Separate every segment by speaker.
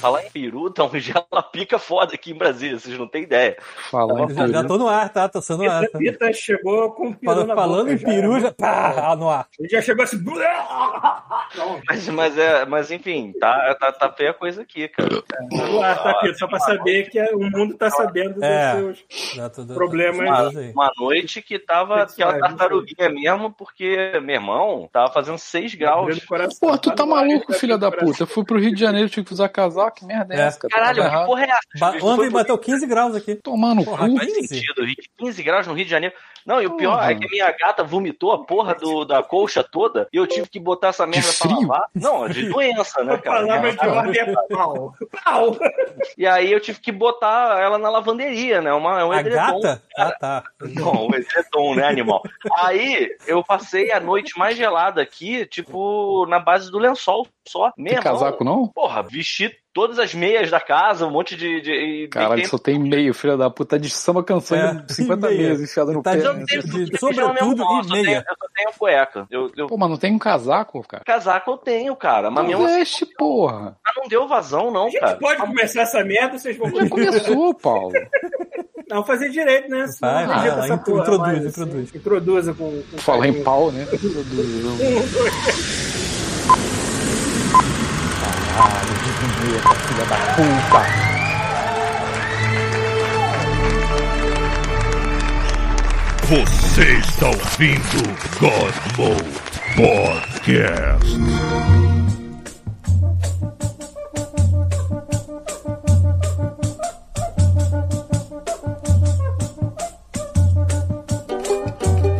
Speaker 1: Falar em peru, tá um jalapica foda aqui em Brasília, vocês não têm ideia.
Speaker 2: Falar em
Speaker 3: Já,
Speaker 2: peru.
Speaker 3: já tô no ar, tá? Tô só no ar.
Speaker 4: Essa
Speaker 3: Tá?
Speaker 4: pita chegou com um peru
Speaker 3: Falando,
Speaker 4: na
Speaker 3: falando
Speaker 4: boca
Speaker 3: em
Speaker 4: já.
Speaker 3: peru, já. Pá, no ar.
Speaker 4: Ele já chegou assim. Pronto,
Speaker 1: Mas, mas, é, mas enfim, tá, tá, tá feia a coisa aqui, cara.
Speaker 4: lá, tá aqui, só pra saber que o mundo tá sabendo
Speaker 3: É.
Speaker 4: dos seus.
Speaker 3: Já tô- tô-
Speaker 4: Problemas.
Speaker 3: tô- tô- aí.
Speaker 1: Uma noite que tava aquela tartaruguinha mesmo, porque meu irmão tava fazendo 6 graus.
Speaker 4: Meu coração.
Speaker 2: Pô, tu tá maluco, filha da puta. Eu fui pro Rio de Janeiro, tive que usar casaco, que merda é,
Speaker 3: É.
Speaker 2: essa, cara?
Speaker 1: Caralho,
Speaker 2: Tava
Speaker 1: que
Speaker 2: errado.
Speaker 1: porra é essa?
Speaker 3: Ba-
Speaker 1: Isso
Speaker 3: Ontem
Speaker 1: foi-
Speaker 3: bateu 15 graus aqui.
Speaker 2: Tomar no
Speaker 3: Porra,
Speaker 2: cu.
Speaker 1: Faz
Speaker 3: 15?
Speaker 1: sentido, Rick. 15 graus no Rio de Janeiro. Não, e o pior
Speaker 2: Porra.
Speaker 1: é que a minha gata vomitou a porra do, da colcha toda e eu tive que botar essa merda pra
Speaker 2: frio?
Speaker 1: lavar. Não, de doença, né,
Speaker 4: A palavra
Speaker 1: cara?
Speaker 4: de ordem é pau. Pau!
Speaker 1: E aí eu tive que botar ela na lavanderia, né? Uma, um
Speaker 4: é
Speaker 3: A
Speaker 1: edredom.
Speaker 3: gata? Ah, tá.
Speaker 1: Não, o edredom, né, animal? Aí eu passei a noite mais gelada aqui, tipo, na base do lençol só.
Speaker 2: Tem
Speaker 1: Mesmo.
Speaker 2: casaco, não?
Speaker 1: Porra, vesti todas as meias da casa, um monte de. de e
Speaker 2: Caralho,
Speaker 1: deitei
Speaker 2: só tem meio, filha da puta. Tá de samba canção
Speaker 3: É,
Speaker 2: de 50
Speaker 3: meia.
Speaker 2: meias enfiada no
Speaker 3: Tá
Speaker 2: pé.
Speaker 3: de-
Speaker 2: né?
Speaker 3: de-
Speaker 1: Eu tenho
Speaker 3: sobretudo
Speaker 1: pijama mesmo,
Speaker 3: e
Speaker 1: eu só
Speaker 3: meia.
Speaker 1: tenho- eu só tenho cueca. Eu, eu-
Speaker 2: Pô, mas não tem um casaco, cara?
Speaker 1: Casaco eu tenho, cara. Mas
Speaker 2: Não
Speaker 1: mesmo
Speaker 2: veste, porra.
Speaker 1: assim, não deu vazão, não,
Speaker 4: A gente
Speaker 1: cara.
Speaker 4: pode começar essa merda, vocês vão
Speaker 2: Já começou, Paulo.
Speaker 4: Não, fazer direito, né? Senão
Speaker 3: Vai,
Speaker 4: não
Speaker 3: vai
Speaker 4: ajeita
Speaker 3: lá,
Speaker 4: essa
Speaker 3: introduz,
Speaker 4: porra mais, assim.
Speaker 3: introduz.
Speaker 4: Introduza com. com
Speaker 2: Falar em
Speaker 4: carinho.
Speaker 2: pau, né?
Speaker 5: Você está ouvindo Godmo Podcast.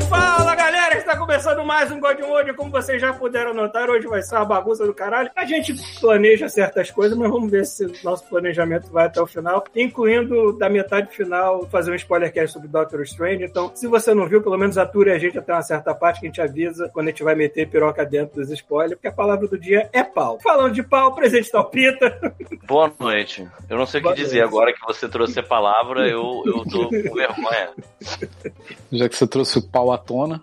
Speaker 4: Fala galera, está começando mais um God Mode. Como vocês já puderam notar, hoje vai ser uma bagunça do caralho. A gente planeja certas coisas, mas vamos ver se o nosso planejamento vai até o final, incluindo da metade final fazer um spoiler cast sobre Doctor Strange. Então, se você não viu, pelo menos ature a gente até uma certa parte que a gente avisa quando a gente vai meter piroca dentro dos spoilers, porque a palavra do dia é pau. Falando de pau, presente Talpita.
Speaker 1: Boa noite. Eu não sei o que
Speaker 4: Boa
Speaker 1: dizer.
Speaker 4: noite.
Speaker 1: Agora que você trouxe a palavra, eu, eu tô com vergonha.
Speaker 2: Já que você trouxe o pau à tona.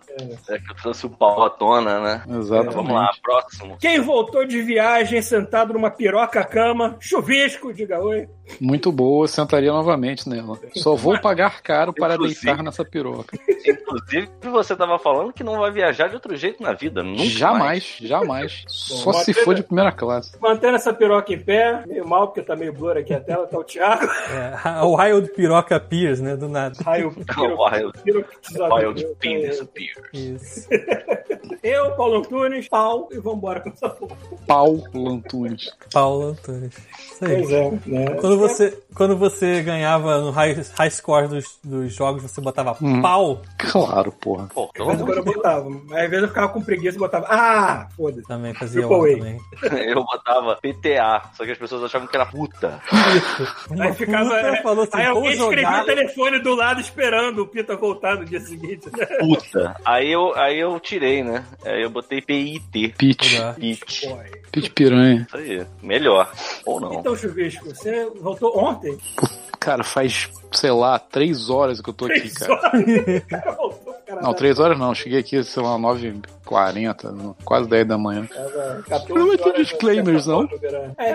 Speaker 1: É que eu trouxe o pau à tona, né? Então,
Speaker 2: Exatamente.
Speaker 1: vamos lá, próximo.
Speaker 4: Quem voltou de viagem sentado numa piroca cama, chuvisco, diga oi.
Speaker 2: Muito boa, sentaria novamente nela. Só vou pagar caro para
Speaker 1: Inclusive.
Speaker 2: deitar nessa piroca.
Speaker 1: Inclusive, você tava falando que não vai viajar de outro jeito na vida. Nunca mais.
Speaker 2: jamais, jamais. Só
Speaker 4: Bom,
Speaker 2: se
Speaker 4: mas-
Speaker 2: for de primeira classe.
Speaker 4: Mantendo essa piroca em pé, meio mal, porque tá meio blur aqui a tela, tá o Thiago.
Speaker 3: É, o Wild Piroca Piers, né? Do nada.
Speaker 4: Raio
Speaker 1: Wild. Wild Penis
Speaker 4: Piro. né?
Speaker 1: Appear.
Speaker 3: Isso.
Speaker 4: Eu, Paulo Antunes, pau e vambora com essa porra.
Speaker 2: Pau Lantunes.
Speaker 3: Paulo Antunes. Isso aí.
Speaker 4: Pois é, né?
Speaker 3: Quando você, quando você ganhava no high, high score dos, dos jogos, você botava
Speaker 2: Hum.
Speaker 3: pau
Speaker 2: Claro, porra.
Speaker 1: Pô,
Speaker 4: Às vezes agora eu botava. Às vezes eu ficava com preguiça e botava. Ah, foda-se.
Speaker 3: também, fazia
Speaker 4: Triple
Speaker 3: um
Speaker 4: A.
Speaker 3: também.
Speaker 1: eu botava PTA, só que as pessoas achavam que era puta.
Speaker 4: Aí
Speaker 3: Uma
Speaker 4: ficava. né?
Speaker 3: puta falou assim,
Speaker 4: aí
Speaker 3: vou
Speaker 4: alguém escrevia
Speaker 3: jogar.
Speaker 4: o telefone do lado esperando o Pita voltar no dia seguinte. né?
Speaker 1: Puta. Aí eu, aí eu tirei, né? Aí eu botei PIT.
Speaker 2: Pit.
Speaker 1: PIT. Isso
Speaker 2: Pit piranha.
Speaker 1: aí. Melhor. Ou não.
Speaker 4: Então, Chuvisco, você voltou ontem?
Speaker 2: Cara, faz, sei lá, três horas que eu tô aqui, cara.
Speaker 4: Cara, voltou, cara.
Speaker 2: Não, três horas não. Cheguei aqui, sei lá, 9h40, quase 10 da manhã.
Speaker 3: é
Speaker 4: Tava 14
Speaker 2: Não vai ter
Speaker 4: horas,
Speaker 2: disclaimers, não?
Speaker 4: É, tem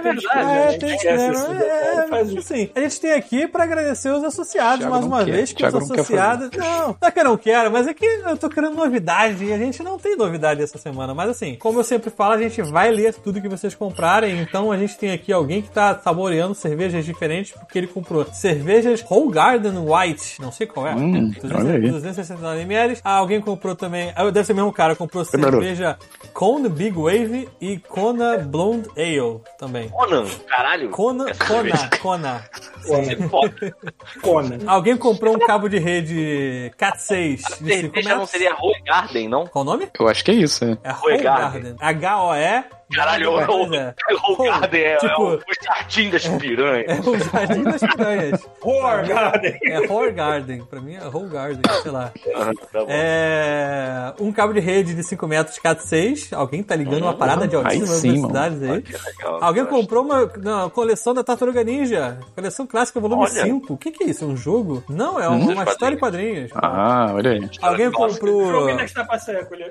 Speaker 1: verdade,
Speaker 4: disclaimer, a
Speaker 3: É,
Speaker 4: gente
Speaker 3: tem que
Speaker 4: esquece isso,
Speaker 3: lembrar, é,
Speaker 4: né? Faz isso.
Speaker 3: assim, a gente tem aqui pra agradecer os associados
Speaker 2: Thiago
Speaker 3: mais
Speaker 2: não
Speaker 3: uma
Speaker 2: quer,
Speaker 3: vez, que
Speaker 2: Thiago
Speaker 3: os
Speaker 2: não quer
Speaker 3: associados. Não, não é que eu não quero, mas é que eu tô querendo novidade e a gente não tem novidade essa semana. Mas assim, como eu sempre falo, a gente vai ler tudo que vocês comprarem. Então a gente tem aqui alguém que tá saboreando cervejas diferentes porque ele comprou cervejas Whole Garden White, não sei qual é,
Speaker 2: Hum, olha aí.
Speaker 3: 269 ml. Ah, alguém comprou também, ah, deve ser o mesmo cara, comprou cerveja Kona Big Wave e Kona Blonde Ale também.
Speaker 1: Conan, caralho.
Speaker 3: Kona,
Speaker 1: Essa cerveja.
Speaker 3: Kona, Kona.
Speaker 4: Conan.
Speaker 1: É foda.
Speaker 4: Conan.
Speaker 3: Alguém comprou um cabo de rede Cat 6 de 5
Speaker 1: Cerveja não
Speaker 3: metros.
Speaker 1: seria Roy Garden, não?
Speaker 3: é? Qual o nome?
Speaker 2: Eu acho que é isso, é.
Speaker 3: É
Speaker 1: Hoe Garden.
Speaker 3: H-O-E.
Speaker 1: Caralho,
Speaker 3: Pois
Speaker 1: o
Speaker 3: é.
Speaker 1: Roy Garden é,
Speaker 3: Tipo-
Speaker 1: é o o jardim das
Speaker 3: É
Speaker 1: piranhas.
Speaker 3: o Jardim das Piranhas.
Speaker 4: Horror Garden.
Speaker 3: É Horror Garden. Pra mim é Whole Garden, sei lá.
Speaker 1: Ah, tá bom.
Speaker 3: É, um cabo de rede de 5 metros Cat 6. Alguém tá ligando uma parada de altíssimas
Speaker 2: sim,
Speaker 3: velocidades aí.
Speaker 1: Que legal,
Speaker 3: Alguém
Speaker 1: cara.
Speaker 3: comprou uma, não, coleção da Tartaruga Ninja. Coleção clássica, volume
Speaker 1: Olha.
Speaker 3: 5. O que, que é isso? É Um jogo? Não, é uma
Speaker 1: Hum.
Speaker 3: história em quadrinhos.
Speaker 2: Ah, olha aí.
Speaker 3: Alguém
Speaker 1: Nossa,
Speaker 3: comprou.
Speaker 4: é Jogo ainda está passando a escolha.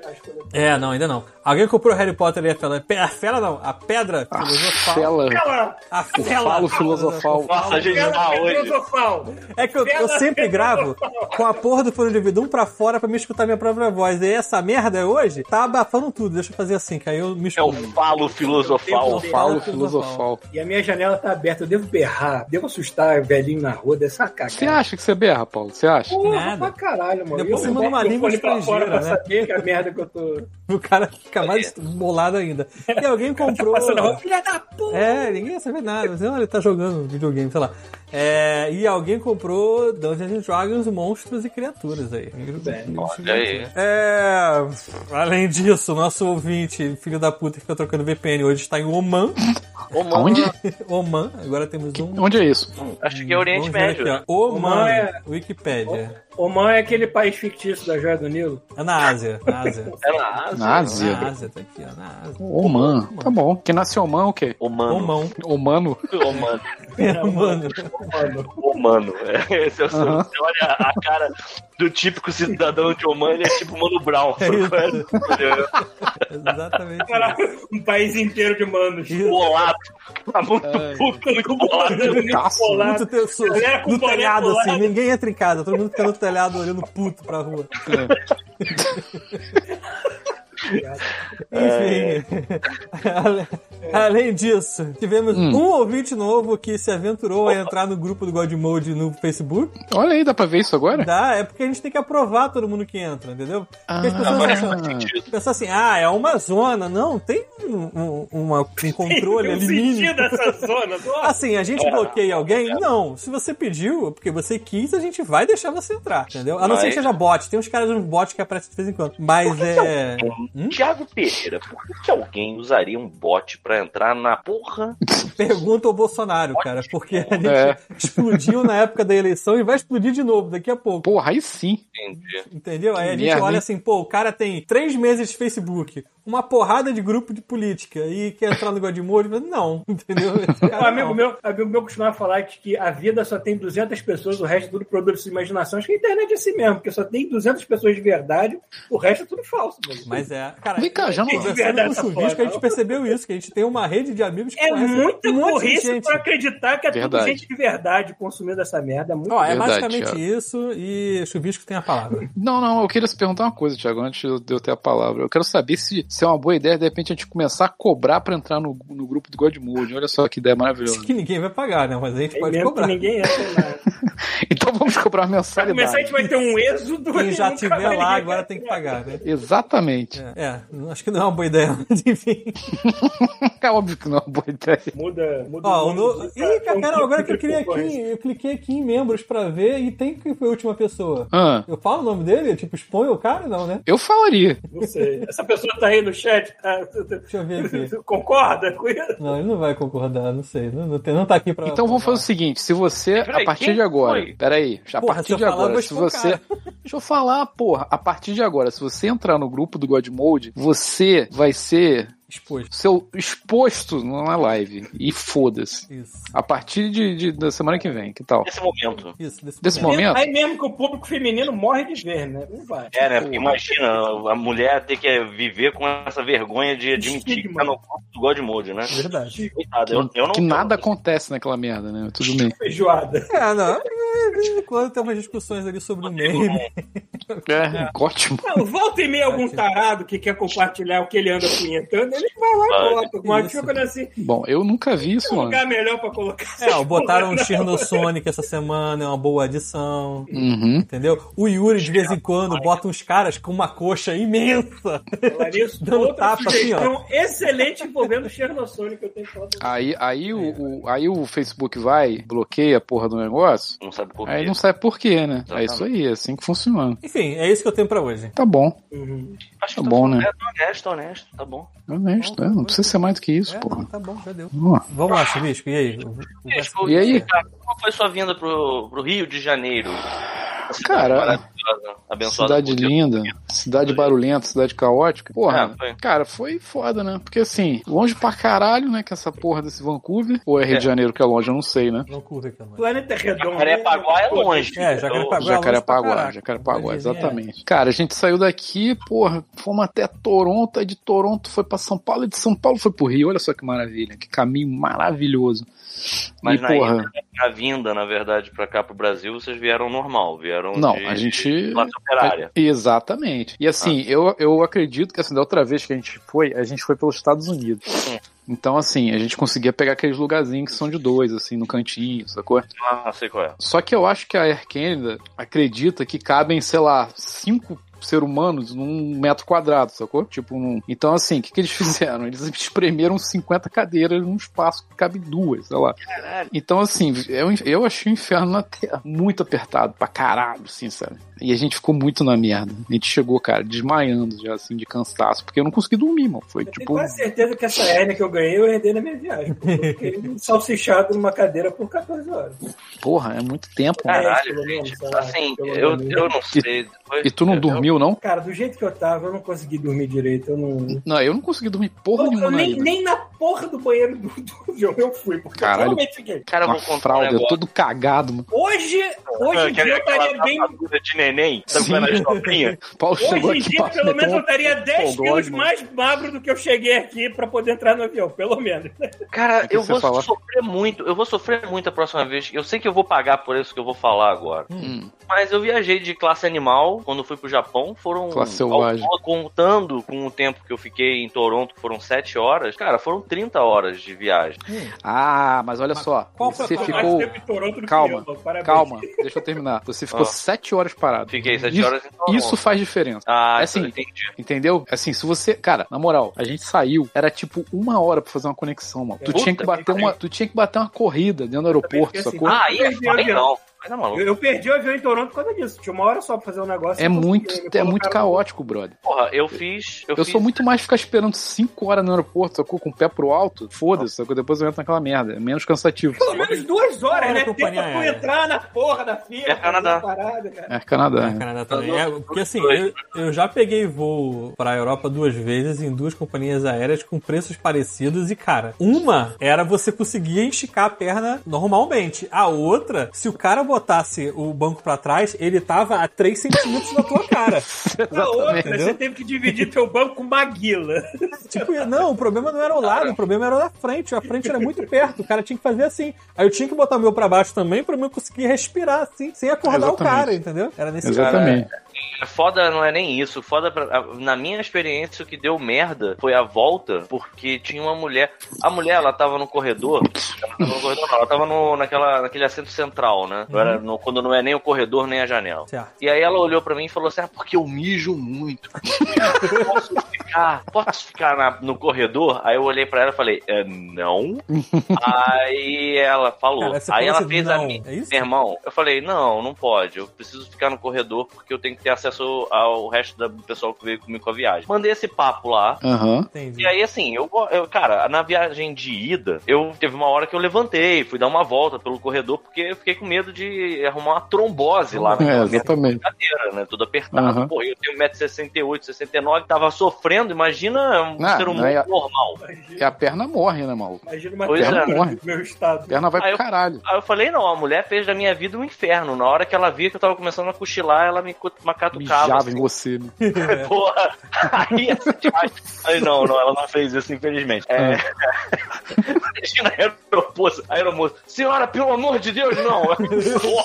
Speaker 3: É, não, ainda não. Alguém comprou Harry Potter e a Fela- a A fera não, a pedra filosofal.
Speaker 2: Fela.
Speaker 4: Ela,
Speaker 3: A fela.
Speaker 2: falo filosofal.
Speaker 1: Nossa, gente, tá
Speaker 4: ela é
Speaker 1: hoje.
Speaker 4: filosofal.
Speaker 3: É que eu, eu sempre gravo com a porra do fone de ouvido um pra fora pra me escutar minha própria voz. E essa merda hoje tá abafando tudo. Deixa eu fazer assim, que aí eu me
Speaker 1: É o
Speaker 3: escuto.
Speaker 1: falo filosofal.
Speaker 4: Eu
Speaker 2: Falo filosofal.
Speaker 4: E a minha janela tá aberta, eu devo berrar, devo assustar o velhinho na rua dessa cagada.
Speaker 2: Você acha que você é berra, Paulo? Você acha?
Speaker 4: Porra,
Speaker 3: Nada.
Speaker 4: pra caralho, mano.
Speaker 3: Depois
Speaker 4: Eu
Speaker 3: você manda uma
Speaker 4: boto
Speaker 3: língua
Speaker 4: meu fone pra fora pra
Speaker 3: estrangeira, né?
Speaker 4: saber que a merda que eu tô...
Speaker 3: O cara fica mais
Speaker 4: É.
Speaker 3: bolado ainda. E alguém comprou.
Speaker 4: Passando a roupa, filha da puta!
Speaker 3: É, ninguém ia saber nada. Mas, não, ele tá jogando videogame, sei lá. É, e alguém comprou Dungeons and Dragons, Monstros e Criaturas aí.
Speaker 1: Olha aí.
Speaker 3: É. Além disso, nosso ouvinte, filho da puta que tá trocando VPN hoje, está em Oman.
Speaker 1: Ô, mano,
Speaker 2: Onde?
Speaker 3: Oman, agora temos um.
Speaker 2: Onde é isso?
Speaker 1: Acho que é Oriente
Speaker 3: Vamos ver
Speaker 1: Médio.
Speaker 3: aqui, ó. Oman,
Speaker 4: Oman é-
Speaker 3: Wikipédia.
Speaker 4: Oman é aquele país fictício da Joia do Nilo.
Speaker 3: É na Ásia. Na Ásia.
Speaker 1: É na Ásia.
Speaker 2: Na Ásia.
Speaker 3: na Ásia, tá aqui, ó. Na Ásia.
Speaker 2: Oman. Tá bom. Que nasce Oman o quê?
Speaker 1: Ô, mano.
Speaker 3: Omão.
Speaker 2: Omano?
Speaker 1: Ô, mano.
Speaker 3: É, mano.
Speaker 4: Mano,
Speaker 1: Ô, mano. É, se eu- se
Speaker 2: Aham.
Speaker 1: Você olha a cara do típico cidadão de Oman, ele é tipo Mano Brown. É
Speaker 3: Exatamente.
Speaker 4: caralho, um país inteiro de
Speaker 3: É
Speaker 4: manos.
Speaker 1: bolado. Tá muito puto, muito bolado.
Speaker 2: Putaço.
Speaker 4: Bolado.
Speaker 3: Muito teu- so-
Speaker 4: Galera com
Speaker 3: no
Speaker 4: boné
Speaker 3: telhado,
Speaker 4: colado.
Speaker 3: assim. Ninguém entra em casa. Todo mundo fica no telhado olhando puto pra rua. Enfim. Ale- Além disso, tivemos um ouvinte novo que se aventurou a entrar no grupo do God Mode no Facebook.
Speaker 2: Olha aí, dá pra ver isso agora?
Speaker 3: Dá, é porque a gente tem que aprovar todo mundo que entra, entendeu? Porque as
Speaker 2: Ah.
Speaker 3: pessoas
Speaker 1: Agora
Speaker 3: acham-
Speaker 1: faz sentido.
Speaker 3: pensar assim, ah, é uma zona. Não, tem um, um- uma- um controle
Speaker 4: Eu
Speaker 3: ali
Speaker 4: senti
Speaker 3: mínimo.
Speaker 4: dessa zona. Nossa,
Speaker 3: Assim, a
Speaker 2: É.
Speaker 3: gente bloqueia alguém? Não. Se você pediu, é porque você quis, a gente vai deixar você entrar, entendeu? A não ser
Speaker 1: Mas-
Speaker 3: que seja bot. Tem uns caras uns bots que aparecem de vez em quando. Mas é...
Speaker 2: um
Speaker 3: Hum?
Speaker 1: Tiago Pereira, por que, que alguém usaria um bot pra entrar na porra?
Speaker 3: Pergunta ao Bolsonaro, cara. Porque a gente
Speaker 2: É.
Speaker 3: explodiu na época da eleição e vai explodir de novo daqui a pouco.
Speaker 2: Porra, aí sim.
Speaker 1: Entendi.
Speaker 3: Entendeu? Aí a
Speaker 2: Que
Speaker 3: gente
Speaker 2: merda,
Speaker 3: olha
Speaker 2: hein?
Speaker 3: assim, pô, o cara tem três meses de Facebook, uma porrada de grupo de política e quer entrar no Godmode, mas não, entendeu? Esse cara
Speaker 4: Um amigo
Speaker 3: não.
Speaker 4: meu, amigo meu costumava falar que, que a vida só tem 200 pessoas, o resto é tudo produto de sua imaginação. Acho que a internet é assim mesmo, porque só tem 200 pessoas de verdade, o resto é tudo falso. Mano.
Speaker 3: Mas é. Cara,
Speaker 2: Vem cá, já não-
Speaker 3: conversando
Speaker 4: De verdade,
Speaker 3: com o
Speaker 4: essa
Speaker 3: Chuvisco, é
Speaker 4: porra,
Speaker 3: a gente percebeu isso, que a gente tem uma rede de amigos que
Speaker 4: é
Speaker 3: conhece
Speaker 4: muita
Speaker 3: um monte de
Speaker 4: burrice
Speaker 3: gente.
Speaker 4: pra acreditar que é tudo
Speaker 2: Verdade.
Speaker 4: gente de verdade consumindo essa merda. É muito
Speaker 3: Ó, é
Speaker 2: Verdade,
Speaker 3: basicamente
Speaker 2: Thiago.
Speaker 3: isso e Chuvisco tem a palavra.
Speaker 2: Não, não, eu queria se perguntar uma coisa, Thiago, antes de eu ter a palavra. Eu quero saber se, se é uma boa ideia, de repente, a gente começar a cobrar pra entrar no, no grupo do Godmode. Olha só que ideia maravilhosa.
Speaker 3: Que ninguém vai pagar, né? Mas a gente
Speaker 4: É
Speaker 3: pode
Speaker 4: mesmo que
Speaker 3: cobrar.
Speaker 4: ninguém entra lá.
Speaker 2: Então vamos cobrar a
Speaker 4: Pra começar, a gente
Speaker 2: mensalidade.
Speaker 4: vai ter um êxodo.
Speaker 3: Quem já
Speaker 4: nunca
Speaker 3: tiver
Speaker 4: mais
Speaker 3: lá
Speaker 4: ninguém
Speaker 3: agora
Speaker 4: vai
Speaker 3: tem que
Speaker 4: entrar.
Speaker 3: pagar, né?
Speaker 2: Exatamente.
Speaker 3: É, é, acho que não é uma boa ideia, mas enfim.
Speaker 2: É óbvio que não é uma boa ideia.
Speaker 4: Muda, muda
Speaker 3: Ó, o
Speaker 4: nome
Speaker 3: no...
Speaker 4: disso,
Speaker 3: Ih,
Speaker 4: pra-
Speaker 3: cara, agora que eu queria
Speaker 4: concorrência.
Speaker 3: aqui, eu cliquei aqui em membros pra ver e tem que foi a última pessoa.
Speaker 2: Ah,
Speaker 3: Eu falo o nome dele? Tipo, expõe o cara? Não, né?
Speaker 2: eu falaria.
Speaker 4: Não sei. Essa pessoa tá aí no chat. Tá... Deixa
Speaker 3: eu ver aqui.
Speaker 4: Concorda com isso?
Speaker 3: Não, ele não vai concordar, não sei. Não, não, tem- não tá aqui pra.
Speaker 2: Então vamos fazer o seguinte: se você,
Speaker 1: Peraí,
Speaker 2: a partir
Speaker 1: quem
Speaker 2: de agora.
Speaker 1: foi?
Speaker 2: Peraí, a
Speaker 3: Porra, se
Speaker 2: partir
Speaker 3: eu
Speaker 2: de
Speaker 3: falar, eu
Speaker 2: agora,
Speaker 3: vou
Speaker 2: se você. Deixa eu falar, porra. A partir de agora, se você entrar no grupo do Godmode, você vai ser
Speaker 3: Exposto.
Speaker 2: seu exposto numa live. E foda-se.
Speaker 3: Isso.
Speaker 2: A partir de, de- da semana que vem, que tal?
Speaker 1: Nesse momento.
Speaker 3: Isso, desse,
Speaker 2: Desse
Speaker 3: momento.
Speaker 2: momento?
Speaker 4: Aí mesmo que o público feminino morre de ver, né? Não vai.
Speaker 1: É, né? Porque imagina, a mulher ter que viver com essa vergonha de admitir que tá no corpo do God Mode, né?
Speaker 3: Verdade.
Speaker 1: Coitado, eu, eu não
Speaker 2: que nada acontece naquela merda, né? Tudo bem.
Speaker 4: Feijoada.
Speaker 3: É, não. De vez em quando tem umas discussões ali sobre o meme.
Speaker 2: É, ótimo.
Speaker 4: Não, volta e meia algum tarado que quer compartilhar o que ele anda punhetando, ele vai lá e bota. Mas
Speaker 3: Isso.
Speaker 4: fica assim,
Speaker 2: Bom, eu nunca vi
Speaker 4: um
Speaker 2: isso antes.
Speaker 4: lugar melhor pra colocar.
Speaker 3: É, ó, botaram um
Speaker 4: Não.
Speaker 3: tiro no Sonic essa semana, é uma boa adição.
Speaker 2: Uhum.
Speaker 3: Entendeu? O Yuri, de vez em quando, bota uns caras com uma coxa imensa.
Speaker 4: Larissa,
Speaker 3: Dando
Speaker 4: outra
Speaker 3: tapa assim,
Speaker 4: sugestão excelente envolvendo o Chernossônico que eu tenho que falar.
Speaker 2: Aí, aí, o, o- aí o Facebook vai, bloqueia a porra do negócio,
Speaker 1: Não sabe por quê.
Speaker 2: aí não sabe por quê, né? É
Speaker 1: Exatamente.
Speaker 2: isso aí, é assim que funciona.
Speaker 3: Enfim, é isso que eu tenho pra hoje.
Speaker 2: Tá bom,
Speaker 4: Uhum.
Speaker 1: Acho
Speaker 2: tá bom, né?
Speaker 1: É, tá honesto, honesto, tá bom.
Speaker 2: honesto, é, não precisa ser mais do que isso,
Speaker 3: É, não,
Speaker 2: porra.
Speaker 3: tá bom, já deu.
Speaker 2: Ó,
Speaker 3: Vamos lá, Chubisco, e aí?
Speaker 1: Mas,
Speaker 4: É,
Speaker 2: E aí?
Speaker 3: é
Speaker 1: Como foi sua vinda pro, pro Rio de Janeiro? Cidade
Speaker 2: Cara,
Speaker 1: maravilhosa abençoada. abençoada
Speaker 2: Cidade
Speaker 1: por Deus.
Speaker 2: linda, cidade barulhenta, cidade caótica. Porra,
Speaker 1: É, foi.
Speaker 2: cara, foi foda, né? Porque assim, longe pra caralho, né? Que essa porra desse Vancouver. Ou é Rio
Speaker 1: É.
Speaker 2: de Janeiro que é longe, eu não sei, né?
Speaker 3: Não curto aqui também.
Speaker 4: Planeta Redondo. né?
Speaker 1: Jacarepaguá é longe.
Speaker 3: É, Jacarepaguá. Agora é longe pra
Speaker 2: Jacarepaguá,
Speaker 3: caraca. é.
Speaker 2: Jacarepaguá,
Speaker 3: Dois dias,
Speaker 2: exatamente. Cara, a gente saiu daqui, porra, fomos até Toronto, aí de Toronto foi pra São Paulo, e de São Paulo foi pro Rio. Olha só que maravilha, que caminho maravilhoso.
Speaker 1: Mas
Speaker 2: e,
Speaker 1: na
Speaker 2: porra,
Speaker 1: ida, na vinda, na verdade, pra cá, pro Brasil, vocês vieram normal. Vieram
Speaker 2: Não,
Speaker 1: de-
Speaker 2: a gente-
Speaker 1: de classe operária.
Speaker 2: É, Exatamente. E assim, eu, eu acredito que assim, da outra vez que a gente foi, a gente foi pelos Estados Unidos. Então, assim, a gente conseguia pegar aqueles lugarzinhos que são de dois, assim, no cantinho, sacou?
Speaker 1: Ah, sei qual é.
Speaker 2: Só que eu acho que a Air Canada acredita que cabem, sei lá, cinco ser humanos num metro quadrado, sacou? Tipo, num... então assim, o que, que eles fizeram? Eles espremeram 50 cadeiras num espaço que cabe duas, sei lá.
Speaker 1: Caralho.
Speaker 2: Então, assim, eu, eu achei o inferno na Terra muito apertado, pra caralho, assim, sabe? E a gente ficou muito na merda. A gente chegou, cara, desmaiando já, assim, de cansaço, porque eu não consegui dormir, mano. Foi
Speaker 4: Eu
Speaker 2: tipo.
Speaker 4: tenho quase certeza que essa hérnia que eu ganhei, eu herdei na minha viagem. pô. Eu fiquei um salsichado numa cadeira por 14 horas.
Speaker 2: Porra, é muito tempo, mano.
Speaker 1: Caralho,
Speaker 4: pelo menos,
Speaker 1: gente.
Speaker 4: sei lá,
Speaker 1: Assim,
Speaker 4: pelo
Speaker 1: eu,
Speaker 4: menos.
Speaker 1: eu não sei. Depois-
Speaker 2: E tu não
Speaker 1: eu-
Speaker 2: dormiu, não?
Speaker 4: Cara, do jeito que eu tava, eu não consegui dormir direito. Eu não.
Speaker 2: Não, eu não consegui dormir porra
Speaker 4: Eu,
Speaker 2: nenhuma na
Speaker 4: nem,
Speaker 2: ida.
Speaker 4: nem na porra do banheiro do, do avião eu fui, porque
Speaker 2: Caralho.
Speaker 4: eu realmente fiquei.
Speaker 1: Cara, eu
Speaker 2: Uma
Speaker 1: vou contar um
Speaker 2: fralda,
Speaker 1: negócio.
Speaker 2: todo cagado, mano.
Speaker 4: Hoje, hoje em dia eu tá, estaria
Speaker 1: Aquela
Speaker 4: bem.
Speaker 1: dentadura de neném, sabe
Speaker 2: Sim.
Speaker 1: quando era estopinha?
Speaker 2: O Paulo chegou
Speaker 4: Hoje em
Speaker 2: aqui um
Speaker 4: dia,
Speaker 2: pra
Speaker 4: pelo menos,
Speaker 2: meter
Speaker 4: eu estaria 10
Speaker 2: folgode,
Speaker 4: quilos
Speaker 2: mano.
Speaker 4: mais magro do que eu cheguei aqui pra poder entrar no avião, pelo menos.
Speaker 1: Cara,
Speaker 2: O que
Speaker 1: eu
Speaker 2: você
Speaker 1: vou
Speaker 2: fala?
Speaker 1: sofrer muito. Eu vou sofrer muito a próxima vez. Eu sei que eu vou pagar por isso que eu vou falar agora.
Speaker 2: Hum.
Speaker 1: Mas eu viajei de classe animal quando fui pro Japão. Foram.
Speaker 2: Classe selvagem.
Speaker 1: ao- Contando com o tempo que eu fiquei em Toronto, que foram 7 horas. Cara, foram 30 horas de viagem.
Speaker 2: um... Ah, mas olha
Speaker 3: Mas
Speaker 2: só.
Speaker 3: qual foi
Speaker 2: você
Speaker 3: a tua
Speaker 2: ficou.
Speaker 4: Mais tempo em Toronto do que
Speaker 2: Calma,
Speaker 4: eu, parabéns.
Speaker 2: Calma, deixa eu terminar. Você ficou
Speaker 1: Ah.
Speaker 2: sete horas parado.
Speaker 1: Fiquei 7
Speaker 2: Isso-
Speaker 1: horas em Toronto.
Speaker 2: Isso faz diferença.
Speaker 1: Ah,
Speaker 2: assim,
Speaker 1: assim, entendi.
Speaker 2: Entendeu? Assim, se você. Cara, na moral, a gente saiu, era tipo uma hora pra fazer uma conexão, mano. Tu,
Speaker 1: Puta
Speaker 2: tinha que
Speaker 1: que
Speaker 2: bater uma, tu tinha que bater uma corrida dentro do aeroporto,
Speaker 4: Eu também
Speaker 2: sacou?
Speaker 4: fiquei assim,
Speaker 1: Ah, aí é
Speaker 4: eu perdi o
Speaker 1: aí
Speaker 4: avião.
Speaker 1: não. Mas é maluco.
Speaker 4: Eu, eu perdi o avião em Toronto por causa disso. Tinha uma hora só pra fazer um negócio.
Speaker 2: é
Speaker 4: eu consegui,
Speaker 2: muito,
Speaker 4: me
Speaker 2: é muito
Speaker 4: colocaram-
Speaker 2: caótico, brother.
Speaker 1: Porra, eu fiz. Eu,
Speaker 2: Eu
Speaker 1: fiz-
Speaker 2: sou muito mais ficar esperando cinco horas no aeroporto, sacou? Com o pé pro alto. Foda-se, sacou? Depois eu entro naquela merda. É menos cansativo.
Speaker 4: Pelo menos duas horas,
Speaker 3: Hora,
Speaker 4: né? Tempo
Speaker 3: companhia
Speaker 4: pra tu
Speaker 3: aérea.
Speaker 4: entrar na porra da fila.
Speaker 1: É
Speaker 4: fazer
Speaker 1: Canadá.
Speaker 4: a Parada, cara.
Speaker 2: É Canadá.
Speaker 3: É,
Speaker 2: né?
Speaker 3: Canadá também. É, porque assim, eu, eu já peguei voo pra Europa duas vezes em duas companhias aéreas com preços parecidos e, cara, uma era você conseguia esticar a perna normalmente. A outra, se o cara botasse o banco pra trás, ele tava a 3 centímetros da tua cara.
Speaker 4: Na outra,
Speaker 3: entendeu?
Speaker 4: você teve que dividir teu banco com Maguila.
Speaker 3: Tipo, não, o problema não era o lado, o problema era na frente. A frente era muito perto, o cara tinha que fazer assim. Aí eu tinha que botar o meu pra baixo também pra eu conseguir respirar assim, sem acordar o
Speaker 2: Exatamente.
Speaker 3: cara, entendeu? Era nesse
Speaker 2: Exatamente.
Speaker 1: Foda não é nem isso. Foda pra- na minha experiência o que deu merda foi a volta, porque tinha uma mulher. A mulher ela tava no corredor. Ela tava no corredor, não, ela tava no, naquela, naquele assento central, né? Não era no- quando não é nem o corredor nem a janela.
Speaker 3: Certo.
Speaker 1: E aí ela olhou pra mim e falou assim: Ah, porque eu mijo muito. posso ficar, posso ficar na- no corredor? Aí eu olhei pra ela e falei, "É, não. aí ela falou.
Speaker 3: Cara, você
Speaker 1: aí
Speaker 3: falou
Speaker 1: ela
Speaker 3: assim,
Speaker 1: fez a
Speaker 3: "Não",
Speaker 1: minha.
Speaker 3: é isso?
Speaker 1: Meu irmão, eu falei, não, não pode. Eu preciso ficar no corredor porque eu tenho que ter acesso ao resto da- do pessoal que veio comigo com a viagem. Mandei esse papo lá.
Speaker 2: Aham.
Speaker 3: Entendi.
Speaker 1: E aí, assim, eu, go- eu- cara, na viagem de ida, eu teve uma hora que eu levantei, fui dar uma volta pelo corredor, porque eu fiquei com medo de arrumar uma trombose lá né?
Speaker 2: É,
Speaker 1: naquela merda
Speaker 2: exatamente.
Speaker 1: cadeira, né? Tudo apertado.
Speaker 2: Aham.
Speaker 1: Pô, eu tenho 1,68m, 69 tava sofrendo. Imagina um
Speaker 2: Não,
Speaker 1: ser humano
Speaker 2: não é-
Speaker 1: normal.
Speaker 2: E a perna morre, né, maluco?
Speaker 4: Imagina uma
Speaker 1: Pois
Speaker 4: terra
Speaker 1: é,
Speaker 2: morre.
Speaker 4: do meu
Speaker 2: A
Speaker 4: estado.
Speaker 2: perna vai
Speaker 1: Ah, eu-
Speaker 2: pro caralho.
Speaker 1: Aí eu falei, não, a mulher fez da minha vida um inferno. Na hora que ela via que eu tava começando a cochilar, ela me cu- uma catucava.
Speaker 2: Mijava em
Speaker 1: Assim,
Speaker 2: você. né?
Speaker 1: porra. Aí, assim, demais. aí não, não, ela não fez isso, infelizmente. É...
Speaker 2: Ah.
Speaker 1: Imagina a aeromoça, a aeromoça. Senhora, pelo amor de Deus, não. Porra,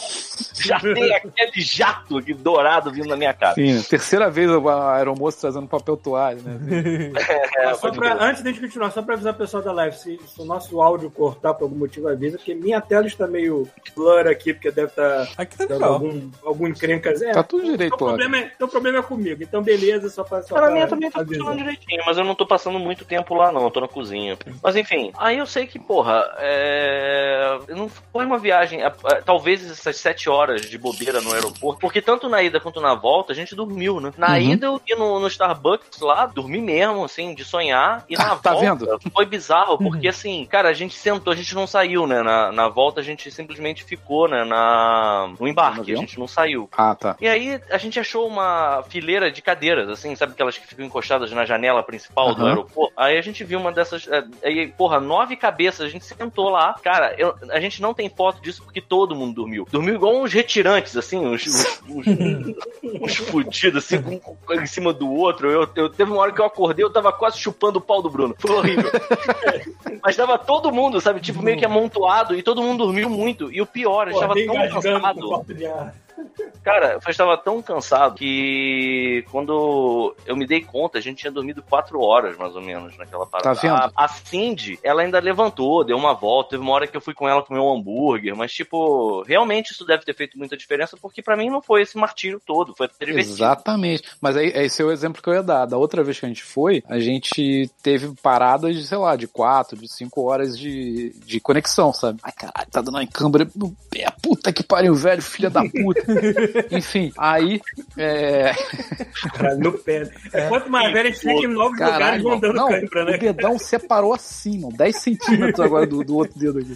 Speaker 1: Já tem aquele jato aqui dourado vindo na minha cara.
Speaker 2: Sim, né? terceira vez a aeromoça trazendo papel toalha, né?
Speaker 1: É,
Speaker 4: Só
Speaker 1: foi
Speaker 4: pra-
Speaker 1: muito
Speaker 4: antes de a gente continuar, só pra avisar o pessoal da live, se, se o nosso áudio cortar por algum motivo, avisa, porque minha tela está meio blur aqui, porque deve estar
Speaker 3: Aqui tá
Speaker 4: dando
Speaker 3: legal.
Speaker 4: algum, algum encrencas. É,
Speaker 2: Tá tudo
Speaker 4: então
Speaker 2: direito,
Speaker 4: o
Speaker 2: ó.
Speaker 4: problema, é, então o problema é comigo. Então, beleza, só pra. Só
Speaker 1: Cara, a
Speaker 4: pra
Speaker 1: minha também tá
Speaker 4: avisar.
Speaker 1: funcionando direitinho, mas eu não tô passando muito tempo lá, não. Eu tô na cozinha. Mas enfim, aí eu sei que, porra, é... não foi uma viagem. a- a- é, Talvez essas sete horas horas de bobeira no aeroporto, porque tanto na ida quanto na volta a gente dormiu, né?
Speaker 2: Uhum.
Speaker 1: Na ida eu ia no, no Starbucks lá, dormi mesmo, assim, de sonhar. E na
Speaker 2: Ah, tá
Speaker 1: volta
Speaker 2: vendo? Uhum.
Speaker 1: foi bizarro, porque assim, cara, a gente sentou, a gente não saiu, né? Na, na volta a gente simplesmente ficou, né? Na, no
Speaker 2: No
Speaker 1: embarque, a
Speaker 2: avião?
Speaker 1: gente não saiu.
Speaker 2: Ah, tá.
Speaker 1: E aí a gente achou uma fileira de cadeiras, assim, sabe aquelas que ficam encostadas na janela principal do
Speaker 2: Aham.
Speaker 1: aeroporto? Aí a gente viu uma dessas. é, Aí, porra, nove cabeças, a gente sentou lá. Cara, eu- a gente não tem foto disso porque todo mundo dormiu. Dormiu igual uns retirantes, assim, uns, uns, uns, uns fudidos, assim, com- com- em cima do outro. Eu, eu- teve uma hora que eu acordei, eu tava quase chupando o pau do Bruno. Foi horrível. Mas tava todo mundo, sabe, tipo, meio que amontoado e todo mundo dormiu muito. E o pior, a gente tava
Speaker 4: Uhum. Porra,
Speaker 1: tão
Speaker 4: engasgando
Speaker 1: cansado.
Speaker 4: com falta de ar.
Speaker 1: Cara, eu estava tão cansado que quando eu me dei conta, a gente tinha dormido quatro horas, mais ou menos, naquela parada.
Speaker 2: Tá vendo?
Speaker 1: A, a Cindy, ela ainda levantou, deu uma volta, teve uma hora que eu fui com ela comer um hambúrguer, mas, tipo, realmente isso deve ter feito muita diferença, porque pra mim não foi esse martírio todo, foi até divertido.
Speaker 2: Exatamente. Mas aí, esse é o exemplo que eu ia dar. Da outra vez que a gente foi, a gente teve paradas, de, sei lá, de quatro, de cinco horas de, de conexão, sabe? Ai, caralho, tá dando uma câmera no pé. Puta que pariu, velho, filha da puta. Enfim, aí. É,
Speaker 4: Cara, no pé. É, quanto mais velho a gente fica em novos lugares
Speaker 2: caralho,
Speaker 4: vão dando
Speaker 2: não,
Speaker 4: cãibra,
Speaker 2: o
Speaker 4: né?
Speaker 2: dedão separou assim, mano. 10 centímetros agora do, do outro dedo aqui.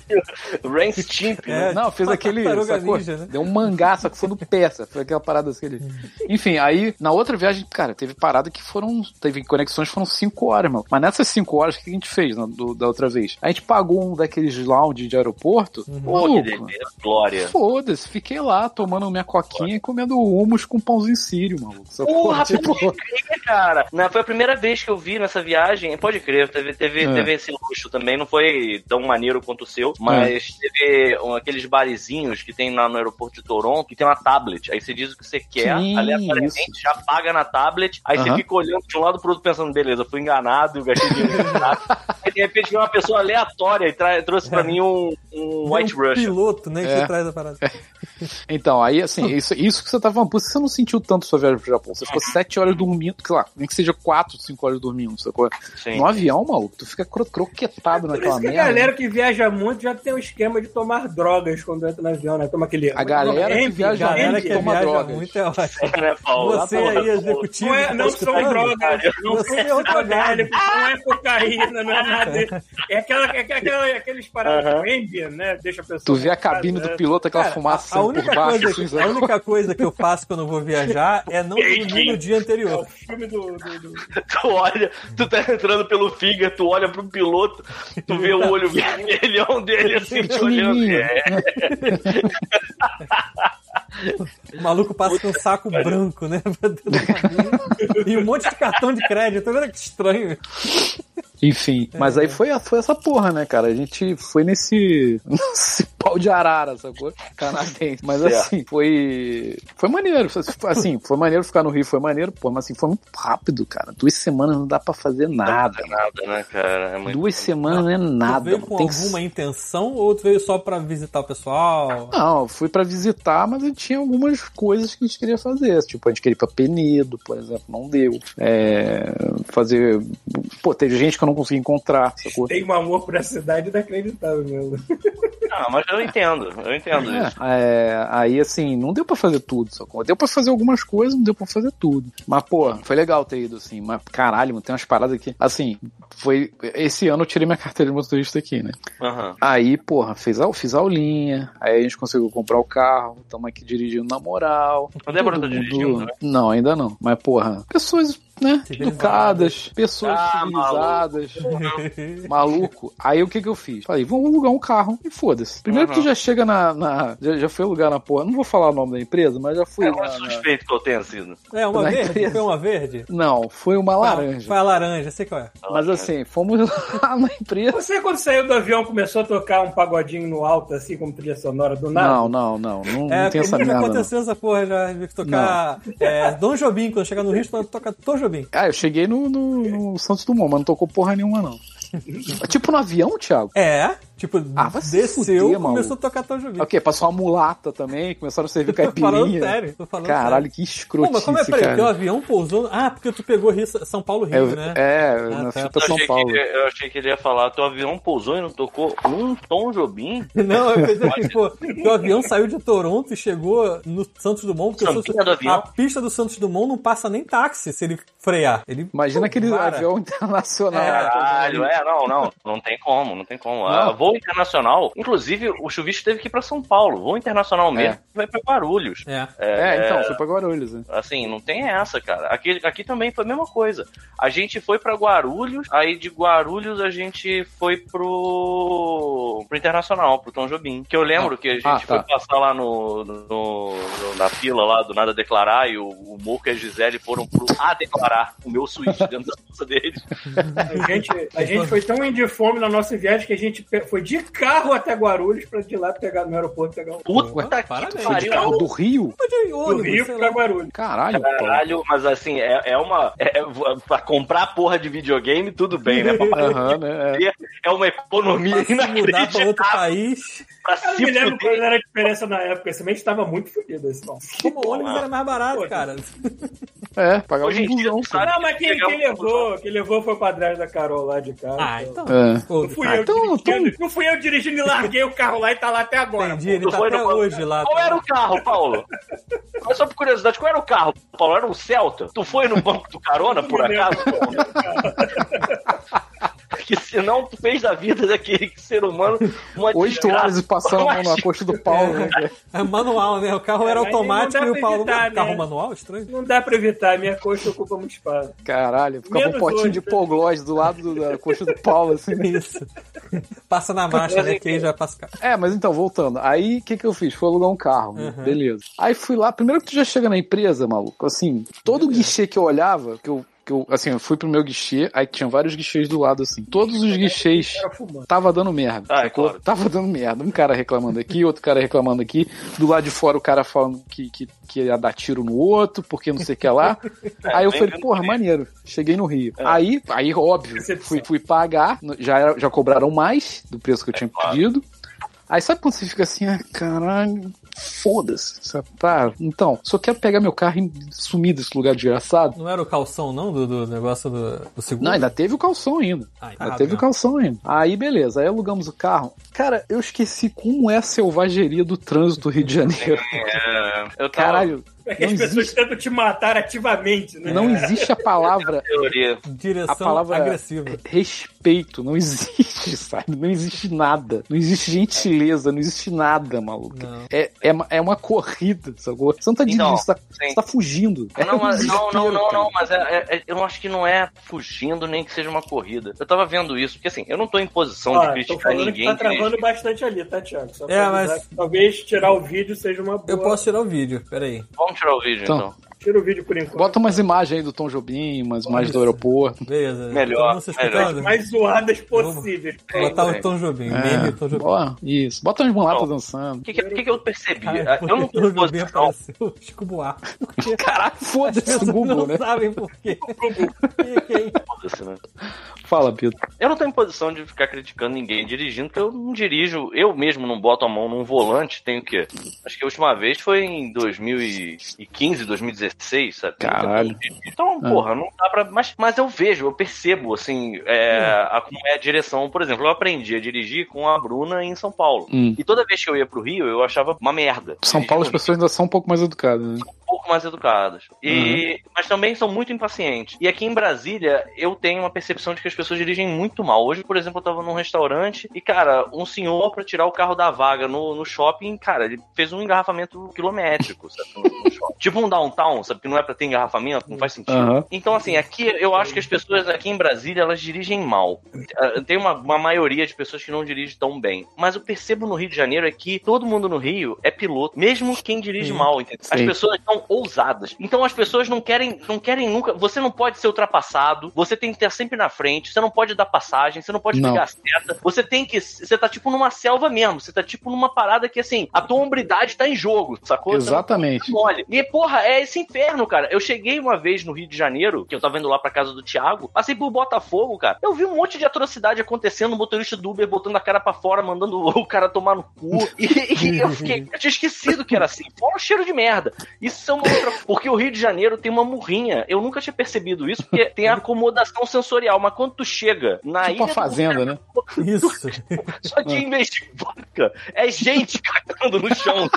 Speaker 1: Ren Stimp, né?
Speaker 3: É,
Speaker 2: Não,
Speaker 3: tipo
Speaker 2: fez
Speaker 3: uma
Speaker 2: aquele.
Speaker 3: tartaruga
Speaker 2: Sacou?
Speaker 3: ninja, né?
Speaker 2: Deu um mangá, só que foi no pé, sabe? foi aquela parada assim. ali. Enfim, aí na outra viagem, cara, teve parada que foram. Teve conexões que foram 5 horas, mano. Mas nessas 5 horas, o que a gente fez na- do- da outra vez? A gente pagou um daqueles lounge de aeroporto.
Speaker 1: Pô, que
Speaker 2: Maluco,
Speaker 1: delícia, glória.
Speaker 2: Foda-se, fiquei lá tomando minha coquinha e comendo humus com pãozinho sírio, maluco. Sacou?
Speaker 1: Porra,
Speaker 2: Tipo,
Speaker 1: pode crer, cara. Não, foi a primeira vez que eu vi nessa viagem. Pode crer, teve, teve,
Speaker 2: É.
Speaker 1: teve esse luxo também. Não foi tão maneiro quanto o seu, mas teve um- aqueles barezinhos que tem lá no aeroporto de Toronto, que tem uma tablet. Aí você diz o que você quer,
Speaker 2: Que
Speaker 1: aleatoriamente,
Speaker 2: isso.
Speaker 1: já paga na tablet. Aí você
Speaker 2: Aham.
Speaker 1: fica olhando de um lado pro outro pensando, beleza, fui enganado, eu gastei dinheiro. errado. aí de repente veio uma pessoa aleatória e tra- trouxe pra mim um, um White
Speaker 3: um
Speaker 1: Russian.
Speaker 3: piloto, né, que
Speaker 2: É.
Speaker 3: você traz a parada.
Speaker 2: Então, aí assim, isso, isso que você tava falando, por isso que você não sentiu tanto sua viagem pro Japão. Você ficou 7 horas dormindo, sei lá, nem que seja 4, 5 horas dormindo, sacou?
Speaker 1: Sim.
Speaker 2: No avião, maluco, tu fica cro- croquetado
Speaker 4: Por
Speaker 2: naquela
Speaker 4: isso que a
Speaker 2: merda.
Speaker 4: galera que viaja muito já tem um esquema de tomar drogas quando entra no avião, né? Toma aquele...
Speaker 2: A galera que
Speaker 4: Hemp,
Speaker 2: viaja
Speaker 4: Hemp.
Speaker 3: Galera
Speaker 2: Hemp
Speaker 3: que
Speaker 2: toma
Speaker 3: viaja
Speaker 2: drogas.
Speaker 3: muito é ótimo.
Speaker 1: Né, Paulo?
Speaker 3: Você
Speaker 1: Porra,
Speaker 3: aí,
Speaker 1: porra.
Speaker 3: executivo.
Speaker 4: Não, é, não são
Speaker 3: hospital,
Speaker 4: drogas, não
Speaker 3: Você
Speaker 4: são
Speaker 3: é outro
Speaker 4: drogálicos, não é cocaína, não é nada. É, aquela, é aquela, é aqueles paradas
Speaker 1: Aham.
Speaker 4: uhum. né? Deixa a pessoa.
Speaker 2: Tu vê a cabine
Speaker 4: É.
Speaker 2: do piloto, aquela
Speaker 3: Cara,
Speaker 2: fumaça
Speaker 3: a, a
Speaker 2: saindo por
Speaker 3: única
Speaker 2: baixo,
Speaker 3: coisa,
Speaker 2: assim,
Speaker 3: a
Speaker 2: sabe?
Speaker 3: única coisa que eu faço quando eu vou viajar é não dormir no dia
Speaker 4: É o
Speaker 3: anterior.
Speaker 4: filme do. do, do...
Speaker 1: Tu olha, tu tá entrando pelo fígado, tu olha pro piloto, tu vê o olho vermelhão dele assim
Speaker 2: tipo
Speaker 1: te olhando.
Speaker 2: Pequenininho.
Speaker 1: É,
Speaker 3: O maluco passa com um saco branco, né? pra dentro do caminho. e um monte de cartão de crédito. Olha que estranho.
Speaker 2: Enfim, mas aí foi, a- foi essa porra, né, cara? A gente foi nesse, nesse pau de arara, sacou? Canadense. Mas
Speaker 1: Certo.
Speaker 2: assim, foi. Foi maneiro. foi- Assim, foi maneiro ficar no Rio, foi maneiro, pô, mas assim, foi muito rápido, cara. Duas semanas não dá pra fazer nada.
Speaker 1: nada, nada, né, cara? É muito-
Speaker 2: Duas semanas não é
Speaker 3: tu
Speaker 2: nada.
Speaker 3: veio
Speaker 2: mano.
Speaker 3: com
Speaker 2: Tem que
Speaker 3: alguma intenção ou tu veio só pra visitar o pessoal?
Speaker 2: Não, eu fui pra visitar, mas eu tinha algumas coisas que a gente queria fazer. Tipo, a gente queria ir pra Penedo, por exemplo, não deu. É, fazer. Pô, teve gente que eu não consegui encontrar, sacou?
Speaker 4: Tem um amor por essa cidade inacreditável mesmo.
Speaker 1: Não, mas eu entendo, eu entendo
Speaker 2: É,
Speaker 1: isso.
Speaker 2: é, aí assim, não deu pra fazer tudo, sacou? Deu pra fazer algumas coisas, não deu pra fazer tudo. Mas, pô, foi legal ter ido assim. Mas, caralho, mano, tem umas paradas aqui. Assim, foi. Esse ano eu tirei minha carteira de motorista aqui, né?
Speaker 1: Aham.
Speaker 2: Aí, porra, fez a, fiz a aulinha, aí a gente conseguiu comprar o carro, estamos aqui dirigindo na moral.
Speaker 1: A Débora tá
Speaker 2: Todo mundo-
Speaker 1: dirigindo, né?
Speaker 2: Não, ainda não. Mas, porra, pessoas, né, educadas, pessoas
Speaker 1: Ah,
Speaker 2: civilizadas.
Speaker 3: É
Speaker 2: Maluco. Aí o que que eu fiz? Falei, vamos alugar um carro e foda-se. Primeiro que tu
Speaker 1: Uhum.
Speaker 2: já chega na... na- já, já foi alugar na porra... Não vou falar o nome da empresa, mas já fui
Speaker 1: É
Speaker 2: lá
Speaker 1: mais
Speaker 2: na-
Speaker 1: suspeito que eu assim. tenha sido.
Speaker 3: É, uma
Speaker 2: Vai
Speaker 3: verde?
Speaker 2: preso.
Speaker 3: Foi uma verde?
Speaker 2: Não, foi uma laranja.
Speaker 3: Foi a laranja, sei qual é.
Speaker 2: Mas assim, fomos lá na empresa...
Speaker 4: Você, quando saiu do avião, começou a tocar um pagodinho no alto, assim, como trilha sonora do nada?
Speaker 2: Não, não, não. Não,
Speaker 3: É,
Speaker 2: não tem essa
Speaker 3: comigo já
Speaker 2: merda, não.
Speaker 3: aconteceu essa porra já, vi que tocar é, Dom Jobim, quando chegar no Rio, tu toca Tom Jobim.
Speaker 2: Ah, eu cheguei no, no, no Santos Dumont, mas não tocou porra nenhuma, não. tipo no É avião, Thiago?
Speaker 3: É, tipo Tipo,
Speaker 2: Ah, vai se
Speaker 3: desceu
Speaker 2: fuder,
Speaker 3: e
Speaker 2: maluco.
Speaker 3: começou a tocar teu joguinho.
Speaker 2: Ok, É passou uma mulata também, começaram a servir
Speaker 3: Tô falando
Speaker 2: caipirinha.
Speaker 3: sério, tô falando
Speaker 2: Caralho,
Speaker 3: sério.
Speaker 2: que
Speaker 3: Pô, mas
Speaker 2: escrotice,
Speaker 3: como é? Peraí, teu
Speaker 2: cara.
Speaker 3: avião pousou... Ah, porque tu pegou Rio- São Paulo-Rio, né?
Speaker 2: É,
Speaker 3: Ah,
Speaker 2: na
Speaker 3: tá.
Speaker 2: fita
Speaker 1: Eu
Speaker 2: São
Speaker 1: achei, que
Speaker 2: Paulo.
Speaker 1: ele, eu achei que ele ia falar, teu avião pousou e não tocou um Tom Jobim?
Speaker 3: Não, eu pensei que, pô, que o avião saiu de Toronto e chegou no Santos Dumont, porque
Speaker 1: Não,
Speaker 3: o Santos-
Speaker 1: pista do avião.
Speaker 3: a pista do Santos Dumont não passa nem táxi se ele frear. Ele
Speaker 2: Imagina aquele
Speaker 3: Para.
Speaker 2: avião internacional.
Speaker 3: É,
Speaker 1: Caralho, é, não, não, não tem como, não tem como. Ah, voo internacional, inclusive o chuvisco teve que ir pra São Paulo, voo internacional mesmo, vai pra Guarulhos.
Speaker 3: É.
Speaker 2: É, então, foi pra Guarulhos, né?
Speaker 1: Assim, não tem essa, cara. Aqui, aqui também foi a mesma coisa. A gente foi pra Guarulhos, aí de Guarulhos a gente foi pro, pro Internacional, pro Tom Jobim. Que eu lembro que a gente
Speaker 2: Ah, tá.
Speaker 1: foi passar lá no, no- no- na fila lá do Nada Declarar e o, o Moco e a Gisele foram pro A Declarar, o meu suíte dentro da bolsa deles.
Speaker 4: A gente, a gente foi tão indifome na nossa viagem que a gente pe- foi de carro até Guarulhos pra de lá pegar no aeroporto pegar um
Speaker 1: Puta
Speaker 3: Ué,
Speaker 1: que
Speaker 3: parabéns.
Speaker 2: Foi de
Speaker 1: pariu.
Speaker 2: carro do Rio?
Speaker 3: Ou de
Speaker 4: do
Speaker 3: ônibus,
Speaker 4: Rio
Speaker 3: sei
Speaker 4: pra
Speaker 3: lá.
Speaker 4: Guarulhos.
Speaker 2: Caralho, pô.
Speaker 1: Caralho, mas assim, é, é uma. É, é- pra comprar a porra de videogame, tudo bem, né? Pra
Speaker 2: Aham, né? É.
Speaker 1: fazer, é uma economia
Speaker 3: Pra se mudar pra
Speaker 1: inacreditável
Speaker 3: outro país.
Speaker 1: pra
Speaker 4: Eu não
Speaker 1: se
Speaker 4: me lembro
Speaker 1: fuder.
Speaker 4: qual era a diferença na época. Esse mês estava muito fodido esse nome.
Speaker 3: Como o ônibus era mais barato, cara.
Speaker 2: É, pagar um
Speaker 1: Hoje em dia,
Speaker 2: busão,
Speaker 1: tu sabe?
Speaker 2: cara.
Speaker 4: Não, mas quem, quem levou? Quem levou foi o quadrado da Carol lá de casa.
Speaker 3: um Ah, então.
Speaker 2: É.
Speaker 4: Não fui,
Speaker 2: Ah,
Speaker 4: eu
Speaker 2: então-
Speaker 4: dirigindo, não fui eu dirigindo e larguei o carro lá e tá lá até agora.
Speaker 3: Entendi,
Speaker 4: pô.
Speaker 3: ele tá
Speaker 1: foi
Speaker 3: até
Speaker 1: no-
Speaker 3: hoje lá. tá.
Speaker 1: Qual era o carro, Paulo? Mas só por curiosidade, qual era o carro, Paulo? Era um Celta? Tu foi no banco do carona, por
Speaker 4: Não me
Speaker 1: acaso? Porque senão tu fez da vida daquele ser humano uma
Speaker 2: Oito
Speaker 1: desgraça.
Speaker 2: horas passando a mão na coxa do pau, né? cara?
Speaker 3: É manual, né? O carro era
Speaker 4: Mas não
Speaker 3: automático
Speaker 4: dá
Speaker 3: e o
Speaker 4: pra
Speaker 3: Paulo.
Speaker 4: evitar, né?
Speaker 3: Carro manual? Estranho.
Speaker 4: Não dá pra evitar, minha coxa ocupa muito espaço.
Speaker 2: Caralho, ficava um
Speaker 4: Menos
Speaker 2: potinho
Speaker 4: hoje,
Speaker 2: de
Speaker 4: né?
Speaker 2: polglós do lado do- da coxa do pau, assim.
Speaker 3: Isso. Passa na marcha, né? Que aí já passa. ca-
Speaker 2: É, mas então, voltando. Aí, o que que eu fiz? Fui alugar um carro, né? beleza. Aí fui lá, primeiro que tu já chega na empresa, maluco, assim, todo guichê que eu olhava, que eu, que eu, assim, eu fui pro meu guichê, aí tinha vários guichês do lado, assim. Todos os guichês
Speaker 4: Era fumando.
Speaker 2: tava dando merda.
Speaker 1: Ah, é
Speaker 2: sacou?
Speaker 1: claro.
Speaker 2: Tava dando merda. Um cara reclamando aqui, outro cara reclamando aqui. Do lado de fora, o cara falando que, que, que ia dar tiro no outro, porque não sei o que lá. aí eu
Speaker 1: bem É,
Speaker 2: falei,
Speaker 1: vendo É.
Speaker 2: porra,
Speaker 1: que-
Speaker 2: maneiro. Cheguei no Rio. Aí, aí óbvio,
Speaker 4: Decepção.
Speaker 2: fui, fui pagar. no- Já, era- já cobraram mais do preço que eu tinha
Speaker 1: É, claro.
Speaker 2: pedido. Aí sabe quando você fica assim, ah, caralho, foda-se. sabe? Tá, então, só quero pegar meu carro e sumir desse lugar desgraçado.
Speaker 3: Não era o calção, não, do, do negócio do, do seguro?
Speaker 2: Não, ainda teve o calção ainda.
Speaker 3: Ah,
Speaker 2: Ainda
Speaker 3: errado
Speaker 2: teve o
Speaker 3: mesmo.
Speaker 2: calção ainda. Aí, beleza. Aí alugamos o carro. Cara, eu esqueci como é a selvageria do trânsito do Rio de Janeiro.
Speaker 1: É, eu tava
Speaker 2: Caralho,
Speaker 4: É que
Speaker 2: Não
Speaker 4: as pessoas
Speaker 2: existe.
Speaker 4: tentam te matar ativamente, né?
Speaker 2: não existe a palavra
Speaker 1: com teoria.
Speaker 3: Direção
Speaker 2: A palavra-
Speaker 3: agressiva.
Speaker 2: respeito. Não existe, sabe? Não existe nada. Não existe gentileza. Não existe nada, maluco.
Speaker 3: Não.
Speaker 2: É, é, uma- é uma corrida, sacou? Você não tá dirigindo,
Speaker 1: Então,
Speaker 2: você, tá,
Speaker 1: sim.
Speaker 2: você tá fugindo. É
Speaker 1: Não,
Speaker 2: um
Speaker 1: mas, não, não,
Speaker 2: desespero,
Speaker 1: não,
Speaker 2: cara.
Speaker 1: não, mas é- é- é- eu acho que não é fugindo nem que seja uma corrida. Eu tava vendo isso, porque assim, eu não tô em posição de
Speaker 4: Ó, tô
Speaker 1: criticar
Speaker 4: falando
Speaker 1: ninguém.
Speaker 4: que tá
Speaker 1: dirigir.
Speaker 4: travando bastante ali, tá, Thiago? Só pra
Speaker 3: É,
Speaker 4: avisar
Speaker 3: mas-
Speaker 4: que Talvez tirar o vídeo seja uma boa.
Speaker 3: Eu posso tirar o vídeo, peraí.
Speaker 1: Vamos tirar o vídeo
Speaker 2: Então.
Speaker 1: então.
Speaker 4: Tira o vídeo por enquanto.
Speaker 2: Bota umas imagens aí do Tom Jobim, umas imagens do aeroporto.
Speaker 3: Beleza.
Speaker 1: Melhor,
Speaker 3: Todo mundo se
Speaker 1: melhor.
Speaker 3: escutando?
Speaker 4: Mais zoadas possíveis. É,
Speaker 3: Vou Botar o Tom
Speaker 2: É.
Speaker 3: Jobim. Meme Tom Jobim.
Speaker 2: ó, isso. Bota umas mulatas
Speaker 1: Não.
Speaker 2: dançando.
Speaker 1: O que, que, o que que eu percebi?
Speaker 3: Cara,
Speaker 1: eu não
Speaker 3: Tom
Speaker 1: tô em
Speaker 3: Jobim
Speaker 1: posição.
Speaker 3: apareceu o Chico Buarque. Porque
Speaker 2: Caraca,
Speaker 3: as
Speaker 2: foda-se o
Speaker 1: tá
Speaker 3: pessoas não
Speaker 2: Google, né?
Speaker 3: sabem por quê. E quem-
Speaker 1: Foda-se, né?
Speaker 2: Fala, Pedro.
Speaker 1: Eu não tô em posição de ficar criticando ninguém dirigindo, porque eu não dirijo, eu mesmo não boto a mão num volante, tem o quê? Acho que a última vez foi em 2015, 2016, sabe?
Speaker 2: Caralho.
Speaker 1: Então,
Speaker 2: Ah.
Speaker 1: porra, não dá pra. Mas, mas eu vejo, eu percebo, assim, é,
Speaker 2: Hum.
Speaker 1: a, como é a direção. Por exemplo, eu aprendi a dirigir com a Bruna em São Paulo.
Speaker 2: Hum.
Speaker 1: E toda vez que eu ia pro Rio, eu achava uma merda.
Speaker 2: São Paulo as
Speaker 1: Dirigir
Speaker 2: pessoas ainda são um pouco mais educadas, né?
Speaker 1: um pouco mais educadas. E, Mas também são muito impacientes. E aqui em Brasília, eu tenho uma percepção de que as pessoas dirigem muito mal. Hoje, por exemplo, eu tava num restaurante e, cara, um senhor, pra tirar o carro da vaga no, no shopping, cara, ele fez um engarrafamento quilométrico, sabe? no- no shopping. tipo um downtown, sabe? Que não é pra ter engarrafamento, não faz sentido.
Speaker 2: Aham.
Speaker 1: Então, assim, aqui eu acho que as pessoas aqui em Brasília, elas dirigem mal. Ah, Tem uma, uma maioria de pessoas que não dirigem tão bem. Mas eu percebo no Rio de Janeiro é que todo mundo no Rio é piloto, mesmo quem dirige
Speaker 3: Sim.
Speaker 1: mal, entendeu? As
Speaker 2: Sim.
Speaker 1: pessoas são ousadas. Então as pessoas não querem, não querem nunca. Você não pode ser ultrapassado, você tem que estar sempre na frente. limite. Você não pode dar passagem, você não pode
Speaker 2: Não.
Speaker 1: pegar a seta. Você tem que. Você tá tipo numa selva mesmo. Você tá tipo numa parada que assim, a tua hombridade tá em jogo, sacou? Você não
Speaker 2: Exatamente.
Speaker 1: mole. E, porra, é esse inferno, cara. Eu cheguei uma vez no Rio de Janeiro, que eu tava indo lá pra casa do Thiago, passei por Botafogo, cara. Eu vi um monte de atrocidade acontecendo, o motorista do Uber botando a cara pra fora, mandando o cara tomar no cu. E, e eu fiquei, eu tinha esquecido que era assim. Fora o cheiro de merda. Isso é uma outra. Porque o Rio de Janeiro tem uma murrinha. Eu nunca tinha percebido isso, porque tem a acomodação sensorial. Mas quando tu chega na
Speaker 2: Tipo
Speaker 1: ilha.
Speaker 2: a
Speaker 1: do-
Speaker 2: fazenda, né?
Speaker 3: Isso.
Speaker 1: só
Speaker 2: Ah.
Speaker 1: de investir vodka é gente cagando no chão.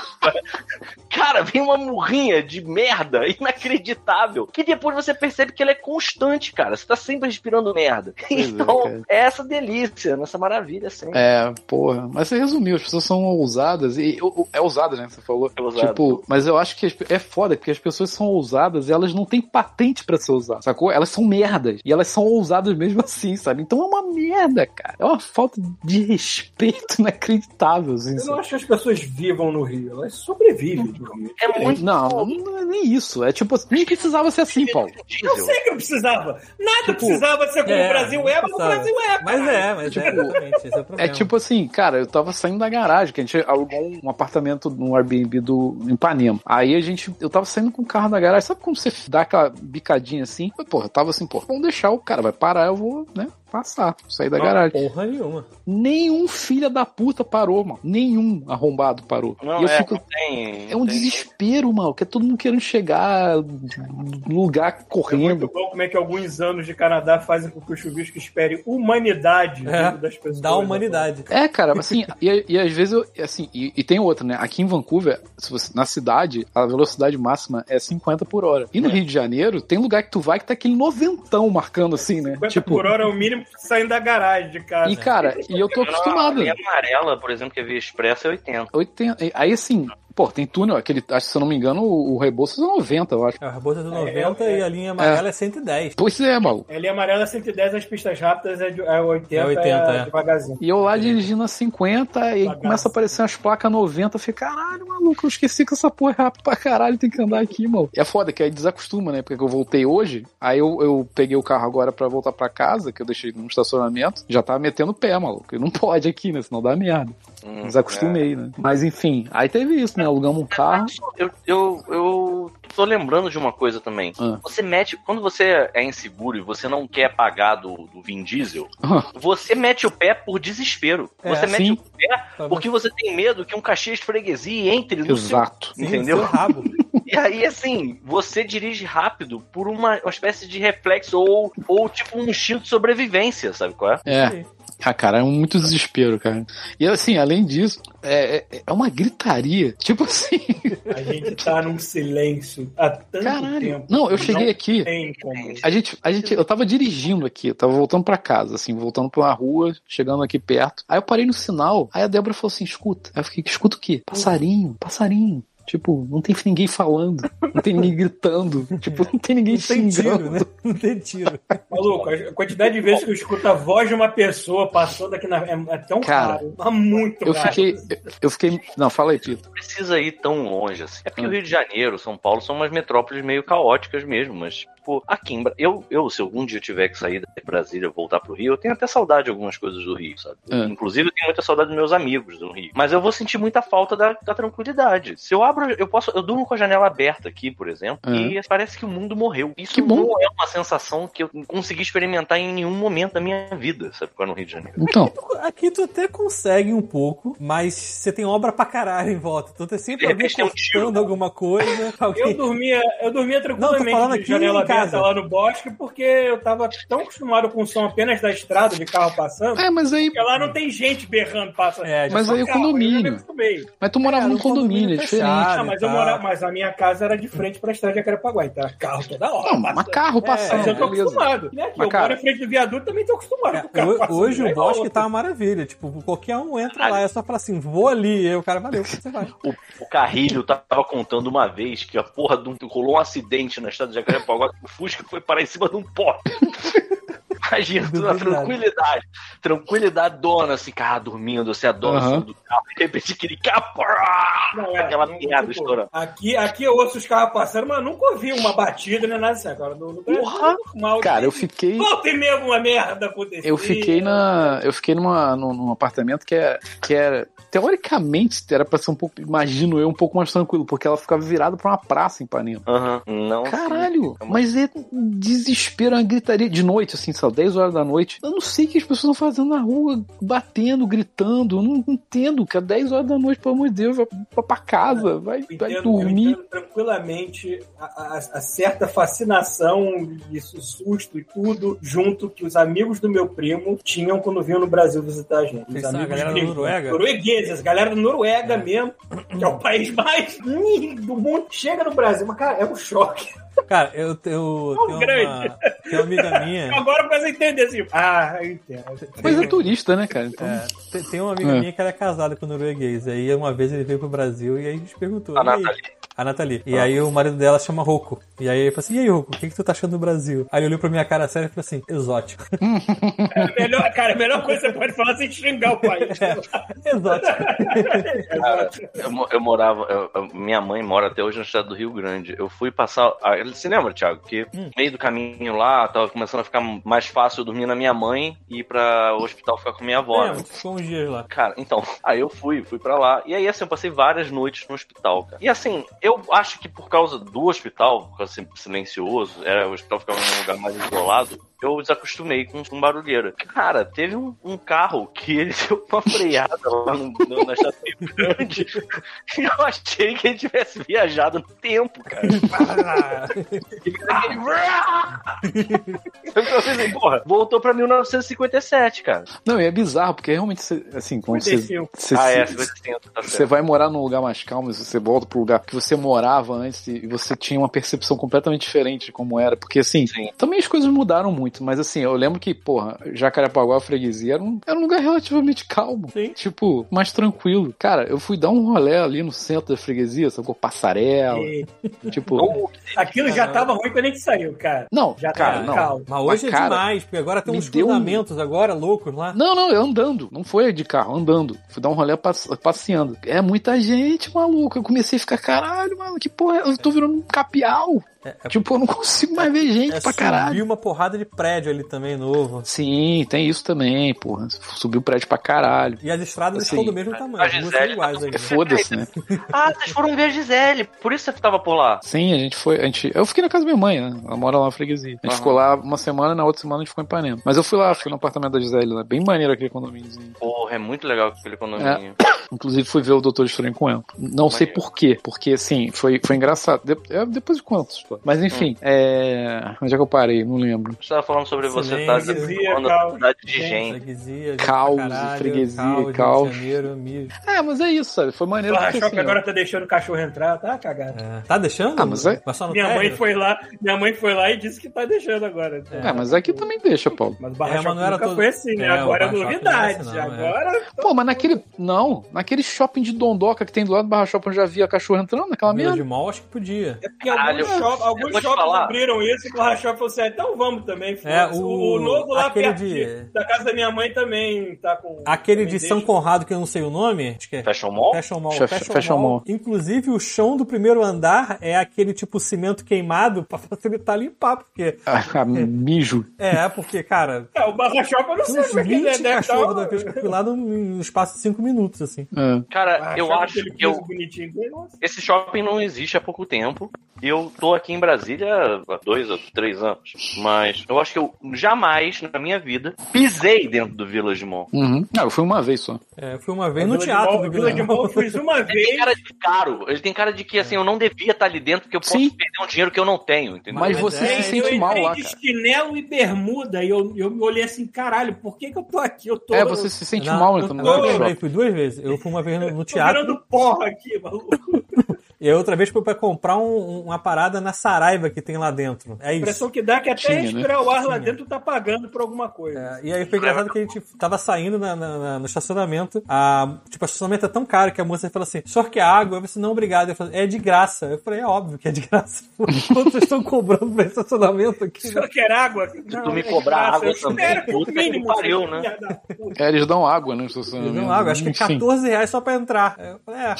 Speaker 1: Cara, vem uma murrinha de merda inacreditável. Que depois você percebe que ela é constante, cara. Você tá sempre respirando merda.
Speaker 2: Pois é,
Speaker 1: então,
Speaker 2: cara.
Speaker 1: é, essa delícia, essa maravilha sempre.
Speaker 2: É, porra. Mas você resumiu, as pessoas são ousadas. E, ou- ou- é ousada, né? Você falou.
Speaker 1: É ousado.
Speaker 2: Tipo, mas eu acho que as- é foda, porque as pessoas são ousadas e elas não têm patente pra ser ousadas, sacou? Elas são merdas. E elas são ousadas mesmo assim, sabe? Então é uma merda, cara. É uma falta de respeito inacreditável, assim.
Speaker 4: Eu
Speaker 2: sabe?
Speaker 4: não acho que as pessoas vivam no Rio, elas sobrevivem realmente.
Speaker 1: É muito
Speaker 2: Não, não é nem isso. É tipo, nem precisava ser assim, Paulo.
Speaker 1: diesel.
Speaker 4: Eu sei que não precisava. Nada
Speaker 2: Tipo,
Speaker 4: precisava ser como
Speaker 3: é,
Speaker 4: o Brasil é, mas o
Speaker 3: sabe.
Speaker 4: Brasil é.
Speaker 3: Mas é, mas é, exatamente. Esse é o
Speaker 2: É
Speaker 3: problema.
Speaker 2: tipo assim, cara, eu tava saindo da garagem, que a gente alugou um- um apartamento num Airbnb do em Ipanema. Aí a gente, eu tava saindo com o carro da garagem, sabe como você dá aquela bicadinha assim? Eu, porra, eu tava assim, pô, vamos deixar o cara, vai parar, eu vou, né, passar, sair da garagem.
Speaker 3: Porra nenhuma.
Speaker 2: Nenhum filho da puta parou, mano. Nenhum arrombado parou.
Speaker 1: Não,
Speaker 2: e eu
Speaker 1: é,
Speaker 2: fico,
Speaker 1: não tem.
Speaker 2: é um
Speaker 1: não tem.
Speaker 2: desespero, mano, que é todo mundo querendo chegar, lugar
Speaker 4: É muito
Speaker 2: correndo.
Speaker 4: bom como é que alguns anos de Canadá fazem com que o chuvisco espere humanidade
Speaker 3: É,
Speaker 4: dentro das pessoas.
Speaker 3: Da humanidade.
Speaker 2: É, cara, mas assim, e, e às vezes eu, assim, e, e tem outra, né? Aqui em Vancouver, se você- na cidade, a velocidade máxima é 50 por hora. E no
Speaker 4: É.
Speaker 2: Rio de Janeiro, tem lugar que tu vai que tá aquele noventão marcando assim, né?
Speaker 4: 50
Speaker 2: Tipo,
Speaker 4: por hora né? é o mínimo saindo da garagem de casa.
Speaker 2: e cara, e eu tô acostumado.
Speaker 1: A amarela, por exemplo, que é via expressa, é 80.
Speaker 2: 80, e- aí assim, pô, tem túnel, aquele, acho que se eu não me engano, o, o Rebouças é 90, eu acho.
Speaker 3: É, A bolsa do
Speaker 4: É,
Speaker 3: 90
Speaker 4: é,
Speaker 3: e a linha amarela é, 110.
Speaker 2: Pois é, maluco.
Speaker 4: A linha amarela é 110, as pistas rápidas é, de, é 80,
Speaker 3: É 80, é.
Speaker 4: devagarzinho.
Speaker 2: E eu lá dirigindo a 50, e aí
Speaker 4: Bagaço.
Speaker 2: começa a aparecer umas placas 90. Eu falei, caralho, maluco, eu esqueci que essa porra é rápida pra caralho, tem que andar aqui, mano. E é foda, que aí desacostuma, né? Porque eu voltei hoje, aí eu, eu peguei o carro agora pra voltar pra casa, que eu deixei num estacionamento, já tava metendo o pé, maluco. E não pode aqui, né? Senão dá merda.
Speaker 4: É.
Speaker 1: Hum,
Speaker 2: Desacostumei, né? Mas enfim, aí teve isso, né? Alugamos um carro.
Speaker 1: Eu, eu, eu tô lembrando de uma coisa também.
Speaker 2: Ah.
Speaker 1: Você mete. Quando você é inseguro e você não quer pagar do, do Vin Diesel, você mete o pé por desespero.
Speaker 3: É,
Speaker 1: você mete
Speaker 2: sim.
Speaker 1: o pé porque você tem medo que um cachê de freguesia entre no seu.
Speaker 2: Exato.
Speaker 3: Sim,
Speaker 1: entendeu?
Speaker 3: seu rabo.
Speaker 1: E aí, assim, você dirige rápido por uma, uma espécie de reflexo ou, ou tipo um instinto de sobrevivência, sabe qual é?
Speaker 2: É. Ah, cara, é muito desespero, cara. E assim, além disso, é, é, é uma gritaria. Tipo assim,
Speaker 4: A gente tá num silêncio há tanto
Speaker 2: caralho.
Speaker 4: tempo.
Speaker 2: Não, eu cheguei aqui.
Speaker 4: Não tem como.
Speaker 2: A gente, a gente, eu tava dirigindo aqui, eu tava voltando pra casa, assim, voltando pra uma rua, chegando aqui perto. Aí eu parei no sinal, aí a Débora falou assim: escuta. Aí eu fiquei, escuta o quê? Passarinho, passarinho. Tipo, não tem ninguém falando, não tem ninguém gritando, tipo, não tem ninguém
Speaker 3: Não tem tiro,
Speaker 2: xingando.
Speaker 3: né? Não tem tiro.
Speaker 4: Maluco, a quantidade de vezes que eu escuto a voz de uma pessoa passando aqui na. É, é tão
Speaker 2: Cara,
Speaker 4: caro. Mas muito
Speaker 2: Eu
Speaker 4: caro.
Speaker 2: fiquei, eu fiquei. Não, fala aí, Pito.
Speaker 1: Não precisa ir tão longe assim. É porque
Speaker 2: Hum.
Speaker 1: o Rio de Janeiro, São Paulo são umas metrópoles meio caóticas mesmo, mas, tipo, aqui em Bra- eu, eu, se algum dia eu tiver que sair de Brasília e voltar pro Rio, eu tenho até saudade de algumas coisas do Rio, sabe?
Speaker 2: É.
Speaker 1: Inclusive, eu tenho muita saudade dos meus amigos do Rio. Mas eu vou sentir muita falta da, da tranquilidade. Se eu abro, eu posso, eu durmo com a janela aberta aqui, por exemplo,
Speaker 2: É.
Speaker 1: e parece que o mundo morreu. Isso
Speaker 2: Que bom.
Speaker 1: não é uma sensação que eu consegui experimentar em nenhum momento da minha vida, sabe? Quando no Rio de Janeiro.
Speaker 2: Então,
Speaker 3: Aqui tu até consegue um pouco, mas você tem obra pra caralho em volta. Então tem
Speaker 1: De
Speaker 3: sempre alguém
Speaker 1: repente tem um tiro.
Speaker 3: cortando alguma coisa.
Speaker 4: Eu
Speaker 3: Alguém...
Speaker 4: dormia, eu dormia
Speaker 3: Não, tô falando
Speaker 4: tranquilamente
Speaker 3: aqui
Speaker 4: de janela
Speaker 3: em casa.
Speaker 4: aberta lá no bosque, porque eu tava tão acostumado com o som apenas da estrada, de carro passando,
Speaker 2: é, mas aí.
Speaker 4: porque lá não tem gente berrando passando.
Speaker 3: É, já
Speaker 2: Mas
Speaker 4: Só
Speaker 2: aí o
Speaker 4: carro, Eu já me
Speaker 2: condomínio.
Speaker 4: acostumei.
Speaker 2: Mas tu morava
Speaker 3: É,
Speaker 2: num
Speaker 3: um condomínio
Speaker 2: condomínio, é diferente.
Speaker 3: fechado.
Speaker 4: Ah, mas, eu
Speaker 3: tá.
Speaker 4: morava, mas a minha casa era de frente pra estrada de Acarapaguá, então era carro toda hora.
Speaker 2: Não, mas
Speaker 4: passando.
Speaker 2: carro
Speaker 4: É, Mas
Speaker 2: passando,
Speaker 4: eu tô
Speaker 2: beleza.
Speaker 4: acostumado. Né?
Speaker 2: Mas,
Speaker 4: Que eu
Speaker 2: cara-
Speaker 4: moro em frente do viaduto, também tô acostumado com o
Speaker 3: É,
Speaker 4: carro
Speaker 3: ho-
Speaker 4: passando.
Speaker 3: hoje
Speaker 4: Aí
Speaker 3: o bosque
Speaker 4: volta.
Speaker 3: tá uma maravilha. Tipo, qualquer um entra lá, é só falar assim, vou ali. E aí o cara, valeu, você vai.
Speaker 1: O, o Carrilho tava contando uma vez que a porra de um, rolou um acidente na estrada de Jacarepaguá que o Fusca foi parar em cima de um pó. Imagina, tu na
Speaker 3: Duvidado.
Speaker 1: tranquilidade. tranquilidade dona, assim, cara, dormindo, você adora
Speaker 2: Aham.
Speaker 1: o som do carro, de repente aquele capra,
Speaker 4: Não, é,
Speaker 1: aquela
Speaker 4: não,
Speaker 1: piada
Speaker 4: tipo,
Speaker 1: estourando.
Speaker 4: Aqui, aqui eu ouço os carros passando, mas eu nunca ouvi uma batida nem nada disso. Cara, no, no Brasil,
Speaker 1: Porra!
Speaker 4: mal.
Speaker 2: Cara, eu fiquei.
Speaker 4: Volta e meia alguma merda acontecer.
Speaker 2: Eu fiquei na. Eu fiquei numa, num, num apartamento que é que era. Teoricamente era pra ser um pouco, imagino eu, um pouco mais tranquilo, porque ela ficava virada pra uma praça em Panema.
Speaker 1: Aham, não.
Speaker 2: Caralho,
Speaker 1: sim.
Speaker 2: mas é um desespero, uma gritaria de noite, assim, só 10 horas da noite. Eu não sei o que as pessoas estão fazendo na rua, batendo, gritando. Eu não entendo, cara. 10 horas da noite, pelo amor de Deus, vai pra- pra casa, vai,
Speaker 4: Eu
Speaker 2: vai
Speaker 4: entendo- eu
Speaker 2: dormir.
Speaker 4: entendo tranquilamente a, a- a certa fascinação, isso, susto e tudo, junto que os amigos do meu primo tinham quando vinham no Brasil visitar a gente. Os
Speaker 3: Pensar,
Speaker 4: amigos
Speaker 3: a galera da
Speaker 4: gringos,
Speaker 3: Noruega?
Speaker 4: Noruegueses, a galera do Noruega
Speaker 3: É.
Speaker 4: mesmo, que é o país mais do mundo, chega no Brasil, mas cara, é um choque.
Speaker 3: Cara, eu, eu
Speaker 1: É
Speaker 4: Tão
Speaker 1: um
Speaker 3: tenho
Speaker 4: grande.
Speaker 3: uma, tenho uma amiga minha.
Speaker 4: Agora eu quase entender assim. Ah, eu entendo.
Speaker 2: Mas é turista, né, cara? Então,
Speaker 3: É,
Speaker 1: um
Speaker 3: tem- tem uma amiga
Speaker 2: É.
Speaker 3: minha que era casada com um norueguês. Aí uma vez ele veio pro Brasil e aí a gente perguntou.
Speaker 1: A
Speaker 3: e aí?
Speaker 1: Nathalie. Ah.
Speaker 3: A Nathalie. E aí o marido dela chama Rocco. E aí ele falou assim: E aí, Rocco, o que, que tu tá achando do Brasil? Aí ele olhou pra minha cara séria e falou assim: Exótico.
Speaker 4: Melhor, cara, a melhor coisa que você pode falar é sem xingar o país.
Speaker 2: É,
Speaker 3: Exótico.
Speaker 1: Eu, mo- eu morava, eu- eu- minha mãe mora até hoje no estado do Rio Grande. Eu fui passar. a- Você lembra, Thiago? Que
Speaker 2: Hum.
Speaker 1: no meio do caminho lá, tava começando a ficar mais fácil eu dormir na minha mãe e ir pra o hospital ficar com minha avó. né?
Speaker 3: É, ficou uns dias lá.
Speaker 1: Cara, então, aí eu fui, fui pra lá. E aí, assim, eu passei várias noites no hospital, cara. E assim, eu acho que por causa do hospital, por causa de ser silencioso, era, o hospital ficava num lugar mais isolado, eu desacostumei com, com barulheira. Cara, teve um, um carro que ele deu uma freada lá no, no, na estação Rio grande. E eu achei que ele tivesse viajado no tempo, cara. Eu pensei, porra, voltou pra 1957, cara.
Speaker 2: não, e é bizarro, porque realmente, você- assim, quando você.
Speaker 4: 55.
Speaker 2: você-
Speaker 1: ah, é,
Speaker 2: você-
Speaker 1: 55, tá
Speaker 2: Você
Speaker 1: certo.
Speaker 2: vai morar num lugar mais calmo, você volta pro lugar que você morava antes e você tinha uma percepção completamente diferente de como era. Porque, assim,
Speaker 1: Sim.
Speaker 2: também as coisas mudaram muito, mas, assim, eu lembro que, porra, Jacarepaguá, a freguesia, era um, era um lugar relativamente calmo.
Speaker 3: Sim.
Speaker 2: Tipo, mais tranquilo. Cara, eu fui dar um rolé ali no centro da freguesia, sacou? Passarela, tipo...
Speaker 1: Ou-
Speaker 4: Aquilo já tava ruim quando a gente saiu, cara.
Speaker 2: Não,
Speaker 4: Já tá
Speaker 2: cara, não.
Speaker 4: calmo.
Speaker 3: Mas hoje
Speaker 2: Mas,
Speaker 3: é
Speaker 2: cara,
Speaker 3: demais, porque agora tem
Speaker 2: me
Speaker 3: uns
Speaker 2: deu um-
Speaker 3: cruzamentos agora loucos lá.
Speaker 2: Não, não, eu andando. Não foi de carro, andando. Fui dar um rolê passe- passeando. É muita gente, maluco. Eu comecei a ficar, caralho, mano, que porra, eu tô virando um capial. tipo, eu não consigo mais ver gente pra caralho.
Speaker 3: é subiu uma porrada de prédio ali também novo.
Speaker 2: Sim, tem isso também, porra. Subiu o prédio pra caralho.
Speaker 3: E as estradas
Speaker 2: Assim,
Speaker 3: estão do mesmo tamanho,
Speaker 1: a
Speaker 3: as ruas são
Speaker 4: tá
Speaker 1: Gisele-
Speaker 3: iguais aí.
Speaker 2: É foda-se, né?
Speaker 1: Ah, vocês foram ver a Gisele, por isso você tava por lá.
Speaker 2: Sim, a gente foi. A gente, eu fiquei na casa da minha mãe, né? Ela mora lá na freguesia. A gente
Speaker 1: Aham.
Speaker 2: ficou lá uma semana e na outra semana a gente ficou em Panema. Mas eu fui lá, fui no apartamento da Gisele lá. Bem maneiro aquele condomíniozinho.
Speaker 1: Porra, é muito legal aquele condomínio.
Speaker 2: É. Inclusive fui ver o Doutor Estranho com ela. Não sei por quê, porque assim, foi, foi engraçado. De- é, depois de quantos? Mas enfim, é. Onde é que eu parei? Não lembro.
Speaker 1: Você tava falando sobre você tá
Speaker 3: Silêncio,
Speaker 1: falando da
Speaker 4: calma.
Speaker 1: quantidade de gente.
Speaker 3: Freguesia, gente
Speaker 2: Caos,
Speaker 3: pra caralho,
Speaker 2: freguesia,
Speaker 3: caos,
Speaker 2: caos.
Speaker 3: Rio de Janeiro, mijo.
Speaker 2: É, mas é isso, sabe? Foi maneiro.
Speaker 4: Ah,
Speaker 2: Porque,
Speaker 4: achou que
Speaker 2: assim,
Speaker 4: agora tá deixando o cachorro entrar, tá cagado.
Speaker 3: É. Tá deixando?
Speaker 2: Ah, mas é-
Speaker 3: só no
Speaker 4: Minha mãe
Speaker 3: térreo?
Speaker 4: foi lá, minha mãe foi lá e disse que tá deixando agora.
Speaker 2: É, mas aqui também deixa, Paulo.
Speaker 4: Mas o
Speaker 3: É, mas
Speaker 4: Barra
Speaker 3: não era
Speaker 4: nunca
Speaker 3: todo-
Speaker 4: foi assim, né?
Speaker 3: É, o
Speaker 4: agora é
Speaker 3: Barra Shopping
Speaker 4: novidade.
Speaker 3: não é assim, não, é.
Speaker 4: agora
Speaker 2: Pô, mas naquele. Não, naquele shopping de Dondoca que tem do lado do Barra Shopping, eu já via cachorro entrando naquela
Speaker 3: Vila
Speaker 2: merda.
Speaker 3: de Mall, acho que podia.
Speaker 4: é porque
Speaker 1: Caralho,
Speaker 4: alguns, shop, alguns
Speaker 1: vou te
Speaker 4: shoppings
Speaker 1: falar.
Speaker 4: abriram isso e o Barra Shopping falou assim, ah, então vamos também. filho.
Speaker 3: É,
Speaker 4: o,
Speaker 3: o-
Speaker 4: o novo lá
Speaker 3: aquele
Speaker 4: perto
Speaker 3: de-
Speaker 4: da casa da minha mãe também tá com...
Speaker 3: Aquele
Speaker 4: também
Speaker 3: de São
Speaker 4: deixa.
Speaker 3: Conrado, que eu não sei o nome, acho que é.
Speaker 1: Fashion Mall?
Speaker 3: Fashion Mall.
Speaker 2: Fa-
Speaker 3: Fashion,
Speaker 2: Fashion
Speaker 3: Mall.
Speaker 2: Mall.
Speaker 3: Inclusive, o chão do primeiro andar é aquele tipo cimento queimado pra facilitar limpar, porque...
Speaker 2: Ah, mijo.
Speaker 3: É, porque, cara...
Speaker 4: É, o Barra Shopping eu não sei
Speaker 3: Uns
Speaker 4: como é que ele é,
Speaker 3: 20
Speaker 4: deve
Speaker 3: cachorros
Speaker 4: tá-
Speaker 3: da vez que eu fui lá num, num espaço de 5 minutos, assim.
Speaker 2: É.
Speaker 1: Cara,
Speaker 4: Barra
Speaker 1: eu acho
Speaker 4: Shopping, Ah, aquele
Speaker 1: que eu.
Speaker 4: piso bonitinho. Nossa.
Speaker 1: Esse shopping não existe há pouco tempo. E eu tô aqui em Brasília há dois ou três anos. Mas eu acho que eu jamais, na minha vida, pisei dentro do Village Mall.
Speaker 2: Uhum. Ah, eu fui uma vez só.
Speaker 3: É, eu fui uma vez
Speaker 4: Vila
Speaker 3: no
Speaker 4: de
Speaker 3: teatro
Speaker 4: Mall-
Speaker 3: do
Speaker 4: Vila
Speaker 3: Vila
Speaker 4: de Mall eu fiz uma
Speaker 1: Ele é tem
Speaker 4: vez.
Speaker 1: cara de caro. Ele tem cara de que assim, eu não devia estar ali dentro, porque eu posso
Speaker 2: Sim.
Speaker 1: perder um dinheiro que eu não tenho, entendeu?
Speaker 2: Mas,
Speaker 3: mas
Speaker 2: você
Speaker 3: é,
Speaker 2: se
Speaker 4: eu
Speaker 2: sente
Speaker 4: entrei
Speaker 2: mal lá,
Speaker 4: de
Speaker 2: cara.
Speaker 4: chinelo e bermuda e eu, eu me olhei assim, caralho, por que, que eu tô aqui? Eu tô,
Speaker 2: É, você se sente
Speaker 3: Não,
Speaker 2: mal é
Speaker 3: eu,
Speaker 2: entrando
Speaker 3: eu
Speaker 2: no
Speaker 3: lembrei,
Speaker 2: shopping.
Speaker 3: fui duas vezes. Eu fui uma vez no, no
Speaker 4: tô
Speaker 3: teatro.
Speaker 4: virando porra aqui, maluco.
Speaker 3: E a outra vez foi pra comprar um- uma parada na Saraiva que tem lá dentro. É
Speaker 4: A
Speaker 3: isso.
Speaker 4: impressão que dá é que até
Speaker 2: Tinha, né?
Speaker 4: respirar o ar lá dentro tá pagando por alguma coisa.
Speaker 3: É, e aí foi engraçado que a gente tava saindo na- na- na- no estacionamento. A, tipo, o estacionamento é tão caro que a moça falou assim: só que água? Eu falei assim, não, obrigado. Eu falei, é de graça. Eu falei, é óbvio que é de graça. Quanto vocês estão cobrando pra esse estacionamento aqui? né?
Speaker 4: Só quer água.
Speaker 1: Se
Speaker 4: Não,
Speaker 1: tu me
Speaker 4: é
Speaker 1: cobrar
Speaker 4: graça.
Speaker 1: água
Speaker 4: Eu
Speaker 1: também,
Speaker 4: espero que o
Speaker 1: puta que
Speaker 4: mínimo
Speaker 1: pariu,
Speaker 4: seja
Speaker 1: né?
Speaker 4: filha da puta.
Speaker 2: É, eles dão água, né? no estacionamento.
Speaker 3: Não, água, acho que é
Speaker 2: Enfim.
Speaker 3: 14 reais só pra entrar. Eu falei, é.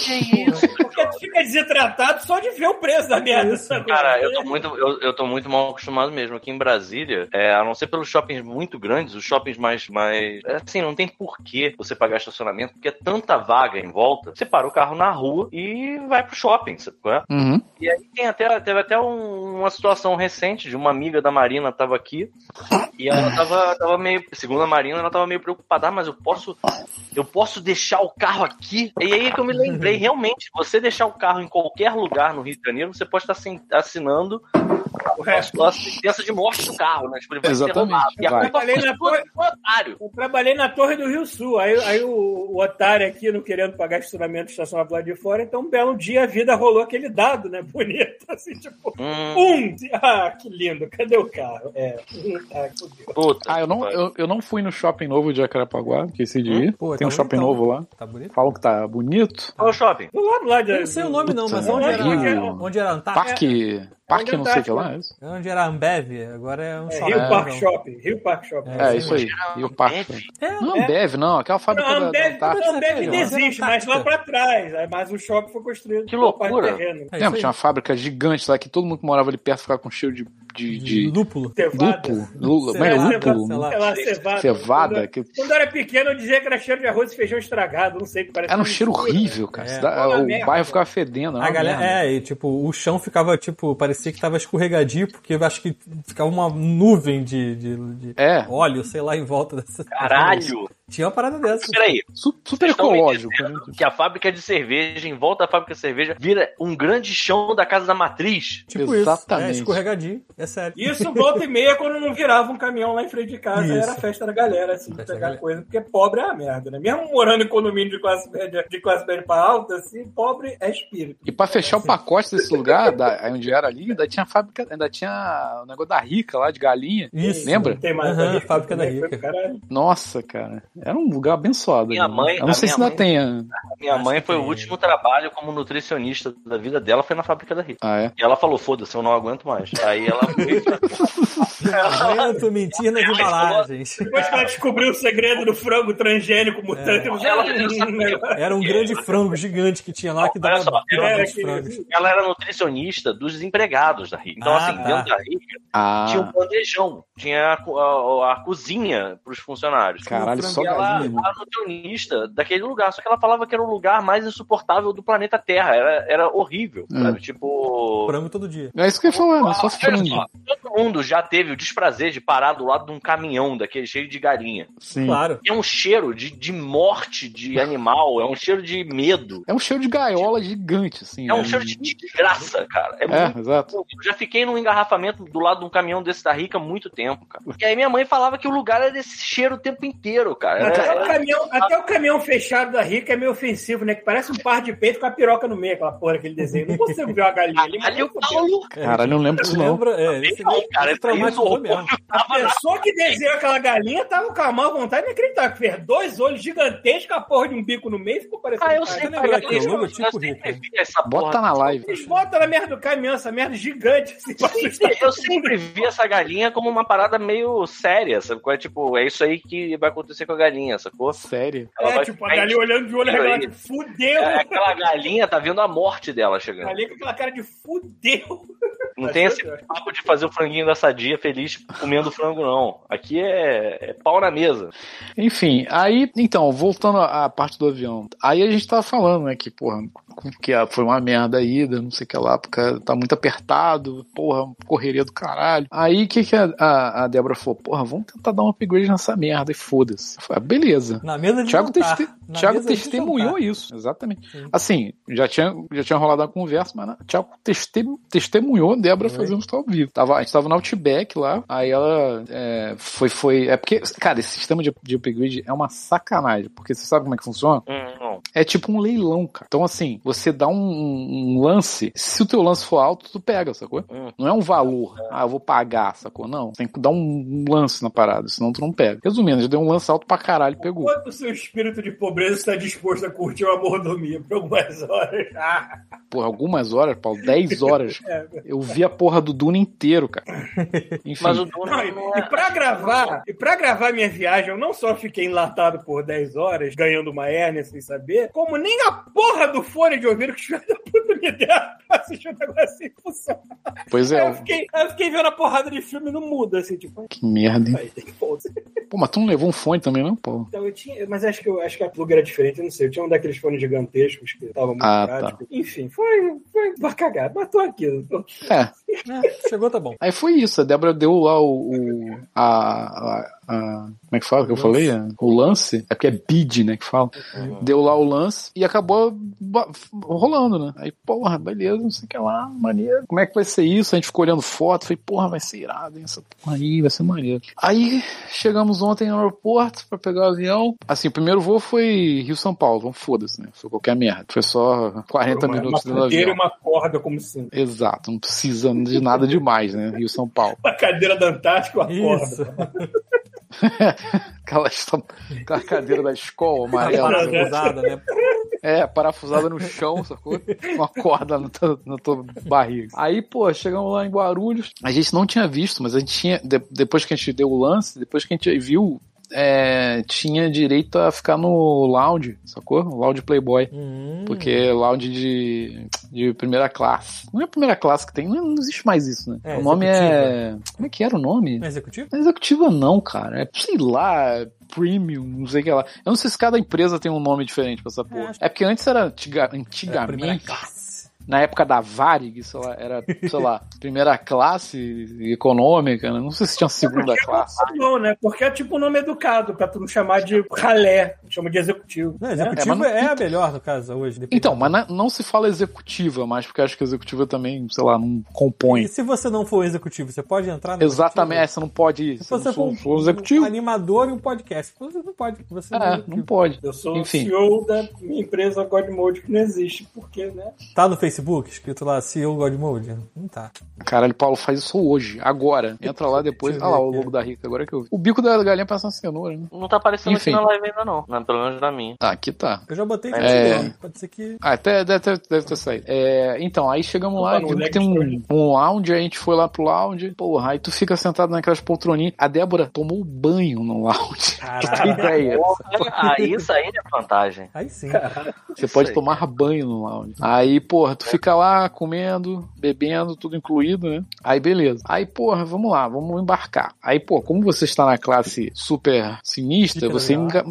Speaker 4: Porque tu fica desidratado só de ver o preço da
Speaker 2: É
Speaker 4: merda. sabe?
Speaker 1: Cara, eu tô
Speaker 4: é
Speaker 1: muito, eu, eu tô muito mal acostumado mesmo. Aqui em Brasília, é, a não ser pelos shoppings muito grandes, os shoppings mais, mais. é, Assim, não tem porquê você pagar estacionamento, porque é tanta vaga em volta. Você para o carro na rua e vai pro shopping, sabe? qual é?
Speaker 2: Uhum.
Speaker 1: E aí tem até, teve até um- uma situação recente de uma amiga da Marina tava aqui e ela tava, tava meio. Segundo a Marina, ela tava meio preocupada, "Ah, mas eu posso. Eu posso deixar o carro aqui? E aí que eu me lembrei, realmente, você deixar o carro em qualquer lugar no Rio de Janeiro, você pode estar assin- assinando
Speaker 4: O
Speaker 1: a
Speaker 4: resto.
Speaker 1: sua sentença de morte do carro, né? Tipo, ele vai
Speaker 2: Exatamente,
Speaker 1: ser roubado. E a
Speaker 2: vai.
Speaker 1: culpa
Speaker 4: Falei
Speaker 1: foi
Speaker 4: na
Speaker 1: sua, do otário.
Speaker 4: Eu trabalhei na Torre do Rio Sul. Aí, aí o, o otário aqui, não querendo pagar estacionamento, estacionava lá de fora. Então, um belo dia, a vida rolou aquele dado, né? Bonito, assim, tipo...
Speaker 1: Hum,
Speaker 4: Um! Ah, que lindo. Cadê o carro? É. hum, Ah, fudeu.
Speaker 1: puta.
Speaker 2: Ah, eu não, eu, eu não fui no shopping novo de Acarapaguá, esqueci de ir.
Speaker 3: Pô,
Speaker 2: Tem um
Speaker 3: tá
Speaker 2: shopping
Speaker 3: bonitão.
Speaker 2: novo lá.
Speaker 3: Tá bonito?
Speaker 2: Falam que tá bonito.
Speaker 1: Qual é o shopping?
Speaker 4: Do lado lá de...
Speaker 3: Eu não sei o nome não, mas
Speaker 2: Puta,
Speaker 3: onde era,
Speaker 4: onde é-
Speaker 3: onde era Antártica?
Speaker 2: Parque. Parque, não sei o que lá. É, isso?
Speaker 3: Onde era Ambev, agora é um
Speaker 4: É,
Speaker 3: shopping.
Speaker 4: Rio Park
Speaker 3: Não.
Speaker 4: Shopping. Rio Park Shopping.
Speaker 2: é isso é aí. E o parque.
Speaker 3: É,
Speaker 2: Não Ambev, não. Aquela fábrica
Speaker 4: Não, um
Speaker 2: da, da
Speaker 4: Ambev,
Speaker 2: Antártica.
Speaker 4: Ambev
Speaker 3: Antártica.
Speaker 4: desiste, mas lá pra trás. Aí, Mas o shopping foi construído
Speaker 1: Que
Speaker 4: por parte
Speaker 1: loucura.
Speaker 4: do terreno. né?
Speaker 3: É isso
Speaker 2: Lembra?
Speaker 3: aí.
Speaker 2: Tinha uma fábrica gigante lá que todo mundo que morava ali perto ficava com cheiro de, de, de
Speaker 3: Lúpulo.
Speaker 4: Cevada.
Speaker 2: lúpulo. Lula,
Speaker 3: Sei
Speaker 2: mas é
Speaker 3: lá,
Speaker 2: lúpulo.
Speaker 3: sei lá.
Speaker 2: né?
Speaker 4: Sei lá, cevada.
Speaker 2: Cevada. Que...
Speaker 4: Quando, quando eu era pequeno, eu dizia que era cheiro de arroz e feijão estragado. Não sei, que parece
Speaker 2: Era um
Speaker 4: que-
Speaker 2: cheiro horrível, cara.
Speaker 3: É.
Speaker 2: Cidade-
Speaker 4: Uma
Speaker 2: o
Speaker 4: merda.
Speaker 2: bairro ficava fedendo. era
Speaker 3: A
Speaker 2: uma
Speaker 3: galera,
Speaker 2: Ah, merda.
Speaker 3: é, e tipo, o chão ficava, tipo, parecia que tava escorregadio, porque eu acho que ficava uma nuvem de, de, de
Speaker 2: É.
Speaker 3: óleo, sei lá, em volta dessa.
Speaker 1: Caralho!
Speaker 3: Tinha uma parada dessa.
Speaker 1: Peraí,
Speaker 2: Su- super
Speaker 1: Vocês estão me
Speaker 2: ecológico.
Speaker 1: dizendo
Speaker 2: né?
Speaker 1: Que a fábrica de cerveja, em volta da fábrica de cerveja, vira um grande chão da casa da matriz.
Speaker 3: Tipo
Speaker 2: Exatamente.
Speaker 3: isso. É, escorregadio. É sério.
Speaker 4: Isso volta e meia quando não virava um caminhão lá em frente de casa.
Speaker 3: Isso.
Speaker 4: Era a festa da galera, assim,
Speaker 3: Festa da
Speaker 4: pegar
Speaker 3: galera.
Speaker 4: coisa. Porque pobre é a merda, né? Mesmo morando em condomínio de classe média, de classe média pra alta, assim, pobre é espírito.
Speaker 2: E pra fechar o pacote desse lugar, da, aí onde era ali, ainda tinha a fábrica, ainda tinha o negócio da rica lá de galinha.
Speaker 3: Isso.
Speaker 2: Lembra?
Speaker 4: Tem mais
Speaker 3: Aham,
Speaker 4: ali,
Speaker 3: fábrica da
Speaker 4: né? Foi
Speaker 3: Rica.
Speaker 4: pro caralho.
Speaker 2: Nossa, cara. Era um lugar abençoado.
Speaker 1: Minha
Speaker 2: né?
Speaker 1: mãe-
Speaker 2: Eu
Speaker 1: a
Speaker 2: não sei
Speaker 1: minha
Speaker 2: se ainda
Speaker 1: mãe-
Speaker 2: tem. né? a-
Speaker 1: Minha
Speaker 3: Acho
Speaker 1: mãe
Speaker 3: que
Speaker 1: foi o
Speaker 3: tem.
Speaker 1: último trabalho como nutricionista da vida dela, foi na fábrica da Rita.
Speaker 2: Ah, é?
Speaker 1: E ela falou, foda-se, eu não aguento mais. Aí ela foi pra-
Speaker 3: Vento, mentira é de embalagens.
Speaker 4: Depois que ela descobriu o segredo do frango transgênico
Speaker 3: É.
Speaker 4: mutante, ela
Speaker 3: Era um grande frango gigante que tinha lá que
Speaker 1: Olha
Speaker 3: dava
Speaker 1: só, eu-
Speaker 3: vários
Speaker 4: eu-
Speaker 3: frangos.
Speaker 1: ela era nutricionista dos empregados da Rica. Então,
Speaker 3: Ah,
Speaker 1: assim,
Speaker 3: tá.
Speaker 1: dentro da Rica tinha um
Speaker 2: Ah,
Speaker 1: bandejão, tinha a, co- a- a cozinha pros funcionários.
Speaker 2: caralho, só
Speaker 1: E ela
Speaker 2: galinha. mano.
Speaker 1: era nutricionista daquele lugar, só que ela falava que era o lugar mais insuportável do planeta Terra. Era, era horrível,
Speaker 2: Hum.
Speaker 1: sabe? Tipo,
Speaker 3: Frango todo dia.
Speaker 2: É isso que eu ia falar, né? Só
Speaker 1: Ah, olha
Speaker 2: frango.
Speaker 1: só, Todo mundo já teve o desprazer de parar do lado de um caminhão daquele cheio de galinha.
Speaker 2: Sim.
Speaker 3: Claro.
Speaker 1: É um cheiro de, de morte de animal, é um cheiro de medo,
Speaker 2: É um cheiro de gaiola gigante, assim.
Speaker 1: é um
Speaker 2: né?
Speaker 1: cheiro de desgraça, cara. É, muito
Speaker 2: É, exato.
Speaker 1: louco. Eu já fiquei num engarrafamento do lado de um caminhão desse da Rica há muito tempo, cara. E aí minha mãe falava que o lugar era desse cheiro o tempo inteiro, cara. Era-
Speaker 4: Até o,
Speaker 1: era-
Speaker 4: caminhão, até o caminhão fechado da Rica é meio ofensivo, né? Que parece um par de peito com a piroca no meio, aquela porra, aquele desenho. Não consigo ver uma galinha ali. mas
Speaker 1: Ali é um o
Speaker 4: fudeu.
Speaker 1: Paulo,
Speaker 2: Caralho, eu não lembro disso, não.
Speaker 3: É, Lembra? É, esse
Speaker 1: Não, cara,
Speaker 3: esse traumatizou
Speaker 1: isso é
Speaker 3: mesmo.
Speaker 4: A pessoa que desenhou aquela galinha tava com a má vontade de acreditar. Que fez dois olhos gigantescos, a porra de um bico no meio e ficou parecendo.
Speaker 1: ah, eu
Speaker 4: um cara.
Speaker 1: sempre
Speaker 3: lembra
Speaker 1: eu
Speaker 3: daquele
Speaker 1: sempre-
Speaker 3: logotipo
Speaker 1: eu sempre
Speaker 3: Rica?
Speaker 1: vi essa
Speaker 2: Bota
Speaker 1: porra.
Speaker 2: na live.
Speaker 4: Eles botam na merda do caminhão, essa merda gigante. Assim, pra assustar
Speaker 1: Eu
Speaker 4: todo
Speaker 1: sempre
Speaker 4: mundo.
Speaker 1: vi essa galinha como uma parada meio séria, sabe? qual é? Tipo, é isso aí que vai acontecer com a galinha, sacou?
Speaker 2: Sério?
Speaker 1: Ela
Speaker 4: É,
Speaker 1: vai
Speaker 4: tipo, a
Speaker 1: ficar
Speaker 4: galinha olhando de olho,
Speaker 1: Olha
Speaker 4: aquela
Speaker 1: aí.
Speaker 4: de fudeu.
Speaker 1: É, Aquela galinha tá vendo a morte dela chegando.
Speaker 4: Galinha com aquela cara de fudeu. tá
Speaker 1: Não tem esse
Speaker 4: é.
Speaker 1: papo de fazer o franguinho da sadia feliz comendo frango, não. Aqui é, é pau na mesa.
Speaker 2: Enfim, aí, então, voltando à à parte do avião. Aí a gente tava falando, né, que, porra, que a- foi uma merda a ida, não sei o que lá, porque tá muito apertado, porra, correria do caralho. Aí o que, que a, a, a Débora falou? Porra, vamos tentar dar um upgrade nessa merda e foda-se. Eu falei, ah, beleza.
Speaker 3: Na mesa de
Speaker 2: Tiago,
Speaker 3: jantar.
Speaker 2: teste-
Speaker 3: Na
Speaker 2: Thiago
Speaker 3: mesa de
Speaker 2: testemunhou
Speaker 3: jantar.
Speaker 2: isso, exatamente.
Speaker 3: Sim.
Speaker 2: Assim, já tinha, já tinha rolado a conversa, mas na- Thiago teste- testemunhou a Débora
Speaker 3: Oi.
Speaker 2: fazendo isso ao vivo. Tava, a gente tava no Outback lá, aí ela é, foi, foi. É porque, cara, esse sistema de, de upgrade é uma sacanagem, porque você sabe como é que funciona?
Speaker 1: Hum, não.
Speaker 2: é tipo um leilão, cara. Então, assim, você dá um, um lance, se o teu lance for alto, tu pega, sacou?
Speaker 1: Hum.
Speaker 2: Não é um valor, ah, eu vou pagar, sacou? Não, tem que dar um lance na parada, senão tu não pega. Resumindo, já deu um lance alto pra caralho, e pegou.
Speaker 4: Quanto o seu espírito de pobreza está disposto a curtir uma mordomia por algumas horas? Ah,
Speaker 2: Porra, algumas horas, Paulo, 10 horas.
Speaker 4: é.
Speaker 2: Eu vi a porra do Duna inteiro, cara. Enfim.
Speaker 1: Mas o Duna
Speaker 4: Não,
Speaker 1: não
Speaker 4: e,
Speaker 1: é-
Speaker 4: e pra gravar, e pra gravar minha viagem, eu não só fiquei enlatado por 10 horas, ganhando uma hérnia sem saber, como nem a porra do fone de ouvido que os filhos da puta me deram pra assistir um negócio sem função.
Speaker 2: Pois
Speaker 4: Aí eu
Speaker 2: é,
Speaker 4: fiquei, aí eu fiquei vendo a porrada de filme no mudo, assim, tipo,
Speaker 2: que merda, hein?
Speaker 4: aí, foda-se.
Speaker 2: Pô, mas tu não levou um fone também, não, Paulo?
Speaker 4: Então eu tinha, mas acho que, eu, acho que a plug era diferente, eu não sei. Eu tinha um daqueles fones gigantescos que estavam muito
Speaker 2: Ah,
Speaker 4: caros. Enfim, foi, foi uma cagada, matou aquilo.
Speaker 2: É.
Speaker 3: É, chegou, tá bom.
Speaker 2: Aí foi isso, a Débora deu lá o. o- a, a- a- como é que fala que eu falei? O lance? É porque é bid, né? Que fala. Deu lá o lance e acabou ba- rolando, né? Aí, porra, beleza, não sei o que lá, maneiro. Como é que vai ser isso? A gente ficou olhando foto, falei, porra, vai ser irado, hein? Essa porra aí, vai ser maneiro. Aí chegamos ontem no aeroporto pra pegar o avião. Assim, o primeiro voo foi Rio-São Paulo, vamos foda-se, né? Foi qualquer merda. Foi só 40
Speaker 4: uma,
Speaker 2: minutos
Speaker 4: uma
Speaker 2: no
Speaker 4: cadeira e
Speaker 2: avião.
Speaker 4: uma corda, como se
Speaker 2: Exato, não precisa de nada demais, né? Rio-São Paulo.
Speaker 4: uma cadeira da Antártica, uma
Speaker 3: Isso.
Speaker 4: corda.
Speaker 2: Aquela, esta- aquela cadeira da escola
Speaker 3: Tá
Speaker 2: amarela.
Speaker 3: parafusada, né?
Speaker 2: É, parafusada no chão, sacou? Com a corda na tua, na tua barriga. Aí, pô, chegamos lá em Guarulhos. A gente não tinha visto, mas a gente tinha. de- depois que a gente deu o lance, depois que a gente viu. é, tinha direito a ficar no lounge, sacou? Lounge Playboy.
Speaker 3: Hum.
Speaker 2: Porque lounge de, de primeira classe. Não é a primeira classe que tem, não, não existe mais isso, né?
Speaker 3: É,
Speaker 2: o nome é. Como é que era o nome?
Speaker 3: É Executivo?
Speaker 2: Não é executiva não, cara. É, sei lá, é premium, não sei o que lá. Eu não sei se cada empresa tem um nome diferente pra essa porra.
Speaker 3: acho
Speaker 2: É, porque antes era antiga-
Speaker 3: É a primeira
Speaker 2: antigamente,
Speaker 3: classe.
Speaker 2: na época da Varig, sei lá, era, sei lá, primeira classe econômica, né? Não sei se tinha segunda classe.
Speaker 4: Isso é bom, né? Porque é tipo um nome educado, pra tu não chamar de ralé, chama de executivo. Né?
Speaker 3: Não,
Speaker 2: É, mas
Speaker 3: executivo
Speaker 2: não-
Speaker 3: é, a melhor, no caso, hoje. dependendo.
Speaker 2: Então, mas na- não se fala executiva mais, porque acho que executiva também, sei lá, não compõe.
Speaker 3: E se você não for executivo, você pode entrar no.
Speaker 2: Exatamente, é, você não pode.
Speaker 3: executivo?
Speaker 2: Você
Speaker 3: Se você
Speaker 2: não
Speaker 3: for
Speaker 2: for,
Speaker 3: um,
Speaker 2: for um executivo?
Speaker 3: um animador e um podcast, você não pode. Você não é
Speaker 2: É, não
Speaker 3: executivo.
Speaker 2: pode.
Speaker 4: Eu sou
Speaker 2: Enfim.
Speaker 4: CEO da minha empresa God Mode, que não existe, porque, né?
Speaker 3: Tá no Facebook, escrito lá CEO Godmode? Não tá.
Speaker 2: Caralho, Paulo, faz isso hoje, agora. Entra lá depois.
Speaker 3: Deixa
Speaker 2: Ah
Speaker 3: eu
Speaker 2: lá,
Speaker 3: ver
Speaker 2: o
Speaker 3: aqui.
Speaker 2: lobo da rica, agora que eu vi. O bico da galinha parece uma cenoura, né?
Speaker 1: Não tá aparecendo
Speaker 2: Enfim.
Speaker 1: aqui na live ainda, não. não. Pelo menos na minha.
Speaker 2: Tá, aqui tá.
Speaker 3: Eu já botei no
Speaker 2: É.
Speaker 3: Instagram. Pode ser que.
Speaker 2: Ah, até deve, ter- deve ter saído. É, então, aí chegamos lá,
Speaker 4: Opa,
Speaker 2: vimos que
Speaker 4: moleque,
Speaker 2: tem um,
Speaker 4: estranho.
Speaker 2: um lounge, aí a gente foi lá pro lounge, porra, aí tu fica sentado naquelas poltroninhas. A Débora tomou banho no lounge. Que
Speaker 3: Caralho.
Speaker 2: ideia.
Speaker 1: Ah, isso aí é vantagem.
Speaker 3: Aí sim.
Speaker 2: Você
Speaker 1: Isso
Speaker 2: pode
Speaker 1: aí.
Speaker 2: tomar banho no lounge. Aí, porra, tu fica lá comendo, bebendo, tudo incluído, né? Aí, beleza. Aí, porra, vamos lá, vamos embarcar. Aí, pô, como você está na classe super sinistra,
Speaker 3: Hiper
Speaker 2: você enga-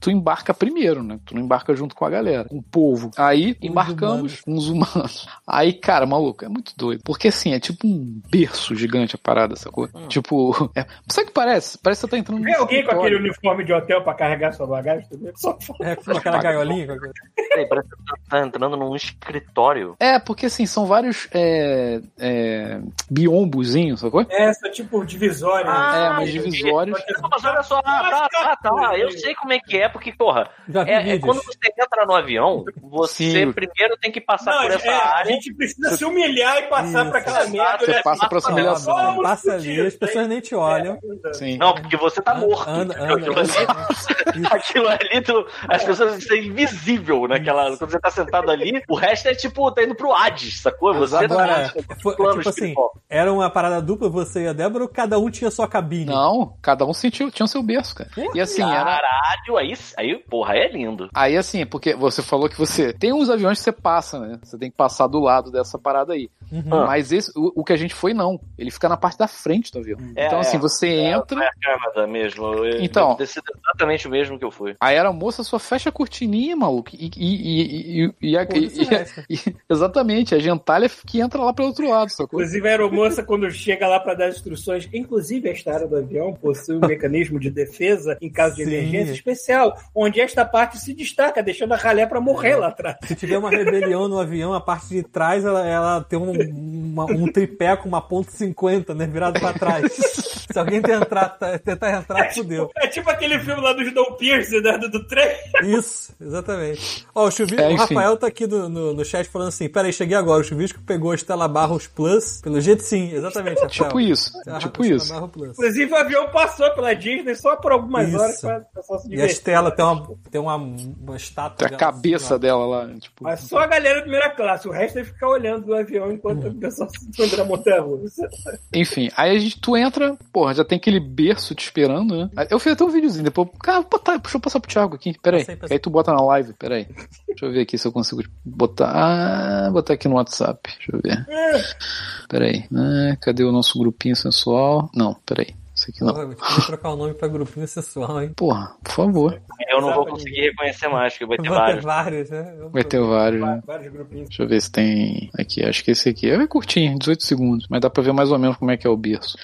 Speaker 2: tu embarca primeiro, né? Tu não embarca junto com a galera, com o povo. Aí, embarcamos uns humanos. Aí, cara, maluco, é muito doido. Porque assim, é tipo um berço gigante a parada, sacou? Tipo, é... sabe o que parece? Parece que você tá entrando
Speaker 4: Vê alguém com aquele
Speaker 2: escritório.
Speaker 4: uniforme de hotel pra carregar sua bagagem também? Só foda.
Speaker 3: É, com aquela gaiolinha. com aquela-
Speaker 1: Peraí, parece que tá- tá entrando num escritório.
Speaker 2: É, porque assim, são vários é, é, biombozinhos, sacou?
Speaker 4: Essa, tipo, divisória. né?
Speaker 1: Ah,
Speaker 2: é, mas divisórios.
Speaker 1: Não, mas olha só, ah, tá, tá, tá. Eu sei como é que é, porque, porra,
Speaker 3: Já vi
Speaker 1: é, é
Speaker 3: vídeos.
Speaker 1: quando você entra no avião, você
Speaker 2: Sim.
Speaker 1: primeiro tem que passar
Speaker 4: Não,
Speaker 1: por essa
Speaker 4: é, a
Speaker 1: área.
Speaker 4: gente precisa se humilhar e passar
Speaker 3: Isso.
Speaker 4: pra aquela merda.
Speaker 1: Você
Speaker 4: olhar
Speaker 2: passa
Speaker 4: assim,
Speaker 2: pra
Speaker 4: "Ah,
Speaker 2: essa humilhação,
Speaker 4: somos
Speaker 3: Não, Passa ali,
Speaker 4: fudidos,
Speaker 3: as pessoas nem te olham.
Speaker 2: Sim.
Speaker 1: Não, porque você
Speaker 3: Ah,
Speaker 1: tá morto.
Speaker 3: Anda,
Speaker 1: entendeu?
Speaker 3: anda,
Speaker 1: Aquilo ali- Aquilo ali, tu- as pessoas são invisível naquela. Quando você tá sentado ali, o resto é tipo, tá indo pro Hades, sacou? Você
Speaker 3: Agora,
Speaker 1: tá
Speaker 3: foi-
Speaker 1: plano
Speaker 3: tipo assim,
Speaker 1: espiritual.
Speaker 3: era uma parada dupla, você e a Débora, ou cada um tinha sua cabine?
Speaker 2: Não, cada um sentiu, tinha o seu berço, cara. E assim, era.
Speaker 1: Caralho, aí, aí, porra, aí é lindo.
Speaker 2: Aí assim, porque você falou que você. Tem uns aviões que você passa, né? Você tem que passar do lado dessa parada aí.
Speaker 3: Uhum.
Speaker 1: Ah.
Speaker 2: Mas esse, o, o que a gente foi, não. Ele fica na parte da frente do avião.
Speaker 1: É,
Speaker 2: então, assim,
Speaker 1: é.
Speaker 2: você entra.
Speaker 1: É a Canadá mesmo. Eu-
Speaker 2: Então.
Speaker 1: deve ter sido exatamente o mesmo que eu fui.
Speaker 2: Aí era a moça só fecha a cortininha, maluco. E, e, e, e, e, a-
Speaker 3: Pô,
Speaker 2: e-
Speaker 3: isso é
Speaker 1: é.
Speaker 2: e-
Speaker 3: resta.
Speaker 2: e- exatamente, é a gentalha que entra lá pelo outro lado, sacou?
Speaker 4: Inclusive, a aeromoça, quando chega lá para dar instruções, inclusive esta área do avião possui um mecanismo de defesa em caso de
Speaker 3: Sim.
Speaker 4: emergência especial, onde esta parte se destaca, deixando a ralé para
Speaker 2: É.
Speaker 4: morrer lá atrás.
Speaker 3: Se tiver uma rebelião no avião, a parte de trás ela, ela tem um, uma- um tripé com uma ponta 50, né? Virado pra trás. Se alguém tentar, tá- tentar entrar, fudeu.
Speaker 4: É tipo aquele filme lá do John Pierce, né? Do, do trem.
Speaker 3: Isso, exatamente. Ó, o Chuvisco,
Speaker 2: É,
Speaker 3: o
Speaker 2: enfim.
Speaker 3: Rafael tá aqui no, no, no chat falando assim: peraí, cheguei agora. O Chuvisco pegou a Estela Barros Plus. Pelo jeito, sim, exatamente. Rafael.
Speaker 2: Tipo isso.
Speaker 3: Estela-
Speaker 2: Tipo
Speaker 3: Estela
Speaker 2: isso.
Speaker 3: Barros Plus.
Speaker 4: Inclusive, o avião passou pela Disney só por algumas
Speaker 3: Isso.
Speaker 4: horas pra pra só se
Speaker 1: é.
Speaker 3: E a
Speaker 4: divertir.
Speaker 3: Estela tem uma, tem uma, uma estátua.
Speaker 2: A
Speaker 3: dela,
Speaker 2: cabeça
Speaker 3: assim,
Speaker 2: dela lá. Tipo,
Speaker 4: Mas só a galera da primeira classe, o resto é ficar olhando do avião enquanto o pessoal se anda na montanha russa.
Speaker 2: Enfim, aí a gente, tu entra, porra, já tem aquele berço te esperando, né? Aí Eu fiz até um videozinho, depois, cara, vou botar, deixa eu passar pro Thiago aqui, peraí.
Speaker 3: Passei, passei.
Speaker 2: Aí tu bota na live, peraí. Deixa eu ver aqui se eu consigo botar. Ah, botar aqui no WhatsApp, deixa eu ver. Peraí, ah, cadê o nosso grupinho sensual? Não, peraí, isso aqui
Speaker 3: ó.
Speaker 2: não.
Speaker 3: Exatamente. Vou trocar o nome pra grupinho sexual, hein?
Speaker 2: Porra, por favor.
Speaker 1: Eu não vou conseguir reconhecer mais, que vai ter
Speaker 3: Vou ter
Speaker 1: vários.
Speaker 3: vários, né? Eu-
Speaker 2: Vai ter vários, né?
Speaker 4: Vários grupinhos.
Speaker 2: Deixa eu ver se tem. Aqui, acho que esse aqui é curtinho, 18 segundos, mas dá pra ver mais ou menos como é que é o berço.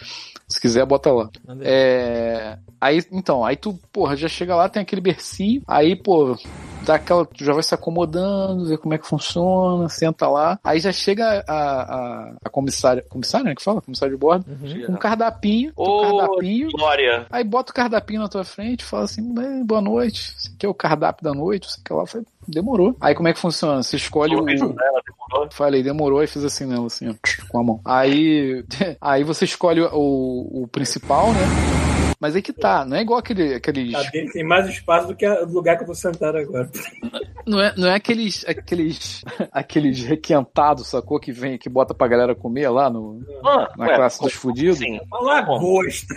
Speaker 2: Se quiser, bota lá.
Speaker 3: Mandei.
Speaker 2: É. Aí, então, aí tu, porra, já chega lá, tem aquele bercinho, aí, pô, dá aquela. Tu já vai se acomodando, vê como é que funciona, senta lá. Aí já chega a, a, a comissária. Comissária, né? Que fala? Comissária de bordo. Com um cardapinho. tem um
Speaker 1: Ô,
Speaker 2: cardapinho.
Speaker 1: Glória.
Speaker 2: Aí bota o cardapinho na tua frente, fala assim, "Bem, boa noite, esse aqui é o cardápio da noite, sei que lá, Eu falei, demorou. Aí como é que funciona? Você escolhe um- o,
Speaker 1: Coloquei tudo nela, demorou.
Speaker 2: Falei, demorou e fiz assim nela, assim, ó, com a mão. Aí, aí você escolhe o, o principal, né? Mas aí que tá, não é igual aquele, aqueles.
Speaker 4: A dele tem mais espaço do que a- o lugar que eu vou sentar agora.
Speaker 2: Não é, não é aqueles, aqueles. Aqueles requentados, sacou? Que vem, que bota pra galera comer lá no,
Speaker 1: Ah,
Speaker 2: na
Speaker 1: ué,
Speaker 2: classe dos fudidos.
Speaker 1: Sim.
Speaker 4: Uma lagosta.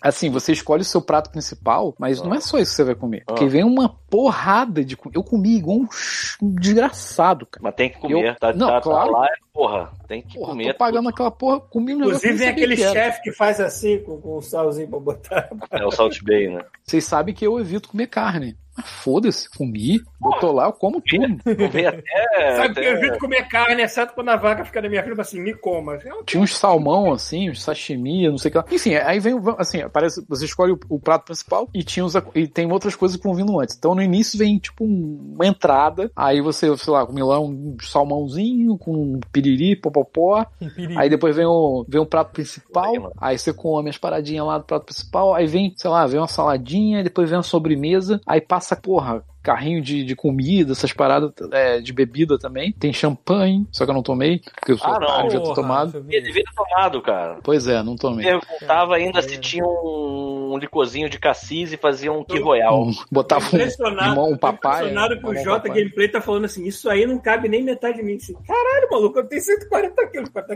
Speaker 2: Assim, você escolhe o seu prato principal, mas não é só isso que você vai comer. Porque vem uma porrada de. co- Eu comi igual um ch- um desgraçado, cara.
Speaker 1: Mas tem que comer.
Speaker 2: Eu-
Speaker 1: Tá,
Speaker 2: Não,
Speaker 1: tá,
Speaker 2: claro.
Speaker 1: tá lá, é porra. Tem que
Speaker 2: Porra,
Speaker 1: comer.
Speaker 2: tô pagando aquela porra, comi um negócio. que eu
Speaker 4: Inclusive,
Speaker 2: nem
Speaker 4: vem
Speaker 2: sabia
Speaker 4: aquele
Speaker 2: que era.
Speaker 4: chefe que faz assim, com, com um salzinho pra botar.
Speaker 1: É o Salt Bay, né?
Speaker 2: Vocês sabem que eu evito comer carne. Mas foda-se, comi, botou lá, eu como tudo.
Speaker 1: Comer até.
Speaker 4: Sabe que eu
Speaker 1: até...
Speaker 4: evito comer carne, exceto quando a vaca fica na minha frente, assim, me coma. É um
Speaker 2: Tinha uns salmão, assim, uns sashimi, não sei o que lá. Enfim, aí vem, o- assim, aparece, você escolhe o, o prato principal e, tinha os ac- e tem outras coisas que vão vindo antes. Então, no início vem, tipo, um- uma entrada, aí você, sei lá, come lá um salmãozinho com um piriri, popopó,
Speaker 3: Um perigo.
Speaker 2: é, aí depois vem o, vem o prato
Speaker 1: Aí,
Speaker 2: principal,
Speaker 1: mano.
Speaker 2: aí você come as paradinhas lá do prato principal, aí vem, sei lá, vem uma saladinha, depois vem uma sobremesa, aí passa, porra, carrinho de, de comida, essas paradas é, de bebida também. Tem champanhe, só que eu não tomei, porque eu sou
Speaker 1: Ah, não.
Speaker 2: otário, já tô
Speaker 3: Porra,
Speaker 2: tomado.
Speaker 3: deixa eu ver.
Speaker 1: Ele devia ter tomado, cara.
Speaker 2: Pois é, não tomei.
Speaker 1: Perguntava ainda se tinha um, um licorzinho de cassis e fazia um Key Royal.
Speaker 2: Então,
Speaker 1: é
Speaker 2: botava um
Speaker 4: impressionado,
Speaker 2: limão, um papai.
Speaker 4: impressionado que o J
Speaker 2: Gameplay.
Speaker 4: Gameplay tá falando assim, isso aí não cabe nem metade de mim. Assim, Caralho, maluco, eu tenho 140 quilos. cara.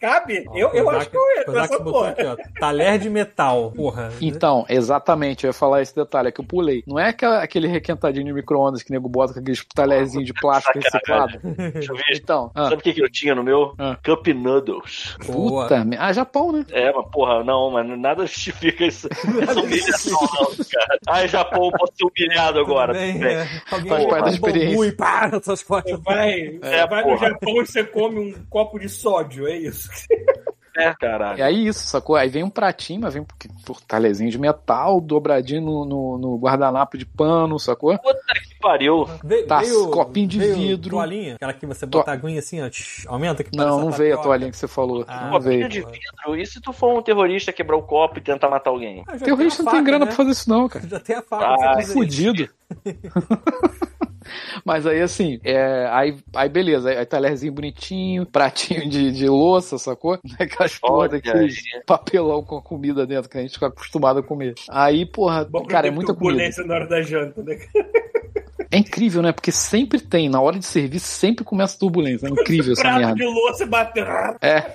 Speaker 4: cabe?
Speaker 3: Ó,
Speaker 4: Eu, eu
Speaker 3: Kozak-
Speaker 4: acho que eu entro
Speaker 3: Kozak
Speaker 4: nessa
Speaker 3: botou
Speaker 4: porra.
Speaker 3: aqui, ó, Talher de metal, porra.
Speaker 2: Então, exatamente, eu ia falar esse detalhe, é que eu pulei. Não é aquela- aquele requentadinho de micro-ondas que o nego bota com aqueles talherzinho de plástico
Speaker 1: Sacanagem.
Speaker 2: reciclado.
Speaker 1: Deixa eu ver.
Speaker 2: Então, ah,
Speaker 1: Sabe o que, que eu tinha no meu?
Speaker 2: Ah.
Speaker 1: Cup Noodles.
Speaker 3: Boa.
Speaker 2: puta merda. Ah, Japão, né?
Speaker 1: É, mas porra, não, mas nada justifica isso. Essa humilhação, não, cara. Ai, Japão, posso ser humilhado
Speaker 3: Tudo
Speaker 1: agora.
Speaker 3: bem,
Speaker 1: tudo bem.
Speaker 3: é. Alguém
Speaker 2: Faz parte da
Speaker 3: um bambu
Speaker 2: experiência.
Speaker 3: E pá, nas suas
Speaker 4: Você
Speaker 3: costas.
Speaker 4: vai, você
Speaker 1: É,
Speaker 4: vai no
Speaker 1: porra.
Speaker 4: Japão e você come um copo de sódio, é isso.
Speaker 1: É, caralho.
Speaker 2: E aí isso, sacou? Aí vem um pratinho, mas vem por, por talherzinho de metal, dobradinho no, no- no guardanapo de pano, sacou?
Speaker 1: Puta que pariu.
Speaker 3: Veio,
Speaker 2: Tá, copinho de
Speaker 3: veio
Speaker 2: vidro.
Speaker 3: Toalhinha, aquela que você bota a aguinha assim, ó, tch, aumenta que
Speaker 2: Não,
Speaker 3: parece
Speaker 2: não
Speaker 3: uma
Speaker 2: veio a
Speaker 3: tapioca.
Speaker 2: toalhinha que você falou.
Speaker 3: Ah.
Speaker 2: não
Speaker 1: Copinho
Speaker 2: veio.
Speaker 1: de vidro. E se tu for um terrorista quebrar o copo e tentar matar alguém?
Speaker 3: Ah, já tem a
Speaker 2: Terrorista não tem
Speaker 3: faca,
Speaker 2: grana
Speaker 3: né?
Speaker 2: pra fazer isso não, cara.
Speaker 3: Já tem a faca.
Speaker 1: Ah,
Speaker 3: pra
Speaker 2: Tá
Speaker 3: você fazer isso.
Speaker 2: fudido. Mas aí assim, é, aí, aí beleza, aí, aí talherzinho bonitinho, pratinho de, de louça, sacou? Aquelas porra
Speaker 1: Olha
Speaker 2: daqueles
Speaker 1: aí.
Speaker 2: papelão com a comida dentro que a gente fica acostumado a comer. Aí, porra,
Speaker 4: Bom,
Speaker 2: cara, é
Speaker 4: tem
Speaker 2: muita comida.
Speaker 4: turbulência um na hora da janta, né?
Speaker 2: É incrível, né? Porque sempre tem, na hora de servir, sempre começa turbulência. É incrível essa
Speaker 4: Prato
Speaker 2: merda.
Speaker 4: de louça batendo.
Speaker 2: É.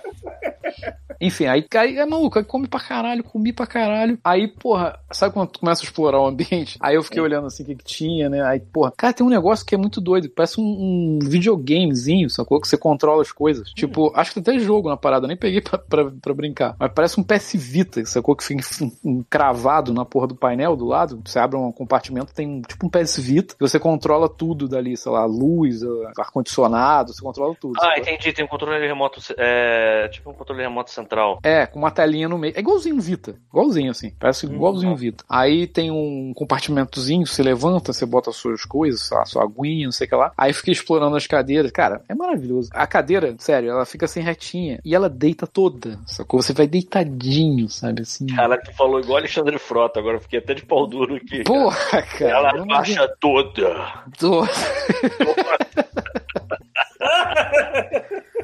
Speaker 2: Enfim, aí, aí é maluco, aí come pra caralho, comi pra caralho. Aí, porra, sabe quando tu começa a explorar o ambiente? Aí eu fiquei olhando assim o que, que tinha, né? Aí, porra, cara, tem um negócio que é muito doido, que parece um, um videogamezinho, sacou? Que você controla as coisas. Tipo, acho que tem até jogo na parada, eu nem peguei pra, pra, pra brincar. Mas parece um PS Vita, sacou? Que fica encravado na porra do painel do lado. Você abre um compartimento, tem um- tipo um PS Vita, que você controla tudo dali, sei lá, luz, ah, ar-condicionado, você controla tudo.
Speaker 1: Ah,
Speaker 2: sacou?
Speaker 1: entendi. Tem um controle remoto. É, tipo um controle remoto central.
Speaker 2: É, com uma telinha no meio. É igualzinho um Vita. Igualzinho, assim. Parece
Speaker 1: Uhum.
Speaker 2: igualzinho um Vita. Aí tem um compartimentozinho, você levanta, você bota as suas coisas, sei lá, sua aguinha, não sei o que lá. Aí fica explorando as cadeiras. Cara, é maravilhoso. A cadeira, sério, ela fica assim retinha. E ela deita toda, sacou? Você vai deitadinho, sabe? Assim.
Speaker 1: Caralho, tu falou igual Alexandre Frota, agora eu fiquei até de pau duro aqui.
Speaker 2: Porra, cara. é
Speaker 1: Ela
Speaker 2: eu não
Speaker 1: baixa toda.
Speaker 2: aguento.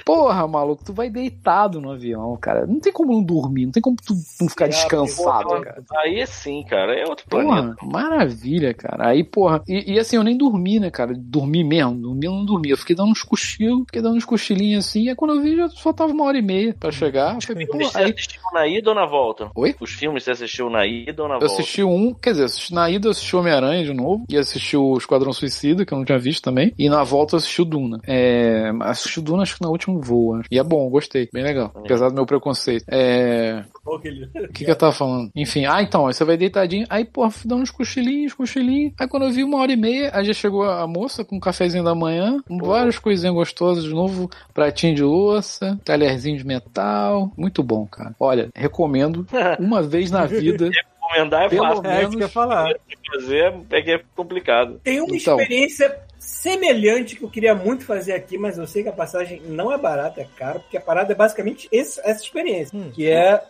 Speaker 2: Porra, maluco, tu vai deitado no avião, cara. Não tem como não dormir, não tem como tu não ficar descansado, cara.
Speaker 1: Aí sim, cara, é outro planeta.
Speaker 2: Porra, maravilha, cara. Aí, porra. E, e assim, eu nem dormi, né, cara? Dormi mesmo, dormi, eu não dormi. Eu fiquei dando uns cochilos, fiquei dando uns cochilinhos assim. Aí quando eu vi, já faltava uma hora e meia pra chegar. Eu falei, pô,
Speaker 1: Os filmes Você
Speaker 2: aí-
Speaker 1: assistiu na ida ou na volta?
Speaker 2: Oi?
Speaker 1: Os filmes você assistiu na ida ou na
Speaker 2: Eu
Speaker 1: volta?
Speaker 2: assisti um, quer dizer, assisti na ida eu assisti Homem-Aranha de novo, e assisti o Esquadrão Suicida, que eu não tinha visto também, e na volta eu assisti o Duna. É, assisti o Duna, acho que na última voa. E é bom, gostei, bem legal. Apesar do meu preconceito. É,
Speaker 4: Qual que ele-
Speaker 2: o que, que eu tava falando? Enfim, ah, então, aí você vai deitadinho, aí, porra, fui dando uns cochilinhos, cochilinhos. Aí quando eu vi uma hora e meia, aí já chegou a moça com um cafezinho da manhã, várias coisinhas gostosas de novo, pratinho de louça, talherzinho de metal. Muito bom, cara. Olha, recomendo uma vez na vida.
Speaker 1: Recomendar é
Speaker 2: Pelo
Speaker 1: fácil
Speaker 3: É isso que eu ia falar.
Speaker 1: de fazer, é que é complicado.
Speaker 4: Tem uma
Speaker 2: Então.
Speaker 4: experiência semelhante que eu queria muito fazer aqui, mas eu sei que a passagem não é barata, é caro, porque a parada é basicamente esse- essa experiência,
Speaker 3: Hum.
Speaker 4: que é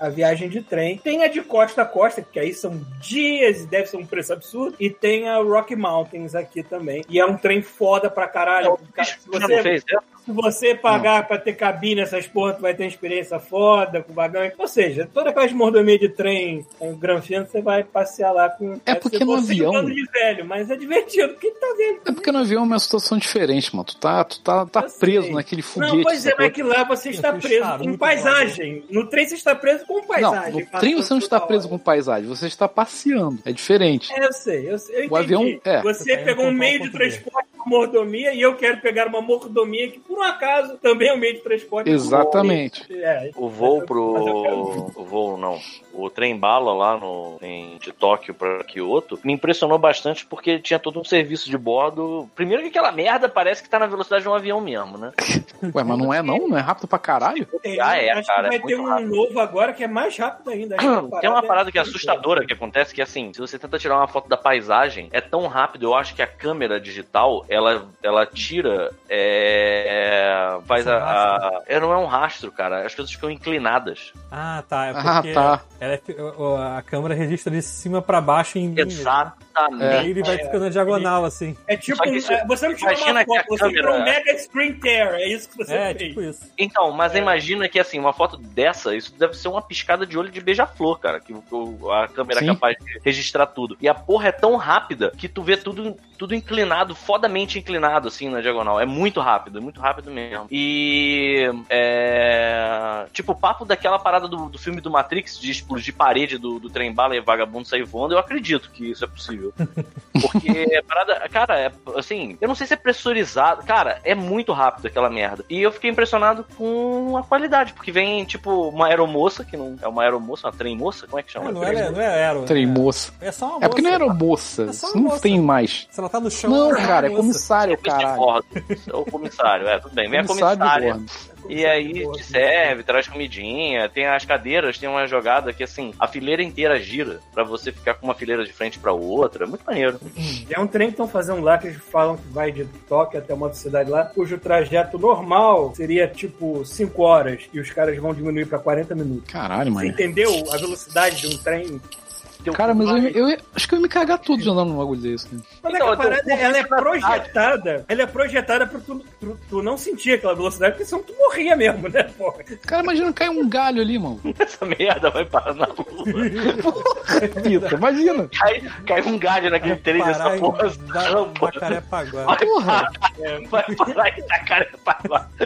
Speaker 4: a viagem de trem. Tem a de costa a costa, que aí são dias e deve ser um preço absurdo, e tem a Rocky Mountains aqui também. E é um trem foda pra caralho. Cara, se
Speaker 1: Já não
Speaker 4: você,
Speaker 1: fez essa?
Speaker 4: se você pagar pra ter cabine essas porra, tu vai ter uma experiência foda com bagulho. Ou seja, toda aquelas mordomias de trem em Granfino, você vai passear lá com...
Speaker 2: É porque
Speaker 4: você
Speaker 2: no
Speaker 4: consegue um
Speaker 2: avião-
Speaker 4: bando de velho, mas é divertido, porque tá vendo
Speaker 2: É porque no avião é uma situação diferente, mano. Tu tá, tu tá, tá
Speaker 4: Eu sei.
Speaker 2: preso naquele foguete.
Speaker 4: Não, pois é,
Speaker 2: sacou?
Speaker 4: mas que lá você está
Speaker 3: Eu fui
Speaker 4: preso
Speaker 3: charuto,
Speaker 4: com paisagem. No trem você está preso com
Speaker 2: Não,
Speaker 4: paisagem.
Speaker 2: no trem você não está preso com paisagem, você está passeando. É diferente.
Speaker 4: É, eu sei, eu, sei, eu entendi.
Speaker 2: O avião- é.
Speaker 4: você
Speaker 3: Você
Speaker 4: pegou
Speaker 3: tá
Speaker 4: um
Speaker 3: indo
Speaker 4: meio
Speaker 3: com
Speaker 4: de
Speaker 3: o português.
Speaker 4: transporte com mordomia e eu quero pegar uma mordomia que, por um acaso, também é um meio de transporte. com
Speaker 2: Exatamente.
Speaker 4: mordomia. É,
Speaker 1: O voo
Speaker 4: Mas eu quero-
Speaker 1: pro. O voo não. O trem bala lá no, em- de Tóquio pra Kyoto me impressionou bastante porque tinha todo um serviço de bordo. Primeiro que aquela merda parece que tá na velocidade de um avião mesmo, né?
Speaker 2: Ué, mas não é não? Não é rápido pra caralho?
Speaker 4: tem-
Speaker 1: Ah, é,
Speaker 4: acho
Speaker 1: cara,
Speaker 4: que
Speaker 1: é
Speaker 4: vai ter
Speaker 1: muito
Speaker 4: um
Speaker 1: rápido.
Speaker 4: novo agora que é mais rápido ainda. Acho que a
Speaker 1: Tem uma parada que é
Speaker 4: muito
Speaker 1: assustadora que acontece, que assim, se você tenta tirar uma foto da paisagem, é tão rápido, eu acho que a câmera digital, ela, ela tira, é, faz a, a- é, Não é um rastro, cara, as coisas ficam inclinadas.
Speaker 3: Ah, tá. É
Speaker 2: Ah,
Speaker 3: porque
Speaker 2: tá.
Speaker 3: ela é fi- o- a câmera registra de cima pra baixo em. E
Speaker 1: Exatamente.
Speaker 3: aí É, ele vai ficando na diagonal, assim.
Speaker 4: É tipo,
Speaker 1: Só que isso-
Speaker 4: é, você não tirou
Speaker 1: imagina
Speaker 4: uma
Speaker 1: que a
Speaker 4: foto, você tirou um
Speaker 1: câmera-
Speaker 4: mega screen tear. É isso que você
Speaker 3: É,
Speaker 4: fez.
Speaker 3: tipo isso.
Speaker 1: Então, mas imagina que assim, uma foto dessa, isso deve ser uma piscada de olho de beija-flor, cara, que o- o- a câmera
Speaker 2: Sim.
Speaker 1: é capaz de registrar tudo. E a porra é tão rápida que tu vê tudo, tudo inclinado, fodamente inclinado, assim, na diagonal. É muito rápido, é muito rápido mesmo. E. É. Tipo, o papo daquela parada do, do filme do Matrix de explodir parede do, do trem bala e vagabundo sair voando, eu acredito que isso é possível. Porque é parada. Cara, é, assim, eu não sei se é pressurizado. Cara, é muito rápido aquela merda. E eu fiquei impressionado com a qualidade, porque vem, tipo, uma aeromoça, que não é uma aeromoça, uma trem moça? Como é que chama?
Speaker 3: Não, não, é, não é aero.
Speaker 2: Trem moça.
Speaker 3: É só uma
Speaker 2: É porque não era
Speaker 3: moça.
Speaker 2: moça.
Speaker 3: É só
Speaker 2: Isso
Speaker 3: uma
Speaker 2: não
Speaker 3: moça.
Speaker 2: tem mais.
Speaker 3: Se ela tá no chão.
Speaker 2: Não,
Speaker 3: ela
Speaker 2: cara, é
Speaker 3: uma moça.
Speaker 2: comissário, caralrio.
Speaker 1: É o comissário, é, tudo bem. Vem a
Speaker 2: Comissário de
Speaker 1: comissária.
Speaker 2: bordo. né?
Speaker 1: E
Speaker 3: é,
Speaker 1: aí te serve, traz comidinha, tem as cadeiras, tem uma jogada que assim, a fileira inteira gira pra você ficar com uma fileira de frente pra outra. É muito maneiro.
Speaker 4: É um trem que estão fazendo lá, que eles falam que vai de Tóquio até uma outra cidade lá, cujo trajeto normal seria tipo 5 horas e os caras vão diminuir pra 40 minutos.
Speaker 2: Caralho,
Speaker 4: Você
Speaker 2: mano.
Speaker 4: entendeu a velocidade de um trem?
Speaker 1: Tem um-
Speaker 2: Cara, mas eu, eu- acho que eu ia me cagar todo de andar num bagulho desse. né?
Speaker 4: Mas
Speaker 1: Então,
Speaker 4: é que a
Speaker 1: eu tô-
Speaker 4: parada, ela é projetada, ela é projetada pra tu, tu, tu não sentir aquela velocidade, porque senão tu morria mesmo, né, pô?
Speaker 2: Cara, imagina cair um galho ali, mano.
Speaker 1: Essa merda vai parar na lua.
Speaker 2: Pita, imagina.
Speaker 1: Cai, cai um galho naquele trem
Speaker 3: Parar
Speaker 1: dessa
Speaker 3: em
Speaker 1: porra.
Speaker 3: da- Jacarepaguá.
Speaker 2: Porra,
Speaker 1: Vai parar e tacar pra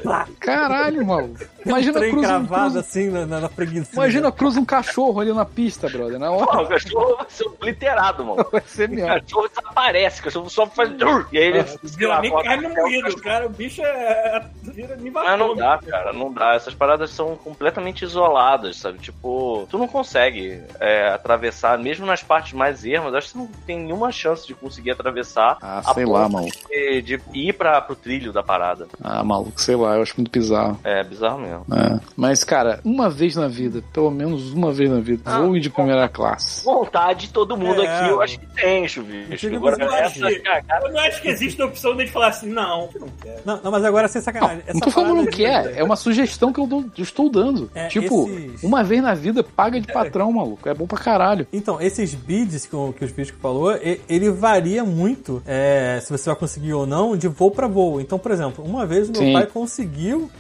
Speaker 1: lá.
Speaker 2: caralho, mano. Imagina
Speaker 3: Trem
Speaker 2: cruza, um-
Speaker 3: cravado
Speaker 2: cruza,
Speaker 3: assim na, na, na preguiça.
Speaker 2: imagina cruza um cachorro ali na pista, brother. Na hora
Speaker 1: Pô, o cachorro vai ser obliterado, mano.
Speaker 2: vai ser
Speaker 1: O
Speaker 2: mesmo.
Speaker 1: cachorro desaparece, o cachorro só faz. E aí ele
Speaker 4: Não, nem
Speaker 1: desgrafota.
Speaker 4: carne moída, o cara, o bicho é vira
Speaker 1: Mas não
Speaker 4: Nivatome.
Speaker 1: dá, cara, não dá. Essas paradas são completamente isoladas, sabe? Tipo, tu não consegue é, atravessar, mesmo nas partes mais ermas, acho que você não tem nenhuma chance de conseguir atravessar
Speaker 2: Ah,
Speaker 1: A
Speaker 2: sei lá,
Speaker 1: ponta.
Speaker 2: maluco.
Speaker 1: e de ir pra, pro trilho da parada.
Speaker 2: Ah, maluco, sei lá, eu acho muito bizarro.
Speaker 1: É bizarro mesmo.
Speaker 2: É. Mas, cara, uma vez na vida, pelo menos uma vez na vida,
Speaker 1: Ah,
Speaker 2: voe de primeira classe.
Speaker 1: Vontade, todo mundo
Speaker 3: É,
Speaker 1: aqui, eu
Speaker 3: mano.
Speaker 1: acho que tem,
Speaker 3: Eu
Speaker 1: chuvisco.
Speaker 3: tive
Speaker 1: Agora,
Speaker 3: vontade.
Speaker 1: essa, cara,
Speaker 4: Eu não acho que existe a opção dele falar assim, não, eu não quero.
Speaker 3: Não, não, mas agora sem
Speaker 2: Não,
Speaker 3: sacanagem.
Speaker 2: não tô falando
Speaker 3: parada
Speaker 2: que é, é uma sugestão que eu, dou- eu estou dando.
Speaker 3: É,
Speaker 2: tipo,
Speaker 3: esses-
Speaker 2: uma vez na vida, paga de patrão, maluco. É bom pra caralho.
Speaker 3: Então, esses bids que o, que o Bisco falou, e- ele varia muito é, se você vai conseguir ou não de voo pra voo. Então, por exemplo, uma vez meu
Speaker 2: Sim.
Speaker 3: pai conseguiu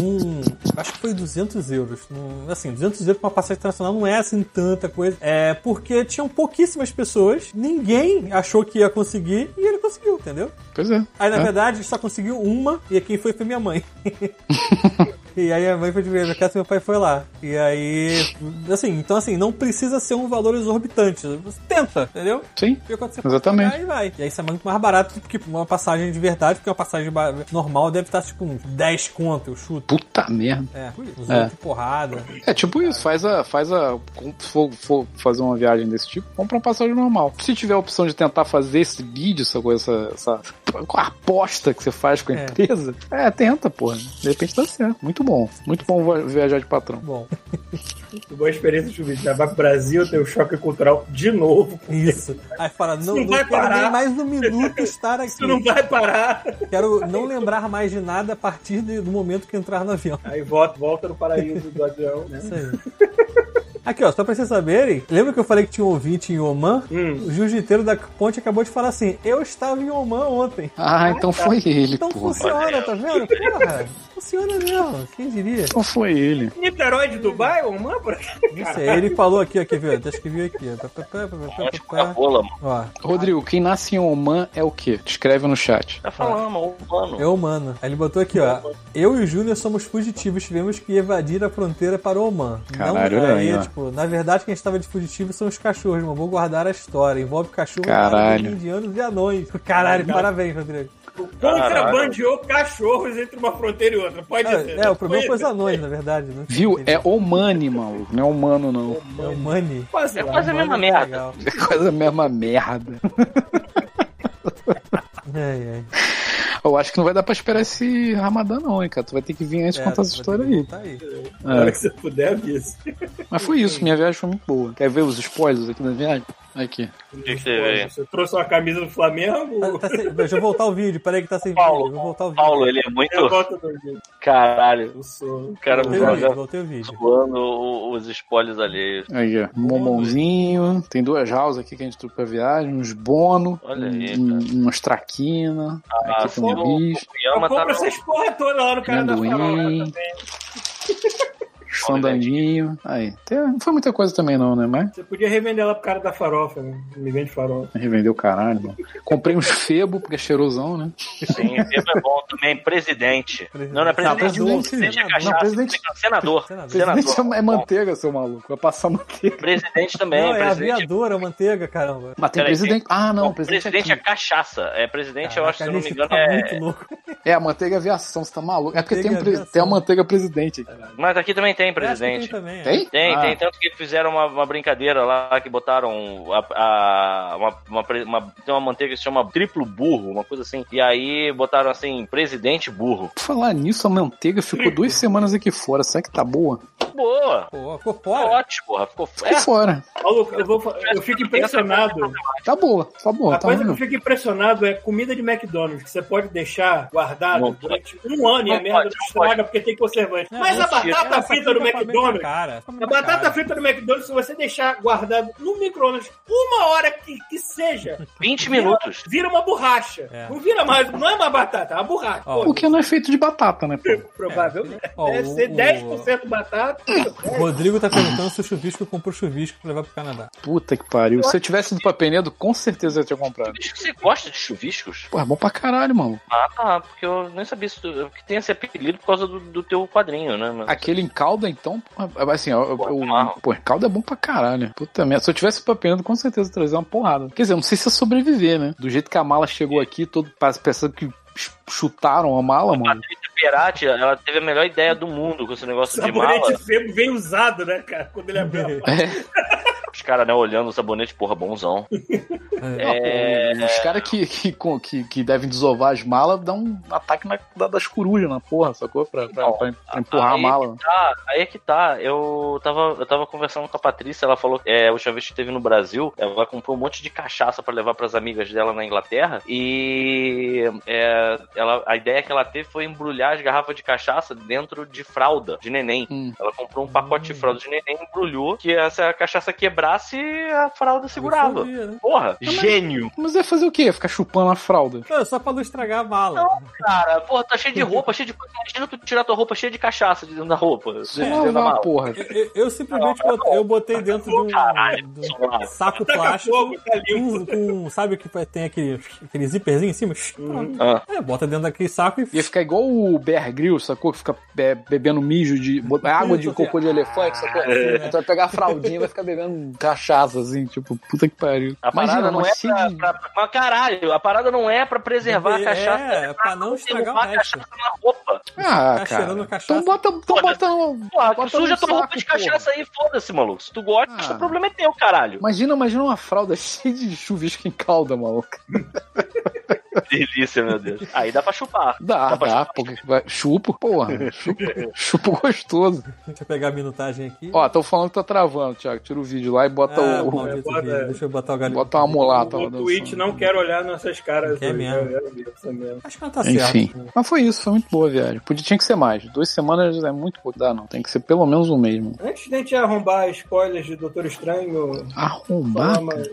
Speaker 3: um. Acho que foi 200 euros. Num- assim, 200 euros pra uma passagem internacional não é assim tanta coisa. É porque tinham pouquíssimas pessoas, ninguém achou que ia conseguir e ele conseguiu, entendeu?
Speaker 2: Pois é.
Speaker 3: Aí, na
Speaker 2: É.
Speaker 3: verdade, só conseguiu uma, e quem foi foi minha mãe. e aí a mãe foi de vez na casa e meu pai foi lá. E aí, assim, então assim, não precisa ser um valor exorbitante. Você tenta, entendeu?
Speaker 2: Sim.
Speaker 3: Vê quanto você
Speaker 2: Exatamente.
Speaker 3: pagar e vai. E aí isso é muito mais barato do que uma passagem de verdade, porque uma passagem ba- normal deve estar tipo uns 10 conto, eu chuto.
Speaker 2: Puta merda.
Speaker 3: É, uns
Speaker 2: É.
Speaker 3: 8 porrada.
Speaker 2: É tipo isso, faz a. Faz a com- se for, for fazer uma viagem desse tipo, compra uma passagem normal. Se tiver a opção de tentar fazer esse vídeo, essa coisa, essa, essa com a aposta que você faz com a
Speaker 3: É.
Speaker 2: empresa, é, tenta, porra. De repente dá certo. Muito bom. Muito bom vo- viajar de patrão.
Speaker 3: Bom,
Speaker 4: Boa experiência de vídeo. Já vai pro Brasil, tem o choque cultural de novo.
Speaker 3: isso. Aí fala, não,
Speaker 4: não
Speaker 3: não,
Speaker 4: vai
Speaker 3: quero
Speaker 4: parar.
Speaker 3: nem mais um minuto estar aqui.
Speaker 4: Isso não vai parar.
Speaker 3: Quero não lembrar mais de nada a partir de- do momento que entrar no avião.
Speaker 4: Aí volta, volta no paraíso do avião, né?
Speaker 3: Isso aí. Aqui, ó, só pra vocês saberem, lembra que eu falei que tinha um ouvinte em Oman?
Speaker 4: Hum.
Speaker 3: O jiu-jiteiro da ponte acabou de falar assim: eu estava em Oman ontem.
Speaker 2: Ah, então foi ele,
Speaker 3: Então
Speaker 2: porra.
Speaker 3: funciona, tá vendo? Porra, funciona mesmo, quem diria?
Speaker 2: Então foi ele.
Speaker 4: Niterói de Dubai, é um ou uma por aqui?
Speaker 3: Não sei, ele falou aqui, ó, quer ver? Até escrevi aqui. ó, pá, pá, pá, pá, pá,
Speaker 1: onde
Speaker 3: pá,
Speaker 1: a
Speaker 3: pá.
Speaker 1: rola, É mano?
Speaker 3: Ó,
Speaker 2: Rodrigo, quem nasce em Oman é o quê? Escreve no chat.
Speaker 1: Tá falando, mano, humano.
Speaker 3: é humano. Aí ele botou aqui, ó. Eu e o Júnior somos fugitivos, tivemos que evadir a fronteira para o Oman.
Speaker 2: Caralho,
Speaker 3: não, aí,
Speaker 2: aí, ó.
Speaker 3: tipo, na verdade, quem estava de fugitivo são os cachorros, mas vou guardar a história. Envolve cachorro,
Speaker 2: Caralho.
Speaker 3: árabes, indianos e anões. Caralho, parabéns, Rodrigo.
Speaker 4: Contrabandeou cachorros entre uma fronteira e outra. Pode ser.
Speaker 3: É, é, o problema foi
Speaker 4: Foi
Speaker 3: os anões, na verdade. Né?
Speaker 2: Viu? É Omani, maluco. Não é humano, não.
Speaker 3: É o Money.
Speaker 4: Quase
Speaker 1: É
Speaker 4: lá. né?
Speaker 1: quase a mesma merda.
Speaker 3: Legal.
Speaker 2: É quase a mesma merda.
Speaker 3: Ai, ai.
Speaker 2: Eu acho que não vai dar pra esperar esse Ramadã, não, hein, cara. Tu vai ter que vir antes
Speaker 3: É,
Speaker 2: contar essa
Speaker 3: tá,
Speaker 2: história
Speaker 3: Rodrigo,
Speaker 2: aí. É.
Speaker 3: Tá aí.
Speaker 4: Na hora que você puder, avisa.
Speaker 2: Mas foi isso, minha viagem foi muito boa. Quer ver os spoilers aqui da viagem? Aqui.
Speaker 1: O que que você vê?
Speaker 4: Você trouxe uma camisa do Flamengo?
Speaker 3: Tá- tá sem- Deixa eu voltar o vídeo, peraí que tá sem
Speaker 1: Paulo,
Speaker 3: vídeo. Eu Vou voltar o vídeo.
Speaker 1: Paulo, ele é muito.
Speaker 4: Eu volto do jeito.
Speaker 1: Caralho,
Speaker 4: Eu sou.
Speaker 1: o cara
Speaker 3: voltei o vídeo,
Speaker 1: joga
Speaker 3: voltei o vídeo.
Speaker 1: zoando o- os spoilers alheios.
Speaker 2: Aí, ó. Um bombonzinho. Tem duas houses aqui que a gente trouxe pra viagem. Uns bono.
Speaker 1: Olha aí,
Speaker 2: um-
Speaker 1: cara.
Speaker 2: umas traquina.
Speaker 1: Ah,
Speaker 2: aqui
Speaker 1: se
Speaker 2: tem
Speaker 1: não,
Speaker 2: um
Speaker 1: o
Speaker 2: bicho.
Speaker 4: Eu
Speaker 1: Yama tá
Speaker 4: compro
Speaker 1: no-
Speaker 4: essas porra toda lá no cara da farofa.
Speaker 2: Amendoim. Sandaninho. Aí. Tem- não foi muita coisa também, não, né? Mas
Speaker 4: Você podia revender ela pro cara da farofa, né? Me vende farofa.
Speaker 2: revendeu o caralho, mano. Comprei uns febo, porque é cheirosão, né?
Speaker 1: Sim, Febo é bom também. Presidente. Não, não é
Speaker 3: Não,
Speaker 1: presidente.
Speaker 3: presidente,
Speaker 1: presidente é
Speaker 3: senador.
Speaker 1: cachaça.
Speaker 2: Não, presidente-
Speaker 1: Senador.
Speaker 3: Senador.
Speaker 1: Senador.
Speaker 2: Presidente é manteiga, seu maluco. Vai passar manteiga.
Speaker 1: Presidente também.
Speaker 3: Não, é
Speaker 1: presidente
Speaker 3: aviadora, manteiga, caramba.
Speaker 2: Mas tem
Speaker 1: Peraí,
Speaker 2: presidente. Ah, não.
Speaker 1: Não,
Speaker 2: Presidente,
Speaker 1: presidente
Speaker 2: é
Speaker 1: é cachaça. É presidente, eu acho, se eu
Speaker 3: Caraca,
Speaker 1: não
Speaker 3: a
Speaker 1: me
Speaker 3: gente
Speaker 1: engano,
Speaker 3: tá
Speaker 1: é.
Speaker 3: muito louco.
Speaker 2: É, a manteiga é aviação, você tá maluco. É porque tem, um
Speaker 3: Manteiga é
Speaker 2: pre-
Speaker 3: aviação.
Speaker 2: tem a manteiga presidente.
Speaker 1: Mas aqui também tem
Speaker 3: Eu acho que tem
Speaker 1: presidente.
Speaker 3: também, é.
Speaker 2: Tem?
Speaker 1: Tem,
Speaker 2: Ah.
Speaker 1: tem. Tanto que fizeram uma, uma brincadeira lá que botaram um, a, a- uma, uma pre- uma- Tem uma manteiga que se chama triplo burro, uma coisa assim. E aí botaram assim, presidente burro.
Speaker 2: Por falar nisso, a manteiga
Speaker 1: Hum.
Speaker 2: ficou duas semanas aqui fora. Será que tá boa?
Speaker 1: Boa!
Speaker 3: Pô, ficou
Speaker 1: Ficou
Speaker 3: fora.
Speaker 1: ótimo, porra. Ficou
Speaker 2: Ficou
Speaker 1: é,
Speaker 2: fora.
Speaker 4: Maluco, eu, vou, fa- eu fico impressionado.
Speaker 2: Tá boa, tá boa,
Speaker 4: A
Speaker 2: tá
Speaker 4: coisa que eu
Speaker 2: ruim.
Speaker 4: fico impressionado é comida de McDonald's, que você pode deixar
Speaker 1: Não
Speaker 4: guardado durante um ano e a
Speaker 1: Não
Speaker 4: merda
Speaker 1: pode,
Speaker 4: não
Speaker 1: não
Speaker 4: estraga porque tem conservante.
Speaker 3: Não,
Speaker 4: Mas a
Speaker 1: mentira.
Speaker 4: batata
Speaker 3: Essa aqui
Speaker 4: frita
Speaker 3: não
Speaker 4: do
Speaker 3: come bem com
Speaker 4: McDonald's.
Speaker 3: cara. Come
Speaker 4: A
Speaker 3: bem com
Speaker 4: batata
Speaker 3: cara.
Speaker 4: frita do McDonald's, se você deixar guardado no micro-ondas uma hora que, que seja,
Speaker 1: 20 minutos.
Speaker 4: vira uma borracha.
Speaker 3: É.
Speaker 4: Não vira mais, não é uma batata, é uma borracha.
Speaker 3: Ó, é.
Speaker 4: Pô,
Speaker 2: Porque não é feito de batata, né, pô?
Speaker 4: provavelmente.
Speaker 3: Ó,
Speaker 4: Deve
Speaker 3: o-
Speaker 4: ser
Speaker 3: o-
Speaker 4: 10% batata.
Speaker 3: O Rodrigo tá perguntando se o chuvisco comprou chuvisco pra levar pro Canadá.
Speaker 2: Puta que pariu. Se eu tivesse ido pra Penedo, com certeza eu tinha comprado.
Speaker 1: Chuvisco, Você gosta de chuviscos?
Speaker 2: Pô, é bom pra caralho, mano.
Speaker 1: Ah, tá. Porque eu nem sabia se tu, que tem esse apelido por causa do, do teu quadrinho, né? Mas...
Speaker 2: Aquele em calda, então, porra, é- assim, ó,
Speaker 1: Pô,
Speaker 2: eu-
Speaker 1: não.
Speaker 2: pô, em calda é bom pra caralho. Puta merda. Se eu tivesse ido pra Penedo, com certeza eu trazia uma porrada. Quer dizer, eu não sei se ia sobreviver, né? Do jeito que a mala chegou aqui, todo parece- pensando que chutaram a mala, mano.
Speaker 1: Patrícia Liberati, ela teve a melhor ideia do mundo com esse negócio de mala.
Speaker 4: Sabonete veio, veio usado, né, cara? Quando ele abriu a porta.
Speaker 1: Os caras, né, olhando o sabonete, porra, bonzão. É,
Speaker 2: Os caras que, que, com- que, que devem desovar as malas dão um ataque na, da- das corujas na porra, sacou? Pra, pra,
Speaker 1: Não,
Speaker 2: pra- pra empurrar a
Speaker 1: aí
Speaker 2: mala.
Speaker 1: Tá, aí é que tá. Eu tava, eu tava conversando com a Patrícia, ela falou que é, a última vez que esteve no Brasil, ela comprou um monte de cachaça pra levar pras amigas dela na Inglaterra. E é, ela, a ideia que ela teve foi embrulhar as garrafas de cachaça dentro de fralda de neném.
Speaker 2: Hum.
Speaker 1: Ela comprou um pacote de fralda de neném, embrulhou, que se a cachaça quebrasse, a fralda segurava.
Speaker 3: Absorvia, né?
Speaker 1: Porra, gênio!
Speaker 2: Mas é ia fazer o quê? Ficar chupando a fralda.
Speaker 3: Não, é só pra não estragar a mala.
Speaker 1: Cara, porra, tá cheio de roupa, cheio de coisa. Imagina tu tirar tua roupa cheia de cachaça de dentro da roupa. de
Speaker 2: Só
Speaker 1: dentro da
Speaker 2: é uma
Speaker 1: mala.
Speaker 2: porra.
Speaker 3: Eu, eu- eu simplesmente botei, eu botei dentro de um,
Speaker 1: Caralho,
Speaker 3: de um
Speaker 1: pessoal.
Speaker 3: saco
Speaker 4: Taca
Speaker 3: plástico
Speaker 4: fogo, tá
Speaker 3: com, com- sabe o que tem aquele, aquele zíperzinho em cima? Pronto.
Speaker 1: Ah.
Speaker 3: É, bota dentro daquele saco e
Speaker 2: Ia ficar igual o Bear Grylls, sacou? Que fica be- bebendo mijo de... bo- Água de
Speaker 3: Isso, é.
Speaker 2: cocô de elefante, sacou? Então vai pegar a fraldinha e vai ficar bebendo cachaça, assim. Tipo, puta que pariu.
Speaker 1: A parada
Speaker 2: Imagina,
Speaker 1: não
Speaker 2: mas
Speaker 1: é
Speaker 2: cheio
Speaker 1: pra,
Speaker 2: de-
Speaker 1: pra, pra- Mas caralho, a parada não é pra preservar
Speaker 3: É,
Speaker 1: a cachaça.
Speaker 3: é pra não estragar o
Speaker 1: derrubar a
Speaker 3: resto.
Speaker 1: cachaça na roupa.
Speaker 2: Ah,
Speaker 3: Tá
Speaker 2: cara.
Speaker 3: cheirando cachaça.
Speaker 2: Então bota, então bota, um-
Speaker 1: Porra,
Speaker 2: bota
Speaker 1: suja
Speaker 2: num
Speaker 1: tua roupa
Speaker 2: saco,
Speaker 1: de
Speaker 2: porra.
Speaker 1: cachaça aí, foda-se, maluco. Se tu gosta,
Speaker 2: Ah.
Speaker 1: o problema é teu, caralho.
Speaker 2: Imagina, imagina uma fralda cheia de chuvisco em calda, maluco.
Speaker 1: Delícia, meu Deus. Aí dá pra chupar.
Speaker 2: Dá,
Speaker 1: pra
Speaker 2: dá. Porque vai- chupo, porra. Chupo, chupo gostoso.
Speaker 3: Deixa eu pegar a minutagem aqui.
Speaker 2: Ó, tô falando que tá travando, Thiago. Tira o vídeo lá e bota
Speaker 3: Ah,
Speaker 2: o.
Speaker 3: maldito
Speaker 4: bota-
Speaker 3: vídeo. Deixa eu botar o galinho.
Speaker 2: Bota uma mulata lá
Speaker 4: O Twitch não quer olhar nossas caras.
Speaker 3: Quer
Speaker 4: hoje,
Speaker 3: mesmo.
Speaker 4: né? É isso mesmo.
Speaker 3: Acho que ela tá certa.
Speaker 2: Enfim. Mas foi isso, foi muito boa a viagem. Podia, tinha que ser mais. Duas semanas é muito pouco. Dá, não. Tem que ser pelo menos um mês, mano.
Speaker 4: Antes de a gente arrombar spoilers de Doutor Estranho,
Speaker 2: Arrombar.
Speaker 4: falar umas-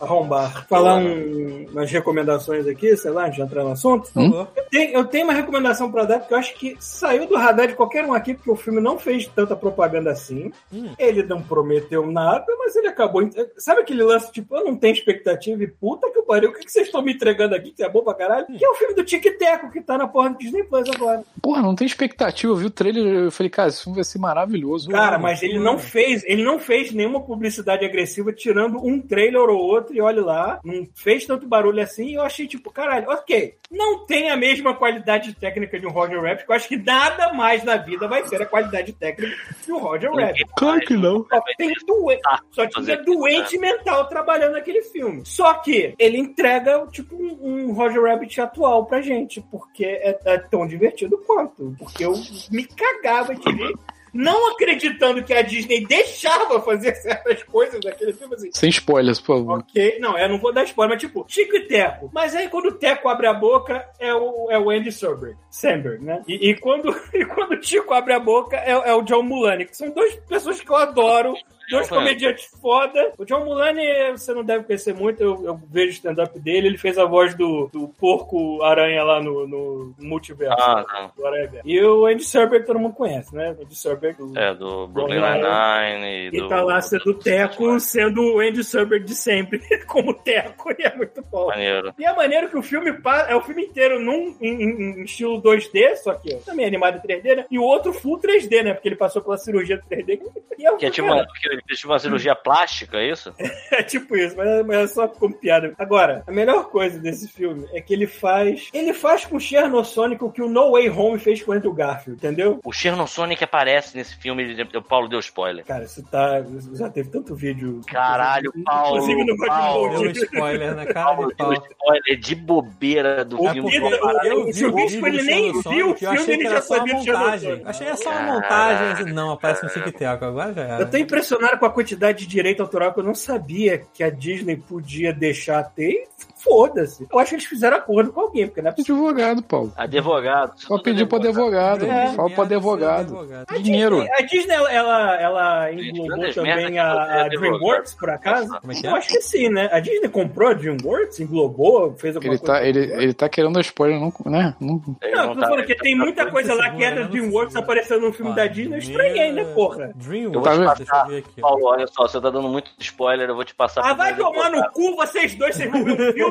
Speaker 4: arrombar, falar um- umas recomendações aqui, sei lá, antes de entrar no assunto.
Speaker 2: Hum?
Speaker 4: Eu tenho, eu tenho uma recomendação pra dar, porque eu acho que saiu do radar de qualquer um aqui, porque o filme não fez tanta propaganda assim.
Speaker 3: Hum.
Speaker 4: Ele não prometeu nada, mas ele acabou. ent- Sabe aquele lance, tipo, eu não tenho expectativa e puta que pariu, o que que vocês estão me entregando aqui, que é bom pra caralho? Que é o filme do Tic Teco, que tá na porra do Disney Plus agora.
Speaker 2: Porra, não tem expectativa. Eu vi o trailer eu falei, cara, esse filme vai ser maravilhoso. Ah,
Speaker 4: Cara, mas ele não fez, ele não fez nenhuma publicidade agressiva, tirando um trailer ou outro, e olha lá, não fez tanto barulho assim, e eu achei, tipo, caralho, ok, não tem a mesma qualidade técnica de um Roger Rabbit, que eu acho que nada mais na vida vai ser a qualidade técnica de um Roger Rabbit.
Speaker 2: Claro que não.
Speaker 4: Só, tem doente, só tinha doente mental trabalhando naquele filme. Só que ele entrega, tipo, um, um Roger Rabbit atual pra gente, porque é, é tão divertido quanto. Porque eu me cagava de ver. Não acreditando que a Disney deixava fazer certas coisas naquele filme, assim,
Speaker 2: Sem spoilers, por favor.
Speaker 4: Ok, não, eu não vou dar spoiler, mas tipo, Tico e Teco. Mas aí quando o Teco abre a boca, é o, é o Andy Samberg, Samberg né? E, e quando, e quando o Tico abre a boca, é, é o John Mulaney, que são duas pessoas que eu adoro. Dois
Speaker 1: Opa.
Speaker 4: comediantes foda. O John Mulaney, você não deve conhecer muito, eu, eu vejo o stand-up dele. Ele fez a voz do, do porco-aranha lá no, no multiverso.
Speaker 1: Ah, tá.
Speaker 4: Do Aranha-Verso. E o Andy Samberg todo mundo conhece, né? O Andy Samberg do-
Speaker 1: É, do Brooklyn
Speaker 4: Bom,
Speaker 1: Nine-Nine. e
Speaker 4: e
Speaker 1: do-
Speaker 4: tá lá sendo o Teco, sendo o Andy Samberg de sempre, como Teco, e é muito bom.
Speaker 1: Maneiro.
Speaker 4: E é maneiro que o filme pa- é o filme inteiro num em, em- em estilo 2D, só que também animado em 3D, né? E o outro full 3D, né? Porque ele passou pela cirurgia do 3D. E é, um
Speaker 1: Que é tipo,
Speaker 4: cara,
Speaker 1: uma, que é tipo uma cirurgia plástica, é isso?
Speaker 4: é tipo isso, mas é, mas é só como piada. Agora, a melhor coisa desse filme é que ele faz. Ele faz com o Chernosonic o que o No Way Home fez com o Andrew Garfield, entendeu?
Speaker 1: O Chernosonic aparece nesse filme, ele- o Paulo deu spoiler.
Speaker 4: Cara, isso tá. Já teve tanto vídeo.
Speaker 1: Caralho, Paulo.
Speaker 4: Inclusive no
Speaker 1: Paulo,
Speaker 4: Rock
Speaker 3: Deu um spoiler na cara É de
Speaker 1: Paulo
Speaker 3: pau.
Speaker 1: deu spoiler de bobeira do
Speaker 4: O
Speaker 1: filme.
Speaker 4: Peter-
Speaker 1: Paulo.
Speaker 4: eu vi
Speaker 3: o
Speaker 4: o vídeo,
Speaker 3: do
Speaker 4: ele nem
Speaker 3: Luciano
Speaker 4: viu o
Speaker 3: Sonic, eu
Speaker 4: filme,
Speaker 3: achei
Speaker 4: ele
Speaker 3: que
Speaker 4: já
Speaker 3: era só uma
Speaker 4: sabia do Luciano
Speaker 3: montagem.
Speaker 4: Sonic.
Speaker 3: Achei é só uma montagem. assim, Não, aparece um tic-tac. Agora já era.
Speaker 4: Eu tô impressionado com a quantidade de direito autoral que eu não sabia que a Disney podia deixar ter. e Foda-se. Eu acho que eles fizeram acordo com alguém, porque não é possível.
Speaker 2: Advogado, Paulo.
Speaker 1: Advogado.
Speaker 2: Só pedir pro advogado.
Speaker 4: É.
Speaker 2: Fala pro advogado. Dinheiro.
Speaker 4: A Disney, ela, ela
Speaker 1: Gente,
Speaker 4: englobou
Speaker 1: grandes merda
Speaker 4: também
Speaker 1: que
Speaker 4: a, a
Speaker 1: eu tenho
Speaker 4: DreamWorks, por acaso?
Speaker 3: Como é que é?
Speaker 4: Eu acho que sim, né? A Disney comprou a DreamWorks, englobou, fez alguma
Speaker 2: Ele
Speaker 4: é coisa.
Speaker 2: tá, ele, ele tá querendo dar spoiler, não, né? Não-
Speaker 1: Ele
Speaker 4: Não, eu tô
Speaker 1: tá-
Speaker 4: falando que tem muita
Speaker 3: tá
Speaker 4: coisa lá
Speaker 3: segurando,
Speaker 4: que era
Speaker 3: não
Speaker 4: DreamWorks
Speaker 3: segura.
Speaker 4: aparecendo no filme da Disney. Eu estranhei, né, porra?
Speaker 3: Dreamworks.
Speaker 2: Eu vou te
Speaker 3: Deixa eu ver aqui. ó.
Speaker 1: Paulo, olha só, você tá dando muito spoiler, eu vou te passar.
Speaker 4: Ah,
Speaker 1: pro
Speaker 4: vai
Speaker 1: meu
Speaker 4: tomar no
Speaker 1: advogado.
Speaker 4: cu vocês dois, vocês vão ver um filme. Eu-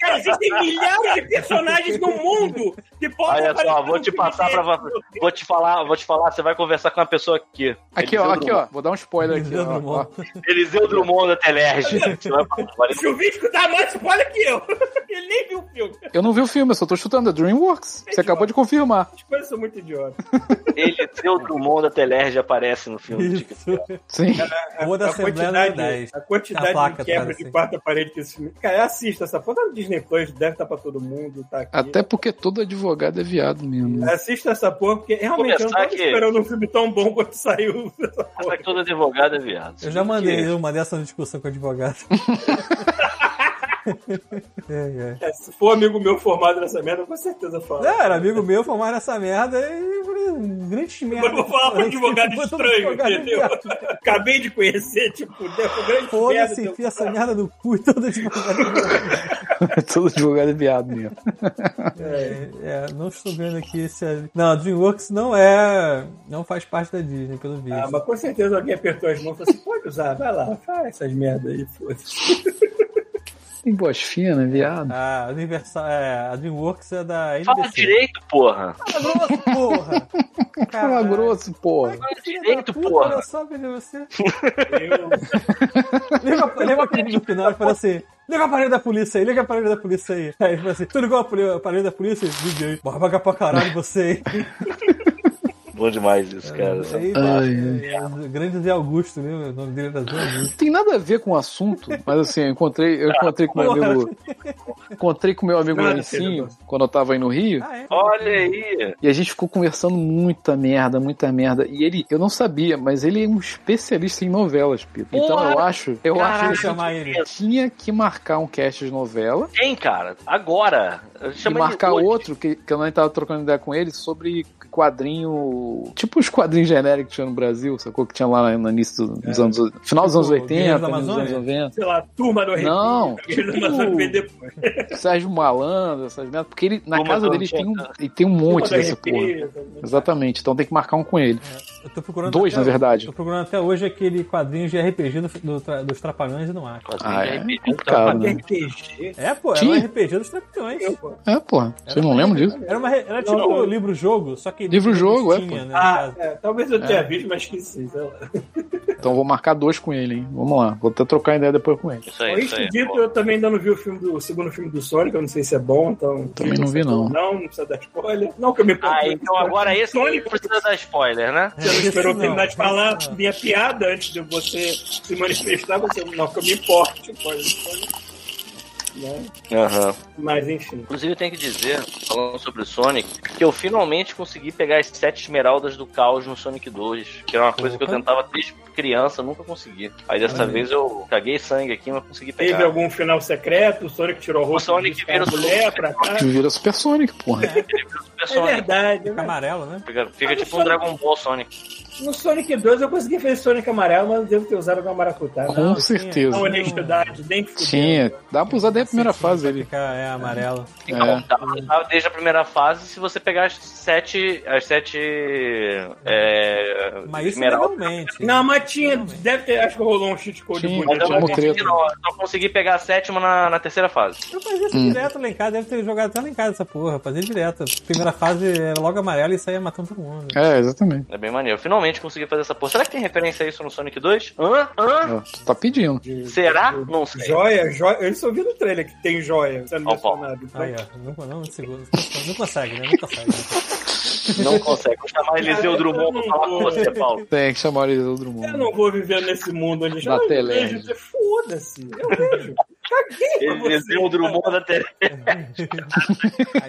Speaker 4: Cara, existem milhares de personagens no mundo que podem
Speaker 1: Olha
Speaker 4: aparecer
Speaker 1: só, vou
Speaker 4: no
Speaker 1: te
Speaker 4: filme
Speaker 1: passar pra
Speaker 4: dele.
Speaker 1: você. Vou te falar, vou te falar, você vai conversar com uma pessoa aqui.
Speaker 2: Aqui, ó, aqui, ó. Vou dar um spoiler aqui.
Speaker 3: Leandro
Speaker 2: ó, ó.
Speaker 3: Motta.
Speaker 1: Eliseu Drummond da Telerge. Você vai falar, olha,
Speaker 4: O Chuvisco dá mais tá spoiler que eu. Ele nem viu o filme.
Speaker 2: Eu não vi o filme, eu só tô chutando. É Dreamworks. Você acabou de confirmar.
Speaker 4: As coisas são muito idiotas.
Speaker 1: Eliseu Drummond da Telerge aparece no filme. do Tic
Speaker 3: Isso.
Speaker 1: Tac.
Speaker 2: Sim.
Speaker 3: Rua da
Speaker 4: a
Speaker 3: Assembleia número
Speaker 4: quantidade,
Speaker 3: 10.
Speaker 4: a
Speaker 3: Tem
Speaker 4: quantidade
Speaker 3: a placa
Speaker 4: de quebra
Speaker 3: atrás,
Speaker 4: de
Speaker 3: assim.
Speaker 4: quarta parede que esse filme. Cara, assista essa foto do Disney Plus, deve estar pra todo mundo, tá aqui.
Speaker 2: Até porque todo advogado é viado mesmo.
Speaker 4: Assista essa porra, porque realmente eu não
Speaker 1: Começar
Speaker 4: tava
Speaker 1: que-
Speaker 4: esperando um filme tão bom quanto saiu.
Speaker 1: Mas todo advogado é viado.
Speaker 3: Eu
Speaker 2: assim,
Speaker 3: já mandei,
Speaker 1: Que-
Speaker 2: é.
Speaker 3: eu mandei essa discussão com o advogado. é, é.
Speaker 4: É, Se for amigo meu formado nessa merda, eu com certeza falo.
Speaker 3: Não, É, era amigo meu, formar nessa merda e eu falei, um grande merda.
Speaker 4: Eu vou falar pra um advogado
Speaker 3: Botou um
Speaker 4: estranho,
Speaker 3: advogado
Speaker 4: entendeu?
Speaker 3: viado.
Speaker 4: Acabei de conhecer, tipo, deu um grande merda,
Speaker 3: Foda-se,
Speaker 4: deu-
Speaker 3: enfia essa merda no cu e todo advogado.
Speaker 2: todo advogado é viado mesmo.
Speaker 3: É, é, não estou vendo aqui se é... Não, a DreamWorks não é... Não faz parte da Disney, pelo visto.
Speaker 4: Ah, mas com certeza alguém apertou as mãos e falou assim: pode usar, vai lá, faz essas merdas aí, foda-se.
Speaker 2: Tem voz fina, viado.
Speaker 3: Ah, Universal, é, a DreamWorks é da NBC.
Speaker 1: Fala direito, porra.
Speaker 3: Fala grosso, porra!
Speaker 2: Fala
Speaker 3: Caralho.
Speaker 2: grosso, porra.
Speaker 1: Fala
Speaker 3: Filha da
Speaker 1: direito,
Speaker 3: puta,
Speaker 1: porra.
Speaker 3: Olha só, veja você.
Speaker 4: Eu-
Speaker 3: Liga, liga a parede no final e fala assim: liga a parede da polícia aí, liga a parede da polícia aí. Aí ele fala assim: tu ligou a poli- a parede da polícia? Liguei. Bora pagar pra caralho você aí.
Speaker 1: Bom demais isso, cara.
Speaker 3: aí
Speaker 2: Ai,
Speaker 3: é, grande Zé Augusto, né? O nome dele era Zé Augusto.
Speaker 2: Não tem nada a ver com o assunto, mas assim, eu encontrei, eu encontrei com meu amigo. Encontrei com meu amigo
Speaker 4: Nada,
Speaker 2: Lencinho, quando eu tava aí no Rio,
Speaker 3: Ah, é?
Speaker 1: Olha aí.
Speaker 2: e a gente ficou conversando muita merda, muita merda. E ele, eu não sabia, mas ele é um especialista em novelas, Pito. Então eu
Speaker 1: Porra!
Speaker 2: acho, eu
Speaker 3: Vou
Speaker 2: acho que
Speaker 3: chamar ele.
Speaker 2: eu tinha que marcar um cast de novela
Speaker 1: Tem, cara. Agora. Eu
Speaker 2: e
Speaker 1: chamei ele
Speaker 2: marcar
Speaker 1: hoje.
Speaker 2: outro, que, que eu não tava trocando ideia com ele, sobre quadrinho. Tipo os quadrinhos genéricos que tinha no Brasil, sacou? Que tinha lá no início do- dos anos. Final dos anos
Speaker 3: É, Tipo,
Speaker 2: 80,
Speaker 3: Guerreiros da
Speaker 2: nos anos
Speaker 3: Amazônia?
Speaker 2: 90.
Speaker 4: sei lá, turma do Arrepio.
Speaker 2: Não, um
Speaker 4: Ele não mandou me depois.
Speaker 2: Sérgio Malandro, essas merdas. Porque ele, na
Speaker 1: Vamos
Speaker 2: casa
Speaker 1: lá,
Speaker 2: dele
Speaker 1: vamos
Speaker 2: tem um, ele tem um monte
Speaker 4: Turma do
Speaker 2: dessa porra.
Speaker 4: Arrepio, sabe?
Speaker 2: Exatamente, então tem que marcar um com ele.
Speaker 3: Eu tô procurando.
Speaker 2: Dois,
Speaker 3: até-
Speaker 2: na verdade.
Speaker 3: Tô procurando até hoje aquele quadrinho de RPG do, do tra- dos Trapalhões e não acho.
Speaker 1: assim,
Speaker 2: Ah, é
Speaker 1: RPG.
Speaker 2: complicado, né?
Speaker 4: RPG.
Speaker 3: É, pô, era
Speaker 2: Tinha?
Speaker 3: um RPG dos Trapalhões.
Speaker 4: Eu, pô.
Speaker 2: É, porra, vocês não lembram disso?
Speaker 3: Era, uma, re- era tipo
Speaker 4: Não.
Speaker 3: livro-jogo, só que.
Speaker 2: Livro-jogo, é,
Speaker 3: tinha,
Speaker 2: pô.
Speaker 3: Né, no
Speaker 4: Ah,
Speaker 3: caso.
Speaker 4: é, talvez eu tenha visto, mas esqueci. sei lá.
Speaker 2: Então eu vou marcar dois com ele, hein? Vamos lá, vou até trocar ideia depois com ele.
Speaker 1: Isso
Speaker 4: Bom,
Speaker 1: aí, isso
Speaker 4: Isso
Speaker 1: aí. é
Speaker 4: dito,
Speaker 1: Pô,
Speaker 4: eu também ainda não vi o, filme do, o segundo filme do Sonic, eu não sei se é bom, então.
Speaker 2: Também não vi, não.
Speaker 4: Não, não precisa dar spoiler. Não que eu me
Speaker 1: Ah, então agora esse não
Speaker 4: tá Sonic
Speaker 1: precisa dar spoiler, né?
Speaker 4: Você não esperou
Speaker 3: Isso não,
Speaker 4: É,
Speaker 3: né?
Speaker 4: terminar de falar
Speaker 3: isso não.
Speaker 4: minha piada antes de você se manifestar, você não que eu me importe, tipo, pode. pode, né? Mas enfim.
Speaker 1: Inclusive, eu tenho que dizer, falando sobre o Sonic, que eu finalmente consegui pegar as sete esmeraldas do caos no Sonic 2, que era uma coisa que eu
Speaker 3: Opa.
Speaker 1: tentava desde criança, nunca consegui. Aí dessa vez eu caguei sangue aqui, mas consegui
Speaker 4: Teve
Speaker 1: pegar.
Speaker 4: algum final secreto? O Sonic tirou a roupa.
Speaker 1: Tá. O Sonic
Speaker 4: disse pra
Speaker 1: vira o
Speaker 4: mulher
Speaker 1: Sonic.
Speaker 4: pra cá.
Speaker 3: É.
Speaker 2: Que vira Super Sonic, porra.
Speaker 1: Super
Speaker 4: É
Speaker 1: Sonic.
Speaker 4: verdade.
Speaker 3: Fica
Speaker 4: né?
Speaker 3: amarelo, né?
Speaker 1: Fica, fica
Speaker 4: Mas o
Speaker 1: tipo um
Speaker 4: Sonic-
Speaker 1: Dragon Ball Sonic.
Speaker 4: No Sonic 2 eu consegui fazer Sonic amarelo, mas eu devo ter usado uma maracutá.
Speaker 2: Com
Speaker 4: Não,
Speaker 3: Não,
Speaker 2: certeza.
Speaker 4: não
Speaker 3: tinha.
Speaker 4: honestidade, nem fudeu.
Speaker 2: Tinha, dá pra usar desde a primeira fase
Speaker 3: Vai
Speaker 2: ele.
Speaker 3: ficar, é, amarelo.
Speaker 1: Então,
Speaker 2: É.
Speaker 1: dá pra usar desde a primeira fase, se você pegar as sete. As sete. É,
Speaker 3: Mas isso
Speaker 1: esmeraldas.
Speaker 3: legalmente.
Speaker 4: Não, mas tinha. Deve ter. Acho que rolou um cheat code
Speaker 2: Tinha,
Speaker 1: Mas eu
Speaker 4: bonito.
Speaker 1: não
Speaker 2: Chamou
Speaker 1: consegui,
Speaker 2: treta.
Speaker 1: não. Eu só consegui pegar a sétima na, na terceira fase.
Speaker 3: Eu fazia
Speaker 2: Hum.
Speaker 3: isso direto lá em casa, deve ter jogado até lá em casa essa porra. Fazia direto. Primeira fase era logo amarelo e saía matando todo mundo.
Speaker 2: É, exatamente.
Speaker 1: É bem maneiro. Finalmente consegui fazer essa porra. Será que tem referência a isso no Sonic 2? Hã? Hã?
Speaker 2: Ó, tu tá pedindo.
Speaker 1: Será? Não sei.
Speaker 4: Joia, joia. Eu só vi no trailer que tem joia sendo
Speaker 1: Ó, ó.
Speaker 4: mencionado. Então,
Speaker 3: Aí, ó. Não, não, segundo, não consegue, né? Não consegue. né?
Speaker 1: Não consegue. Vou chamar Eliseu Drummond pra falar com você, Paulo.
Speaker 2: Tem que chamar eles outro
Speaker 4: Eu
Speaker 2: mundo.
Speaker 4: não vou viver nesse mundo onde já
Speaker 2: Da
Speaker 4: não
Speaker 2: Telege.
Speaker 4: vejo. Foda-se. Eu vejo. Caguei pra você.
Speaker 1: Eliseu Drummond da TV.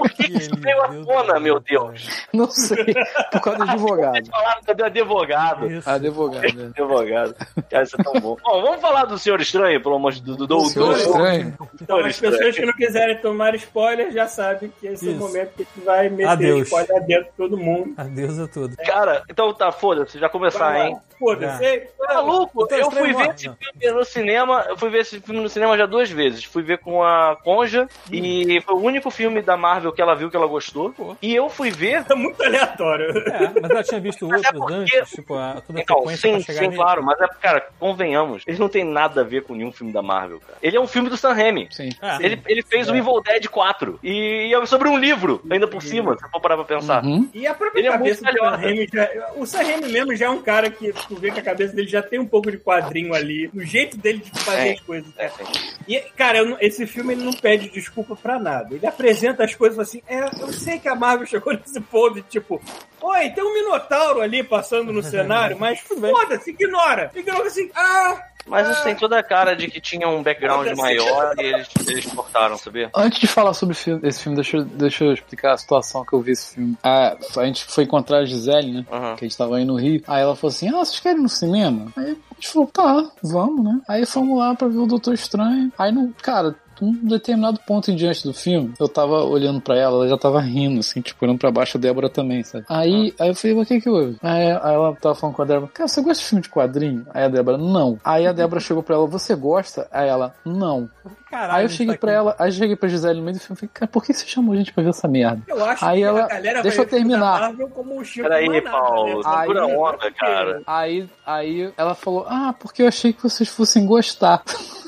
Speaker 3: Aqui,
Speaker 1: isso veio à
Speaker 3: Deus
Speaker 1: tona,
Speaker 3: do-
Speaker 1: meu Deus?
Speaker 2: Não sei, por causa do advogado.
Speaker 1: Falaram que eu advogado.
Speaker 3: Isso.
Speaker 2: Advogado, né?
Speaker 1: Advogado. Cara, isso é tão bom. Bom, vamos falar do Senhor Estranho, pelo amor de Deus. Do, do,
Speaker 2: O senhor
Speaker 1: do-
Speaker 2: estranho?
Speaker 4: Então, as pessoas que não quiserem tomar spoiler já sabem que esse é o
Speaker 3: Isso.
Speaker 4: momento que tu vai meter
Speaker 3: Adeus.
Speaker 4: spoiler dentro de todo mundo.
Speaker 3: Adeus a tudo.
Speaker 1: Cara, então tá, foda-se, já começar,
Speaker 4: Vai
Speaker 1: hein?
Speaker 4: lá. Foda-se. é,
Speaker 3: Já.
Speaker 4: Ei,
Speaker 1: Tá maluco?
Speaker 3: Então,
Speaker 1: eu
Speaker 3: estranho
Speaker 1: fui ver
Speaker 3: morre,
Speaker 1: esse
Speaker 3: não.
Speaker 1: filme no cinema, eu fui ver esse filme no cinema já duas vezes. Fui ver com a Conja e foi o único filme da Marvel que ela viu que ela gostou.
Speaker 3: Pô.
Speaker 1: E eu fui ver.
Speaker 4: É muito aleatório.
Speaker 3: É, mas ela tinha visto
Speaker 1: Mas é
Speaker 3: outros
Speaker 1: porque-
Speaker 3: antes, tipo, a, toda a
Speaker 1: Então,
Speaker 3: sequência
Speaker 1: sim,
Speaker 3: pra chegar
Speaker 1: sim,
Speaker 3: nele.
Speaker 1: claro, mas é, cara, convenhamos, ele não tem nada a ver com nenhum filme da Marvel, cara. Ele é um filme do Sam Raimi.
Speaker 2: Sim.
Speaker 3: Ah,
Speaker 1: Ele, ele fez o Evil Dead 4 e é sobre um livro, ainda
Speaker 3: Uhum.
Speaker 1: por cima, se eu for parar pra pensar.
Speaker 2: Uhum.
Speaker 4: E a própria
Speaker 1: Ele é
Speaker 4: cabeça
Speaker 1: muito
Speaker 4: do Sam
Speaker 1: calhorda.
Speaker 4: Raimi já, O Sam Raimi mesmo já é um cara que tu vê que a cabeça dele já tem um pouco de quadrinho ali, no jeito dele de fazer
Speaker 1: É.
Speaker 4: as coisas.
Speaker 1: É, sim.
Speaker 4: E, cara, eu não- esse filme ele não pede desculpa pra nada. Ele apresenta as coisas assim. É, eu sei que a Marvel chegou nesse ponto de tipo, oi, tem um Minotauro ali passando no cenário, mas foda-se, ignora. Ignora assim, ah,
Speaker 1: Mas isso tem toda a cara de que tinha um background
Speaker 2: é
Speaker 1: maior e eles, eles cortaram, sabia?
Speaker 2: Antes de falar sobre fi- esse filme, deixa, eu- deixa eu explicar a situação que eu vi esse filme. Ah, a gente foi encontrar a Gisele, né?
Speaker 1: Aham.
Speaker 2: Que a gente tava aí no Rio. Aí ela falou assim: Ah, vocês querem ir no cinema? Aí a gente falou: Tá, vamos, né? Aí fomos lá pra ver o Doutor Estranho. Aí, no, cara, um determinado ponto em diante do filme, eu tava olhando pra ela, ela já tava rindo, assim, tipo, olhando pra baixo, a Débora também, sabe? Aí, aí eu falei, mas o que que houve? Aí, aí ela tava falando com a Débora, cara, você gosta de filme de quadrinho? Aí a Débora, não. Aí a Débora chegou pra ela, você gosta? Aí ela, não.
Speaker 3: Caralho,
Speaker 2: Aí eu cheguei
Speaker 3: tá
Speaker 2: pra
Speaker 3: aqui.
Speaker 2: ela, aí eu cheguei pra Gisele no meio do filme e falei, cara, por que você chamou a gente pra ver essa merda?
Speaker 4: eu acho
Speaker 2: Aí
Speaker 4: que
Speaker 2: ela-
Speaker 4: a galera
Speaker 2: deixa eu
Speaker 4: vai ver o
Speaker 2: terminar.
Speaker 4: da Marvel como o Chico
Speaker 1: Peraí,
Speaker 4: Maná,
Speaker 1: Paulo,
Speaker 4: né?
Speaker 1: segura a
Speaker 2: Aí-
Speaker 1: onda, cara.
Speaker 2: Aí, aí ela falou, ah, porque eu achei que vocês fossem gostar.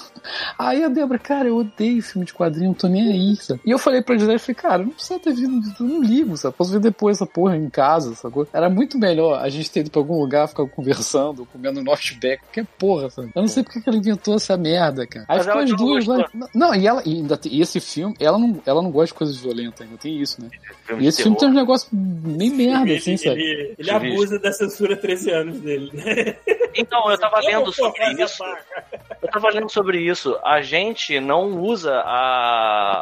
Speaker 2: Aí a Débora, cara, eu odeio filme de quadrinho, não tô nem aí, sabe? E eu falei pra Gisele, falei, cara, não precisa ter vindo, eu não ligo, sabe? Posso ver depois essa porra em casa, sacou? Era muito melhor a gente ter ido pra algum lugar, ficar conversando, comendo Northback, qualquer porra, sabe? Eu não sei porque que ela inventou essa merda, cara. Aí
Speaker 1: Mas
Speaker 2: ficou
Speaker 1: ela
Speaker 2: as
Speaker 1: não
Speaker 2: duas lá.
Speaker 1: gostou.
Speaker 2: Não, e ela, e ainda tem- e esse filme, ela não, ela não gosta de coisas violentas, ainda tem isso, né?
Speaker 1: Filme
Speaker 2: E
Speaker 1: de
Speaker 2: esse filme tem
Speaker 1: terror.
Speaker 2: uns negócios nem merda,
Speaker 4: Ele,
Speaker 2: assim, sabe?
Speaker 4: ele- ele abusa da censura 13 anos dele, né?
Speaker 1: Então, eu tava
Speaker 4: Como
Speaker 1: lendo sobre
Speaker 4: forçar essa
Speaker 1: isso.
Speaker 4: barra?
Speaker 1: Eu tava lendo sobre isso. A gente não usa a,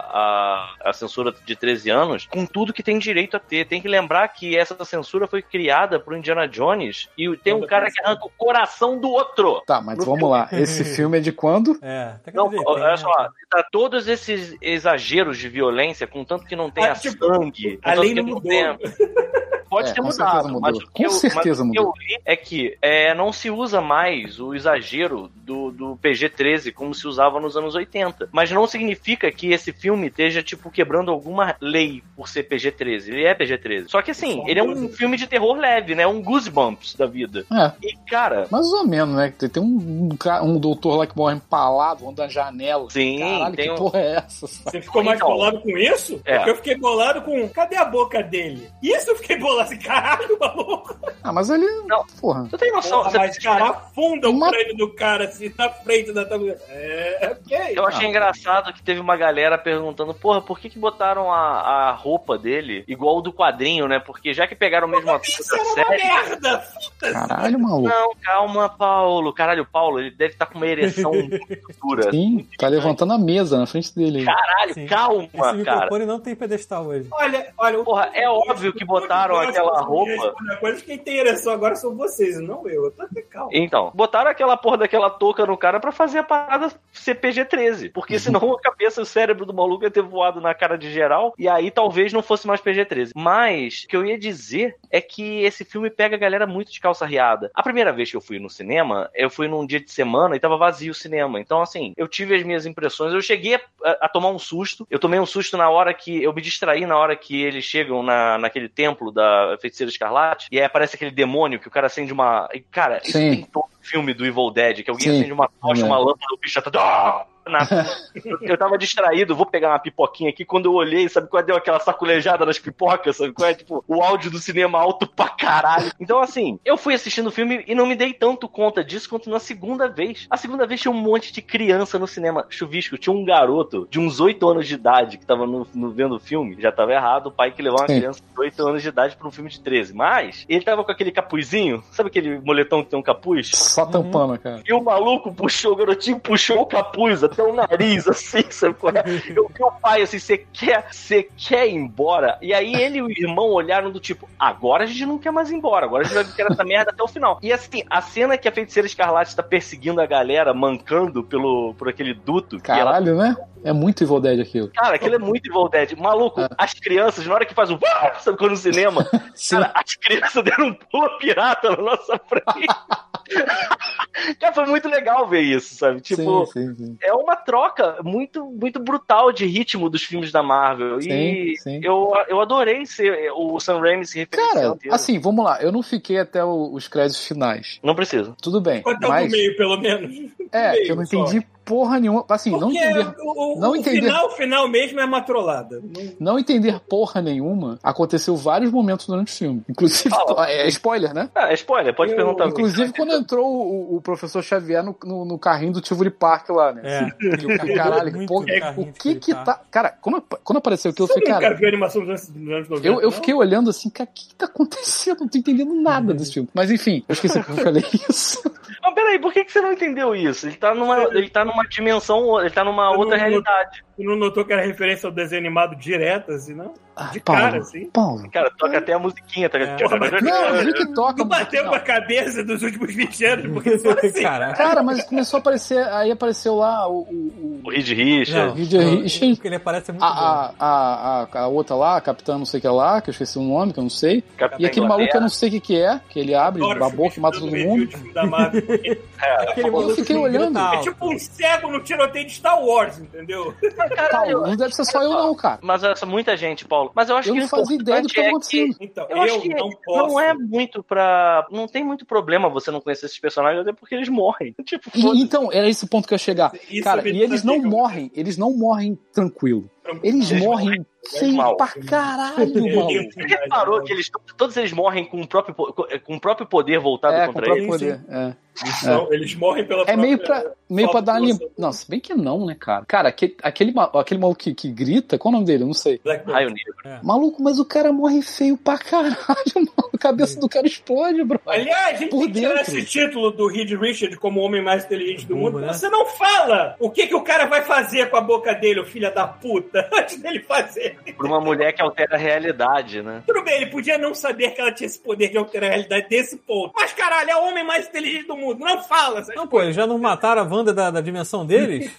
Speaker 1: a, a censura de 13 anos com tudo que tem direito a ter. Tem que lembrar que essa censura foi criada pro Indiana Jones e tem um cara que arranca o coração do outro.
Speaker 2: Tá, mas vamos lá. Esse filme é de quando?
Speaker 3: É, até que
Speaker 1: Não,
Speaker 3: eu vi,
Speaker 1: olha
Speaker 3: tem-
Speaker 1: só, tá todos esses exageros de violência, contanto que não tenha
Speaker 4: Ah, tipo,
Speaker 1: sangue,
Speaker 4: a
Speaker 1: contanto
Speaker 4: lei
Speaker 1: que
Speaker 4: não mudou.
Speaker 1: tenha- Pode
Speaker 2: É,
Speaker 1: ter
Speaker 2: com
Speaker 1: mudado,
Speaker 2: certeza
Speaker 1: mas
Speaker 2: mudou.
Speaker 1: o que,
Speaker 2: Com
Speaker 1: eu, mas
Speaker 2: certeza
Speaker 1: o que eu li é que é, não se usa mais o exagero do, do PG-13 como se usava nos anos 80. Mas não significa que esse filme esteja, tipo, quebrando alguma lei por ser PG-13. Ele é PG-13. Só que,
Speaker 4: Então,
Speaker 1: assim, ele é um filme de terror leve, né? Um Goosebumps da vida.
Speaker 2: É,
Speaker 1: E, cara...
Speaker 2: mais ou menos, né? Tem, tem um, um, cara- um doutor lá que morre empalado, anda na janela.
Speaker 1: Sim,
Speaker 2: Caralho,
Speaker 1: tem
Speaker 2: que
Speaker 1: um-
Speaker 2: porra é essa? sabe?
Speaker 4: Você ficou mais
Speaker 1: Então.
Speaker 4: bolado com isso?
Speaker 1: É.
Speaker 4: Porque eu fiquei bolado com. Cadê a boca dele? Isso eu fiquei bolado assim, caralho, maluco.
Speaker 2: Ah, mas ele.
Speaker 1: Não.
Speaker 2: Porra.
Speaker 1: Tu tem noção?
Speaker 4: Porra,
Speaker 1: você-
Speaker 4: mas, cara, afunda
Speaker 2: tá Uma-
Speaker 4: o crânio do cara assim na frente da tabela. É, ok.
Speaker 1: Eu achei engraçado que teve uma galera perguntando, porra, por que, que botaram a, a roupa dele igual o do quadrinho, né? Porque já que pegaram o mesmo ator
Speaker 2: tá
Speaker 4: Isso
Speaker 1: da
Speaker 4: era uma
Speaker 1: série.
Speaker 4: merda! Foda-se!
Speaker 2: Caralho, maluco.
Speaker 1: Não, calma, Paulo. Caralho, o Paulo, ele deve estar com uma ereção muito dura.
Speaker 2: Sim, tá levantando a mesa na frente dele.
Speaker 1: Caralho,
Speaker 3: Sim. Esse
Speaker 1: calma, cara.
Speaker 3: microfone é não tem pedestal hoje.
Speaker 4: Olha, olha, o-
Speaker 1: Porra, é óbvio que botaram
Speaker 4: Eu
Speaker 1: aquela
Speaker 4: acho que eu
Speaker 1: roupa.
Speaker 4: respondo a Coisa, quem tem ereção agora são vocês, não eu. Eu tô até calmo.
Speaker 1: Então, botaram aquela porra daquela touca no cara pra fazer a parada CPG-13. Porque senão a cabeça e o cérebro do maluco ia ter voado na cara de geral. E aí talvez não fosse mais PG-13. Mas o que eu ia dizer é que esse filme pega a galera muito de calça riada. A primeira vez que eu fui no cinema, eu fui num dia de semana e tava vazio o cinema. Então, assim, eu tive as minhas impressões. Eu cheguei a, a tomar um susto. Eu tomei um susto na hora que. Eu me distraí na hora que eles chegam na, naquele templo da feiticeira escarlate. E aí aparece aquele demônio que o cara acende uma. e, Cara, isso
Speaker 2: Sim.
Speaker 1: tem todo filme do Evil Dead, que alguém
Speaker 2: Sim, é.
Speaker 1: acende uma tocha,
Speaker 2: também.
Speaker 1: uma lâmpada, o bicho tá. Ah! Na- Eu- Eu tava distraído, vou pegar uma pipoquinha aqui. Quando eu olhei, sabe qual é? deu aquela sacolejada nas pipocas? Sabe qual é? Tipo, o áudio do cinema alto pra caralho. Então, assim, eu fui assistindo o filme e não me dei tanto conta disso quanto na segunda vez. A segunda vez tinha um monte de criança no cinema. Chuvisco, tinha um garoto de uns 8 anos de idade que tava no, no- vendo o filme. Já tava errado o pai que levar uma
Speaker 2: Sim.
Speaker 1: criança de 8 anos de idade pra um filme de 13. Mas, ele tava com aquele capuzinho, sabe aquele moletom que tem um capuz?
Speaker 2: Só tampando, cara.
Speaker 1: E o maluco puxou, o garotinho puxou o capuz até o nariz, assim, sabe qual é? Eu vi o pai assim, você quer, você quer ir embora? E aí ele e o irmão olharam do tipo, agora a gente não quer mais ir embora, agora a gente vai ficar nessa merda até o final. E assim, a cena que a feiticeira escarlate tá perseguindo a galera, mancando pelo, por aquele duto. que ela-
Speaker 2: Caralho, né? É muito Evil Dead aquilo.
Speaker 1: Cara, aquilo é muito Evil Dead. Maluco, as crianças, na hora que faz o "Uau", sabe quando no cinema,
Speaker 2: Ah. Sim.
Speaker 1: cara, as crianças deram um pulo pirata na nossa frente. cara, foi muito legal ver isso, sabe? Tipo,
Speaker 2: sim, sim, sim.
Speaker 1: é uma troca muito, muito brutal de ritmo dos filmes da Marvel.
Speaker 2: Sim,
Speaker 1: e
Speaker 2: sim.
Speaker 1: Eu, eu adorei ser o Sam Raimi se
Speaker 2: Cara,
Speaker 1: referenciando.
Speaker 2: assim, vamos lá. Eu não fiquei até o- os créditos finais.
Speaker 1: Não precisa.
Speaker 2: Tudo bem.
Speaker 4: Quanto é o do
Speaker 2: Mas.
Speaker 4: meio, pelo menos?
Speaker 2: É,
Speaker 4: meio
Speaker 2: que eu não
Speaker 4: só.
Speaker 2: entendi porra nenhuma. Assim, não
Speaker 4: Porque
Speaker 2: entender.
Speaker 4: o, o-
Speaker 2: não
Speaker 4: o
Speaker 2: entender.
Speaker 4: final, o final mesmo é uma trollada. Não-
Speaker 2: Não entender porra nenhuma aconteceu vários momentos durante o filme. Inclusive, é spoiler, né?
Speaker 1: Ah, é spoiler, pode
Speaker 4: Eu-
Speaker 1: perguntar.
Speaker 2: Inclusive quando entrou o, o professor Xavier no, no- no carrinho do Tivoli Park lá, né?
Speaker 3: É.
Speaker 2: Aquele ca- Caralho, que
Speaker 3: Muito
Speaker 2: porra,
Speaker 3: carrinho
Speaker 2: o
Speaker 3: de
Speaker 2: que
Speaker 3: Tivoli
Speaker 2: que
Speaker 3: Park.
Speaker 2: tá. Cara, como, quando apareceu aquilo, eu
Speaker 4: Você
Speaker 2: falei,
Speaker 4: nunca
Speaker 2: cara.
Speaker 4: viu animação dos anos, dos anos 90?
Speaker 2: Eu, eu
Speaker 4: é não?
Speaker 2: fiquei olhando assim, cara, o que, que tá acontecendo? Não tô entendendo nada desse filme. Mas enfim, eu esqueci que eu falei isso.
Speaker 1: Mas peraí, por que, que você não entendeu isso? Ele tá numa, ele tá numa dimensão, ele tá numa
Speaker 4: Eu
Speaker 1: outra
Speaker 4: não-
Speaker 1: realidade.
Speaker 4: Tu não notou que era referência ao desenho animado direto, assim, não?
Speaker 2: Ah,
Speaker 4: De
Speaker 2: Paulo,
Speaker 4: cara, assim.
Speaker 2: Paulo.
Speaker 1: Cara, toca até a musiquinha. Tá...
Speaker 3: É.
Speaker 2: Não, ele que toca.
Speaker 4: Tu
Speaker 2: mas-
Speaker 4: bateu
Speaker 2: não. Hum,
Speaker 4: com a cabeça dos últimos 20 anos, porque só assim.
Speaker 3: Caraca.
Speaker 2: Cara, mas começou a aparecer. Aí apareceu lá o. o- o-
Speaker 1: O Reed Richard.
Speaker 4: É,
Speaker 3: Não, é
Speaker 2: Reed Richards.
Speaker 3: porque ele parece muito
Speaker 4: Ah,
Speaker 2: a,
Speaker 3: bom.
Speaker 2: a, a, a, a outra lá, a capitã não sei o que lá, que eu esqueci o nome, que eu não sei.
Speaker 1: Capitão
Speaker 2: E aquele maluco que eu
Speaker 1: Inglaterra.
Speaker 2: não sei o que, que é, que ele abre
Speaker 4: Adoro
Speaker 2: a
Speaker 4: filme
Speaker 2: boca e mata
Speaker 4: de
Speaker 2: todo
Speaker 4: filme
Speaker 2: mundo.
Speaker 4: de filme da Marvel. ah,
Speaker 3: Aquele
Speaker 2: eu
Speaker 3: maluco
Speaker 2: fiquei
Speaker 3: que
Speaker 2: olhando.
Speaker 3: grita
Speaker 4: É
Speaker 3: alto.
Speaker 4: tipo um cego no tiroteio de Star Wars, entendeu?
Speaker 2: Paulo, não deve ser só eu, não, cara.
Speaker 1: Mas essa muita gente, Paulo. Mas eu acho
Speaker 2: né? Eu
Speaker 1: que
Speaker 2: não fazia ideia do que
Speaker 1: é
Speaker 2: tava acontecendo.
Speaker 4: Então,
Speaker 1: Eu, acho que não,
Speaker 4: não posso.
Speaker 1: é muito pra. Não tem muito problema você não conhecer esses personagens, até porque eles morrem. Tipo,
Speaker 2: E-
Speaker 1: foda-se.
Speaker 2: então, era esse o ponto que eu ia chegar.
Speaker 4: Isso é
Speaker 2: cara,
Speaker 4: me um
Speaker 2: e eles não
Speaker 4: desafia,
Speaker 2: morrem, eles não morrem tranquilo. Eles
Speaker 1: Eles
Speaker 2: morrem feio
Speaker 1: mal. um
Speaker 2: pra caralho, É, mal.
Speaker 1: Você reparou que eles, todos eles morrem com o próprio, po- com o próprio poder voltado
Speaker 2: É, com o
Speaker 1: contra eles?
Speaker 2: próprio poder. É,
Speaker 4: Eles, não- eles morrem pela
Speaker 2: É meio
Speaker 4: própria-
Speaker 2: pra, meio pra dar uma limpa.
Speaker 4: Nossa.
Speaker 2: Não, se bem que não, né, cara? Cara, aquele, aquele, ma- aquele maluco que, que grita, qual o nome dele? Eu não sei.
Speaker 4: Black Bolt.
Speaker 1: Raio negro.
Speaker 2: Maluco, mas o cara morre feio pra caralho, mano. A cabeça do cara explode, bro.
Speaker 4: Aliás, a gente
Speaker 2: Por
Speaker 4: tem que tirar
Speaker 2: dentro.
Speaker 4: esse título do Reed Richard como o homem mais inteligente do
Speaker 3: Hum,
Speaker 4: mundo.
Speaker 3: né?
Speaker 4: Você não fala o que, que o cara vai fazer com a boca dele, o filho da puta, antes dele fazer.
Speaker 1: Por uma mulher que altera a realidade, né?
Speaker 4: Tudo bem, ele podia não saber que ela tinha esse poder de alterar a realidade desse ponto. Mas caralho, é o homem mais inteligente do mundo. Não fala, sabe?
Speaker 3: Não, pô, eles já não mataram a Wanda da, da dimensão deles?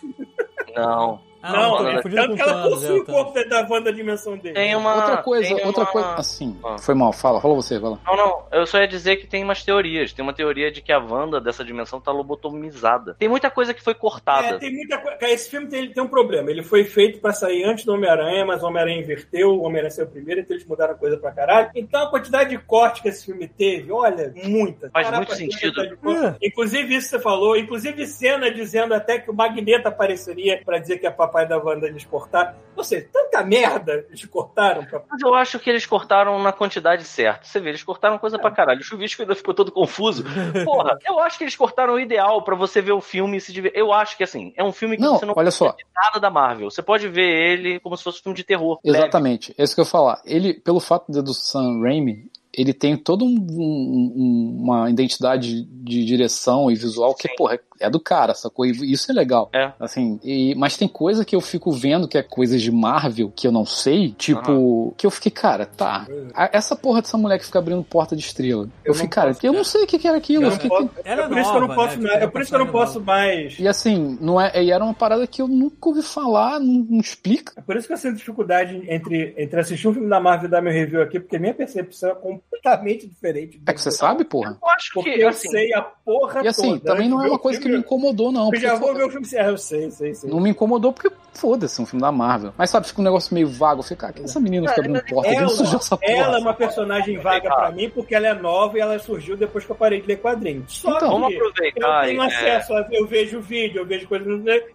Speaker 1: Não.
Speaker 3: Ah,
Speaker 4: não, é né?
Speaker 3: tô
Speaker 1: não,
Speaker 3: confundindo
Speaker 4: tanto
Speaker 3: com
Speaker 4: que ela
Speaker 3: Thanos,
Speaker 4: possui
Speaker 3: é,
Speaker 4: o corpo da, da Wanda dimensão dele.
Speaker 1: Tem uma.
Speaker 2: outra coisa,
Speaker 1: tem
Speaker 2: outra
Speaker 1: uma-
Speaker 2: coisa. Assim,
Speaker 1: Ah.
Speaker 2: foi mal, fala, fala você, vai lá.
Speaker 1: Não, não. Eu só ia dizer que tem umas teorias. Tem uma teoria de que a Wanda dessa dimensão tá lobotomizada. Tem muita coisa que foi cortada.
Speaker 4: É, tem muita coisa. Cara, Esse filme tem, tem um problema. Ele foi feito pra sair antes do Homem-Aranha, mas o Homem-Aranha inverteu, o Homem-Aranha saiu primeiro, então eles mudaram a coisa pra caralho. Então a quantidade de corte que esse filme teve, olha, muita.
Speaker 1: Faz
Speaker 4: Caraca,
Speaker 1: muito
Speaker 4: tem
Speaker 1: sentido.
Speaker 4: quantidade de corte.
Speaker 3: É.
Speaker 4: Inclusive, isso que você falou, inclusive cena dizendo até que o Magneto apareceria pra dizer que é papai da Wanda eles cortaram. Ou seja, tanta merda eles cortaram pra.
Speaker 1: Mas eu acho que eles cortaram na quantidade certa. Você vê, eles cortaram coisa pra caralho. O chuvisco ainda ficou todo confuso. Porra, eu acho que eles cortaram o ideal pra você ver o filme e se divertir. Eu acho que, assim, é um filme que
Speaker 2: Não,
Speaker 1: você não
Speaker 2: olha só,
Speaker 1: nada da Marvel. Você pode ver ele como se fosse um filme de terror.
Speaker 2: exatamente, é isso que eu ia falar. Ele, pelo fato de- do Sam Raimi, ele tem toda um- um- uma identidade de direção e visual que,
Speaker 1: Sim.
Speaker 2: porra, é do cara, sacou? E isso é legal.
Speaker 1: É.
Speaker 2: Assim, e- mas tem coisa que eu fico vendo que é coisas de Marvel que eu não sei, tipo, que eu fiquei, cara, tá. a- essa porra dessa mulher que fica abrindo porta de estrela. Eu,
Speaker 4: não
Speaker 2: fiquei, cara,
Speaker 4: posso,
Speaker 2: eu
Speaker 4: cara.
Speaker 2: não sei o que que era aquilo.
Speaker 4: Eu
Speaker 2: Eu
Speaker 4: não
Speaker 2: fiquei,
Speaker 4: posso-
Speaker 3: Ela
Speaker 4: é por isso que eu não
Speaker 3: nova,
Speaker 4: posso,
Speaker 3: né?
Speaker 4: mais- é por isso que eu não posso mais.
Speaker 2: E assim, não é, e era uma parada que eu nunca ouvi falar, não, não explica.
Speaker 4: É por isso que eu sinto dificuldade entre, entre assistir um filme da Marvel e dar meu review aqui, porque minha percepção é completamente diferente. do-
Speaker 2: É que você sabe, porra.
Speaker 1: Eu acho
Speaker 4: Porque
Speaker 1: que,
Speaker 4: eu
Speaker 1: assim,
Speaker 4: sei a porra
Speaker 2: E assim,
Speaker 4: toda.
Speaker 2: também não é
Speaker 4: Eu
Speaker 2: uma coisa que me
Speaker 4: filme-
Speaker 2: incomodou, não.
Speaker 4: Eu já
Speaker 2: porque,
Speaker 4: vou ver o filme. Ah, eu sei, sei, sei.
Speaker 2: Não me incomodou porque, foda-se, é um filme da Marvel. Mas sabe, fica um negócio meio vago. Eu fiquei, cara, que essa menina fica abrindo porta? Ela,
Speaker 4: Ela-
Speaker 2: sujar essa porra.
Speaker 4: Ela é uma personagem vaga pra mim porque ela é nova e ela surgiu depois que eu parei de ler quadrinhos. Só
Speaker 2: Então,
Speaker 1: vamos
Speaker 4: que eu
Speaker 1: aproveitar.
Speaker 4: tenho
Speaker 1: é,
Speaker 4: acesso, a- eu vejo vídeo, eu vejo coisas,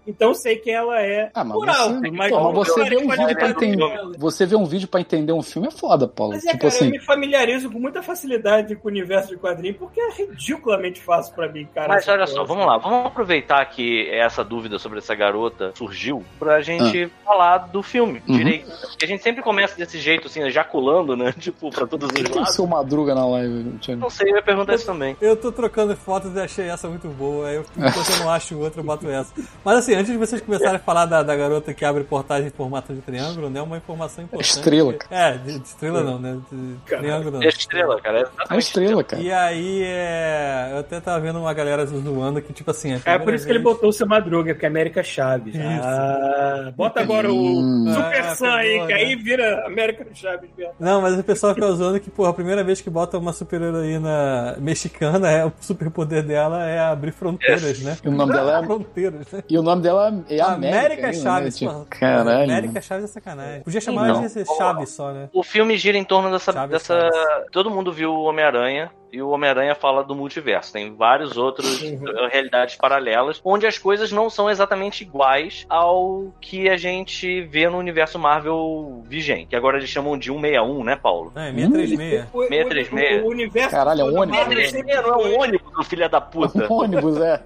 Speaker 4: então eu sei quem ela é.
Speaker 2: Ah, mas
Speaker 4: por
Speaker 2: você-
Speaker 4: alto, mas,
Speaker 2: Pô, mas você vê um
Speaker 4: Mas-
Speaker 2: vídeo pra
Speaker 4: mas- é
Speaker 2: entender. Você vê um vídeo pra entender um filme é foda, Paulo.
Speaker 4: Mas é,
Speaker 2: tipo
Speaker 4: cara, eu
Speaker 2: assim.
Speaker 4: me familiarizo com muita facilidade com o universo de quadrinho, porque é ridiculamente fácil pra mim, cara.
Speaker 1: Mas
Speaker 4: essa
Speaker 1: olha
Speaker 4: coisa.
Speaker 1: só, vamos lá, vamos aproveitar que essa dúvida sobre essa garota surgiu pra gente falar do filme
Speaker 2: Uhum.
Speaker 1: direito. Porque a gente sempre começa desse jeito, assim, ejaculando, né? Tipo, pra todos
Speaker 2: O
Speaker 1: os
Speaker 2: que é o
Speaker 1: lados.
Speaker 2: seu madruga na live, Thiago? É
Speaker 1: Não sei, eu ia perguntar isso também.
Speaker 3: Eu tô trocando fotos e achei essa muito boa. Aí eu, enquanto eu não acho outra, eu boto essa. Mas assim, antes de vocês começarem a falar da, da garota que abre portagem em formato de triângulo, né? Uma informação importante.
Speaker 2: Estrela,
Speaker 3: É, de, de estrela não, né? De triângulo não.
Speaker 1: É estrela, cara. É
Speaker 2: É uma
Speaker 1: exatamente
Speaker 2: estrela, cara.
Speaker 3: E aí, é... eu até tava vendo uma galera zoando que, tipo assim. a
Speaker 4: É
Speaker 3: primeira
Speaker 4: por isso que ele
Speaker 3: vez-
Speaker 4: botou o seu Madruga, porque é América Chaves.
Speaker 3: Isso.
Speaker 4: Ah, bota agora o
Speaker 2: Hum.
Speaker 4: Super
Speaker 3: Ah,
Speaker 4: Sam aí,
Speaker 3: pegou,
Speaker 4: que
Speaker 3: né?
Speaker 4: aí vira América Chaves mesmo.
Speaker 3: Não, mas o pessoal fica zoando que, porra, a primeira vez que bota uma super heroína mexicana, é, o superpoder dela é abrir fronteiras, né?
Speaker 2: E o nome dela é-
Speaker 3: Fronteiras, né?
Speaker 2: E o nome dela é América.
Speaker 3: América,
Speaker 2: ainda, né?
Speaker 3: Chaves,
Speaker 2: Tipo,
Speaker 3: porra.
Speaker 2: Caralho.
Speaker 3: América Chaves é sacanagem. Podia chamar
Speaker 1: Não.
Speaker 3: ela de Chaves só, né?
Speaker 1: O filme gira em torno dessa.
Speaker 3: Chaves,
Speaker 1: dessa... Todo mundo viu o Homem-Aranha. e o Homem-Aranha fala do multiverso. Tem vários outros
Speaker 2: Uhum.
Speaker 1: eh, realidades paralelas, onde as coisas não são exatamente iguais ao que a gente vê no universo Marvel vigente. Que agora eles chamam de 161, né, Paulo?
Speaker 3: Ah, é
Speaker 2: Hum?
Speaker 3: 636.
Speaker 4: O, o-
Speaker 1: 636.
Speaker 4: o- o universo
Speaker 2: Caralho, é um
Speaker 4: todo
Speaker 2: ônibus.
Speaker 4: Marvel
Speaker 1: 136 não
Speaker 4: sempre
Speaker 1: é
Speaker 4: foi-
Speaker 1: um ônibus, do filho da puta.
Speaker 2: Um ônibus, é.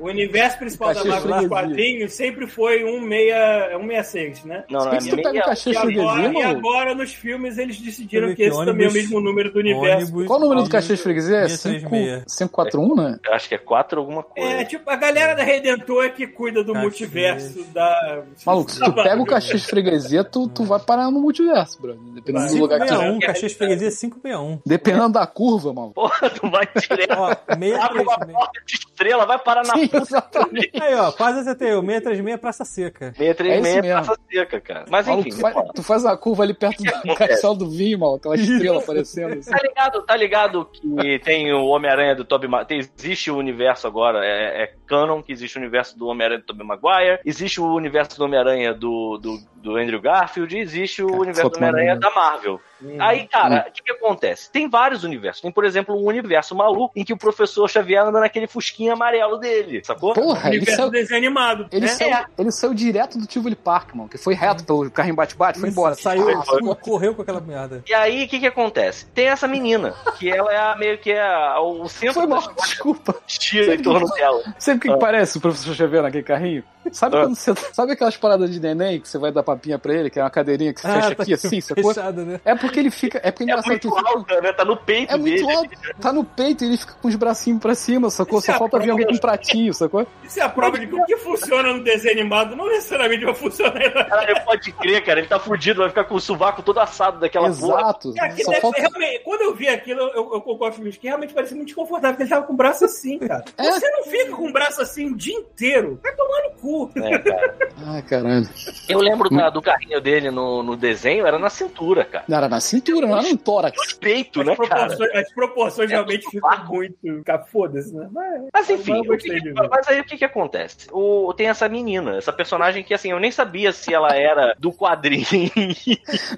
Speaker 4: O universo principal da
Speaker 2: Cachê
Speaker 4: Marvel dos
Speaker 2: freguesia.
Speaker 4: quadrinhos sempre foi 166, né?
Speaker 1: Não, não, é
Speaker 2: Se tu pega
Speaker 1: meia-
Speaker 2: o cachê
Speaker 4: E agora, é
Speaker 2: freguesia,
Speaker 4: e
Speaker 2: maluco.
Speaker 4: agora nos filmes eles decidiram
Speaker 3: Filme
Speaker 4: que esse
Speaker 3: que
Speaker 4: também é o
Speaker 3: ônibus-
Speaker 4: mesmo número do universo.
Speaker 3: Ônibus-
Speaker 2: Qual o número do cachê de
Speaker 3: ônibus-
Speaker 2: freguesia? É
Speaker 3: 636.
Speaker 2: 5- 541, né?
Speaker 1: eu acho que é quatro alguma coisa.
Speaker 4: É, tipo, a galera da Redentor é que cuida do
Speaker 3: Cacete.
Speaker 4: multiverso da.
Speaker 2: Maluco, se
Speaker 4: Tá
Speaker 2: tu pega o cachê de freguesia, tu, tu vai parar no multiverso, brother. Dependendo do lugar que tu
Speaker 3: 561, cachê de um, freguesia 561.
Speaker 2: Dependendo da curva, maluco.
Speaker 1: Porra, tu vai direto.
Speaker 3: Ó,
Speaker 1: Abre uma
Speaker 3: 636.
Speaker 1: porta de estrela, vai parar na
Speaker 2: Sim,
Speaker 1: puta.
Speaker 2: exatamente.
Speaker 3: Aí, ó, quase acertei. O 636 é Praça Seca.
Speaker 2: É isso
Speaker 1: 636 é
Speaker 2: mesmo.
Speaker 1: praça seca, cara. Mas
Speaker 2: Maluco,
Speaker 1: enfim,
Speaker 2: tu, faz, tu faz uma curva ali perto do castelo do vinho, maluco. Aquela estrela aparecendo. Assim.
Speaker 1: Tá ligado, tá ligado que tem o Homem-Aranha do Tobey Maguire. Existe o universo agora, é, é canon, que existe o universo do Homem-Aranha do Tobey Maguire, existe o universo do Homem-Aranha do, do, do Andrew Garfield, e existe o universo do
Speaker 2: foto
Speaker 1: Homem-Aranha da
Speaker 2: maneira.
Speaker 1: Marvel. Aí, cara, o que, que acontece? Tem vários universos. Tem, por exemplo, um universo maluco em que o professor Xavier anda naquele fusquinho amarelo dele, sacou? Um
Speaker 4: O
Speaker 2: Porra, ele
Speaker 4: universo
Speaker 2: saiu,
Speaker 4: desanimado.
Speaker 2: ele,
Speaker 1: É.
Speaker 2: saiu, ele saiu direto do Tivoli Park, mano. Que foi reto pelo carro em bate-bate, foi embora. Ah,
Speaker 3: Saiu,
Speaker 1: Foi embora.
Speaker 3: correu com aquela merda.
Speaker 1: E aí, o que que acontece? Tem essa menina, que ela é a- meio que é a- o centro
Speaker 2: Foi
Speaker 1: da
Speaker 2: mal, desculpa.
Speaker 1: tira em torno dela. É
Speaker 2: Sabe o que, que parece o professor Xavier naquele carrinho? Sabe,
Speaker 1: Ah.
Speaker 2: quando você, tá, sabe aquelas paradas de neném que você vai dar papinha pra ele, que é uma cadeirinha que
Speaker 3: Ah,
Speaker 2: você fecha
Speaker 3: tá.
Speaker 2: aqui assim, sacou?
Speaker 3: fechada, né?
Speaker 2: É porque ele fica. É porque é
Speaker 1: É
Speaker 2: engraçado que
Speaker 1: muito
Speaker 2: ele fica-
Speaker 1: alta, né? Tá no peito
Speaker 2: É
Speaker 1: dele.
Speaker 2: muito alto, tá no peito e ele fica com os bracinhos pra cima, sacou?
Speaker 4: Isso é
Speaker 2: Só
Speaker 4: a
Speaker 2: falta vir alguém com um pratinho, sacou?
Speaker 4: Isso é a prova de que o que funciona no desenho animado não necessariamente vai funcionar.
Speaker 1: Caralho, pode crer, cara. Ele tá fudido, vai ficar com o sovaco todo assado daquela porra.
Speaker 2: Exato.
Speaker 4: Cara, que
Speaker 2: Só
Speaker 4: deve-
Speaker 2: falta.
Speaker 4: né, realmente, quando eu vi aquilo, eu, eu concordo com o Luiz, que realmente parecia muito desconfortável, porque ele tava com o braço assim, cara.
Speaker 2: É.
Speaker 4: Você não fica com o braço assim o dia inteiro. Vai tomar no cu.
Speaker 1: É, cara.
Speaker 2: Ai, caralho.
Speaker 1: Eu lembro da- do carrinho dele no, no desenho, era na cintura, cara.
Speaker 2: Não, era na cintura, não era no tórax.
Speaker 1: Peito, né,
Speaker 4: as,
Speaker 1: cara?
Speaker 4: proporções, as proporções
Speaker 1: É
Speaker 4: realmente
Speaker 1: tudo
Speaker 4: ficam
Speaker 1: barco.
Speaker 4: muito. cara, Foda-se, né? Mas,
Speaker 1: Mas enfim,
Speaker 4: Eu
Speaker 1: o
Speaker 4: gostei
Speaker 1: que que-
Speaker 4: de ver.
Speaker 1: mas aí o que que acontece? O, tem essa menina, essa personagem que assim, eu nem sabia se ela era do quadrinho.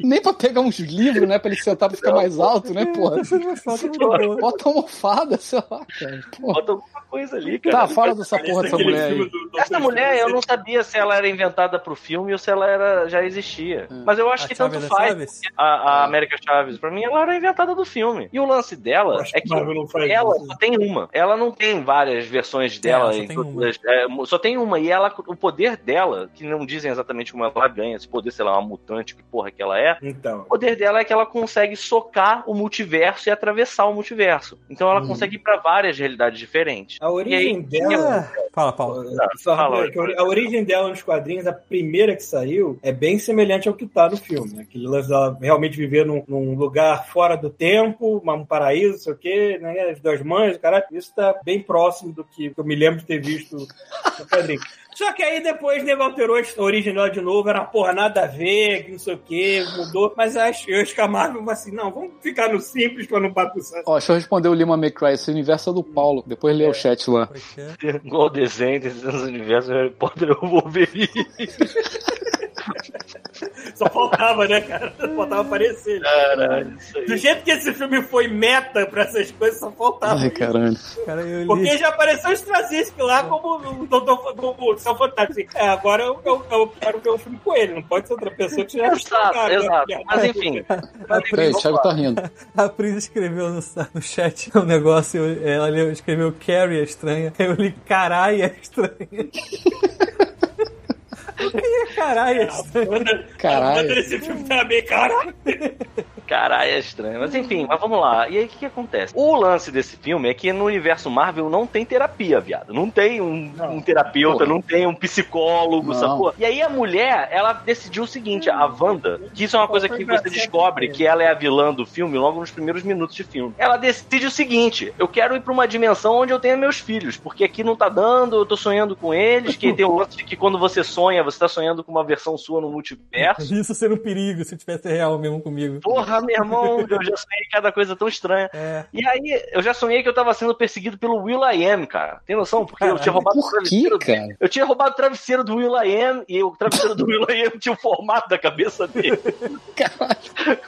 Speaker 2: Nem pra pegar uns livros, né? Pra ele sentar pra ficar mais alto, né,
Speaker 3: É,
Speaker 2: porra?
Speaker 3: tá
Speaker 2: Bota uma almofada, sei lá, cara. Porra.
Speaker 1: Bota alguma coisa ali, cara.
Speaker 2: Tá, fala dessa porra dessa
Speaker 4: aquele
Speaker 2: mulher
Speaker 4: filme
Speaker 2: aí.
Speaker 4: do- do-
Speaker 1: Essa
Speaker 4: do-
Speaker 1: mulher, eu não sabia se ela era inventada pro filme ou se ela era, já existia. Mas eu
Speaker 4: Ah,
Speaker 1: acho que tanto
Speaker 3: é
Speaker 4: é
Speaker 1: faz. a, a América Chaves. Pra mim, ela era inventada do filme. E o lance dela
Speaker 4: Acho
Speaker 1: é
Speaker 4: que
Speaker 1: que
Speaker 4: Marvel não né? faz
Speaker 1: ela
Speaker 4: isso.
Speaker 1: só tem uma. É, Ela não tem várias versões dela.
Speaker 3: só
Speaker 1: em
Speaker 3: tem
Speaker 1: todas
Speaker 3: uma.
Speaker 1: as- é, mo- só tem uma. E ela, o poder dela, que não dizem exatamente como ela ganha, esse poder, sei lá, uma mutante, que porra que ela é.
Speaker 4: Então.
Speaker 1: O poder dela é que ela consegue socar o multiverso e atravessar o multiverso. Então ela consegue ir pra várias realidades diferentes.
Speaker 4: A origem dela.
Speaker 3: Fala, Paulo.
Speaker 4: Só
Speaker 1: Fala,
Speaker 4: rapidinho, É, que a origem dela nos quadrinhos, a primeira que saiu, é bem semelhante ao que tá no filme. Aquele lance dela realmente viver num, num lugar fora do tempo, uma- um paraíso, não sei o quê, né? As duas mães, caralho. Isso tá bem próximo do que eu me lembro de ter visto no quadrinho. Só que aí depois o nego alterou a origem dela de novo, era porra, nada a ver, que não sei o quê, mudou. Mas acho, eu acho que a Marvel vai assim, não, vamos ficar no simples pra não bagunçar.
Speaker 2: Ó, deixa eu responder o Lima McCry. Esse universo é do Paulo. Depois lê o chat lá.
Speaker 3: é?
Speaker 1: Igual o desenho, desenhos do universo, Harry Potter, eu vou ver
Speaker 4: Só faltava, né, cara? Só faltava aparecer. né?
Speaker 1: Caralho, isso aí.
Speaker 4: Do jeito que esse filme foi meta pra essas coisas, só faltava.
Speaker 2: Ai, caralho.
Speaker 3: Cara, eu li.
Speaker 4: Porque já apareceu o Straczynski lá como o Doutor como o São Fantástico. Assim, é, agora eu, eu- eu quero ver um filme com ele, não pode ser outra pessoa que já
Speaker 1: Exato, exato. Mas enfim,
Speaker 2: Peraí, o Thiago tá rindo.
Speaker 3: A Pris escreveu no, no chat um negócio, eu- ela leu- escreveu Carrie é estranha. Eu li caralho é estranha. O que é caralho é estranha?
Speaker 2: Caralho.
Speaker 4: Caralho. Esse filme tá bem, caralho.
Speaker 1: Caralho, é estranho. Mas enfim, mas vamos lá. E aí, o que, que acontece? O lance desse filme é que no universo Marvel não tem terapia, viado. Não tem um, um terapeuta,
Speaker 2: Porra.
Speaker 1: não tem um psicólogo,
Speaker 2: Não.
Speaker 1: sacou? E aí, a mulher, ela decidiu o seguinte: a Wanda, que isso é uma coisa que você descobre que ela é a vilã do filme logo nos primeiros minutos de filme. Ela decide o seguinte: eu quero ir pra uma dimensão onde eu tenha meus filhos, porque aqui não tá dando, eu tô sonhando com eles. Que tem o lance de que quando você sonha, você tá sonhando com uma versão sua no multiverso.
Speaker 3: Isso ser um perigo se tivesse real mesmo comigo.
Speaker 1: Porra, meu irmão, eu já sonhei cada coisa tão estranha.
Speaker 3: É.
Speaker 1: E aí, eu já sonhei que eu tava sendo perseguido pelo Will I Am, cara. Tem noção? Porque eu tinha
Speaker 3: Caralho,
Speaker 1: roubado o
Speaker 2: Por que,
Speaker 1: travesseiro.
Speaker 2: cara?
Speaker 1: Eu tinha roubado o travesseiro do Will um I Am e o travesseiro do Will I Am tinha o formato da cabeça dele.
Speaker 2: Caralho.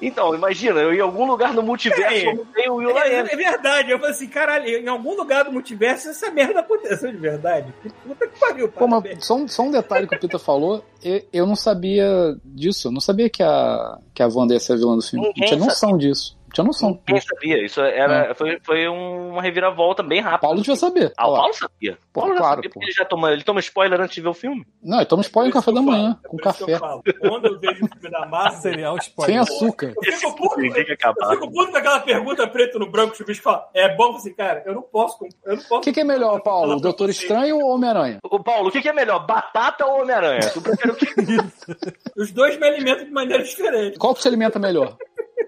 Speaker 1: Então, imagina, eu em algum lugar no multiverso
Speaker 4: É.
Speaker 1: eu mudei o Will
Speaker 4: É,
Speaker 1: I Am.
Speaker 4: é verdade, eu falei assim, caralho, em algum lugar do multiverso essa merda aconteceu de verdade. Puta que pariu,
Speaker 2: Pô,
Speaker 4: parabéns.
Speaker 2: mas só um, só um detalhe que o Pita falou, e- eu não sabia disso. Eu não sabia que a, que a Wanda ia ser a vilã do filme.
Speaker 1: Ninguém
Speaker 2: não tinha noção disso. Não tinha noção.
Speaker 1: Ninguém sabia. Isso era, foi, foi um, uma reviravolta bem
Speaker 2: O
Speaker 1: rápida.
Speaker 2: Ah. Paulo devia saber.
Speaker 1: Ah, o
Speaker 2: Olha lá.
Speaker 1: Paulo sabia. O
Speaker 2: Pô,
Speaker 1: Paulo já
Speaker 2: claro,
Speaker 1: sabia,
Speaker 2: pô.
Speaker 1: porque ele já toma, ele toma spoiler antes de ver o filme.
Speaker 2: Não, então spoiler no
Speaker 4: Por isso
Speaker 2: café
Speaker 4: que
Speaker 2: da
Speaker 4: eu
Speaker 2: manhã,
Speaker 4: falo, é
Speaker 2: com
Speaker 4: por isso
Speaker 2: café.
Speaker 4: que eu falo. Quando eu vejo o filme da Massa,
Speaker 3: Seria um
Speaker 2: Sem
Speaker 3: spoiler.
Speaker 2: açúcar.
Speaker 4: eu fico puto.
Speaker 1: Tem que
Speaker 4: Eu
Speaker 1: acabar.
Speaker 4: fico puto com aquela pergunta preto no branco, o chuvisco fala, é bom assim, cara, eu não posso, comp- eu não
Speaker 2: O
Speaker 4: posso.
Speaker 2: que, que é melhor, Paulo? O
Speaker 4: Fala pra
Speaker 2: Doutor
Speaker 4: você.
Speaker 2: Estranho ou Homem-Aranha?
Speaker 1: Ô, Paulo, o que, que é melhor, batata ou Homem-Aranha? Tu prefere o que?
Speaker 4: Os dois me alimentam de maneira diferente.
Speaker 2: Qual que se alimenta melhor?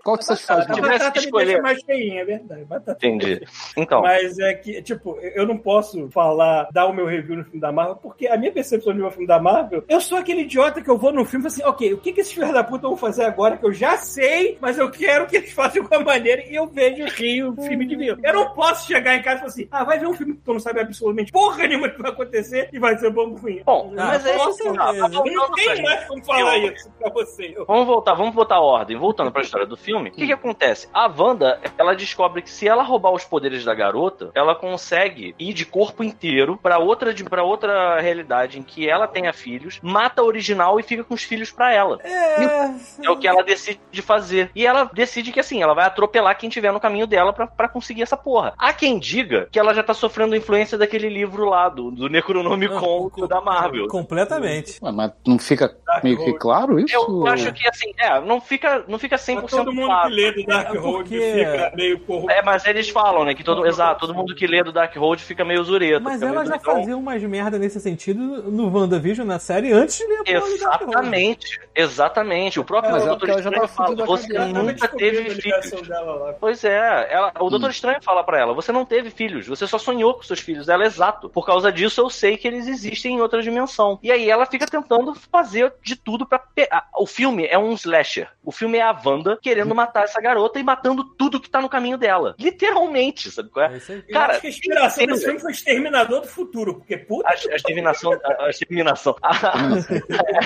Speaker 2: Qual que satisfaz
Speaker 4: A
Speaker 1: tivesse
Speaker 2: melhor?
Speaker 1: que
Speaker 4: batata me
Speaker 1: escolher.
Speaker 4: deixa mais cheinha, é verdade. Batata.
Speaker 1: Entendi. Então,
Speaker 4: Mas é que, tipo, eu não posso falar, dar o meu review no filme da Marvel, porque a minha percepção de um filme da Marvel, eu sou aquele idiota que eu vou no filme e falo assim, ok, o que, que esses filhos da puta vão fazer agora que eu já sei, mas eu quero que eles façam de uma maneira e eu vejo e rio o filme de mim. Eu não posso chegar em casa e falar assim, ah, vai ver um filme que tu não sabe absolutamente porra nenhuma que vai acontecer e vai ser bom ou ruim.
Speaker 1: bom,
Speaker 3: Ah,
Speaker 1: mas é
Speaker 3: com
Speaker 1: isso.
Speaker 3: certeza.
Speaker 1: Ah, tá bom,
Speaker 4: Não
Speaker 1: não,
Speaker 4: tem
Speaker 1: Fred.
Speaker 4: mais como falar
Speaker 1: Eu-
Speaker 4: isso pra você. Eu-
Speaker 1: Vamos voltar, vamos botar a ordem. Voltando pra história do filme, o que, que acontece? A Wanda, ela descobre que se ela roubar os poderes da garota, ela consegue ir de corpo inteiro pra outra para outra realidade em que ela tenha filhos, mata a original e fica com os filhos pra ela.
Speaker 3: É.
Speaker 1: É o que ela decide fazer. E ela decide que assim, ela vai atropelar quem tiver no caminho dela pra- pra conseguir essa porra. Há quem diga que ela já tá sofrendo influência daquele livro lá, do, do Necronomicon
Speaker 3: Não,
Speaker 1: da Marvel.
Speaker 3: Completamente.
Speaker 2: Ué, mas não fica meio que claro isso?
Speaker 1: Eu acho que assim, é, não fica, não fica 100%
Speaker 4: Mas Tá todo mundo
Speaker 1: claro.
Speaker 4: que lê do Dark
Speaker 3: É,
Speaker 4: Road
Speaker 3: porque-
Speaker 4: fica meio corrupto.
Speaker 1: É, mas eles falam, né? Que todo, exato, todo mundo que lê do Dark Road fica meio zureta.
Speaker 3: Mas
Speaker 1: fica
Speaker 3: ela
Speaker 1: meio
Speaker 3: já
Speaker 1: doidão.
Speaker 3: fazia umas merda nesse sentido no WandaVision, na série, antes de ler a porra do Dark Horror.
Speaker 1: Exatamente, exatamente. O próprio
Speaker 2: Mas é
Speaker 1: Doutor
Speaker 2: porque ela já
Speaker 1: Estranho
Speaker 2: tá
Speaker 1: fala,
Speaker 2: fudida da
Speaker 1: você
Speaker 2: cabeça.
Speaker 4: Ela
Speaker 1: nunca
Speaker 4: descobriu
Speaker 1: teve
Speaker 4: a ligação
Speaker 1: filhos.
Speaker 4: dela lá.
Speaker 1: Pois é, ela- o
Speaker 2: Hum.
Speaker 1: Doutor Estranho fala pra ela, você não teve filhos, você só sonhou com seus filhos. Ela, exato. Por causa disso, eu sei que eles existem em outra dimensão. E aí ela fica tentando fazer de tudo pra... pe- ah, O filme é um slasher. O filme é a Wanda
Speaker 2: Hum.
Speaker 1: querendo matar essa garota e matando tudo que tá no caminho dela. Literalmente, sabe qual é?
Speaker 3: É isso aí.
Speaker 4: Cara,
Speaker 1: Cara, um- Ah,
Speaker 4: acho que a inspiração
Speaker 1: entendo.
Speaker 4: desse filme foi Exterminador do Futuro, porque puta.
Speaker 1: A, a exterminação. A, a exterminação. A,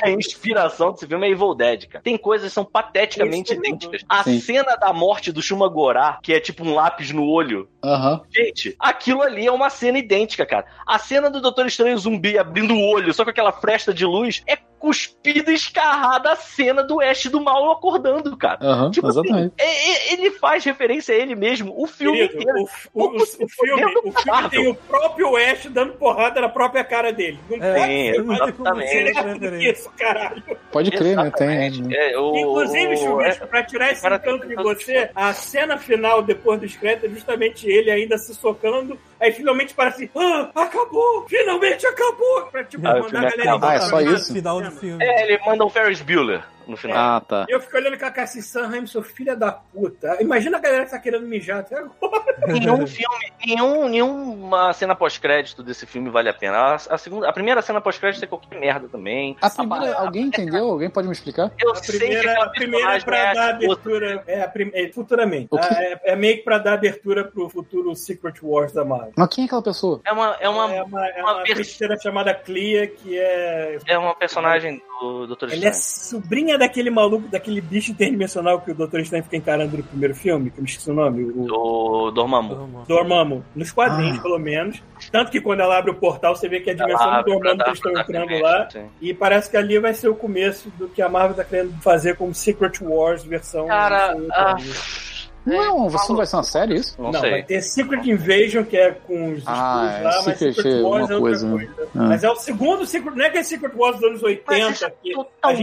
Speaker 1: a inspiração desse filme é Evil Dead, cara. Tem coisas que são pateticamente
Speaker 4: Isso é mesmo.
Speaker 1: idênticas. A
Speaker 2: Sim.
Speaker 1: cena da morte do Shumagorá, que é tipo um lápis no olho.
Speaker 2: Aham.
Speaker 1: Gente, aquilo ali é uma cena idêntica, cara. A cena do Doutor Estranho zumbi abrindo o olho, só com aquela fresta de luz, é cuspida e escarrada a cena do Ash do Mal acordando, cara.
Speaker 2: Aham,
Speaker 1: Tipo assim,
Speaker 2: exatamente.
Speaker 1: é- é- ele faz referência a ele mesmo, o filme é
Speaker 4: Querido,
Speaker 1: inteiro.
Speaker 4: o, o- o- o filme, o filme tem o próprio West dando porrada na própria cara dele. Não
Speaker 3: É,
Speaker 4: pode
Speaker 1: Sim,
Speaker 3: não tem como
Speaker 1: exatamente.
Speaker 4: ser
Speaker 3: ser outra
Speaker 4: errado do que
Speaker 3: referência.
Speaker 4: isso, caralho.
Speaker 2: Pode crer, né? Tem. né?
Speaker 1: É, o-
Speaker 4: Inclusive,
Speaker 1: o-
Speaker 4: Chuvisco, pra tirar
Speaker 1: o
Speaker 4: esse
Speaker 1: cara
Speaker 4: encanto
Speaker 1: tem
Speaker 4: de
Speaker 1: que-
Speaker 4: você, a cena final depois dos créditos é justamente ele ainda se socando, aí finalmente parece ah, acabou! Finalmente acabou! Pra tipo,
Speaker 1: Ah, o
Speaker 4: mandar
Speaker 1: filme
Speaker 4: a galera
Speaker 1: acaba.
Speaker 2: Ah, é só
Speaker 4: embora.
Speaker 2: isso?
Speaker 3: Final do filme.
Speaker 1: É, ele manda um Ferris Bueller no final.
Speaker 2: Ah, tá.
Speaker 4: E Eu fico olhando com a assim, Cassie Sanheim, sou filha da puta. Imagina a galera que tá querendo mijar até agora.
Speaker 1: Nenhum filme, nenhum, nenhuma cena pós-crédito desse filme vale a pena. A, a segunda, a primeira cena pós-crédito é qualquer merda também.
Speaker 2: A primeira, alguém entendeu? Alguém pode me explicar?
Speaker 1: Eu
Speaker 4: A
Speaker 1: sei que
Speaker 4: primeira,
Speaker 1: aquela
Speaker 4: a primeira é
Speaker 1: personagem
Speaker 4: pra
Speaker 1: é
Speaker 4: dar
Speaker 1: a outra.
Speaker 4: abertura. É, a prim... é, futuramente.
Speaker 2: O quê?
Speaker 4: Ah, É, é meio que pra dar abertura pro futuro Secret Wars da Marvel.
Speaker 2: Mas quem é aquela pessoa?
Speaker 1: É uma, é uma,
Speaker 4: é uma, é
Speaker 1: uma
Speaker 4: uma
Speaker 1: per-
Speaker 4: besteira chamada Clea, que é
Speaker 1: é uma personagem do Doutor
Speaker 4: Ela é
Speaker 1: Estranho.
Speaker 4: sobrinha daquele maluco, daquele bicho interdimensional que o Dr. Strange fica encarando no primeiro filme, que eu me esqueci o nome, o
Speaker 1: Do Dormammu.
Speaker 3: Turma.
Speaker 4: Dormammu. Nos quadrinhos, pelo menos. Tanto que quando ela abre o portal, você vê que é a dimensão
Speaker 1: Ah. Ela
Speaker 4: do
Speaker 1: abre Ah, pra
Speaker 4: Dormammu
Speaker 1: dar-
Speaker 4: que eles estão
Speaker 1: pra dar
Speaker 4: entrando
Speaker 1: começo,
Speaker 4: lá.
Speaker 1: sim.
Speaker 4: E parece que ali vai ser o começo do que a Marvel tá querendo fazer como Secret Wars versão...
Speaker 1: Cara,
Speaker 4: versão
Speaker 1: ah,
Speaker 4: outra.
Speaker 2: Não, você não vai ser uma série isso?
Speaker 1: não,
Speaker 4: Não, vai
Speaker 1: sei.
Speaker 4: ter Secret Invasion, que é com os
Speaker 2: Ah,
Speaker 4: escudos
Speaker 2: é,
Speaker 4: lá, mas
Speaker 2: Secret
Speaker 4: Secret
Speaker 2: é
Speaker 4: Wars
Speaker 2: uma
Speaker 4: é outra
Speaker 2: coisa,
Speaker 4: coisa.
Speaker 2: né? Ah.
Speaker 4: Mas é o segundo Secret... Não é que é Secret Wars dos anos 80,
Speaker 1: isso é
Speaker 4: que a gente tem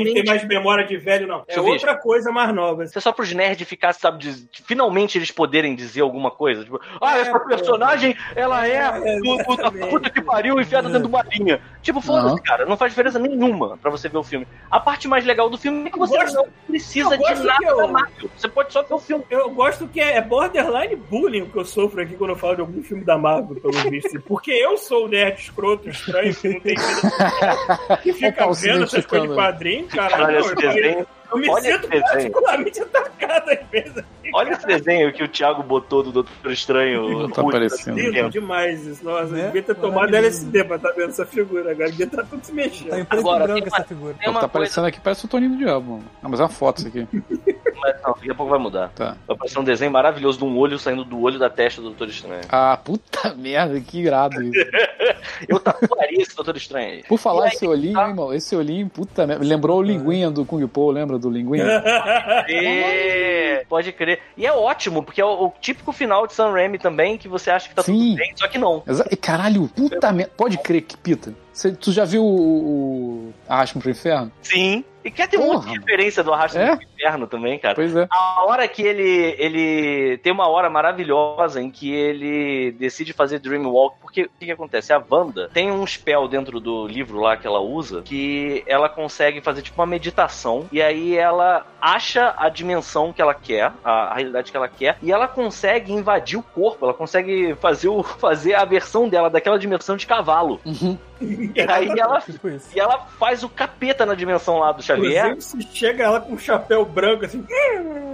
Speaker 1: totalmente-
Speaker 4: mais memória de velho, não. É
Speaker 1: Deixa eu ver.
Speaker 4: outra coisa mais nova.
Speaker 1: Isso é só pros nerds ficar, sabe, diz- finalmente eles poderem dizer alguma coisa. Tipo, ah,
Speaker 4: É,
Speaker 1: essa
Speaker 4: pô.
Speaker 1: personagem, ela é,
Speaker 4: É,
Speaker 1: do- do- da
Speaker 4: exatamente.
Speaker 1: puta que pariu enfiada dentro de uma linha. Tipo, foda-se,
Speaker 2: Aham.
Speaker 1: cara, não faz diferença nenhuma pra você ver o filme. A parte mais legal do filme é que
Speaker 4: Eu
Speaker 1: você
Speaker 4: gosto-
Speaker 1: não precisa
Speaker 4: eu gosto
Speaker 1: de nada
Speaker 4: que eu-
Speaker 1: da Marvel. Você pode só ver o filme.
Speaker 4: Eu gosto que é borderline bullying o que eu sofro aqui quando eu falo de algum filme da Marvel, pelo visto. Porque eu sou o nerd escroto, estranho, que não tem vida. que
Speaker 2: Olha o
Speaker 4: fica
Speaker 2: Paulo se
Speaker 4: vendo essas coisas de
Speaker 2: identificando.
Speaker 4: quadrinho, cara.
Speaker 1: Olha
Speaker 4: Não,
Speaker 1: esse
Speaker 4: eu,
Speaker 1: desenho.
Speaker 4: eu me
Speaker 1: Olha
Speaker 4: sinto
Speaker 1: esse desenho.
Speaker 4: particularmente atacado às vezes. aqui,
Speaker 1: Olha
Speaker 4: cara.
Speaker 1: esse desenho que o Thiago botou do Doutor Estranho.
Speaker 2: Não tá
Speaker 1: Ruth,
Speaker 2: aparecendo.
Speaker 1: assim,
Speaker 4: Lindo demais isso. Nossa,
Speaker 3: Né?
Speaker 4: devia ter tomado
Speaker 3: Maravilhoso.
Speaker 4: LSD pra estar vendo essa figura. Agora devia estar tudo se mexendo.
Speaker 3: Tá em preto
Speaker 1: Agora,
Speaker 3: e branco
Speaker 1: tem
Speaker 3: essa
Speaker 1: Tem
Speaker 3: figura.
Speaker 2: o que tá
Speaker 1: uma coisa
Speaker 2: Ah, aparecendo aqui parece o Toninho do Diabo. mano. Não, mas é uma foto isso aqui.
Speaker 1: Mas não, daqui a pouco vai mudar.
Speaker 2: Tá.
Speaker 1: Vai aparecer um desenho maravilhoso de um olho saindo do olho da testa do Doutor Estranho.
Speaker 2: Ah, puta merda, que irado isso.
Speaker 1: Eu tatuaria esse Doutor Estranho.
Speaker 2: Por falar esse
Speaker 1: tá?
Speaker 2: olhinho, hein, irmão, esse olhinho, puta merda. Lembrou o linguinha do Kung Po, lembra do linguinha?
Speaker 1: E... Pode crer. E é ótimo, porque é o, o típico final de Sam Raimi também, que você acha que tá
Speaker 2: Sim.
Speaker 1: tudo bem, só que não.
Speaker 2: Exa- e Caralho, puta merda. Pode crer que pita. Cê- tu já viu o, o Arrasmo pro Inferno?
Speaker 1: Sim. E quer ter um monte
Speaker 2: Porra,
Speaker 1: de referência do Arrasta
Speaker 2: É?
Speaker 1: do Inferno também, cara.
Speaker 2: Pois é.
Speaker 1: A hora que ele, ele. Tem uma hora maravilhosa em que ele decide fazer Dreamwalk, porque o que, que acontece? A Wanda tem um spell dentro do livro lá que ela usa que ela consegue fazer tipo uma meditação e aí ela acha a dimensão que ela quer, a, a realidade que ela quer, e ela consegue invadir o corpo, ela consegue fazer, o, fazer a versão dela daquela dimensão de cavalo.
Speaker 2: Uhum.
Speaker 1: E aí ela.
Speaker 3: Tipo isso.
Speaker 1: E ela faz o capeta na dimensão lá do Xavier.
Speaker 4: Inclusive, se chega ela com um chapéu branco, assim.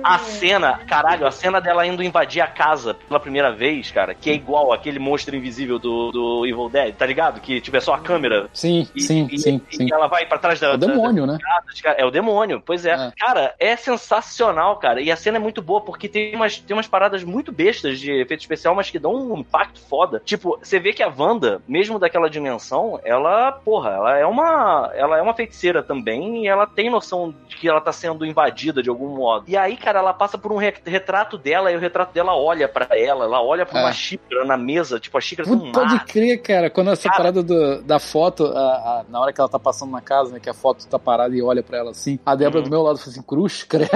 Speaker 1: A cena, caralho, a cena dela indo invadir a casa pela primeira vez, cara, que é igual aquele monstro invisível do, do Evil Dead, tá ligado? Que tiver só a câmera.
Speaker 2: Sim,
Speaker 1: E,
Speaker 2: sim,
Speaker 1: e-
Speaker 2: sim,
Speaker 1: e
Speaker 2: sim.
Speaker 1: ela vai pra trás
Speaker 2: É
Speaker 1: da.
Speaker 2: o demônio, né?
Speaker 1: da- das ca- é o demônio, pois é.
Speaker 2: É.
Speaker 1: Cara, é sensacional, cara. E a cena é muito boa, porque tem umas, tem umas paradas muito bestas de efeito especial, mas que dão um impacto foda. Tipo, você vê que a Wanda, mesmo daquela dimensão, ela, porra, ela é uma. Ela é uma feiticeira também e ela tem noção de que ela tá sendo invadida de algum modo. E aí, cara, ela passa por um re- retrato dela e o retrato dela olha pra ela, ela olha pra
Speaker 2: É.
Speaker 1: uma xícara na mesa, tipo, a xícara de um
Speaker 2: Puta, pode
Speaker 1: mar.
Speaker 2: crer, cara. Quando essa
Speaker 1: Cara.
Speaker 2: parada do- da foto, a- a- na hora que ela tá passando na casa, né, que a foto tá parada e olha pra ela assim, a Débora
Speaker 1: Uhum. Tá
Speaker 2: do meu lado fala assim, cruz, credo.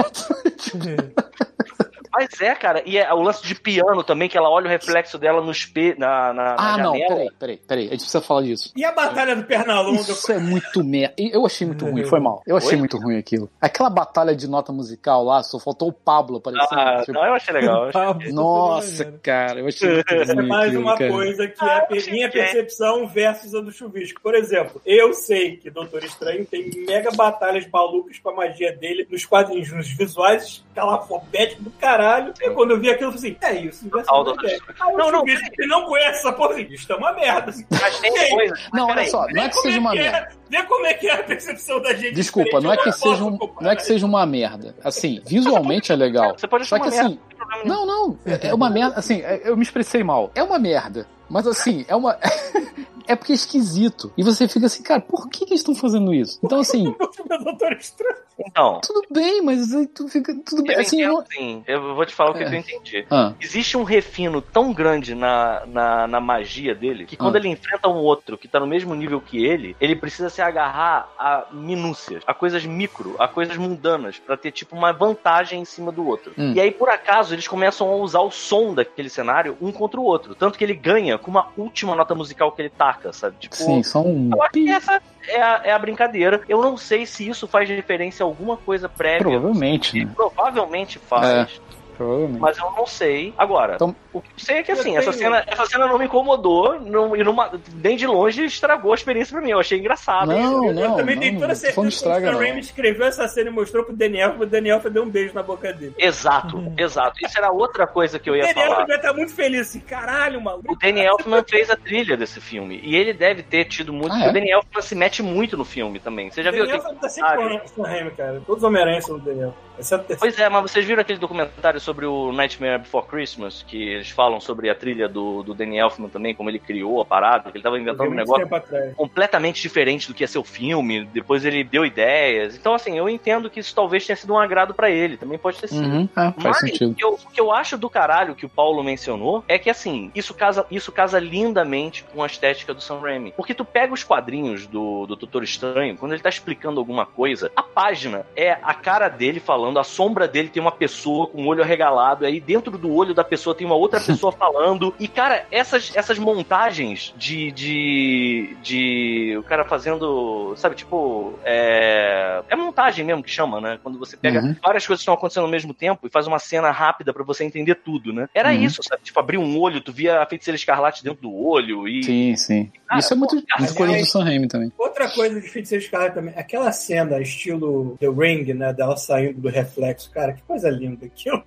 Speaker 1: Mas é, cara, e é o lance de piano também, que ela olha o reflexo dela no espelho, na, na, na
Speaker 2: Ah, não,
Speaker 1: janela.
Speaker 2: peraí, peraí, peraí. A gente precisa falar disso.
Speaker 4: E a batalha do Pernalonga?
Speaker 2: Isso é muito merda. Eu achei muito ruim, foi mal. Eu achei
Speaker 1: Oi?
Speaker 2: muito ruim aquilo. Aquela batalha de nota musical lá, só faltou o Pablo aparecendo.
Speaker 1: Ah,
Speaker 2: tipo,
Speaker 1: não, eu achei legal. eu achei-
Speaker 3: Pablo,
Speaker 2: Nossa, cara, eu achei muito ruim.
Speaker 4: Isso é mais
Speaker 2: aquilo,
Speaker 4: uma
Speaker 2: cara.
Speaker 4: coisa que é a pe- minha percepção versus a do chuvisco. Por exemplo, eu sei que Doutor Estranho tem mega batalhas malucas com a magia dele nos quadrinhos, nos visuais calafobéticos do caralho. E quando eu vi aquilo, eu falei assim: é isso, vai ser
Speaker 1: Total,
Speaker 4: uma
Speaker 1: Doutor
Speaker 4: ideia. Aí o
Speaker 1: Não, não,
Speaker 4: chuvisco que não conhece essa porra, assim, isso é uma merda. Assim,
Speaker 1: Mas tem
Speaker 4: Ei,
Speaker 1: coisa.
Speaker 2: Não,
Speaker 1: Peraí,
Speaker 2: olha só, não é que seja uma
Speaker 4: Como é
Speaker 2: merda.
Speaker 4: É, vê como é que é a percepção da gente.
Speaker 2: Desculpa,
Speaker 4: diferente,
Speaker 2: não é
Speaker 4: eu
Speaker 2: que
Speaker 4: posso
Speaker 2: seja um,
Speaker 4: comparar.
Speaker 2: não é que seja uma merda. Assim, visualmente é legal.
Speaker 1: Você pode achar
Speaker 2: Só que
Speaker 1: uma merda,
Speaker 2: assim,
Speaker 1: não tem problema nenhum.
Speaker 2: não, não, é é uma merda, assim, é- eu me expressei mal. É uma merda, mas assim, é uma é porque é esquisito. E você fica assim, cara, por que que eles estão fazendo isso? Então assim,
Speaker 4: O filme do Doutor Estranho.
Speaker 1: Então,
Speaker 2: tudo bem, mas aí tu fica tudo bem,
Speaker 1: eu,
Speaker 2: assim,
Speaker 1: entendo,
Speaker 2: não...
Speaker 1: sim. eu vou te falar o que
Speaker 2: É.
Speaker 1: eu entendi.
Speaker 2: Ah,
Speaker 1: Existe um refino tão grande na, na, na magia dele que quando
Speaker 2: Ah.
Speaker 1: ele enfrenta um outro que tá no mesmo nível que ele, ele precisa se agarrar a minúcias, a coisas micro, a coisas mundanas, pra ter tipo uma vantagem em cima do outro.
Speaker 2: Hum.
Speaker 1: E aí, por acaso, eles começam a usar o som daquele cenário um contra o outro. Tanto que ele ganha com uma última nota musical que ele taca, sabe? Tipo,
Speaker 2: sim, só um
Speaker 1: Eu acho que essa é a, é a brincadeira. Eu não sei se isso faz referência a alguma coisa prévia.
Speaker 2: provavelmente,
Speaker 1: E
Speaker 2: né?
Speaker 1: Provavelmente faz,
Speaker 2: Provavelmente.
Speaker 1: mas eu não sei. Agora,
Speaker 2: Então-
Speaker 1: o que eu sei é que
Speaker 4: Eu
Speaker 1: assim, essa
Speaker 4: tenho-
Speaker 1: cena, essa cena não me incomodou não, e numa, nem de longe estragou a experiência pra mim. Eu achei engraçado.
Speaker 2: Não,
Speaker 4: eu, eu
Speaker 2: não,
Speaker 4: também
Speaker 2: não,
Speaker 4: tenho toda
Speaker 2: não
Speaker 4: certeza que o
Speaker 2: estraga,
Speaker 4: Sam
Speaker 2: não.
Speaker 4: Raimi escreveu essa cena e mostrou pro Daniel, pro Daniel deu um beijo na boca dele.
Speaker 1: Exato,
Speaker 3: Uhum.
Speaker 1: exato. Isso era outra coisa que eu
Speaker 4: O
Speaker 1: ia
Speaker 4: Daniel
Speaker 1: falar.
Speaker 4: devia estar muito feliz assim, caralho, maluco.
Speaker 1: O Danny Elfman fez a trilha desse filme. E ele deve ter tido muito.
Speaker 2: Ah,
Speaker 1: porque
Speaker 2: é?
Speaker 1: O Danny Elfman se mete muito no filme também. Você já
Speaker 4: O
Speaker 1: viu?
Speaker 4: Daniel
Speaker 1: aquele-
Speaker 4: tá sempre com o Sam Raimi, cara. Todos os Homem-Aranha são do Daniel. Essa é
Speaker 1: Pois é, mas vocês viram aquele documentário sobre o Nightmare Before Christmas, que eles falam sobre a trilha do, do Danny Elfman também, como ele criou a parada, que ele tava inventando um negócio
Speaker 4: é tempo atrás.
Speaker 1: completamente diferente do que ia ser o filme, depois ele deu ideias. Então, assim, eu entendo que isso talvez tenha sido um agrado pra ele, também pode ter sido.
Speaker 2: Uhum, é,
Speaker 1: Mas
Speaker 2: faz sentido.
Speaker 1: O, que eu, o que eu acho do caralho que o Paulo mencionou é que, assim, isso casa, isso casa lindamente com a estética do Sam Raimi. Porque tu pega os quadrinhos do, do Doutor Estranho, quando ele tá explicando alguma coisa, a página é a cara dele falando, a sombra dele tem uma pessoa com o olho arregalado, aí dentro do olho da pessoa tem uma outra pessoa falando. E, cara, essas, essas montagens de, de. de. o cara fazendo. sabe, tipo. É, é montagem mesmo que chama, né? Quando você pega
Speaker 2: Uhum.
Speaker 1: várias coisas estão acontecendo ao mesmo tempo e faz uma cena rápida pra você entender tudo, né? Era
Speaker 2: Uhum.
Speaker 1: isso, sabe? Tipo, abrir um olho, tu via a feiticeira escarlate dentro do olho e
Speaker 2: Sim, sim. Isso é muito, muito
Speaker 4: aliás-
Speaker 2: coisa do Sam Raimi também.
Speaker 4: Outra coisa de Feiticeiro Escarlate também, é aquela cena estilo The Ring, né, dela saindo do reflexo, cara, que coisa linda aquilo.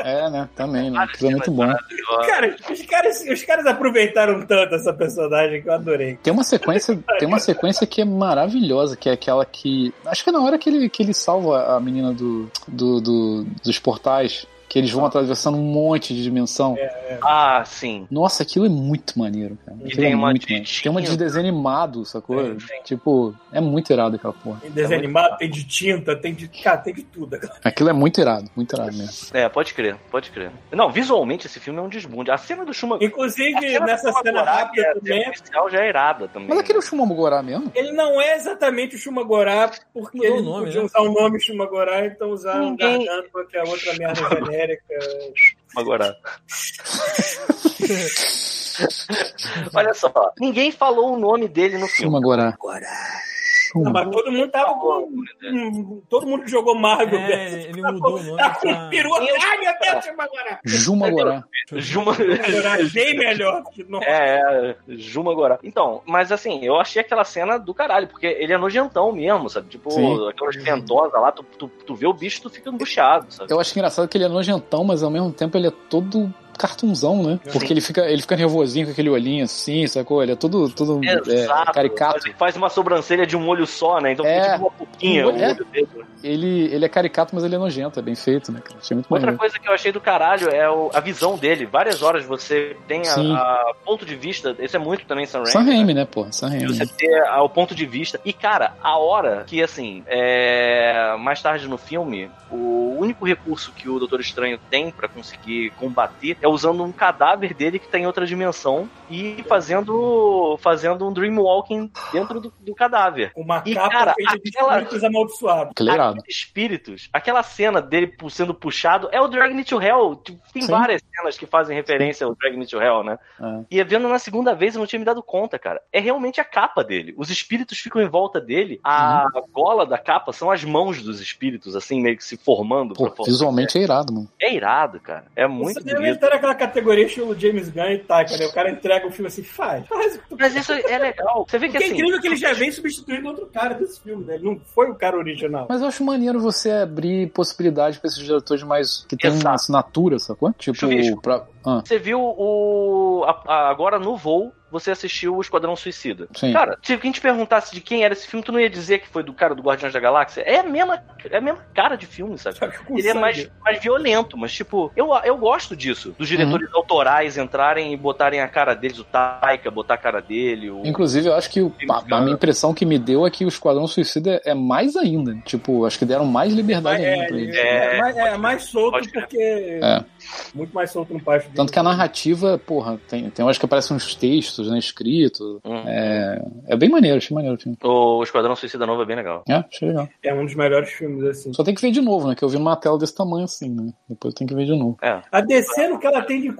Speaker 2: É, né? Também, né? Aquilo é muito bom.
Speaker 1: Ah.
Speaker 4: Cara, os caras, os caras aproveitaram tanto essa personagem que eu adorei.
Speaker 2: Tem uma sequência, tem uma sequência que é maravilhosa, que é aquela que. Acho que é na hora que ele, que ele salva a menina do, do- do- dos portais, que eles vão atravessando um monte de dimensão.
Speaker 1: Ah, sim.
Speaker 2: Nossa, aquilo é muito maneiro, cara.
Speaker 1: E
Speaker 2: Aquilo
Speaker 1: tem
Speaker 2: é
Speaker 1: uma
Speaker 2: muito
Speaker 1: de
Speaker 2: maneiro. Tem uma de
Speaker 1: tinta.
Speaker 2: desenho animado, sacou?
Speaker 1: Tem, tem.
Speaker 2: Tipo, é muito irado aquela porra.
Speaker 4: Tem
Speaker 3: É
Speaker 4: desenho animado, tem de tinta, tem de. Cara, tem de tudo.
Speaker 2: Aquilo é muito irado, muito irado mesmo.
Speaker 1: É, pode crer, pode crer. Não, visualmente esse filme é um desbunde. A cena do Schumacher.
Speaker 4: Inclusive,
Speaker 1: a cena
Speaker 4: nessa
Speaker 1: do
Speaker 4: cena
Speaker 1: Schumacher, que é
Speaker 4: rápida
Speaker 1: a
Speaker 4: também,
Speaker 1: cena inicial já é irada também.
Speaker 2: Mas aquele é o Shumamogorá mesmo?
Speaker 4: ele não é exatamente o Shumagorá, porque
Speaker 3: Mudou
Speaker 4: ele
Speaker 3: o nome,
Speaker 4: podia
Speaker 3: né?
Speaker 4: usar o nome Shumagorá, então usaram
Speaker 1: Ninguém-
Speaker 4: Ninguém... Gargantua, que é outra merda genérica.
Speaker 1: Agora. Olha só, ninguém falou o nome dele no filme.
Speaker 2: Shumagorá.
Speaker 4: Não,
Speaker 2: Shuma.
Speaker 4: mas todo mundo tava com. com- Todo mundo que jogou Marvel. velho.
Speaker 3: É, ele mudou o nome
Speaker 4: Tá com
Speaker 3: pra-
Speaker 4: peru.
Speaker 1: é
Speaker 4: Ai, meu Deus, Shumagorá!
Speaker 2: Jumagorá.
Speaker 1: Juma.
Speaker 4: Shumagorá, bem melhor. que não.
Speaker 1: É, é, Juma Gorá. Então, mas assim, eu achei aquela cena do caralho, porque ele é nojentão mesmo, sabe? Tipo,
Speaker 2: Sim.
Speaker 1: aquelas ventosas lá, tu, tu, tu vê o bicho, tu fica angustiado, sabe?
Speaker 2: Eu acho engraçado que ele é nojentão, mas ao mesmo tempo ele é todo cartunzão, né?
Speaker 1: Uhum.
Speaker 2: Porque ele fica, ele fica nervosinho com aquele olhinho assim, sacou? Ele é todo, todo é, caricato.
Speaker 1: Faz, faz uma sobrancelha de um olho só, né? Então
Speaker 2: É.
Speaker 1: fica tipo uma pouquinha
Speaker 2: Um olho-
Speaker 1: o olho dele.
Speaker 2: Ele, ele é caricato, mas ele é nojento, é bem feito, né, cara? Achei muito
Speaker 1: Outra
Speaker 2: maneiro.
Speaker 1: coisa que eu achei do caralho é o- a visão dele. Várias horas você tem a,
Speaker 2: Sim.
Speaker 1: a ponto de vista. Esse é muito também Sam Raimi.
Speaker 2: Sam Raimi, né, pô? Sam
Speaker 1: E
Speaker 2: Raimi.
Speaker 1: Você ter ah, o ponto de vista. E, cara, a hora que, assim, é, mais tarde no filme, o único recurso que o Doutor Estranho tem pra conseguir combater é usando um cadáver dele que tá em outra dimensão e fazendo, fazendo um dreamwalking dentro do, do cadáver.
Speaker 4: Uma
Speaker 1: E,
Speaker 4: capa
Speaker 1: cara,
Speaker 4: feita de
Speaker 1: aquela-
Speaker 4: espíritos amaldiçoados.
Speaker 2: Aquele é irado.
Speaker 1: Aqueles Espíritos, aquela cena dele pu- sendo puxado é o Drag Me to Hell. Tipo, Tem
Speaker 2: Sim.
Speaker 1: várias cenas que fazem referência ao Drag Me to Hell, né?
Speaker 2: É.
Speaker 1: E vendo na segunda vez, eu não tinha me dado conta, cara. É realmente a capa dele. Os espíritos ficam em volta dele. A
Speaker 2: Uhum.
Speaker 1: gola da capa são as mãos dos espíritos, assim, meio que se formando. pra
Speaker 2: Pô,
Speaker 1: formar.
Speaker 2: visualmente é irado, mano.
Speaker 1: É irado, cara. É muito
Speaker 4: Você deve
Speaker 1: bonito.
Speaker 4: entrar naquela categoria estilo James Gunn e Taika, né? O cara entrega o filme assim, faz. faz.
Speaker 1: Mas isso é legal. Você vê que
Speaker 4: Porque é
Speaker 1: assim.
Speaker 4: incrível que ele já vem substituindo outro cara desse filme, né? Ele não foi o cara original.
Speaker 2: Mas eu acho maneiro você abrir possibilidade pra esses diretores mais. que tem uma
Speaker 1: Exato.
Speaker 2: assinatura, sacou? Tipo,
Speaker 1: Chuvisco.
Speaker 2: pra. Ah,
Speaker 1: Você viu o. a- a- agora no voo, você assistiu o Esquadrão Suicida.
Speaker 2: Sim.
Speaker 1: Cara, se alguém te perguntasse de quem era esse filme, tu não ia dizer que foi do cara do Guardiões da Galáxia. É a mesma, é a mesma cara de filme, sabe?
Speaker 4: Só que com
Speaker 1: Ele é
Speaker 4: sangue.
Speaker 1: mais, mais violento, mas tipo, eu, eu gosto disso. Dos diretores autorais entrarem e botarem a cara deles, o Taika botar a cara dele, o.
Speaker 2: Inclusive, eu acho que o- a, a minha impressão que me deu é que o Esquadrão Suicida é mais ainda. Tipo, acho que deram mais liberdade ainda pra ele.
Speaker 4: É, é,
Speaker 1: É,
Speaker 4: mais- é mais solto
Speaker 1: pode crer.
Speaker 4: porque.
Speaker 2: É.
Speaker 4: Muito mais solto no baixo.
Speaker 2: Tanto que a narrativa, porra, tem, tem horas que aparecem uns textos, né, escritos.
Speaker 1: Hum.
Speaker 2: É bem maneiro, achei maneiro o filme.
Speaker 1: O Esquadrão Suicida Novo é bem legal.
Speaker 2: É, achei legal.
Speaker 4: É um dos melhores filmes, assim.
Speaker 2: Só tem que ver de novo, né, que eu vi numa tela desse tamanho assim, né. Depois tem que ver de novo.
Speaker 1: É.
Speaker 4: A DC, no que ela tem de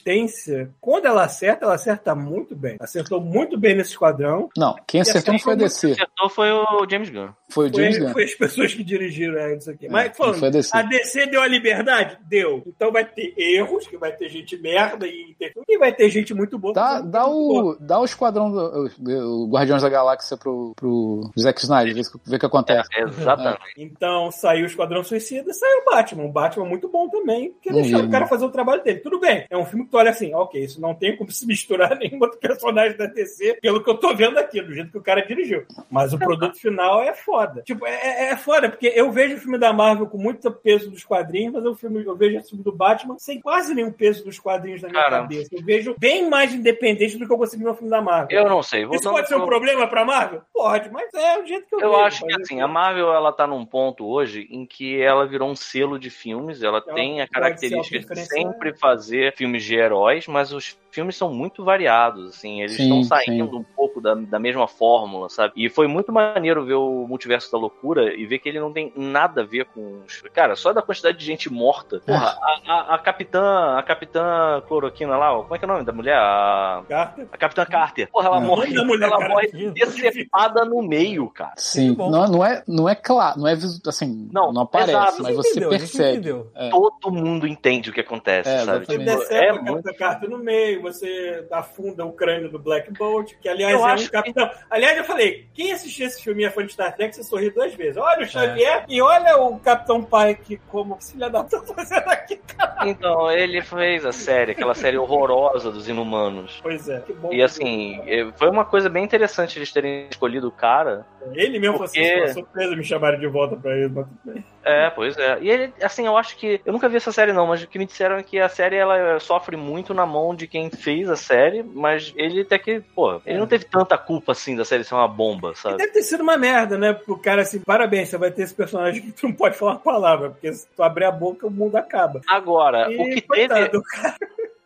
Speaker 4: consistência, quando ela acerta, ela acerta muito bem. Acertou muito bem nesse esquadrão.
Speaker 2: Não, quem acertou não
Speaker 4: assim,
Speaker 2: foi a DC,
Speaker 1: Acertou foi o James Gunn.
Speaker 2: foi o
Speaker 4: Foi,
Speaker 2: James Gunn.
Speaker 4: foi as pessoas que dirigiram é, isso aqui.
Speaker 2: É,
Speaker 4: Mas, falando,
Speaker 2: foi a DC.
Speaker 4: a DC deu a liberdade? Deu. Então vai ter erros, que vai ter gente merda e, e vai ter gente muito boa.
Speaker 2: Dá,
Speaker 4: Muito
Speaker 2: dá,
Speaker 4: boa.
Speaker 2: o, dá o Esquadrão do, o, o Guardiões da Galáxia pro, pro Zack Snyder, ver o que- ver o que acontece.
Speaker 1: Exatamente.
Speaker 4: Então saiu o Esquadrão Suicida, saiu o Batman. O Batman é muito bom também, porque
Speaker 2: Não
Speaker 4: deixaram
Speaker 2: vi,
Speaker 4: o cara
Speaker 2: não.
Speaker 4: fazer o trabalho dele. Tudo bem, é um filme que tu olha assim, ok, isso não tem como se misturar nenhum outro personagem da DC, pelo que eu tô vendo aqui, do jeito que o cara dirigiu. Mas o produto final é foda. Tipo, é, é- é foda, porque eu vejo o filme da Marvel com muito peso dos quadrinhos, mas eu, filme, eu vejo o filme do Batman sem quase nenhum peso dos quadrinhos na minha
Speaker 1: Cara.
Speaker 4: cabeça. Eu vejo bem mais independente do que eu consegui ver o filme da Marvel.
Speaker 1: Eu não sei.
Speaker 4: Isso
Speaker 1: voltando
Speaker 4: pode ser um
Speaker 1: pro-
Speaker 4: problema pra Marvel? Pode, mas é o jeito que eu,
Speaker 1: Eu
Speaker 4: vejo.
Speaker 1: acho que
Speaker 4: mas-
Speaker 1: assim, a Marvel ela tá num ponto hoje em que ela virou um selo de filmes, ela
Speaker 4: Ela
Speaker 1: tem a
Speaker 4: pode
Speaker 1: característica
Speaker 4: se
Speaker 1: de
Speaker 4: autorreferenciar.
Speaker 1: sempre fazer filmes de heróis, mas os filmes são muito variados, assim, eles
Speaker 2: Sim,
Speaker 1: estão saindo um pouco da, da mesma fórmula, sabe? E foi muito maneiro ver o Multiverso da Loucura e ver que ele não tem nada a ver com os... Cara, só da quantidade de gente morta. Porra,
Speaker 2: Ah.
Speaker 1: a, a- a capitã, a capitã cloroquina lá, ó, como é que é o nome da mulher? A...
Speaker 4: Carter.
Speaker 1: a Capitã Carter. Porra, ela
Speaker 2: Não.
Speaker 1: morre,
Speaker 4: Da mulher,
Speaker 1: ela
Speaker 4: cara,
Speaker 1: morre
Speaker 3: que-
Speaker 1: decepada no meio, cara.
Speaker 2: Sim,
Speaker 3: bom.
Speaker 2: não, não é, não é claro, não é visu- assim, não,
Speaker 1: Não,
Speaker 2: aparece,
Speaker 1: exato.
Speaker 2: mas você
Speaker 3: entendeu, a gente
Speaker 2: percebe.
Speaker 3: entendeu.
Speaker 2: É.
Speaker 1: todo mundo entende o que acontece,
Speaker 2: É,
Speaker 1: sabe?
Speaker 2: exatamente.
Speaker 1: Tipo,
Speaker 4: Decebe
Speaker 1: é
Speaker 4: a
Speaker 1: muito...
Speaker 4: carta no meio, você afunda o crânio do Black Bolt, que aliás
Speaker 1: Eu
Speaker 4: é um
Speaker 1: acho que-
Speaker 4: capitão. Aliás, eu falei, quem assistiu esse filme e é fã de Star Trek, você sorri duas vezes. Olha
Speaker 1: É.
Speaker 4: o Xavier e olha o Capitão Pike como filha da puta fazendo aqui.
Speaker 1: Então, ele fez a série, aquela série horrorosa dos Inumanos.
Speaker 4: Pois é, que bom.
Speaker 1: E assim, eh, foi uma coisa bem interessante eles terem escolhido o cara
Speaker 4: ele mesmo falou assim,
Speaker 1: porque-
Speaker 4: "Pô, surpresa, me chamaram de volta pra ele. mas tudo bem."
Speaker 1: É, pois é. E ele, assim, eu acho que. Eu nunca vi essa série, não, mas o que me disseram é que a série ela sofre muito na mão de quem fez a série, mas ele até que, pô, ele não teve tanta culpa assim da série ser uma bomba,
Speaker 4: E
Speaker 1: sabe?
Speaker 4: Deve ter sido uma merda, né? Pro cara assim, parabéns, você vai ter esse personagem que tu não pode falar uma palavra, porque se tu abrir a boca, o mundo acaba.
Speaker 1: Agora,
Speaker 4: E,
Speaker 1: o que teve.
Speaker 4: coitado,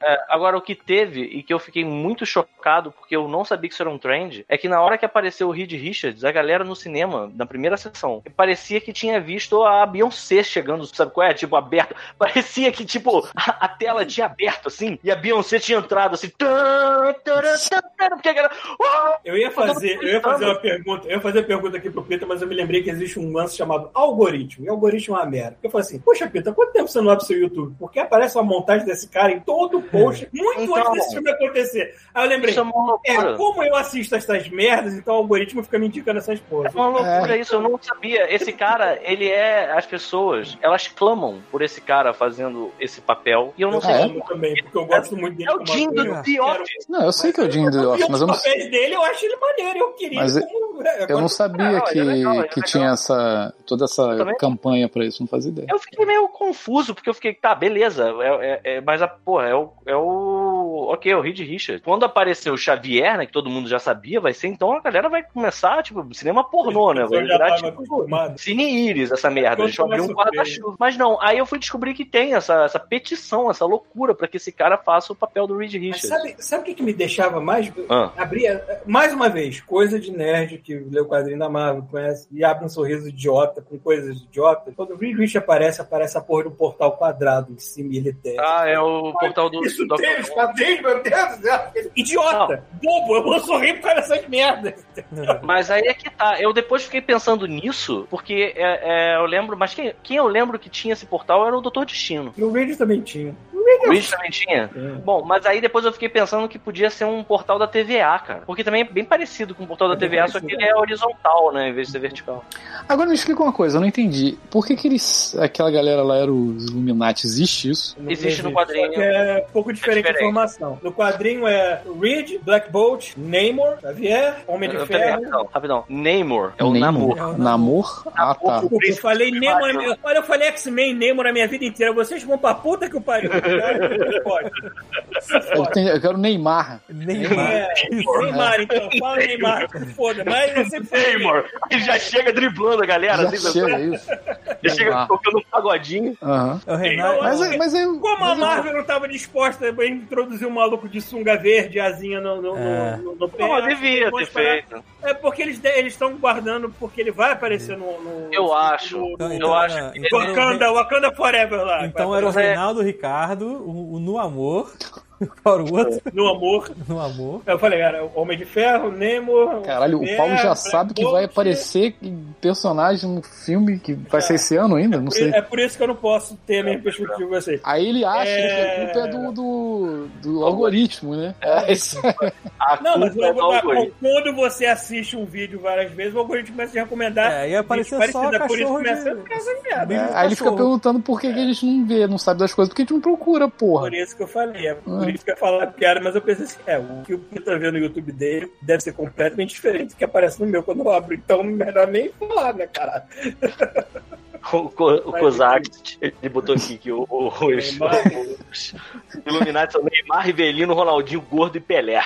Speaker 1: é, agora, o que teve, e que eu fiquei muito chocado, porque eu não sabia que isso era um trend, é que na hora que apareceu o Reed Richards, a galera no cinema, na primeira sessão, parecia que tinha visto a Beyoncé chegando, sabe qual é? Tipo, aberto. Parecia que, tipo, a, a tela tinha aberto, assim, e a Beyoncé tinha entrado, assim. Tã, tã, tã, tã, porque a galera. "Ah!"
Speaker 4: Eu ia fazer, eu ia fazer uma pergunta, eu ia fazer uma pergunta aqui pro Pita, mas eu me lembrei que existe um lance chamado algoritmo. E algoritmo é uma merda. Eu falei assim, poxa, Pita, quanto tempo você não abre seu YouTube? Porque aparece uma montagem desse cara em todo post, muito
Speaker 1: É. Então,
Speaker 4: antes desse filme acontecer. Aí eu lembrei,
Speaker 1: Isso é uma
Speaker 4: é,
Speaker 1: loucura.
Speaker 4: como eu assisto essas merdas, então o algoritmo fica me indicando essas
Speaker 1: É
Speaker 4: porras.
Speaker 1: uma loucura isso, eu não sabia. Esse cara, ele é. As pessoas, elas clamam por esse cara fazendo esse papel. E eu não
Speaker 4: Eu
Speaker 2: Ah, é?
Speaker 1: sei.
Speaker 4: amo também, porque eu gosto muito dele.
Speaker 1: É o
Speaker 4: como
Speaker 1: Jim
Speaker 4: ator.
Speaker 1: do pior
Speaker 4: Quero-
Speaker 2: Não, eu sei que é o Jim The
Speaker 4: E
Speaker 2: Office, mas eu
Speaker 4: os
Speaker 2: não,
Speaker 4: papéis dele eu acho ele maneiro, eu queria.
Speaker 2: Mas
Speaker 4: ele como- é,
Speaker 2: eu
Speaker 4: agora-
Speaker 2: não sabia
Speaker 1: Ah,
Speaker 2: que,
Speaker 1: é legal, é
Speaker 2: que
Speaker 1: legal.
Speaker 2: tinha essa, toda essa
Speaker 1: também-
Speaker 2: campanha pra isso, não fazia ideia.
Speaker 1: Eu fiquei meio confuso, porque eu fiquei, tá, beleza, é, é- é- mas a porra, é o, é o. Ok, é o Reed Richards. Quando apareceu o Xavier, né, que todo mundo já sabia, vai ser, então a galera vai começar, tipo, cinema pornô, né? Vai
Speaker 4: Eu já
Speaker 1: virar,
Speaker 4: tava
Speaker 1: tipo,
Speaker 4: acostumado.
Speaker 1: Cine Iris, essa merda.
Speaker 4: Eu
Speaker 1: Deixa eu abrir um
Speaker 4: tô
Speaker 1: guarda-chuva. Mas não, aí eu fui descobrir que tem essa, essa petição, essa loucura pra que esse cara faça o papel do Reed
Speaker 4: Mas
Speaker 1: Richards.
Speaker 4: sabe, sabe o que, que me deixava mais.
Speaker 1: Ah.
Speaker 4: Abria, mais uma vez, coisa de nerd que lê o quadrinho da Marvel, conhece, e abre um sorriso idiota com coisas idiotas. Quando o Reed Rich aparece, aparece a porra do portal quadrado de cima e ele desce.
Speaker 1: Ah, tá é o portal do.
Speaker 4: Isso
Speaker 1: do-
Speaker 4: tem os quadrinhos, meu Deus do céu. Idiota! Bobo, eu vou sorrir por causa dessas merdas.
Speaker 1: Mas aí é que tá. Eu depois fiquei pensando nisso, porque é, é, eu lembro. Mas quem, quem eu lembro que tinha esse portal era o Doutor Destino.
Speaker 4: No Reed também tinha.
Speaker 1: O Reed também tinha. Bom, mas aí depois eu fiquei pensando que podia ser um portal da TVA, cara. Porque também é bem parecido com o portal da
Speaker 4: É bem
Speaker 1: TVA, só que
Speaker 4: parecido.
Speaker 1: ele é horizontal, né? Em vez de ser vertical.
Speaker 2: Agora me explica uma coisa, eu não entendi. Por que, que eles, aquela galera lá era os Illuminati? Existe isso?
Speaker 4: Não
Speaker 1: Existe no
Speaker 4: existe.
Speaker 1: quadrinho.
Speaker 4: Só que é um pouco diferente,
Speaker 1: diferente.
Speaker 4: a informação. No quadrinho é Reed, Black Bolt, Namor, Xavier, Homem de
Speaker 1: Eu- peraí,
Speaker 4: Ferro.
Speaker 1: rapidão, rapidão. Namor é o
Speaker 2: Namor.
Speaker 1: Namor.
Speaker 4: É o
Speaker 2: Namor? Ah, tá.
Speaker 4: Desculpa, eu falei
Speaker 1: Príncipe
Speaker 4: Nemo.
Speaker 1: Batman.
Speaker 4: na minha- Olha, eu falei X-Men e Nemo na minha vida inteira. Vocês vão pra puta que o pariu. É, cara. Pode.
Speaker 2: Ele tem- eu quero Neymar.
Speaker 3: Neymar.
Speaker 4: É, Neymar, então. Fala Neymar. Foda. Mas você
Speaker 1: Namor! Ele já chega driblando a galera,
Speaker 2: Já
Speaker 1: assim,
Speaker 2: chega isso.
Speaker 1: já chega
Speaker 2: Neymar.
Speaker 1: tocando um pagodinho.
Speaker 2: Aham.
Speaker 3: É o Reinaldo.
Speaker 2: Mas, aí- mas aí.
Speaker 4: Como a
Speaker 2: mas é eu-
Speaker 4: Marvel não tava disposta a introduzir um maluco de sunga verde, asinha no, no, no-
Speaker 3: É.
Speaker 4: no- no pé.
Speaker 1: Pô, devia
Speaker 4: vamos
Speaker 1: ter
Speaker 4: esperar.
Speaker 1: feito.
Speaker 4: É porque eles estão guardando, porque ele vai aparecer no. no-
Speaker 1: Eu acho.
Speaker 4: no-
Speaker 1: Eu
Speaker 4: no-
Speaker 1: acho
Speaker 3: era-
Speaker 1: que-
Speaker 3: então era o Re-
Speaker 4: Wakanda, Wakanda Forever lá.
Speaker 3: Então era o Reinaldo Ricardo, o, o No Amor. Qual era o outro?
Speaker 4: No amor.
Speaker 3: No Amor.
Speaker 4: Eu falei, era Homem de Ferro, Nemo.
Speaker 2: Caralho, o
Speaker 4: Xavier,
Speaker 2: Paulo já
Speaker 1: É,
Speaker 4: Black
Speaker 2: sabe que vai
Speaker 4: Bolt.
Speaker 2: aparecer personagem no filme que
Speaker 1: É.
Speaker 2: vai ser esse ano ainda, não sei.
Speaker 4: É por isso que eu não posso ter a mesma perspectiva de vocês.
Speaker 2: Aí ele acha
Speaker 4: É.
Speaker 2: que a culpa é do, do, do algoritmo, né? É, isso.
Speaker 1: A
Speaker 4: Não, mas
Speaker 1: culpa é
Speaker 4: eu
Speaker 1: do
Speaker 4: vou-
Speaker 1: algoritmo.
Speaker 4: quando você assiste um vídeo várias vezes, o algoritmo começa a te recomendar.
Speaker 3: É, e apareceu
Speaker 4: gente
Speaker 3: só
Speaker 4: parecida, por isso
Speaker 3: cachorro
Speaker 4: começa
Speaker 3: de-
Speaker 4: a essa merda.
Speaker 2: É,
Speaker 3: Mesmo
Speaker 2: aí ele fica
Speaker 3: cachorro.
Speaker 2: perguntando por que, que a gente não vê, não sabe das coisas, porque a gente não procura, porra.
Speaker 4: Por isso que eu falei, é por
Speaker 2: Ah.
Speaker 4: isso que eu ia falar piada, mas eu pensei assim, é, o que o Pita vê no YouTube dele deve ser completamente diferente do que aparece no meu quando eu abro, então melhor nem falar, né, caralho?
Speaker 1: O, Co- o Kozak, ele botou aqui que o, o, os,
Speaker 4: Neymar.
Speaker 1: os Illuminati são Neymar, Rivelino, Ronaldinho, Gordo e Pelé.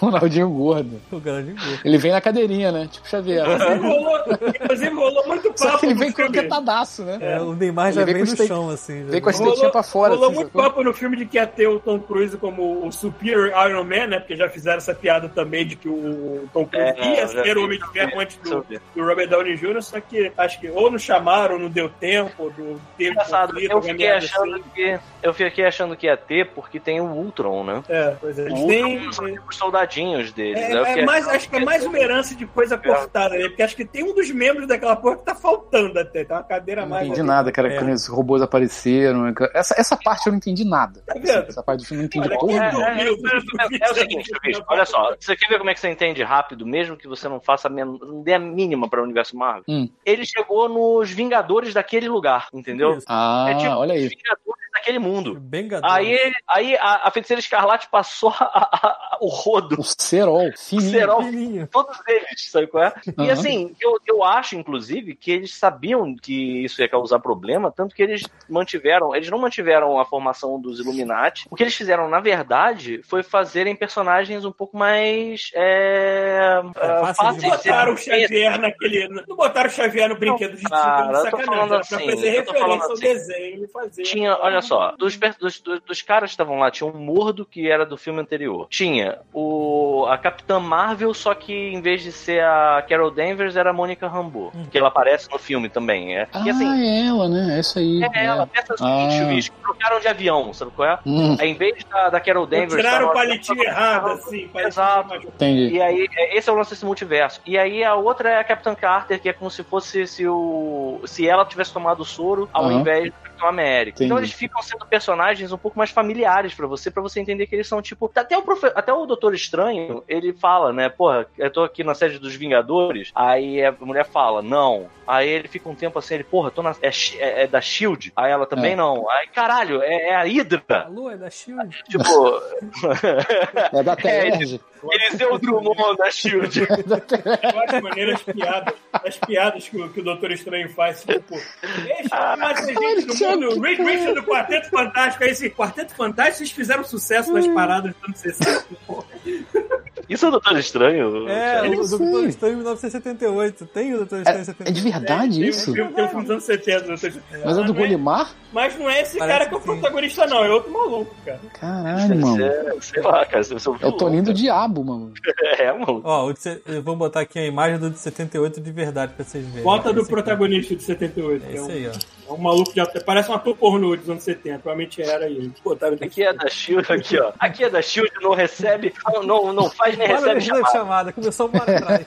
Speaker 2: Ronaldinho gordo.
Speaker 3: O grande gol.
Speaker 2: Ele vem na cadeirinha, né? Tipo Xavier.
Speaker 4: Inclusive rolou, inclusive, rolou muito
Speaker 2: Só
Speaker 4: papo
Speaker 2: que ele
Speaker 4: no
Speaker 2: vem com
Speaker 4: filme.
Speaker 2: cantadaço, né?
Speaker 3: É, o Neymar já
Speaker 2: Ele vem
Speaker 3: vem
Speaker 2: com
Speaker 3: no
Speaker 2: os take-
Speaker 3: chão, assim. já
Speaker 2: Vem com as
Speaker 3: vem-
Speaker 2: tetinhas pra fora.
Speaker 4: rolou
Speaker 2: assim,
Speaker 4: muito
Speaker 2: sacou?
Speaker 4: papo no filme de que ia ter o Tom Cruise como o Superior Iron Man, né? Porque já fizeram essa piada também de que o Tom Cruise
Speaker 1: É,
Speaker 4: ia
Speaker 1: eu já
Speaker 4: ser o
Speaker 1: vi.
Speaker 4: Homem de Ferro antes
Speaker 1: Deixa eu
Speaker 4: do,
Speaker 1: ver.
Speaker 4: do Robert Downey Jr., só que acho que ou não chamaram, ou não deu tempo, ou do tempo.
Speaker 1: Engraçado,
Speaker 4: conflito,
Speaker 1: eu
Speaker 4: alguma
Speaker 1: fiquei
Speaker 4: merda
Speaker 1: achando
Speaker 4: assim.
Speaker 1: que. Eu fiquei achando que ia ter, porque tem o Ultron, né?
Speaker 4: É, pois é.
Speaker 1: O
Speaker 4: Eles
Speaker 1: Ultron
Speaker 4: têm-
Speaker 1: são tipo os soldadinhos deles.
Speaker 4: É,
Speaker 1: né? Eu
Speaker 4: é
Speaker 1: fiquei
Speaker 4: mais,
Speaker 1: achando
Speaker 4: acho que é mais uma herança de coisa cortada, né? Porque acho que tem um dos membros daquela porra que tá faltando até, tá uma cadeira a
Speaker 2: Não
Speaker 4: mais.
Speaker 2: entendi
Speaker 4: ali.
Speaker 2: nada, cara,
Speaker 3: É.
Speaker 2: quando esses robôs apareceram. né, cara? Essa, essa parte eu não entendi nada.
Speaker 4: vendo?
Speaker 2: Essa parte do filme eu não
Speaker 4: Olha,
Speaker 2: entendi porra
Speaker 4: é,
Speaker 2: nenhuma.
Speaker 1: É, é, é o seguinte, Chuvisco, olha só, você quer ver como é que você entende rápido, mesmo que você não faça a men- não dê a mínima para o universo Marvel?
Speaker 2: Hum.
Speaker 1: Ele chegou nos Vingadores daquele lugar, entendeu?
Speaker 3: Isso.
Speaker 2: Ah,
Speaker 1: é tipo
Speaker 2: olha aí.
Speaker 1: os Vingadores daquele mundo.
Speaker 3: Bengador.
Speaker 1: Aí, ele- aí a, a feiticeira escarlate passou a- a- a- o rodo,
Speaker 2: O Serol,
Speaker 1: o
Speaker 2: fininho.
Speaker 1: cerol
Speaker 3: Fininho.
Speaker 1: todos eles, sabe qual é? E
Speaker 2: Aham.
Speaker 1: assim, eu, eu acho, inclusive, que eles sabiam que isso ia causar problema, tanto que eles mantiveram, eles não mantiveram a formação dos Illuminati. O que eles fizeram, na verdade, foi fazerem personagens um pouco mais. É,
Speaker 3: fáceis de
Speaker 1: fáceis É,
Speaker 4: Não botaram o Xavier naquele. Não botaram o Xavier no brinquedo de
Speaker 1: cara,
Speaker 4: Tico,
Speaker 1: eu
Speaker 4: de
Speaker 1: tô
Speaker 4: sacanagem.
Speaker 1: falando
Speaker 4: Era pra
Speaker 1: assim,
Speaker 4: fazer
Speaker 1: eu tô falando
Speaker 4: referência ao
Speaker 1: assim.
Speaker 4: desenho e fazer.
Speaker 1: Tinha, olha só, dos, per- dos, dos, dos caras que estavam lá, tinha um mordo que era do filme anterior. Tinha o a Capitã Marvel, só que em vez de ser a Carol Danvers, era a Mônica Rambeau, que ela aparece no filme também. É.
Speaker 2: Ah,
Speaker 1: e assim,
Speaker 2: é ela, né? É isso aí.
Speaker 1: É ela, pensa
Speaker 2: Ah.
Speaker 1: o seguinte, bicho, trocaram de avião, sabe qual é?
Speaker 2: Hum,
Speaker 1: Aí, em vez da, da Carol Danvers...
Speaker 4: Tiraram o
Speaker 1: tava-
Speaker 4: palitinho errado, assim. palitinho
Speaker 1: Exato.
Speaker 4: machucado.
Speaker 2: entendi.
Speaker 1: E aí, é- esse é o lance desse multiverso. E aí, a outra é a Capitã Carter, que é como se fosse se, o, se ela tivesse tomado o soro ao
Speaker 2: Aham.
Speaker 1: invés do Capitão América. Então,
Speaker 2: Entendi.
Speaker 1: eles ficam sendo personagens um pouco mais familiares pra você, pra você entender que eles são, tipo... Até o, profe- até o Doutor Estranho, ele fala, né? Porra, eu tô aqui na sede dos Vingadores. Aí, a mulher fala, não. Aí, ele fica um tempo assim, ele, porra, tô na... é, Shi- é- é da S.H.I.E.L.D.? Aí, ela também
Speaker 2: É.
Speaker 1: não. Aí, caralho, é, é a
Speaker 3: A
Speaker 1: Hydra.
Speaker 3: lua é da Shield.
Speaker 1: Tipo...
Speaker 2: É da Terge.
Speaker 1: Eliseu Drummond da Shield.
Speaker 4: Várias maneiras piadas. As piadas que, o- que o Doutor Estranho faz. Tipo, deixa mais gente do mundo. Reed Richards do Quarteto Fantástico. Aí, esse Quarteto Fantástico, vocês fizeram sucesso nas paradas dos anos 60. pô.
Speaker 1: Isso é o Doutor Estranho?
Speaker 3: É,
Speaker 1: Thiago?
Speaker 3: o
Speaker 2: não
Speaker 3: Doutor
Speaker 2: sei.
Speaker 3: Estranho em 1978. Tem o Doutor
Speaker 2: É,
Speaker 3: Estranho em
Speaker 2: é de
Speaker 3: 78.
Speaker 2: verdade
Speaker 4: Tem um
Speaker 2: isso?
Speaker 4: filme- Tem um filme dos anos 70. Doutor Estranho.
Speaker 2: Mas é do
Speaker 4: Mas não é-
Speaker 2: Golimar?
Speaker 4: Mas não é esse
Speaker 3: Parece
Speaker 4: cara que é o
Speaker 3: que sim.
Speaker 4: protagonista, não. É outro maluco, cara.
Speaker 2: Caralho, mano.
Speaker 1: É, sei lá, cara. Você, você
Speaker 2: É o Toninho do Diabo, mano.
Speaker 1: É, mano.
Speaker 3: Ó, o de se- eu vou botar aqui a imagem do de 78 de verdade pra vocês verem.
Speaker 4: Bota do
Speaker 3: Esse aqui.
Speaker 4: protagonista de 78.
Speaker 3: É
Speaker 4: que É,
Speaker 3: isso
Speaker 4: um,
Speaker 3: aí, ó.
Speaker 4: é um maluco de até. Parece uma ator pornô dos anos 70. Provavelmente era ele. Pô, tá vendo?
Speaker 1: Aqui é da Shield, aqui, ó. Aqui é da Shield, não recebe, não, não, não faz nem
Speaker 3: Bora
Speaker 1: recebe
Speaker 3: chamada.
Speaker 1: chamada.
Speaker 3: chamada. Começou para trás.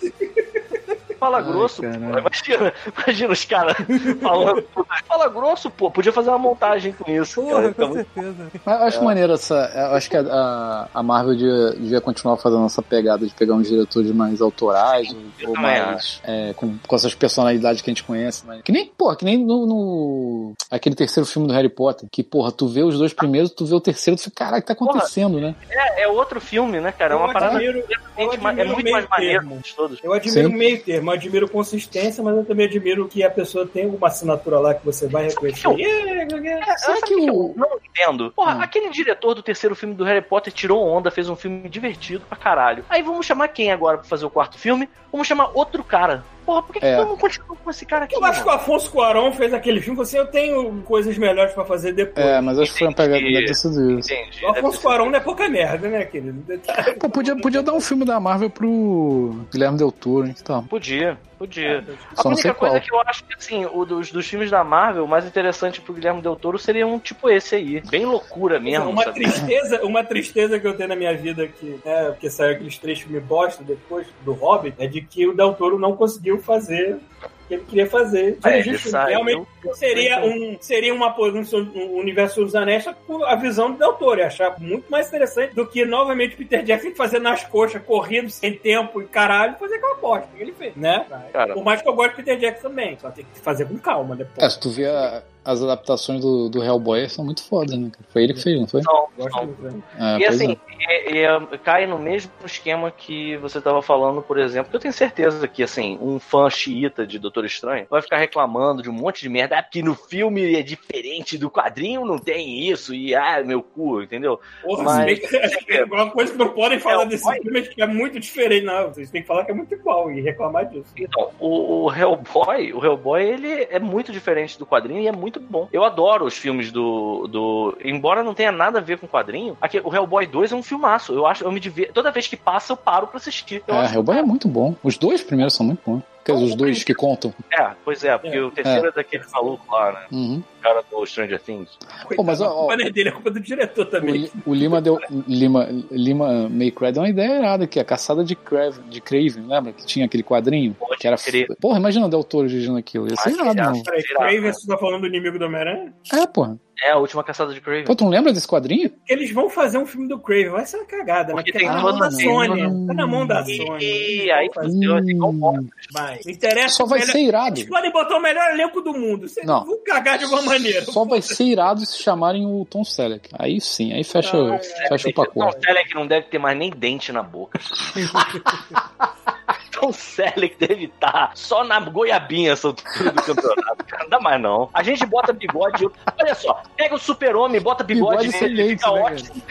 Speaker 1: Fala
Speaker 2: Ai,
Speaker 1: grosso, pô.
Speaker 2: caralho.
Speaker 1: Imagina, imagina os caras falando. pô, Fala grosso, pô. Podia fazer uma montagem com isso. cara. Então,
Speaker 3: Porra,
Speaker 1: Fica
Speaker 3: com
Speaker 1: muito-
Speaker 3: certeza.
Speaker 2: Mas eu acho maneiro essa. é, eu acho que a- a, a Marvel devia, devia continuar fazendo essa pegada de pegar uns diretores mais autorais, ou, ou
Speaker 1: também
Speaker 2: mais. é, com, com essas personalidades que a gente conhece, né? Que nem, porra, que nem no, no- Aquele terceiro filme do Harry Potter, que, porra, tu vê os dois primeiros, tu vê o terceiro, tu fica, caralho, o que tá acontecendo, né?
Speaker 1: É, é outro filme, né, cara? É uma
Speaker 4: Eu
Speaker 1: parada.
Speaker 4: admiro-
Speaker 1: diferente, mas É
Speaker 4: admiro
Speaker 1: muito
Speaker 4: meio
Speaker 1: mais maneiro
Speaker 4: termo.
Speaker 1: de todos.
Speaker 4: Eu admiro o
Speaker 2: Sim.
Speaker 4: meio termo, eu admiro consistência, mas eu também admiro que a pessoa tem alguma assinatura lá que você vai reconhecer.
Speaker 1: Sabe que
Speaker 4: Yeah,
Speaker 1: É,
Speaker 2: Será
Speaker 1: sabe
Speaker 2: que o-
Speaker 1: eu não entendo? Porra,
Speaker 2: Hum.
Speaker 1: aquele diretor do terceiro filme do Harry Potter tirou onda, fez um filme divertido pra caralho. Aí vamos chamar quem agora pra fazer o quarto filme? Vamos chamar outro cara. Porra, por que, que
Speaker 2: É.
Speaker 1: todo mundo continua com esse cara aqui?
Speaker 4: Eu acho que o
Speaker 1: mano?
Speaker 4: Afonso Cuarón fez aquele filme, assim, eu tenho coisas melhores pra fazer depois.
Speaker 2: É, mas acho que foi uma pegada
Speaker 1: Entendi.
Speaker 2: deve ter sido isso.
Speaker 1: Entendi.
Speaker 4: o Afonso Cuarón não é pouca merda, né, querido?
Speaker 2: Pô, podia, podia dar um filme da Marvel pro Guilherme Del Toro, hein? que tal?
Speaker 1: Podia,
Speaker 4: É.
Speaker 1: podia.
Speaker 2: Só
Speaker 1: a
Speaker 2: não sei
Speaker 1: única coisa
Speaker 2: qual.
Speaker 1: que eu acho que, assim, o dos, dos filmes da Marvel, o mais interessante pro Guilherme Del Toro seria um tipo esse aí. Bem loucura mesmo,
Speaker 4: uma
Speaker 1: sabe?
Speaker 4: tristeza, uma tristeza que eu tenho na minha vida que, né, porque saiu aqueles três filmes bosta depois do Hobbit, é de que o Del Toro não conseguiu fazer o que ele queria fazer.
Speaker 1: É,
Speaker 4: Dirigir
Speaker 1: ele
Speaker 4: filme.
Speaker 1: saiu-
Speaker 4: Realmente Seria um seria uma posição um universo dos anéis só com a visão do autor, e achar muito mais interessante do que novamente Peter Jackson fazer nas coxas, correndo sem tempo e caralho, fazer aquela bosta que ele fez, né?
Speaker 1: Cara.
Speaker 4: Por mais que eu goste de Peter Jackson também, só tem que fazer com calma
Speaker 2: É,
Speaker 4: depois.
Speaker 2: se tu vê a- as adaptações do, do Hellboy são muito fodas, né? cara? Foi ele que fez, não foi?
Speaker 1: Não,
Speaker 4: Gosto
Speaker 1: não.
Speaker 4: muito, né?
Speaker 2: É,
Speaker 1: E
Speaker 2: pois
Speaker 1: assim, é- é- cai no mesmo esquema que você tava falando, por exemplo. que Eu tenho certeza que, assim, um fã xiita de Doutor Estranho vai ficar reclamando de um monte de merda. Ah, porque no filme é diferente do quadrinho, não tem isso, e ah, meu cu, entendeu?
Speaker 4: Porra,
Speaker 1: Mas-
Speaker 4: se bem que- é uma coisa que não podem falar
Speaker 1: É,
Speaker 4: desse
Speaker 1: mas-
Speaker 4: filme é que é muito diferente, não. Vocês têm que falar que é muito igual e reclamar disso.
Speaker 1: Então, o, o Hellboy, o Hellboy, ele é muito diferente do quadrinho e é muito bom. Eu adoro os filmes do. do embora não tenha nada a ver com quadrinho, aqui, o Hellboy 2 é um filmaço. Eu acho, eu me diver... Toda vez que passa, eu paro pra assistir. Eu
Speaker 2: É,
Speaker 1: acho
Speaker 2: Hellboy é muito bom. Os dois primeiros são muito bons. Quer dizer, os dois que contam.
Speaker 1: É, pois é, porque o terceiro é, daquele é maluco lá, né?
Speaker 2: Uhum.
Speaker 1: cara do Stranger Things.
Speaker 2: Pô, mas, ó, ó,
Speaker 4: O banner dele é culpa do diretor
Speaker 2: O,
Speaker 4: também.
Speaker 2: Li- o Lima deu. Lima, Lima May Cry deu uma ideia errada aqui, a caçada de, Craven, de Craven, lembra? Que tinha aquele quadrinho.
Speaker 1: Pode
Speaker 2: Que era.
Speaker 1: crer.
Speaker 2: Porra, imagina o Del Toro dirigindo aquilo. Ia ser
Speaker 1: Mas
Speaker 2: irado,
Speaker 1: é
Speaker 2: mano.
Speaker 4: Peraí,
Speaker 1: Será,
Speaker 4: Craven,
Speaker 1: cara?
Speaker 4: você tá falando do inimigo do Homem-Aranha?
Speaker 2: É, porra.
Speaker 1: É a última caçada de Craven.
Speaker 2: Pô, tu não lembra desse quadrinho?
Speaker 4: Eles vão fazer um filme do Craven, vai ser uma cagada,
Speaker 1: Porque
Speaker 4: mas
Speaker 1: tem
Speaker 4: tá na
Speaker 1: toda
Speaker 4: mão da
Speaker 1: a-
Speaker 4: Sony. Tá na mão da Sony.
Speaker 1: E
Speaker 4: Eles vão
Speaker 1: aí
Speaker 4: fazer.
Speaker 1: fudeu, assim, igual o Bob.
Speaker 4: Vai. Não
Speaker 1: É,
Speaker 4: Interessa
Speaker 2: Só vai
Speaker 4: o melhor-
Speaker 2: ser irado.
Speaker 4: Eles podem botar o melhor elenco do mundo. Vocês
Speaker 2: Não.
Speaker 4: vão cagar de alguma maneira.
Speaker 2: Só vai ser irado se chamarem o Tom Selleck. Aí sim, aí fecha,
Speaker 4: Ah,
Speaker 2: fecha o pacote.
Speaker 1: Tom Selleck Então, não deve ter mais nem dente na boca. Tom Selleck deve estar só na goiabinha essa altura do campeonato. Cara, não dá mais não. A gente bota bigode. Olha só, pega o super-homem, bota bigode,
Speaker 2: Bigode sem
Speaker 1: nele,
Speaker 2: dente,
Speaker 1: fica
Speaker 2: né,
Speaker 1: ótimo.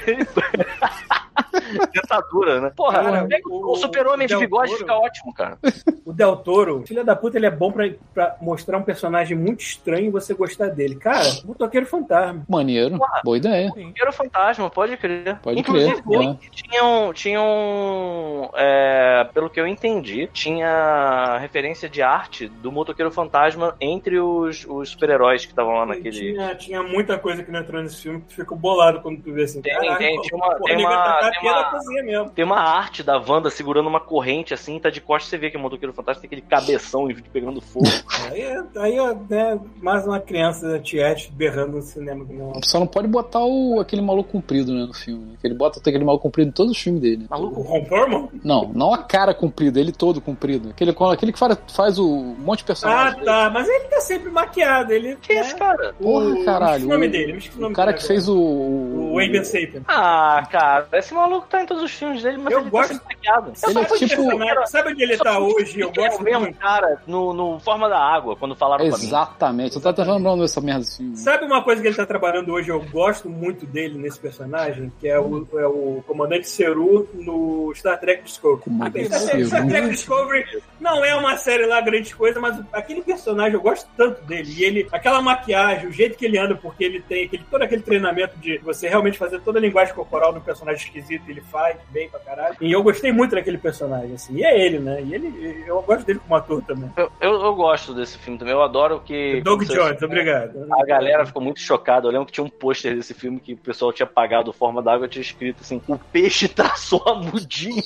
Speaker 1: Dentadura, né? Porra,
Speaker 4: Cara,
Speaker 1: pega
Speaker 4: o-
Speaker 1: o, o super-homem de
Speaker 4: o Del
Speaker 1: bigode,
Speaker 4: Toro-
Speaker 1: fica ótimo, cara.
Speaker 4: O Del Toro, filho da puta, ele é bom pra, pra mostrar um personagem muito estranho e você gostar dele. Cara, motoqueiro fantasma.
Speaker 2: Maneiro, boa ideia.
Speaker 1: Era o fantasma, pode crer.
Speaker 2: Pode
Speaker 1: Inclusive,
Speaker 2: crer, né?
Speaker 1: tinham, tinham, é, pelo que eu entendi, tinha referência de arte do motoqueiro fantasma entre os, os super-heróis que estavam lá naquele.
Speaker 4: Tinha, tinha muita coisa que não entrou nesse filme que tu fica bolado quando tu vê assim.
Speaker 1: Tem,
Speaker 4: caraca,
Speaker 1: tem,
Speaker 4: pô,
Speaker 1: tinha uma-
Speaker 4: pô,
Speaker 1: tem
Speaker 4: ele
Speaker 1: uma-
Speaker 4: vai tentar
Speaker 1: tem
Speaker 4: ter
Speaker 1: uma-
Speaker 4: da cozinha mesmo.
Speaker 1: Tem uma arte da Wanda segurando uma corrente assim, tá de costas, você vê que é o motoqueiro fantasma tem aquele cabeção e pegando fogo.
Speaker 4: Aí, aí ó, né, mais uma criança tiete berrando no cinema. Não. é
Speaker 2: Só não pode botar o, aquele maluco comprido né, no filme. né? Que Ele bota aquele maluco comprido em todos os filmes dele.
Speaker 4: Maluco, Ron Perlman?
Speaker 2: Não, não a cara comprida, ele todo comprido. Aquele, aquele que faz, faz o um monte de
Speaker 4: Ah,
Speaker 2: personagem.
Speaker 4: tá. Mas ele tá sempre maquiado. Ele,
Speaker 1: Que
Speaker 4: né,
Speaker 1: isso, cara?
Speaker 2: Porra,
Speaker 4: o,
Speaker 2: caralho,
Speaker 4: O nome
Speaker 2: o-
Speaker 4: dele. me esqueci
Speaker 2: O
Speaker 4: nome
Speaker 2: cara
Speaker 4: dele
Speaker 2: que
Speaker 4: agora.
Speaker 2: fez o. O
Speaker 4: O Aiden Sapien.
Speaker 1: Ah, cara, esse maluco tá em todos os filmes dele, mas
Speaker 4: Eu
Speaker 1: ele
Speaker 4: gosto-
Speaker 1: tá sendo maquiado.
Speaker 2: Ele é
Speaker 4: Sabe onde
Speaker 2: tipo-
Speaker 4: personagem- Sabe onde ele tá hoje? Eu
Speaker 2: é
Speaker 1: é
Speaker 4: gosto
Speaker 1: o mesmo
Speaker 4: muito.
Speaker 1: cara no, no Forma da Água, quando falaram pra mim.
Speaker 2: Exatamente. Eu tava tentando lembrar o nome dessa merda desse filme.
Speaker 4: Sabe uma coisa que ele tá trabalhando hoje? Eu gosto muito dele nesse personagem, que é o, é o Comandante Seru no Star Trek Discovery.
Speaker 2: Comandante
Speaker 4: Aquele- Star, Star
Speaker 2: Seru.
Speaker 4: Trek Discovery não é uma série lá grande coisa, mas aquele personagem eu gosto tanto dele. E ele, aquela maquiagem, o jeito que ele anda, porque ele tem aquele, todo aquele treinamento de você realmente fazer toda a linguagem corporal do personagem esquisito, ele faz bem pra caralho. E eu gostei muito daquele personagem, assim. E é ele, né? E ele, eu gosto dele como ator também.
Speaker 1: Eu, eu, eu gosto desse filme também, eu adoro que.
Speaker 4: Doug
Speaker 1: quando você-
Speaker 4: Jones, obrigado.
Speaker 1: A galera ficou muito chocada. Eu lembro que tinha um pôster desse filme que o pessoal tinha pagado forma d'água, tinha escrito assim: o peixe tá só a mudinha.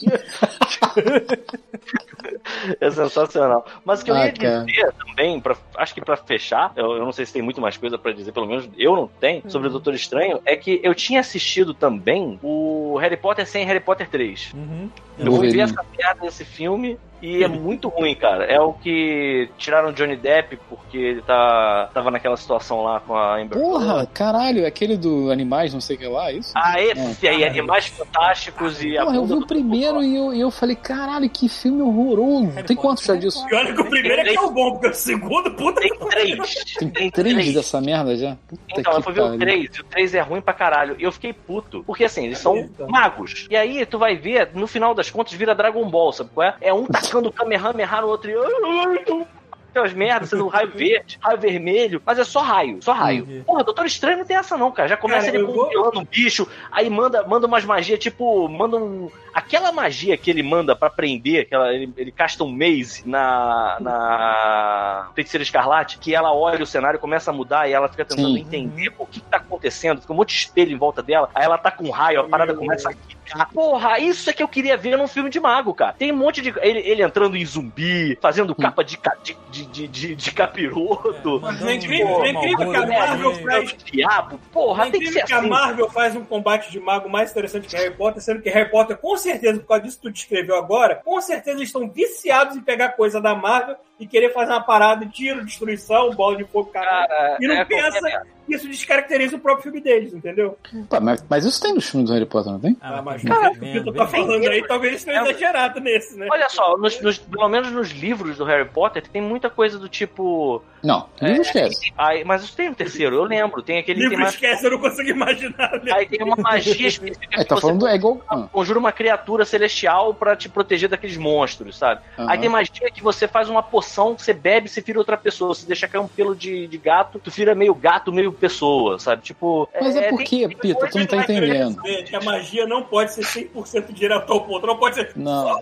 Speaker 1: é sensacional. Mas o que eu
Speaker 2: Ah,
Speaker 1: ia
Speaker 2: cara.
Speaker 1: dizer também, pra- acho que pra fechar, eu, eu não sei se tem muito mais coisa pra dizer, pelo menos eu não tenho,
Speaker 2: Uhum.
Speaker 1: sobre o Doutor Estranho, é que eu tinha assistido também o Harry Potter sem Harry Potter 3.
Speaker 3: Uhum.
Speaker 1: Eu fui ver
Speaker 2: Wolverine.
Speaker 1: essa merda desse filme e é muito ruim, cara. É o que tiraram o Johnny Depp porque ele tá, tava naquela situação lá com a Amber
Speaker 2: Porra, caralho, é aquele do Animais, não sei o que lá, é isso?
Speaker 1: Ah, esse aí, Animais Fantásticos e a
Speaker 2: Porra, eu vi
Speaker 1: bunda
Speaker 2: o
Speaker 1: do-
Speaker 2: primeiro e eu, e eu falei, caralho, que filme horroroso. Tem quantos já disso?
Speaker 4: E olha que o primeiro é que é o bom, porque o segundo, puta
Speaker 1: Tem
Speaker 4: que
Speaker 1: três.
Speaker 2: Tem três dessa merda já? Puta
Speaker 1: Então, eu
Speaker 2: que
Speaker 1: fui ver o
Speaker 2: pariu.
Speaker 1: 3, e o 3 é ruim pra caralho. E eu fiquei puto. Porque assim, eles são
Speaker 4: Eita.
Speaker 1: magos. E aí, tu vai ver, no final das contas, vira Dragon Ball, sabe qual é? É um tacando o Kamehameha no outro e. Tem umas merdas, sendo um raio verde, raio vermelho, mas é só raio, só raio.
Speaker 3: Entendi.
Speaker 1: Porra, Doutor Estranho não tem essa não, cara. Já começa
Speaker 4: Cara,
Speaker 1: ele
Speaker 4: eu vou-
Speaker 1: congelando um bicho, aí manda, manda umas magias, tipo, manda um... Aquela magia que ele manda pra prender, aquela, ele, ele casta um maze na, na Feiticeira Escarlate, que ela olha o cenário, começa a mudar e ela fica tentando
Speaker 2: Sim.
Speaker 1: entender pô, o que que tá acontecendo, fica um monte de espelho em volta dela, aí ela tá com raio, a parada
Speaker 4: Meu
Speaker 1: começa a quicar. Porra, isso é que eu queria ver num filme de mago, cara. Tem um monte de. Ele, ele entrando em zumbi, fazendo
Speaker 4: Hum.
Speaker 1: capa de, ca- de, de, de, de- de capiroto.
Speaker 3: Mandando
Speaker 4: É incrível, é incrível que
Speaker 3: Malboro
Speaker 4: a Marvel
Speaker 3: também.
Speaker 1: É.
Speaker 4: faz.
Speaker 1: o diabo, porra,
Speaker 4: é
Speaker 1: tem que
Speaker 4: incrível
Speaker 1: ser
Speaker 4: que, a
Speaker 1: assim.
Speaker 4: Marvel faz um combate de mago mais interessante que Harry Potter, sendo que Harry Potter, com certeza, por causa disso que tu descreveu agora, com certeza eles estão viciados em pegar coisa da Marvel e querer fazer uma parada de tiro, destruição, bola de fogo, caralho.
Speaker 1: Cara,
Speaker 4: E não
Speaker 1: é qualquer
Speaker 4: pensa
Speaker 1: merda.
Speaker 4: que Isso descaracteriza o próprio filme deles, entendeu?
Speaker 2: Pá, mas, mas isso tem nos filmes do Harry Potter, não tem?
Speaker 4: Ah, mas
Speaker 2: É,
Speaker 3: cara,
Speaker 4: cara, o que tu tá
Speaker 3: bem-
Speaker 4: falando aí, talvez isso tenha
Speaker 1: É.
Speaker 4: exagerado nesse, né?
Speaker 1: Olha só, nos- nos- pelo menos nos livros do Harry Potter, tem muita coisa do tipo.
Speaker 2: Não, livro esquece.
Speaker 1: Ai, mas isso tem um terceiro, eu lembro. Tem aquele que
Speaker 4: Livro
Speaker 1: tem mais.
Speaker 4: esquece, eu não consigo imaginar. né?
Speaker 1: Aí tem uma magia específica
Speaker 2: É,
Speaker 1: que
Speaker 2: tá
Speaker 1: você
Speaker 2: falando é igual. Ah,
Speaker 1: conjura uma criatura celestial pra te proteger daqueles monstros, sabe? Aí
Speaker 2: aham.
Speaker 1: tem magia que você faz uma poção, que você bebe, você vira outra pessoa. Se deixar cair um pelo de, de gato, tu vira meio gato, meio pessoa, sabe? Tipo.
Speaker 2: Mas é
Speaker 1: tem-
Speaker 2: porque,
Speaker 1: tem
Speaker 2: Pita,
Speaker 1: coisa tipo,
Speaker 2: tu não tá
Speaker 1: mais-
Speaker 4: É,
Speaker 2: entendendo.
Speaker 4: Que a magia não pode ser 100% direto ao ponto, não pode ser
Speaker 2: Não.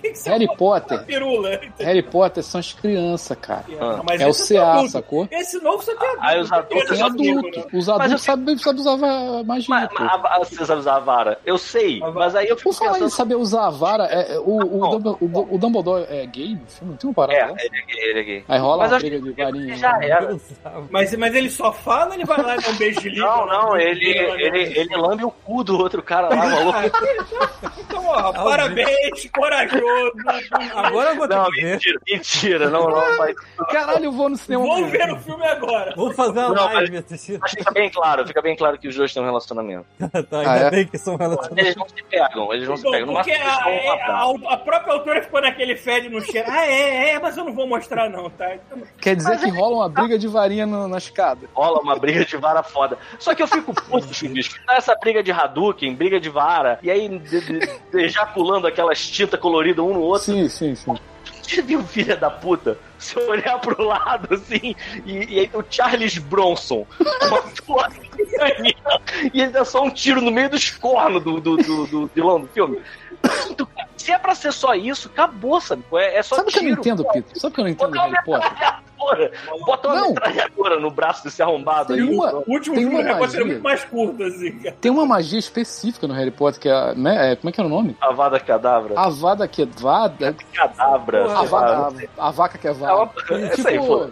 Speaker 4: que, que você
Speaker 2: Harry
Speaker 4: botou
Speaker 2: Potter.
Speaker 4: na Pirula. entendeu?
Speaker 2: Harry Potter são as crianças, cara.
Speaker 1: Ah.
Speaker 4: Mas
Speaker 2: É o
Speaker 4: esse
Speaker 2: CA,
Speaker 4: adulto.
Speaker 2: sacou?
Speaker 4: Esse novo só tem adulto.
Speaker 1: Aí os adultos
Speaker 4: Criança
Speaker 2: Tem
Speaker 1: só
Speaker 4: não tem,
Speaker 2: adulto.
Speaker 4: né?
Speaker 2: Os
Speaker 1: Mas eu-
Speaker 2: adultos sabem, sabem usar va- magia,
Speaker 1: Mas,
Speaker 2: pô.
Speaker 1: mas a- a- você sabe usar a vara? Eu sei, mas aí eu fico
Speaker 2: tipo. Por falar em
Speaker 1: pensando.
Speaker 2: saber usar a vara, é, é, o, o,
Speaker 1: Não.
Speaker 2: Dumbledore- o Du- o Dumbledore é gay no filme? Não tem uma parada
Speaker 1: É,
Speaker 2: né?
Speaker 1: ele é gay, ele é gay.
Speaker 2: Aí rola
Speaker 1: Mas
Speaker 2: uma
Speaker 1: acho
Speaker 2: briga de
Speaker 1: que
Speaker 2: varinha. né?
Speaker 1: já era.
Speaker 4: Mas, mas ele só fala, ele vai lá e dá um beijo de língua.
Speaker 1: Não, não,
Speaker 4: dá um
Speaker 1: ele,
Speaker 4: beijo,
Speaker 1: ele, ele lambe o cu do outro cara lá, maluco.
Speaker 4: Então,
Speaker 2: Ah,
Speaker 4: ó, parabéns, corajoso.
Speaker 3: Agora eu vou ter
Speaker 1: Não,
Speaker 3: que ver.
Speaker 1: mentira, mentira, não, não, mas
Speaker 2: Caralho, eu vou no cinema.
Speaker 4: Vou
Speaker 2: mesmo.
Speaker 4: ver o filme agora.
Speaker 3: Vamos fazer uma
Speaker 1: Não,
Speaker 3: live assistindo.
Speaker 1: acho que fica bem claro, fica bem claro que os dois têm um relacionamento.
Speaker 3: Tá,
Speaker 2: Ah,
Speaker 3: ainda
Speaker 2: é?
Speaker 3: bem que são relacionados.
Speaker 1: Eles não se pegam, eles não se pegam. No
Speaker 4: porque
Speaker 1: máximo, eles dão
Speaker 4: a,
Speaker 1: um
Speaker 4: a,
Speaker 1: abraço.
Speaker 4: a própria autora ficou naquele fede no cheiro. Ah, é, é, mas eu não vou mostrar, não, tá? Então,
Speaker 2: Quer dizer é que rola uma briga de varinha no- na escada.
Speaker 1: Rola uma briga de vara foda. Só que eu fico puto, Chubisco. Tá essa briga de Hadouken, briga de vara, e aí de, de- de- ejaculando aquelas tintas coloridas um no outro.
Speaker 2: Sim, sim, sim.
Speaker 1: Você viu, filha da puta? Se eu olhar pro lado, assim, e, e aí tem o Charles Bronson, uma porra de canina, e ele dá só um tiro no meio dos cornos do, do, do, do vilão do filme. Puto, cara, Se é pra ser só isso, acabou, sabe? É, é só
Speaker 2: Sabe o que eu não
Speaker 1: tiro.
Speaker 2: entendo, Peter? Sabe o que eu não entendo do
Speaker 1: Botar uma
Speaker 2: Harry Potter?
Speaker 1: metralhadora, bota uma
Speaker 2: Não.
Speaker 1: metralhadora no braço desse arrombado
Speaker 2: Tem
Speaker 1: aí.
Speaker 2: uma,
Speaker 4: o último
Speaker 2: tem
Speaker 4: filme
Speaker 2: uma
Speaker 4: do Harry é
Speaker 2: magia.
Speaker 4: muito mais curto, assim, cara.
Speaker 2: Tem uma magia específica no Harry Potter que é, a- né, é- como é que era o nome?
Speaker 1: Avada Cadavra.
Speaker 2: Avada que é vada,
Speaker 1: Cadabra.
Speaker 2: a,
Speaker 1: sei lá.
Speaker 2: vada, a, a vaca que é
Speaker 1: É
Speaker 2: vada.
Speaker 1: uma-
Speaker 2: Tipo,
Speaker 1: Essa aí, pô.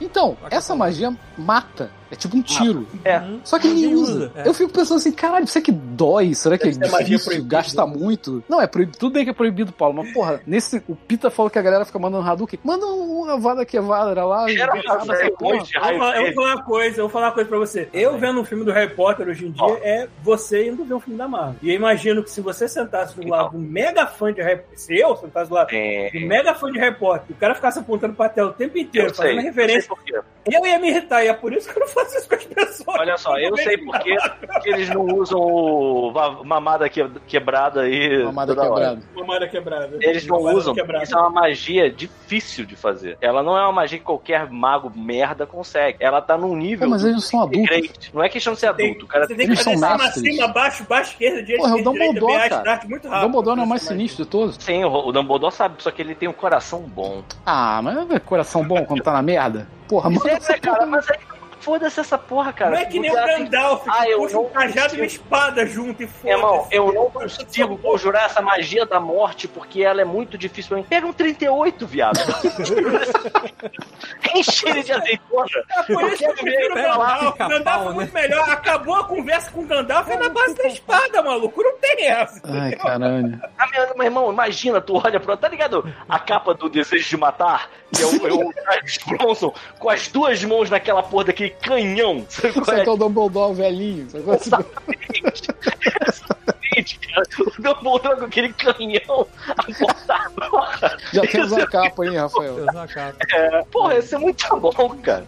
Speaker 2: então, essa magia mata. É tipo um tiro.
Speaker 1: É.
Speaker 2: Só que ninguém usa.
Speaker 3: É.
Speaker 2: Eu fico pensando assim, caralho, será que dói? Será que é
Speaker 4: ser magia
Speaker 2: difícil?
Speaker 4: proibida.
Speaker 2: Gasta muito? Não, é proibido. Tudo bem que é proibido, Paulo. Mas, porra, nesse. O Pita falou que a galera fica mandando Hadouken. Manda uma vada que é vada lá. e
Speaker 1: Era
Speaker 2: gasta
Speaker 1: uma
Speaker 2: essa porra.
Speaker 1: sequência de
Speaker 4: Eu vou,
Speaker 1: raio
Speaker 4: falar, eu vou
Speaker 1: verde.
Speaker 4: falar É uma um coisa, eu vou falar uma coisa pra você. Eu vendo um filme do Harry Potter hoje em dia
Speaker 1: Ó.
Speaker 4: é você indo ver um filme da Marvel. E eu imagino que se você sentasse do lado de um mega fã de Harry Potter, se eu sentasse do lado
Speaker 1: É,
Speaker 4: de um mega fã de Harry Potter, e o cara ficasse apontando pra tela o tempo inteiro,
Speaker 1: Eu sei.
Speaker 4: fazendo referência,
Speaker 1: Eu sei por quê.
Speaker 4: eu ia me irritar, e é por isso que eu não faço isso com as pessoas.
Speaker 1: Olha só, eu sei por quê que eles não usam o va- mamada que- quebrada aí.
Speaker 2: Mamada
Speaker 1: toda hora.
Speaker 2: quebrada.
Speaker 4: Mamada quebrada.
Speaker 1: Eles não
Speaker 4: Mamada
Speaker 1: usam. porque
Speaker 4: quebrada.
Speaker 1: Isso é uma magia difícil de fazer. Ela não é uma magia que qualquer mago merda consegue. Ela tá num nível.
Speaker 2: Pô, mas eles não são adultos.
Speaker 1: great. Não é questão de ser
Speaker 4: Tem-
Speaker 1: adulto. O cara
Speaker 4: você
Speaker 1: tem
Speaker 4: tem que
Speaker 2: eles
Speaker 4: fazer
Speaker 2: são
Speaker 4: cima,
Speaker 2: mestres.
Speaker 4: cima, baixo, baixo, esquerda, direita,
Speaker 2: Porra, é o
Speaker 4: esquerda, direita,
Speaker 2: Dumbledore,
Speaker 4: BA,
Speaker 2: cara.
Speaker 4: start, muito
Speaker 2: O
Speaker 4: rápido.
Speaker 2: Dumbledore não é o mais
Speaker 4: Imagina.
Speaker 2: sinistro de todos.
Speaker 1: Sim, o o Dumbledore sabe, só que ele tem um coração bom.
Speaker 2: Ah, mas é coração bom quando tá na merda? Porra, manda
Speaker 1: É,
Speaker 2: essa
Speaker 1: cara,
Speaker 2: porra.
Speaker 1: mas é, foda-se essa porra, cara.
Speaker 4: Não é que nem o
Speaker 1: Cara,
Speaker 4: Gandalf, que
Speaker 1: Ah, eu
Speaker 4: puxa
Speaker 1: não
Speaker 4: um cajado e
Speaker 1: consigo.
Speaker 4: uma espada junto e foda
Speaker 1: Irmão, eu não consigo conjurar essa magia da morte porque ela é muito difícil. pra mim. Pega um 38, viado. Enche ele de azeitona.
Speaker 4: É por isso que eu prefiro o
Speaker 3: Pega lá,
Speaker 4: Gandalf.
Speaker 3: pica-pau,
Speaker 4: Gandalf é
Speaker 3: né?
Speaker 4: muito melhor. Acabou a conversa com o Gandalf é na base da espada, maluco. Não tem essa.
Speaker 2: Ai, caralho.
Speaker 1: Ah, meu, meu irmão, imagina, tu olha pra. Tá ligado? A capa do Desejo de Matar, que é o, é o Charles Bronson, com as duas mãos naquela porra daquele canhão. Sabe qual
Speaker 2: Só
Speaker 1: é?
Speaker 2: que é o Dumbledore velhinho. sabe qual é?
Speaker 1: Gente, cara, O Dumbledore com aquele canhão apontado.
Speaker 2: Já temos a capa, hein, Rafael?
Speaker 3: Deus na capa.
Speaker 1: Porra, isso é muito bom, cara.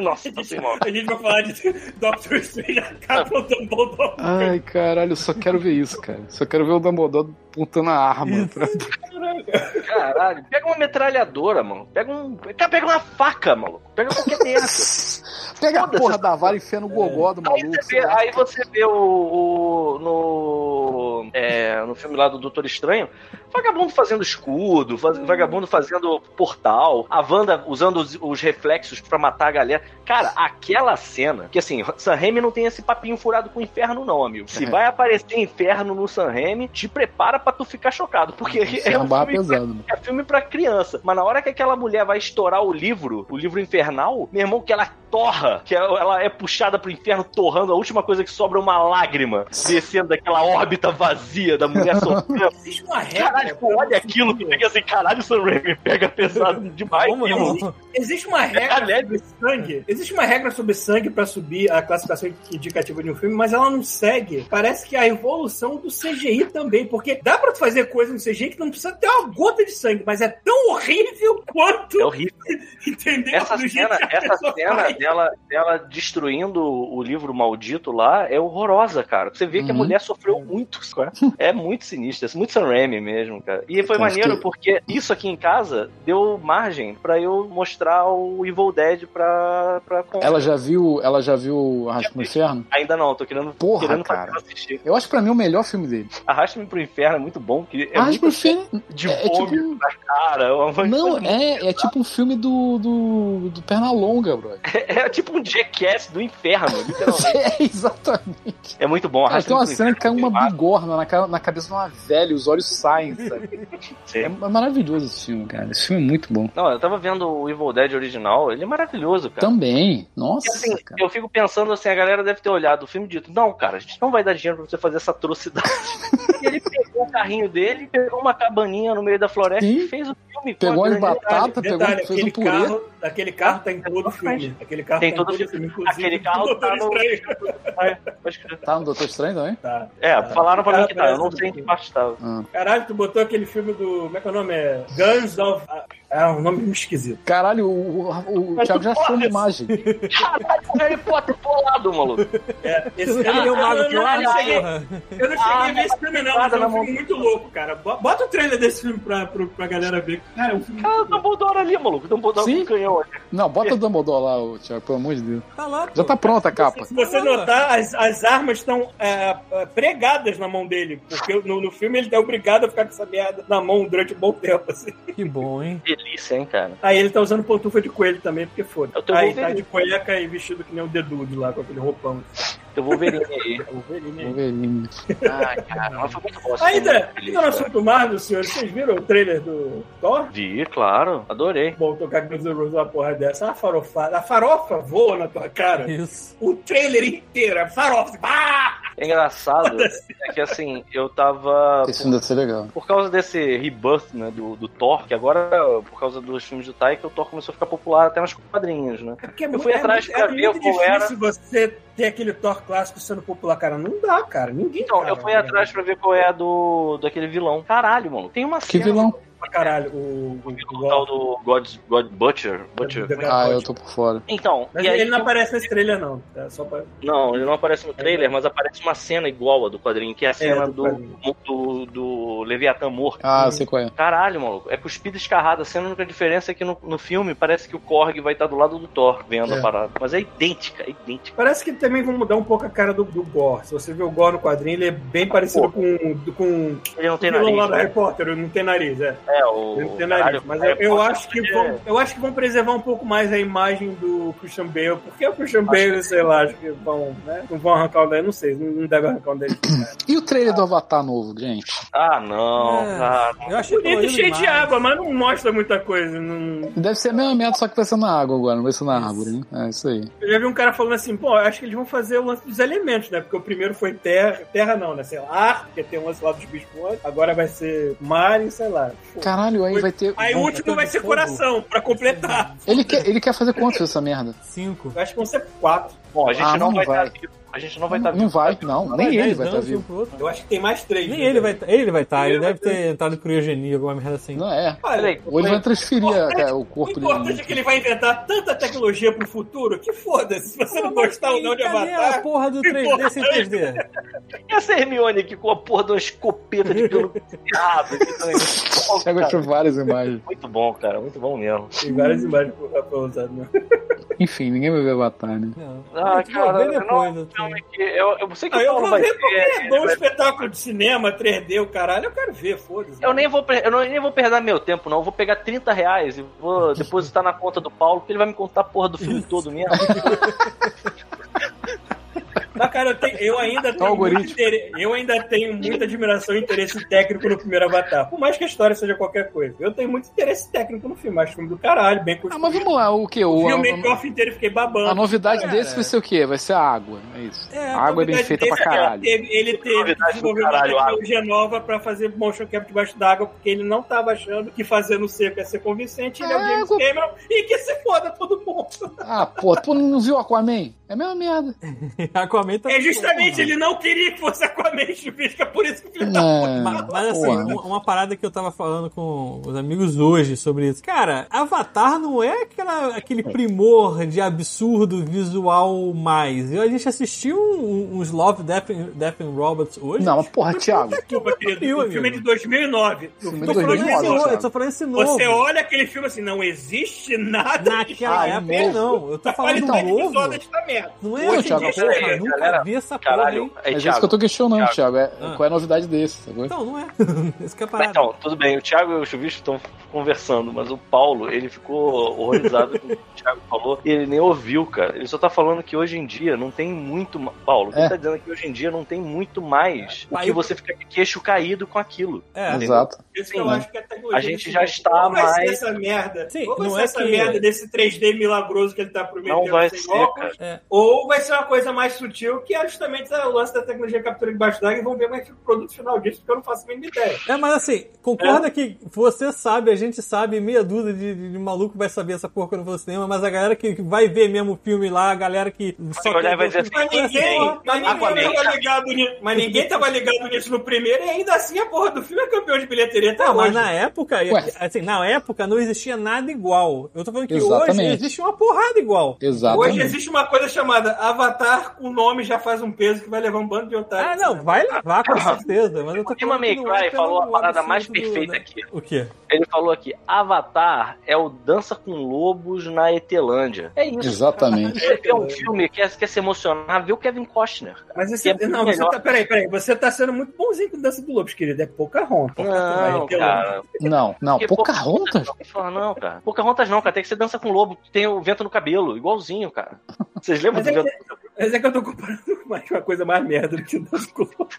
Speaker 1: Nossa senhora.
Speaker 4: A gente vai falar de Doctor Strange acaba o Dumbledore.
Speaker 2: Ai, caralho, eu só quero ver isso, cara. Só quero ver o Dumbledore apontando a arma. pra-
Speaker 1: Caralho, pega uma metralhadora, mano. Pega um. Cara, pega uma faca, maluco. Pega qualquer merda.
Speaker 2: Pega a
Speaker 1: Foda-se
Speaker 2: porra
Speaker 1: essa
Speaker 2: da vara e enfia no gogó do
Speaker 1: Aí
Speaker 2: maluco.
Speaker 1: você
Speaker 2: sei
Speaker 1: vê,
Speaker 2: lá.
Speaker 1: aí você vê o. o- no. é, no filme lá do Doutor Estranho, vagabundo fazendo escudo, faz-
Speaker 2: Hum.
Speaker 1: vagabundo fazendo portal, a Wanda usando os, os reflexos pra matar a galera. Cara, aquela cena, que assim, San Remi não tem esse papinho furado com o inferno, não, amigo. Se
Speaker 2: É.
Speaker 1: vai aparecer inferno no San Remi, te prepara pra tu ficar chocado. Porque
Speaker 2: Isso
Speaker 1: é
Speaker 2: é
Speaker 1: um
Speaker 2: uma barra
Speaker 1: filme
Speaker 2: pesada, mano.
Speaker 1: É filme pra criança. Mas na hora que aquela mulher vai estourar o livro, o livro infernal, meu irmão, que ela torra, que ela é puxada pro inferno torrando, a última coisa que sobra é uma lágrima descendo daquela órbita vazia da mulher sofrendo.
Speaker 4: Existe uma regra.
Speaker 1: Caralho, pô, olha aquilo, tu fica assim, caralho, Sam Raimi pega pesado demais.
Speaker 3: Vamos,
Speaker 1: irmão. É, né?
Speaker 3: vamos.
Speaker 4: Existe uma regra
Speaker 1: Caralho.
Speaker 4: sobre sangue. Existe uma regra sobre sangue pra subir a classificação indicativa de um filme, mas ela não segue. Parece que a evolução do CGI também, porque dá pra tu fazer coisa no CGI que não precisa ter uma gota de sangue, mas é tão horrível quanto
Speaker 1: É horrível.
Speaker 4: Entendeu?
Speaker 1: Essa
Speaker 4: Do jeito
Speaker 1: cena,
Speaker 4: que a
Speaker 1: essa
Speaker 4: pessoa
Speaker 1: cena
Speaker 4: faz.
Speaker 1: dela, dela destruindo o livro maldito lá é horrorosa, cara. Você vê que a
Speaker 2: Uhum.
Speaker 1: mulher sofreu muito, cara. É muito sinistro, é muito Sam Raimi mesmo, cara. E foi
Speaker 2: Então, Acho
Speaker 1: maneiro
Speaker 2: que-
Speaker 1: porque isso aqui em casa deu margem pra eu mostrar o Evil Dead pra. pra
Speaker 2: Ela já viu, ela já viu Arrasta pro Inferno?
Speaker 1: Ainda não, tô querendo,
Speaker 2: Porra,
Speaker 1: querendo fazer
Speaker 2: cara.
Speaker 1: ela assistir.
Speaker 2: Eu acho pra mim é o melhor filme dele.
Speaker 1: Arrasta-me pro inferno é muito bom, que é
Speaker 2: Arrasta pro
Speaker 1: muito
Speaker 2: Inferno
Speaker 1: de
Speaker 2: é, é tipo
Speaker 1: vômito
Speaker 2: um-
Speaker 1: na cara. é uma-
Speaker 2: Não, é, é tipo um filme do, do, do Pernalonga, bro.
Speaker 1: é tipo um jackass do inferno, literalmente.
Speaker 2: É, exatamente.
Speaker 1: É muito bom.
Speaker 2: Cara, tem uma
Speaker 1: Arrasta-me pro
Speaker 2: cena que cai uma
Speaker 1: Inferno.
Speaker 2: bigorna na, cara- na cabeça de uma velha, os olhos saem, sabe? É maravilhoso esse filme, cara. Esse filme é muito bom.
Speaker 1: Não, eu tava vendo o Evil Dead original, ele é maravilhoso, cara.
Speaker 2: Também. Então, Nossa,
Speaker 1: E assim,
Speaker 2: cara.
Speaker 1: eu fico pensando assim, a galera deve ter olhado o filme e dito, não, cara, a gente não vai dar dinheiro pra você fazer essa atrocidade. e ele pegou o carrinho dele, pegou uma cabaninha no meio da floresta
Speaker 2: Sim.
Speaker 1: e fez o filme. com
Speaker 2: Pegou
Speaker 1: a
Speaker 2: as
Speaker 1: grande-
Speaker 2: batatas, pegou,
Speaker 4: Detalhe,
Speaker 2: fez
Speaker 4: aquele
Speaker 2: o purê.
Speaker 4: carro, aquele carro tá em todo filme. Aquele carro
Speaker 1: Tem
Speaker 4: tá
Speaker 1: todo
Speaker 4: em todo
Speaker 1: filme.
Speaker 4: filme, inclusive.
Speaker 1: Aquele carro tá
Speaker 4: Doutor
Speaker 1: no...
Speaker 4: Estranho.
Speaker 1: Pode crer.
Speaker 2: Tá no Doutor Estranho também?
Speaker 4: Tá.
Speaker 1: É, falaram pra mim que tá, eu não
Speaker 4: Parece
Speaker 1: sei em que parte tava.
Speaker 2: Ah.
Speaker 4: Caralho, tu botou aquele filme do. Como é que é o nome? É Guns of. Ah, É um nome esquisito.
Speaker 2: Caralho, o, o, o Thiago já achou uma imagem.
Speaker 1: Caralho, o Harry Potter bolado, maluco.
Speaker 4: É, esse
Speaker 3: Ele é o mago que
Speaker 4: eu
Speaker 3: olha,
Speaker 4: não cheguei,
Speaker 3: porra.
Speaker 4: eu não cheguei a
Speaker 1: Ah,
Speaker 4: ver esse filme, não, mas é um filme muito louco, cara. Bo- Bota o trailer desse filme pra, pro- pra galera ver. Cara, é um filme.
Speaker 1: Cara, o Dumbledore ali, maluco, o Dumbledore
Speaker 2: Sim.
Speaker 1: com o canhão ali.
Speaker 2: Não, bota o Dumbledore lá, ô, Thiago, pelo amor de Deus.
Speaker 3: Tá lá, pô.
Speaker 2: Já tá pronta a capa.
Speaker 4: Se você
Speaker 3: Caramba.
Speaker 4: notar, as, as armas estão é, é, pregadas na mão dele. Porque no, no filme ele é obrigado a ficar com essa merda na mão durante um bom tempo, assim.
Speaker 3: Que bom, hein?
Speaker 1: Delícia, hein, cara.
Speaker 4: Aí ele tá usando pantufa de coelho também, porque foda.
Speaker 1: Eu tô
Speaker 4: Aí
Speaker 1: Wolverine.
Speaker 4: tá de cueca e vestido que nem um dedudo lá, com aquele roupão.
Speaker 1: Eu vou ver ele aí.
Speaker 4: É o Wolverine, hein?
Speaker 2: Wolverine.
Speaker 4: Tá
Speaker 1: Ah, cara, mas foi muito bom. esse filme,
Speaker 4: Ainda,
Speaker 1: muito feliz,
Speaker 4: ainda no
Speaker 1: cara.
Speaker 4: assunto Marvel, senhores, vocês viram o trailer do Thor?
Speaker 1: Vi, claro, adorei.
Speaker 4: Bom, tocar com os uma porra dessa. A farofada. A farofa voa na tua cara.
Speaker 3: É Isso.
Speaker 4: O trailer inteiro, a farofa. Ah!
Speaker 1: É engraçado é que assim, eu tava.
Speaker 2: Esse filme deve ser legal.
Speaker 1: Por causa desse rebirth, né, do, do Thor, que agora, por causa dos filmes do Taika, o Thor começou a ficar popular até nos quadrinhos, né?
Speaker 4: É porque é
Speaker 1: Eu
Speaker 4: muito-
Speaker 1: fui atrás
Speaker 4: é,
Speaker 1: pra
Speaker 4: muito-
Speaker 1: ver
Speaker 4: é muito
Speaker 1: qual era.
Speaker 4: difícil você ter aquele Thor clássico sendo popular, cara. Não dá, cara. Ninguém
Speaker 1: Então,
Speaker 4: cara,
Speaker 1: eu fui
Speaker 4: né?
Speaker 1: atrás pra ver qual é a do, daquele vilão. Caralho, mano, tem uma
Speaker 2: Que
Speaker 1: cena
Speaker 2: vilão?
Speaker 4: Pra caralho, o... o,
Speaker 1: do
Speaker 4: o,
Speaker 1: tal do God, God Butcher. Butcher.
Speaker 4: The God
Speaker 2: Ah, eu
Speaker 4: Butcher.
Speaker 2: tô por fora.
Speaker 1: Então,
Speaker 4: Mas
Speaker 1: e aí-
Speaker 4: ele não aparece nesse trailer, não. É só pra...
Speaker 1: Não, ele não aparece no trailer, mas aparece uma cena igual a do quadrinho, que é a cena
Speaker 4: do
Speaker 1: do,
Speaker 4: quadrinho.
Speaker 1: do, do Leviatã morto.
Speaker 2: Ah,
Speaker 4: Hum.
Speaker 2: sei qual é.
Speaker 1: Caralho, maluco, é cuspida escarrada. Sendo a única diferença é que no, no filme parece que o Korg vai estar do lado do Thor vendo
Speaker 2: É.
Speaker 1: a parada. Mas é idêntica, é idêntica.
Speaker 4: Parece que também vão mudar um pouco a cara do, do Gore. Se você vê o Gore no quadrinho, ele é bem parecido
Speaker 1: Pô.
Speaker 4: com, com
Speaker 1: Ele não tem
Speaker 4: o
Speaker 1: nariz.
Speaker 4: vilão lá do
Speaker 1: né?
Speaker 4: Harry Potter, não tem nariz, é.
Speaker 1: É, o.
Speaker 4: Ele não tem
Speaker 1: caralho,
Speaker 4: nariz.
Speaker 1: o
Speaker 4: Mas eu,
Speaker 1: Harry
Speaker 4: eu
Speaker 1: Potter
Speaker 4: acho que
Speaker 1: é-
Speaker 4: vão, eu acho que vão preservar um pouco mais a imagem do Christian Bale, porque o Christian Bale, sei lá, acho que vão, né? Não vão arrancar o dele, não sei, não não deve arrancar o dele.
Speaker 2: E o trailer do Avatar novo, gente?
Speaker 1: Ah, não.
Speaker 3: É.
Speaker 1: cara.
Speaker 3: Eu achei
Speaker 4: Bonito e
Speaker 3: colorido
Speaker 4: cheio de
Speaker 3: demais.
Speaker 4: água, mas não mostra muita coisa. não-
Speaker 2: Deve ser a mesma merda, só que vai ser na água agora, não vai ser na árvore, né? É isso aí.
Speaker 4: Eu já vi um cara falando assim, pô, acho que eles vão fazer o lance dos elementos, né? Porque o primeiro foi terra, terra não, né? Sei lá, ar, porque tem um lance lá dos bichos voando, agora vai ser mar e sei lá.
Speaker 2: Caralho, aí
Speaker 4: Foi-
Speaker 2: vai ter.
Speaker 4: Aí o
Speaker 2: vão-
Speaker 3: então
Speaker 4: último vai ser coração, pra completar.
Speaker 2: Ele quer, ele quer fazer quantos essa merda?
Speaker 3: Cinco.
Speaker 4: Eu acho que vão ser quatro.
Speaker 1: Bom, a gente
Speaker 2: Ah,
Speaker 1: não,
Speaker 2: não
Speaker 1: vai
Speaker 2: vai.
Speaker 1: estar vivo. A gente não vai tá estar
Speaker 2: não vai, não. Nem ele
Speaker 3: dez
Speaker 2: vai estar
Speaker 3: anos,
Speaker 2: vivo.
Speaker 3: um pro outro.
Speaker 4: Eu acho que tem mais três.
Speaker 3: Nem
Speaker 4: né?
Speaker 3: ele vai estar. Ele vai estar. Ele
Speaker 4: Ele vai
Speaker 3: deve ter entrado em criogenia, alguma merda assim.
Speaker 2: Não é.
Speaker 4: Olha,
Speaker 2: Ou ele vai transferir a- a- o corpo
Speaker 4: O importante é
Speaker 2: dele.
Speaker 4: que ele vai inventar tanta tecnologia pro futuro que foda-se. Se você não gostar ou não de
Speaker 3: Cadê
Speaker 4: Avatar.
Speaker 3: a porra do 3D sem 3D?
Speaker 1: E essa Hermione aqui com a porra de uma escopeta de pelo errado aqui também. Pô,
Speaker 2: Thiago
Speaker 4: tá.
Speaker 1: cara,
Speaker 2: achou várias imagens.
Speaker 1: Muito bom, cara. Muito bom mesmo.
Speaker 4: Tem várias imagens pra, pra usar. Né?
Speaker 2: Enfim, ninguém vai ver Avatar, né?
Speaker 3: Não.
Speaker 1: Ah,
Speaker 3: Eu vou
Speaker 1: cara,
Speaker 3: ver
Speaker 1: eu
Speaker 3: depois,
Speaker 1: não-
Speaker 3: assim.
Speaker 1: Não, é que eu, eu sei que
Speaker 4: Ah,
Speaker 1: o
Speaker 4: eu
Speaker 1: Paulo
Speaker 4: vou
Speaker 1: vai
Speaker 4: ver porque
Speaker 1: ver.
Speaker 4: é bom
Speaker 1: ele vai-
Speaker 4: espetáculo de cinema, 3D, o caralho. Eu quero ver, foda-se.
Speaker 1: Eu nem vou, per- eu não- nem vou perder meu tempo, não. Eu vou pegar 30 reais e vou depositar na conta do Paulo, que ele vai me contar a porra do filme todo mesmo.
Speaker 4: Mas, cara, eu, tenho- eu ainda tenho
Speaker 2: algoritmo.
Speaker 4: muito intere- eu ainda tenho muita admiração e interesse técnico no primeiro Avatar. Por mais que a história seja qualquer coisa. Eu tenho muito interesse técnico no filme. Acho um filme do caralho, bem
Speaker 2: Ah,
Speaker 4: construído.
Speaker 2: mas vamos lá, o que? O,
Speaker 4: Eu vi o é
Speaker 2: a,
Speaker 4: make-off inteiro e fiquei
Speaker 2: a-
Speaker 4: babando.
Speaker 2: a novidade
Speaker 4: Cara,
Speaker 2: desse vai ser o quê? Vai ser a água, é isso.
Speaker 3: É,
Speaker 2: a água é bem
Speaker 4: novidade
Speaker 2: feita pra
Speaker 4: desse é que
Speaker 2: caralho.
Speaker 4: Ele teve, ele teve que
Speaker 1: Novidade do
Speaker 4: desenvolver uma
Speaker 1: caralho,
Speaker 4: tecnologia nova pra fazer motion cap debaixo d'água, porque ele não tava achando que fazer no seco ia ser convincente. Ele é o
Speaker 2: É,
Speaker 4: James
Speaker 2: go-
Speaker 4: Cameron e que se foda todo mundo.
Speaker 2: Ah, pô, tu não viu Aquaman? É a mesma merda.
Speaker 3: Aquaman Aquaman tá.
Speaker 4: É justamente, ele não queria que fosse Aquaman chupisca, por isso que o tá filho da
Speaker 2: É,
Speaker 3: Mas, mas assim,
Speaker 2: porra, né?
Speaker 3: uma, uma parada que eu tava falando com os amigos hoje sobre isso. Cara, Avatar não é aquela, aquele primor de absurdo visual mais. Eu- A gente assistiu um- uns Love, Death and, Death and Robots hoje.
Speaker 2: Não, mas porra, Thiago.
Speaker 3: que
Speaker 4: Desculpa,
Speaker 3: pariu,
Speaker 4: querido. O filme é
Speaker 3: amigo.
Speaker 4: de 2009.
Speaker 2: Filme
Speaker 3: Tô
Speaker 2: de
Speaker 3: falando desse
Speaker 2: 2009,
Speaker 3: novo,
Speaker 2: Thiago.
Speaker 3: eu tô falando esse novo.
Speaker 4: Você olha aquele filme assim, não existe nada
Speaker 3: Naquela
Speaker 2: Ah, novo.
Speaker 3: época, não. Eu tô
Speaker 4: da
Speaker 3: falando
Speaker 2: Então,
Speaker 4: qualidade
Speaker 3: novo.
Speaker 1: né?
Speaker 4: visual desta merda.
Speaker 3: Não é
Speaker 2: Pô,
Speaker 3: hoje em
Speaker 2: Thiago,
Speaker 3: dia,
Speaker 2: porra,
Speaker 3: cara, eu nunca
Speaker 1: galera,
Speaker 3: vi essa porra,
Speaker 1: Caralho,
Speaker 3: hein?
Speaker 1: aí,
Speaker 2: Mas é isso que eu tô
Speaker 1: Thiago.
Speaker 2: questionando,
Speaker 1: Thiago.
Speaker 2: Thiago. É,
Speaker 3: Ah.
Speaker 2: Qual é a novidade desse? sacou?
Speaker 3: Então, não é. Esse que é a
Speaker 1: Mas
Speaker 3: parada.
Speaker 1: então, tudo bem, o Thiago e o Chuvisco estão conversando, mas o Paulo, ele ficou horrorizado com o que o Thiago falou e ele nem ouviu, cara. Ele só tá falando que hoje em dia não tem muito. ma- Paulo, o que
Speaker 2: É.
Speaker 1: ele tá dizendo é que hoje em dia não tem muito mais o
Speaker 3: Aí-
Speaker 1: que você fica de queixo caído com aquilo.
Speaker 3: É.
Speaker 2: Exato.
Speaker 4: Isso que eu
Speaker 1: Sim.
Speaker 4: acho que é a tecnologia.
Speaker 1: A gente já está
Speaker 4: Qual vai ser
Speaker 1: mais.
Speaker 4: essa merda?
Speaker 3: Sim,
Speaker 4: ou vai
Speaker 3: não
Speaker 4: ser
Speaker 3: é
Speaker 4: essa
Speaker 3: que-
Speaker 4: merda desse 3D milagroso que ele tá prometendo
Speaker 1: Não vai
Speaker 4: sem
Speaker 1: ser,
Speaker 4: óculos,
Speaker 3: cara. É.
Speaker 4: Ou vai ser uma coisa mais sutil, que é justamente o lance da tecnologia de captura debaixo d'água e vamos ver como é que fica o produto final disso, porque eu não faço a mínima ideia.
Speaker 3: É, mas assim, concorda
Speaker 1: É.
Speaker 3: que você sabe, a gente sabe, meia dúzida de, de- de maluco vai saber essa porca no cinema, mas a galera que que vai ver mesmo o filme lá, a galera que só
Speaker 1: Vai olhar
Speaker 3: quer
Speaker 1: e vai
Speaker 3: ver o
Speaker 1: dizer
Speaker 3: filme,
Speaker 4: Mas ninguém,
Speaker 3: fala assim,
Speaker 4: mas ninguém
Speaker 1: Aquaman.
Speaker 4: tava ligado nisso. Mas ninguém tava ligado nisso no primeiro, e ainda assim a porra do filme é campeão de bilheteria até
Speaker 3: Não, mas
Speaker 4: hoje.
Speaker 3: na época,
Speaker 2: Ué.
Speaker 3: assim, na época não existia nada igual. Eu tô falando que hoje
Speaker 2: Exatamente.
Speaker 3: existe uma porrada igual.
Speaker 4: Hoje é
Speaker 2: Exatamente.
Speaker 4: existe uma coisa chamada Avatar, o nome já faz um peso que vai levar um bando de
Speaker 3: Ah,
Speaker 4: otários.
Speaker 3: não, vai levar com certeza, mas eu tô
Speaker 1: O Dima
Speaker 3: falando que
Speaker 1: May
Speaker 3: não é
Speaker 1: Cry
Speaker 3: pelo
Speaker 1: falou a parada mais
Speaker 3: absurdo do-
Speaker 1: perfeita
Speaker 3: né?
Speaker 1: aqui.
Speaker 3: O quê?
Speaker 1: Ele falou aqui: Avatar é o Dança com Lobos na Etelândia. É isso.
Speaker 2: Exatamente.
Speaker 1: Você quer um filme, quer, quer se emocionar, vê o Kevin Costner. cara.
Speaker 4: Mas você,
Speaker 1: Que é
Speaker 4: não,
Speaker 1: muito
Speaker 4: você
Speaker 1: melhor.
Speaker 4: tá, peraí, peraí, você tá sendo muito bonzinho com Dança do Lobos, querido, é pouca rompa.
Speaker 1: Não, cara.
Speaker 2: Não, não.
Speaker 1: Porque
Speaker 2: Pocahontas?
Speaker 1: Não, fala, não, cara. Pocahontas não, cara. Tem que ser dança com lobo. Tem o vento no cabelo, igualzinho, cara. Vocês lembram
Speaker 4: Mas
Speaker 1: do
Speaker 4: é,
Speaker 1: vento?
Speaker 4: que, mas é que eu tô comparando mais uma coisa mais merda do que Dança com Lobos.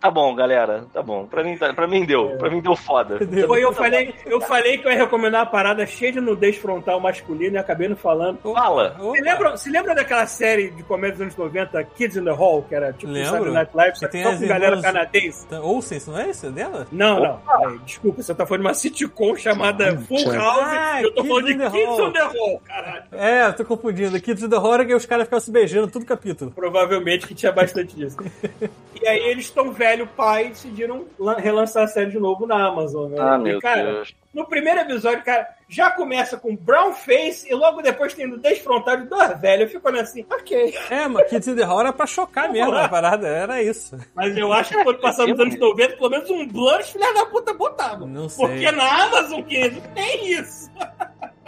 Speaker 1: Tá bom, galera. Tá bom. Pra mim, tá- pra mim deu. Pra mim deu foda.
Speaker 3: Entendeu?
Speaker 4: Foi, eu, falei, eu falei que eu ia recomendar uma parada cheia de nudez frontal masculina e acabei não falando.
Speaker 1: Fala.
Speaker 3: Opa.
Speaker 4: Se lembra, se lembra daquela série de comédia dos anos 90, Kids in the Hall, que era tipo
Speaker 3: Lembro.
Speaker 4: Saturday Night Live, só
Speaker 3: Que tem
Speaker 4: que só
Speaker 3: as
Speaker 4: com galera
Speaker 3: irmãs-
Speaker 4: canadense?
Speaker 3: Então, Ouça isso, não é isso? É dela?
Speaker 4: Não, não. peraí, desculpa, você tá falando de uma sitcom chamada Full
Speaker 2: tchau.
Speaker 4: House
Speaker 3: Ah,
Speaker 4: e eu tô
Speaker 3: Kids
Speaker 4: falando de
Speaker 3: in the
Speaker 4: Kids
Speaker 3: Hall.
Speaker 4: in the Hall, caralho.
Speaker 3: É, eu tô confundindo. Aqui de The Horror que os caras ficavam se beijando todo capítulo.
Speaker 4: Provavelmente que tinha bastante disso. e aí eles tão velho pai e decidiram lan- relançar a série de novo na Amazon. Né?
Speaker 1: Ah,
Speaker 4: E,
Speaker 1: meu
Speaker 4: cara,
Speaker 1: Deus.
Speaker 4: No primeiro episódio, cara, já começa com brown face e logo depois tem desfrontado duas velhas. Eu fico olhando assim, ok.
Speaker 3: É, mas Kids in the Horror era pra chocar mesmo a parada, era isso.
Speaker 4: Mas eu acho que quando passar nos anos 90, pelo menos um blur, os filha da puta botavam.
Speaker 3: Não sei.
Speaker 4: Porque na Amazon, querido, tem isso.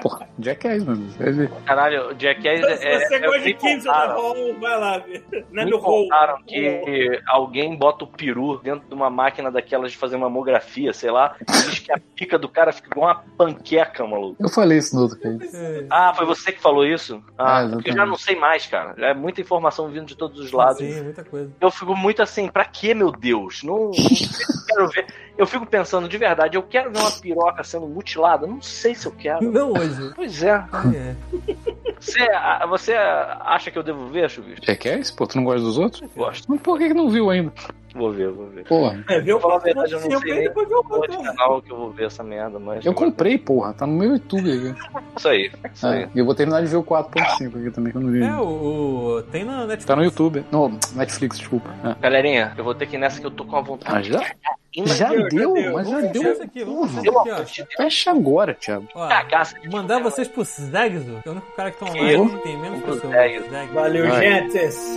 Speaker 2: Porra, Jackass, mano. Quer dizer,
Speaker 1: Caralho, Jack é.
Speaker 4: Então, se
Speaker 1: é-
Speaker 4: você
Speaker 1: é-
Speaker 4: gosta de
Speaker 1: me
Speaker 4: 15 da
Speaker 1: contaram-
Speaker 4: Hall, vai lá ver. Não é
Speaker 1: me
Speaker 4: no Hall.
Speaker 1: contaram que alguém bota o peru dentro de uma máquina daquelas de fazer mamografia, sei lá, e diz que a pica do cara fica igual uma panqueca, maluco.
Speaker 2: eu falei isso no outro cara.
Speaker 3: É.
Speaker 1: Ah, foi você que falou isso? Ah, é
Speaker 2: Ah,
Speaker 1: porque eu já
Speaker 2: exatamente.
Speaker 1: não sei mais, cara. É muita informação vindo de todos os lados.
Speaker 3: Sim, muita coisa.
Speaker 1: Eu fico muito assim, pra quê, meu Deus? Não, não quero ver. Eu fico pensando, de verdade, eu quero ver uma piroca sendo mutilada? Não sei se eu quero.
Speaker 3: Não hoje.
Speaker 1: Pois é.
Speaker 3: É.
Speaker 1: Você, a- você acha que eu devo ver, Chuvis?
Speaker 2: Jackass? Pô, tu não gosta dos outros?
Speaker 1: Gosto.
Speaker 2: Mas por que, que não viu ainda?
Speaker 1: Vou ver, vou ver.
Speaker 2: Porra,
Speaker 4: É, viu?
Speaker 1: Pra falar a verdade, eu não
Speaker 4: Sim,
Speaker 1: sei
Speaker 4: eu
Speaker 1: nem
Speaker 4: depois viu o é.
Speaker 1: Vou de
Speaker 4: outro.
Speaker 1: canal que eu vou ver essa merda, mas.
Speaker 2: eu comprei, porra. Tá no meu YouTube aqui.
Speaker 1: Isso aí. Isso aí.
Speaker 2: Ah, E eu vou terminar de ver o 4.5 aqui também, que eu não vi.
Speaker 3: É,
Speaker 2: ainda.
Speaker 3: o, o- Tem na Netflix.
Speaker 2: Tá no YouTube. No Netflix, desculpa. É.
Speaker 1: Galerinha, eu vou ter que ir nessa que eu tô com a
Speaker 2: Ah,
Speaker 1: vontade.
Speaker 2: já? Já
Speaker 4: deu, já
Speaker 2: deu,
Speaker 4: deu.
Speaker 2: mas já
Speaker 3: Vamos fechar isso
Speaker 2: deu.
Speaker 3: aqui, vamos
Speaker 2: Porra,
Speaker 3: fechar
Speaker 1: Eu
Speaker 3: aqui, ó.
Speaker 1: acho que
Speaker 2: fecha agora, Thiago.
Speaker 1: cagaça.
Speaker 3: Mandar vocês pro Zegzo, que é o único cara que tá
Speaker 1: Eu?
Speaker 3: online que tem menos
Speaker 1: Pro
Speaker 3: pessoas.
Speaker 1: Zegzo.
Speaker 3: Zegzo.
Speaker 4: Valeu,
Speaker 2: Vai.
Speaker 4: gentes.